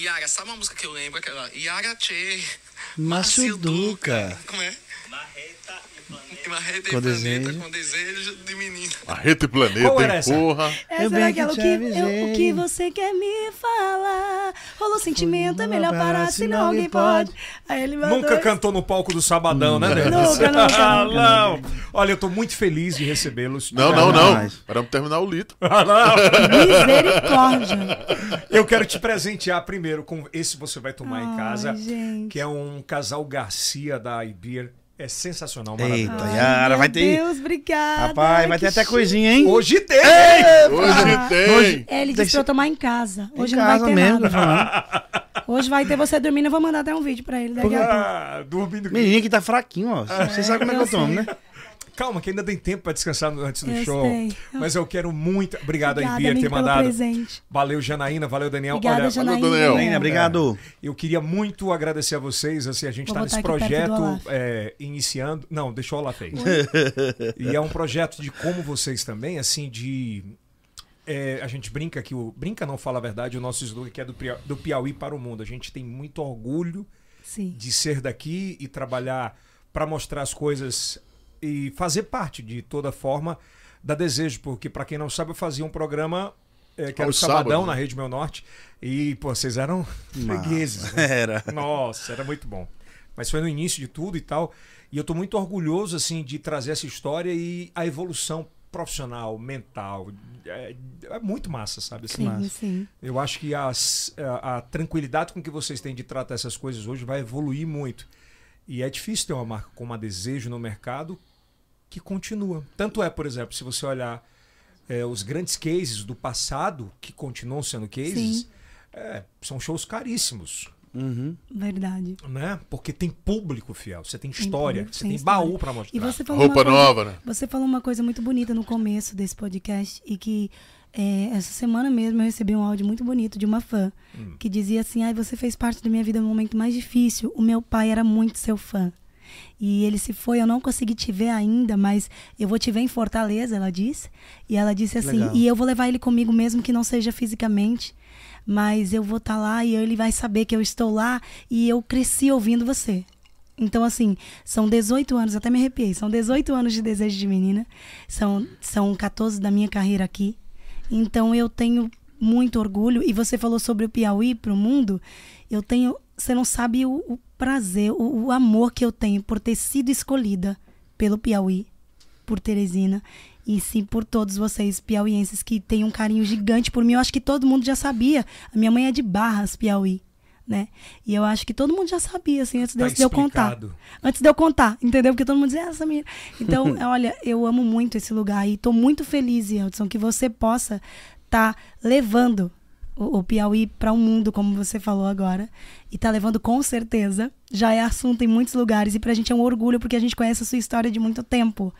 [SPEAKER 7] Yara, sabe uma música que eu lembro? Aquela Yara Tchê.
[SPEAKER 4] Márcio Duca.
[SPEAKER 7] Como é? Marreta e planeta. Marreta e
[SPEAKER 4] Com
[SPEAKER 7] planeta
[SPEAKER 4] desejo.
[SPEAKER 7] com desejo de menina.
[SPEAKER 2] Arreta e planeta,
[SPEAKER 1] Qual era
[SPEAKER 2] hein,
[SPEAKER 1] essa?
[SPEAKER 2] porra.
[SPEAKER 3] Essa
[SPEAKER 4] Eu
[SPEAKER 3] era
[SPEAKER 4] bem que
[SPEAKER 3] aquela o
[SPEAKER 4] te
[SPEAKER 3] que, eu-
[SPEAKER 4] avisei.
[SPEAKER 3] o que você quer me falar. Rolou sentimento, é
[SPEAKER 4] um
[SPEAKER 3] melhor
[SPEAKER 4] abraço,
[SPEAKER 3] parar, senão alguém pode. Aí ele mandou.
[SPEAKER 1] Nunca
[SPEAKER 3] esse-
[SPEAKER 1] cantou no palco do Sabadão, né, Denis?
[SPEAKER 3] Nunca, nunca, nunca.
[SPEAKER 1] Não. Olha, eu tô muito feliz de recebê-los. Ah,
[SPEAKER 2] Não, não, não.
[SPEAKER 4] Jamais.
[SPEAKER 2] Vamos terminar o litro.
[SPEAKER 3] Misericórdia.
[SPEAKER 1] Eu quero te presentear primeiro com esse você vai tomar em
[SPEAKER 3] Ai,
[SPEAKER 1] casa,
[SPEAKER 3] gente.
[SPEAKER 1] que é um casal Garcia da Ibir. É sensacional, maravilhoso.
[SPEAKER 4] Eita, Yara,
[SPEAKER 3] Meu
[SPEAKER 4] vai ter.
[SPEAKER 3] Deus, obrigada.
[SPEAKER 4] Rapaz, vai
[SPEAKER 3] que
[SPEAKER 4] ter até
[SPEAKER 3] chique.
[SPEAKER 4] coisinha, hein?
[SPEAKER 1] Hoje tem!
[SPEAKER 2] Hoje tem.
[SPEAKER 3] É, Ele disse
[SPEAKER 4] Tem que
[SPEAKER 3] pra eu
[SPEAKER 4] ser-
[SPEAKER 3] tomar em casa.
[SPEAKER 4] Em
[SPEAKER 3] Hoje
[SPEAKER 4] casa
[SPEAKER 3] não vai ter
[SPEAKER 4] mesmo,
[SPEAKER 3] nada.
[SPEAKER 4] falando.
[SPEAKER 3] Hoje vai ter você dormindo. Eu vou mandar até um vídeo pra ele daqui a pouco.
[SPEAKER 1] Ah, dormindo.
[SPEAKER 4] Menina que tá fraquinho, ó. Você sabe como é que eu tomo, né?
[SPEAKER 1] Calma, que ainda tem tempo pra descansar no- antes do
[SPEAKER 3] Eu
[SPEAKER 1] show.
[SPEAKER 3] sei.
[SPEAKER 1] Mas eu quero muito. Obrigado,
[SPEAKER 3] Obrigada,
[SPEAKER 1] Ibir,
[SPEAKER 3] amigo,
[SPEAKER 1] ter
[SPEAKER 3] pelo
[SPEAKER 1] mandado.
[SPEAKER 3] presente.
[SPEAKER 1] Valeu, Janaína. Valeu, Daniel.
[SPEAKER 3] Obrigada,
[SPEAKER 1] Olha,
[SPEAKER 3] Janaína.
[SPEAKER 2] Daniel.
[SPEAKER 4] Menina, obrigado.
[SPEAKER 1] Eu queria muito agradecer a vocês. Assim, a gente
[SPEAKER 3] Vou
[SPEAKER 1] está
[SPEAKER 3] botar
[SPEAKER 1] nesse
[SPEAKER 3] aqui perto do
[SPEAKER 1] projeto
[SPEAKER 3] Olaf.
[SPEAKER 1] é, iniciando. Não, deixou o Olaf aí. e é um projeto de como vocês também, assim, de. é, a gente brinca que o. Brinca não fala a verdade, o nosso slogan que é do Pia- do Piauí para o mundo. A gente tem muito orgulho
[SPEAKER 3] Sim.
[SPEAKER 1] de ser daqui e trabalhar para mostrar as coisas e fazer parte de toda forma da Desejo, porque para quem não sabe, eu fazia um programa é, que era o
[SPEAKER 2] Aos
[SPEAKER 1] Sabadão
[SPEAKER 2] sábados, né?
[SPEAKER 1] na Rede Meu Norte e pô, vocês eram fregueses.
[SPEAKER 3] É.
[SPEAKER 1] né?
[SPEAKER 4] Era.
[SPEAKER 2] É.
[SPEAKER 1] Nossa, era muito bom. Mas foi no início de tudo e tal. E eu tô muito orgulhoso, assim, de trazer essa história e a evolução profissional, mental. É, é muito massa, sabe? Assim,
[SPEAKER 3] Sim, sim.
[SPEAKER 1] eu acho que as- a, a tranquilidade com que vocês têm de tratar essas coisas hoje vai evoluir muito. E é difícil ter uma marca como a Desejo no mercado que continua. Tanto é, por exemplo, se você olhar é, os grandes cases do passado, que continuam sendo cases,
[SPEAKER 3] Sim.
[SPEAKER 1] é, são shows caríssimos,
[SPEAKER 3] Verdade.
[SPEAKER 1] né? Porque tem público fiel, você tem história,
[SPEAKER 3] público,
[SPEAKER 1] você
[SPEAKER 3] tem
[SPEAKER 1] tem,
[SPEAKER 3] história.
[SPEAKER 1] baú para
[SPEAKER 3] E
[SPEAKER 1] mostrar.
[SPEAKER 3] você falou uma
[SPEAKER 2] Roupa
[SPEAKER 3] coisa-
[SPEAKER 2] nova, né?
[SPEAKER 3] Você falou uma coisa muito bonita no começo desse podcast e que é, essa semana mesmo eu recebi um áudio muito bonito de uma fã
[SPEAKER 1] Hum.
[SPEAKER 3] que dizia assim: "Ai, você fez parte da minha vida no momento mais difícil. O meu pai era muito seu fã. E ele se foi, eu não consegui te ver ainda, mas eu vou te ver em Fortaleza", ela disse. E ela disse assim:
[SPEAKER 4] Legal.
[SPEAKER 3] "E eu vou levar ele comigo mesmo que não seja fisicamente, mas eu vou estar lá e ele vai saber que eu estou lá e eu cresci ouvindo você". Então, assim, são 18 anos, até me arrepiei, são 18 anos de desejo de menina, são, são 14 da minha carreira aqui. Então, eu tenho muito orgulho. E você falou sobre o Piauí pro mundo, eu tenho. Você não sabe o, o prazer, o, o amor que eu tenho por ter sido escolhida pelo Piauí, por Teresina. E sim, por todos vocês piauienses que têm um carinho gigante por mim. Eu acho que todo mundo já sabia. A minha mãe é de Barras, Piauí, né? E eu acho que todo mundo já sabia, assim, antes
[SPEAKER 1] Tá
[SPEAKER 3] de eu contar.
[SPEAKER 1] explicado.
[SPEAKER 3] Antes de eu contar, entendeu? Porque todo mundo diz, "Ah, essa menina. Então, olha, eu amo muito esse lugar e tô muito feliz, Edson, que você possa estar levando o, o Piauí para o mundo, como você falou agora. E tá levando com certeza. Já é assunto em muitos lugares e pra gente é um orgulho porque a gente conhece a sua história de muito tempo.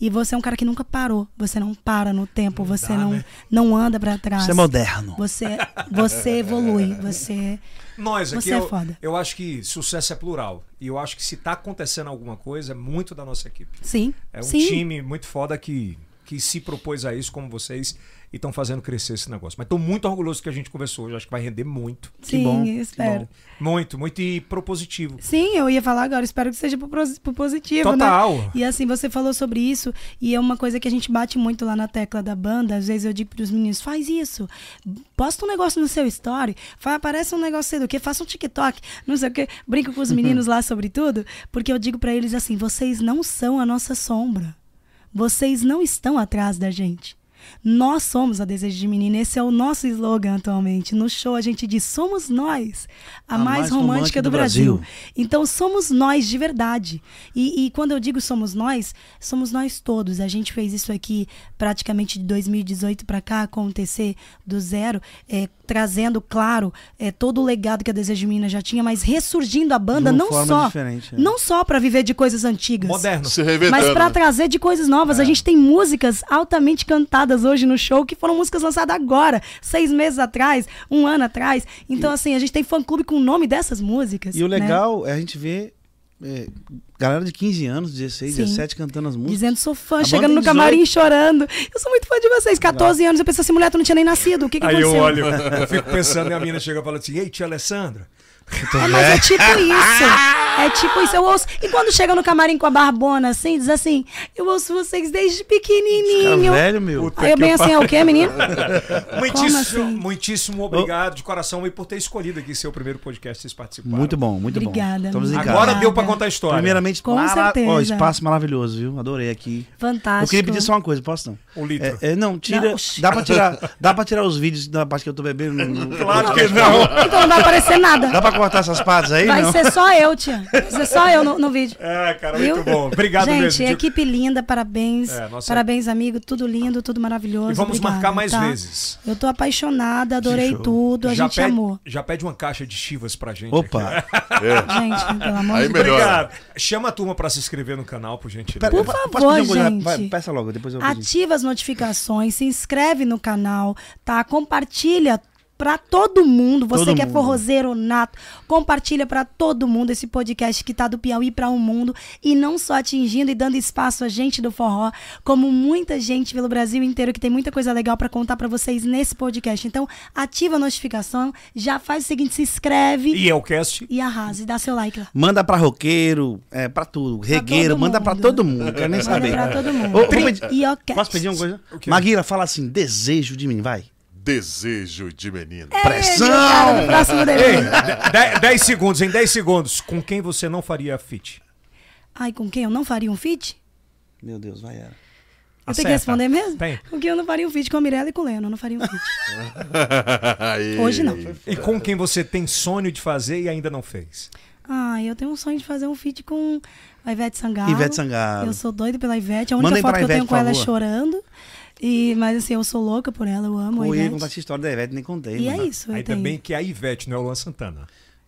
[SPEAKER 3] E você é um cara que nunca parou. Você não para no tempo, você não, não anda pra trás.
[SPEAKER 4] né? Você é moderno.
[SPEAKER 3] Você, você evolui, você.
[SPEAKER 1] Nós aqui,
[SPEAKER 3] Você é
[SPEAKER 1] eu,
[SPEAKER 3] foda.
[SPEAKER 1] eu acho que sucesso é plural. E eu acho que se tá acontecendo alguma coisa, é muito da nossa equipe.
[SPEAKER 3] Sim.
[SPEAKER 1] É um
[SPEAKER 3] sim.
[SPEAKER 1] time muito foda que, que se propôs a isso, como vocês, e estão fazendo crescer esse negócio. Mas estou muito orgulhoso que a gente conversou hoje. Acho que vai render muito.
[SPEAKER 3] Sim,
[SPEAKER 4] bom, que
[SPEAKER 3] espero.
[SPEAKER 1] Muito, muito e propositivo.
[SPEAKER 3] Sim, eu ia falar agora, espero que seja pro, pros- pro positivo,
[SPEAKER 1] Total.
[SPEAKER 3] né? E assim, você falou sobre isso, e é uma coisa que a gente bate muito lá na tecla da banda. Às vezes eu digo pros meninos, faz isso, posta um negócio no seu story, fa- aparece um negócio sei do que, faça um TikTok, não sei o que. Brinco com os meninos lá sobre tudo, porque eu digo pra eles assim, vocês não são a nossa sombra. Vocês não estão atrás da gente. Nós somos a Desejo de Menina. Esse é o nosso slogan atualmente. No show a gente diz: somos nós, a,
[SPEAKER 4] A
[SPEAKER 3] mais,
[SPEAKER 4] mais
[SPEAKER 3] romântica,
[SPEAKER 4] romântica
[SPEAKER 3] do
[SPEAKER 4] do
[SPEAKER 3] Brasil.
[SPEAKER 4] Brasil.
[SPEAKER 3] Então somos nós de verdade. E, e quando eu digo somos nós, somos nós todos. A gente fez isso aqui praticamente de 2018 para cá acontecer do zero, é, trazendo, claro, é, todo o legado que a Desejo de Menina já tinha, mas ressurgindo a banda
[SPEAKER 4] De uma
[SPEAKER 3] não
[SPEAKER 4] forma
[SPEAKER 3] só,
[SPEAKER 4] diferente, é.
[SPEAKER 3] não só para viver de coisas antigas.
[SPEAKER 1] Moderno.
[SPEAKER 2] Se reinventando.
[SPEAKER 3] é. Mas para
[SPEAKER 2] né?
[SPEAKER 3] trazer de coisas
[SPEAKER 4] É.
[SPEAKER 3] novas, a gente tem músicas altamente cantadas hoje no show que foram músicas lançadas agora, seis meses atrás, um ano atrás. Então, assim, a gente tem fã clube com o nome dessas músicas.
[SPEAKER 4] E o
[SPEAKER 3] né?
[SPEAKER 4] legal é a gente ver é, galera de 15 anos, 16,
[SPEAKER 3] Sim.
[SPEAKER 4] 17 cantando as músicas.
[SPEAKER 3] Dizendo sou fã,
[SPEAKER 4] A
[SPEAKER 3] chegando no
[SPEAKER 4] banda tem
[SPEAKER 3] camarim chorando. Eu sou muito fã de vocês. 14 anos, eu pensei assim, mulher, tu não tinha nem nascido. O que, que
[SPEAKER 1] Aí eu
[SPEAKER 3] aconteceu?
[SPEAKER 1] olho, eu fico pensando, e a mina chega e fala assim: Ei, tia Alessandra,
[SPEAKER 3] É, mas é tipo isso. É tipo isso. Eu ouço. E quando chega no camarim com a barbona, assim, diz assim: Eu ouço vocês desde
[SPEAKER 4] Cara,
[SPEAKER 3] pequenininho.
[SPEAKER 4] velho, meu.
[SPEAKER 1] Puta
[SPEAKER 3] Aí eu
[SPEAKER 1] que
[SPEAKER 3] bem assim, é o quê, menino?
[SPEAKER 1] muitíssimo,
[SPEAKER 3] assim?
[SPEAKER 1] muitíssimo obrigado de coração e por ter escolhido aqui seu primeiro podcast, vocês participaram.
[SPEAKER 4] Muito bom, muito
[SPEAKER 3] Obrigada,
[SPEAKER 4] bom. Estamos em
[SPEAKER 3] amiga.
[SPEAKER 4] casa.
[SPEAKER 1] Agora deu pra
[SPEAKER 3] Obrigada.
[SPEAKER 1] contar a história.
[SPEAKER 4] Primeiramente,
[SPEAKER 3] Com certeza.
[SPEAKER 4] ó, espaço maravilhoso, viu? Adorei aqui.
[SPEAKER 3] Fantástico.
[SPEAKER 4] Eu queria pedir só uma coisa, posso não?
[SPEAKER 1] O Um litro.
[SPEAKER 4] É, é, não, tira.
[SPEAKER 3] Não, oxi.
[SPEAKER 4] dá, pra tirar, dá pra tirar os vídeos da parte que eu tô bebendo? No, no-
[SPEAKER 1] Claro que não.
[SPEAKER 3] Então não vai aparecer nada.
[SPEAKER 4] Dá pra cortar essas partes aí?
[SPEAKER 3] Vai
[SPEAKER 4] não?
[SPEAKER 3] ser só eu, tia. Vai ser só eu no, no vídeo.
[SPEAKER 1] É, cara,
[SPEAKER 3] Viu?
[SPEAKER 1] muito bom. Obrigado
[SPEAKER 3] Gente, é
[SPEAKER 1] mesmo. tio.
[SPEAKER 3] equipe linda, parabéns.
[SPEAKER 1] É, nossa-
[SPEAKER 3] Parabéns, amigo. Tudo lindo, tudo maravilhoso.
[SPEAKER 1] E vamos
[SPEAKER 3] Obrigada,
[SPEAKER 1] marcar mais
[SPEAKER 3] tá?
[SPEAKER 1] vezes.
[SPEAKER 3] Eu tô apaixonada, adorei
[SPEAKER 4] show.
[SPEAKER 3] tudo. A gente
[SPEAKER 1] pede,
[SPEAKER 3] amou.
[SPEAKER 1] já pede uma caixa de chivas pra gente. aqui.
[SPEAKER 4] Opa!
[SPEAKER 3] Gente, pelo amor
[SPEAKER 2] Aí
[SPEAKER 3] de Deus.
[SPEAKER 2] melhor.
[SPEAKER 1] Obrigado. Chama a turma pra se inscrever no canal, por gentileza.
[SPEAKER 4] Pera,
[SPEAKER 3] Por
[SPEAKER 4] eu posso
[SPEAKER 3] favor,
[SPEAKER 4] pedir uma coisa?
[SPEAKER 3] gente.
[SPEAKER 4] Vai, peça logo, depois eu vou pedir.
[SPEAKER 3] Ativa as notificações, se inscreve no canal, tá? Compartilha pra todo mundo, você
[SPEAKER 4] Todo
[SPEAKER 3] que é
[SPEAKER 4] mundo.
[SPEAKER 3] forrozeiro nato, compartilha pra todo mundo esse podcast que tá do Piauí pra o mundo e não só atingindo e dando espaço a gente do forró, como muita gente pelo Brasil inteiro que tem muita coisa legal pra contar pra vocês nesse podcast. Então, ativa a notificação, já faz o seguinte, se inscreve
[SPEAKER 1] E é o cast.
[SPEAKER 3] e arrasa e dá seu like lá.
[SPEAKER 4] Manda pra roqueiro, é, pra tudo. Regueiro,
[SPEAKER 3] todo
[SPEAKER 4] manda pra
[SPEAKER 3] mundo.
[SPEAKER 4] todo mundo. Quero nem
[SPEAKER 3] Manda
[SPEAKER 4] saber.
[SPEAKER 3] pra todo mundo.
[SPEAKER 4] Ô, ô,
[SPEAKER 3] Tri-
[SPEAKER 4] pedi-
[SPEAKER 3] e ok.
[SPEAKER 4] Posso pedir um uma coisa?
[SPEAKER 1] O quê?
[SPEAKER 4] Maguila, fala assim: desejo de mim, vai.
[SPEAKER 2] Desejo de menino.
[SPEAKER 3] É.
[SPEAKER 4] Pressão!
[SPEAKER 3] Cara, no próximo desenho.
[SPEAKER 1] 10 segundos, em 10 segundos. Com quem você não faria fit?
[SPEAKER 3] Ai, com quem eu não faria um feat?
[SPEAKER 4] Meu Deus, vai era.
[SPEAKER 3] Eu tenho
[SPEAKER 1] Acerta.
[SPEAKER 3] que responder mesmo?
[SPEAKER 1] Tem.
[SPEAKER 3] Com quem eu não faria um feat com a Mirella e com o Leno, eu não faria um feat.
[SPEAKER 2] Aí.
[SPEAKER 3] Hoje não.
[SPEAKER 1] E com quem você tem sonho de fazer e ainda não fez?
[SPEAKER 3] Ai, eu tenho um sonho de fazer um feat com a Ivete Sangalo.
[SPEAKER 4] Ivete Sangalo.
[SPEAKER 3] Eu sou doida pela Ivete. A única
[SPEAKER 4] Mandem
[SPEAKER 3] foto
[SPEAKER 4] pra
[SPEAKER 3] que eu tenho
[SPEAKER 4] Ivete,
[SPEAKER 3] com
[SPEAKER 4] por
[SPEAKER 3] ela é
[SPEAKER 4] favor.
[SPEAKER 3] chorando. E, mas assim, eu sou louca por ela, eu amo
[SPEAKER 4] Pô,
[SPEAKER 3] a
[SPEAKER 4] eu ia
[SPEAKER 3] Ivete.
[SPEAKER 4] contar essa história da Ivete, nem contei.
[SPEAKER 3] E
[SPEAKER 4] mano.
[SPEAKER 3] é isso, eu
[SPEAKER 1] ainda
[SPEAKER 3] tenho.
[SPEAKER 1] bem que é a Ivete, não é o Luan Santana.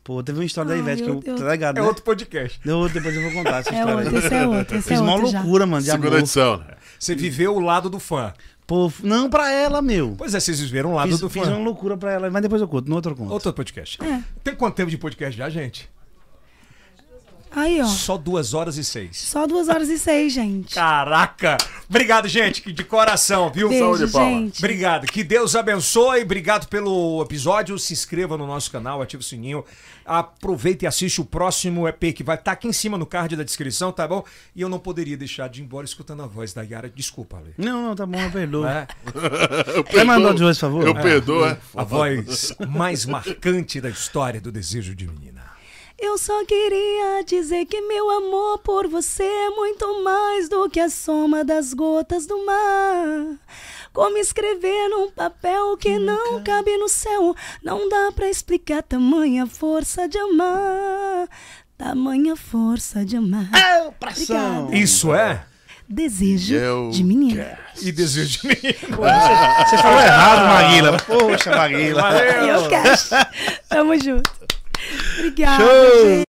[SPEAKER 4] Pô, teve uma história
[SPEAKER 3] Ai,
[SPEAKER 4] da Ivete que
[SPEAKER 3] Ah, meu
[SPEAKER 4] eu.
[SPEAKER 3] Deus.
[SPEAKER 4] Tá ligado?
[SPEAKER 1] É
[SPEAKER 4] né?
[SPEAKER 1] outro podcast.
[SPEAKER 4] Eu- depois eu vou contar essa
[SPEAKER 3] É
[SPEAKER 4] história.
[SPEAKER 3] outro, esse é outro, esse é
[SPEAKER 4] Fiz uma
[SPEAKER 3] outro já.
[SPEAKER 4] loucura, mano, de
[SPEAKER 2] Segunda
[SPEAKER 4] amor.
[SPEAKER 2] edição, né?
[SPEAKER 1] Você viveu o lado do fã.
[SPEAKER 4] Pô, f- não pra ela, meu.
[SPEAKER 1] Pois é, vocês viveram o lado
[SPEAKER 4] Fiz,
[SPEAKER 1] do
[SPEAKER 4] fiz um
[SPEAKER 1] fã.
[SPEAKER 4] uma loucura pra ela, mas depois eu conto, no outro eu conto.
[SPEAKER 1] Outro podcast. Tem quanto tempo de podcast já, gente?
[SPEAKER 3] Aí, ó.
[SPEAKER 1] Só duas horas e seis.
[SPEAKER 3] Só duas horas e seis, gente.
[SPEAKER 1] Caraca! Obrigado, gente, que de coração, viu?
[SPEAKER 3] Beijo,
[SPEAKER 2] Saúde, Paula.
[SPEAKER 3] gente.
[SPEAKER 1] Obrigado, que Deus abençoe, obrigado pelo episódio. Se inscreva no nosso canal, ative o sininho, aproveita e assiste o próximo EP que vai estar aqui em cima no card da descrição, tá bom? E eu não poderia deixar de ir embora escutando a voz da Yara. Desculpa, Ale.
[SPEAKER 4] Não, não, tá bom, eu perdoo.
[SPEAKER 1] É,
[SPEAKER 2] Eu
[SPEAKER 4] Quer mandar
[SPEAKER 2] perdoo.
[SPEAKER 4] o de hoje, por favor?
[SPEAKER 2] Eu perdoo, é.
[SPEAKER 1] a voz mais marcante da história do desejo de menina.
[SPEAKER 3] Eu só queria dizer que meu amor por você é muito mais do que a soma das gotas do mar. Como escrever num papel que não cabe no céu, não dá pra explicar tamanha força de amar. Tamanha força de amar.
[SPEAKER 4] Pração.
[SPEAKER 3] Obrigada.
[SPEAKER 1] Isso é?
[SPEAKER 3] Desejo
[SPEAKER 2] Eu
[SPEAKER 3] de menina.
[SPEAKER 1] E desejo de menina.
[SPEAKER 4] Você falou errado, Maguila. Poxa, Maguila.
[SPEAKER 3] Aí eu quero. Tamo junto. Obrigada.
[SPEAKER 4] Show.
[SPEAKER 3] gente.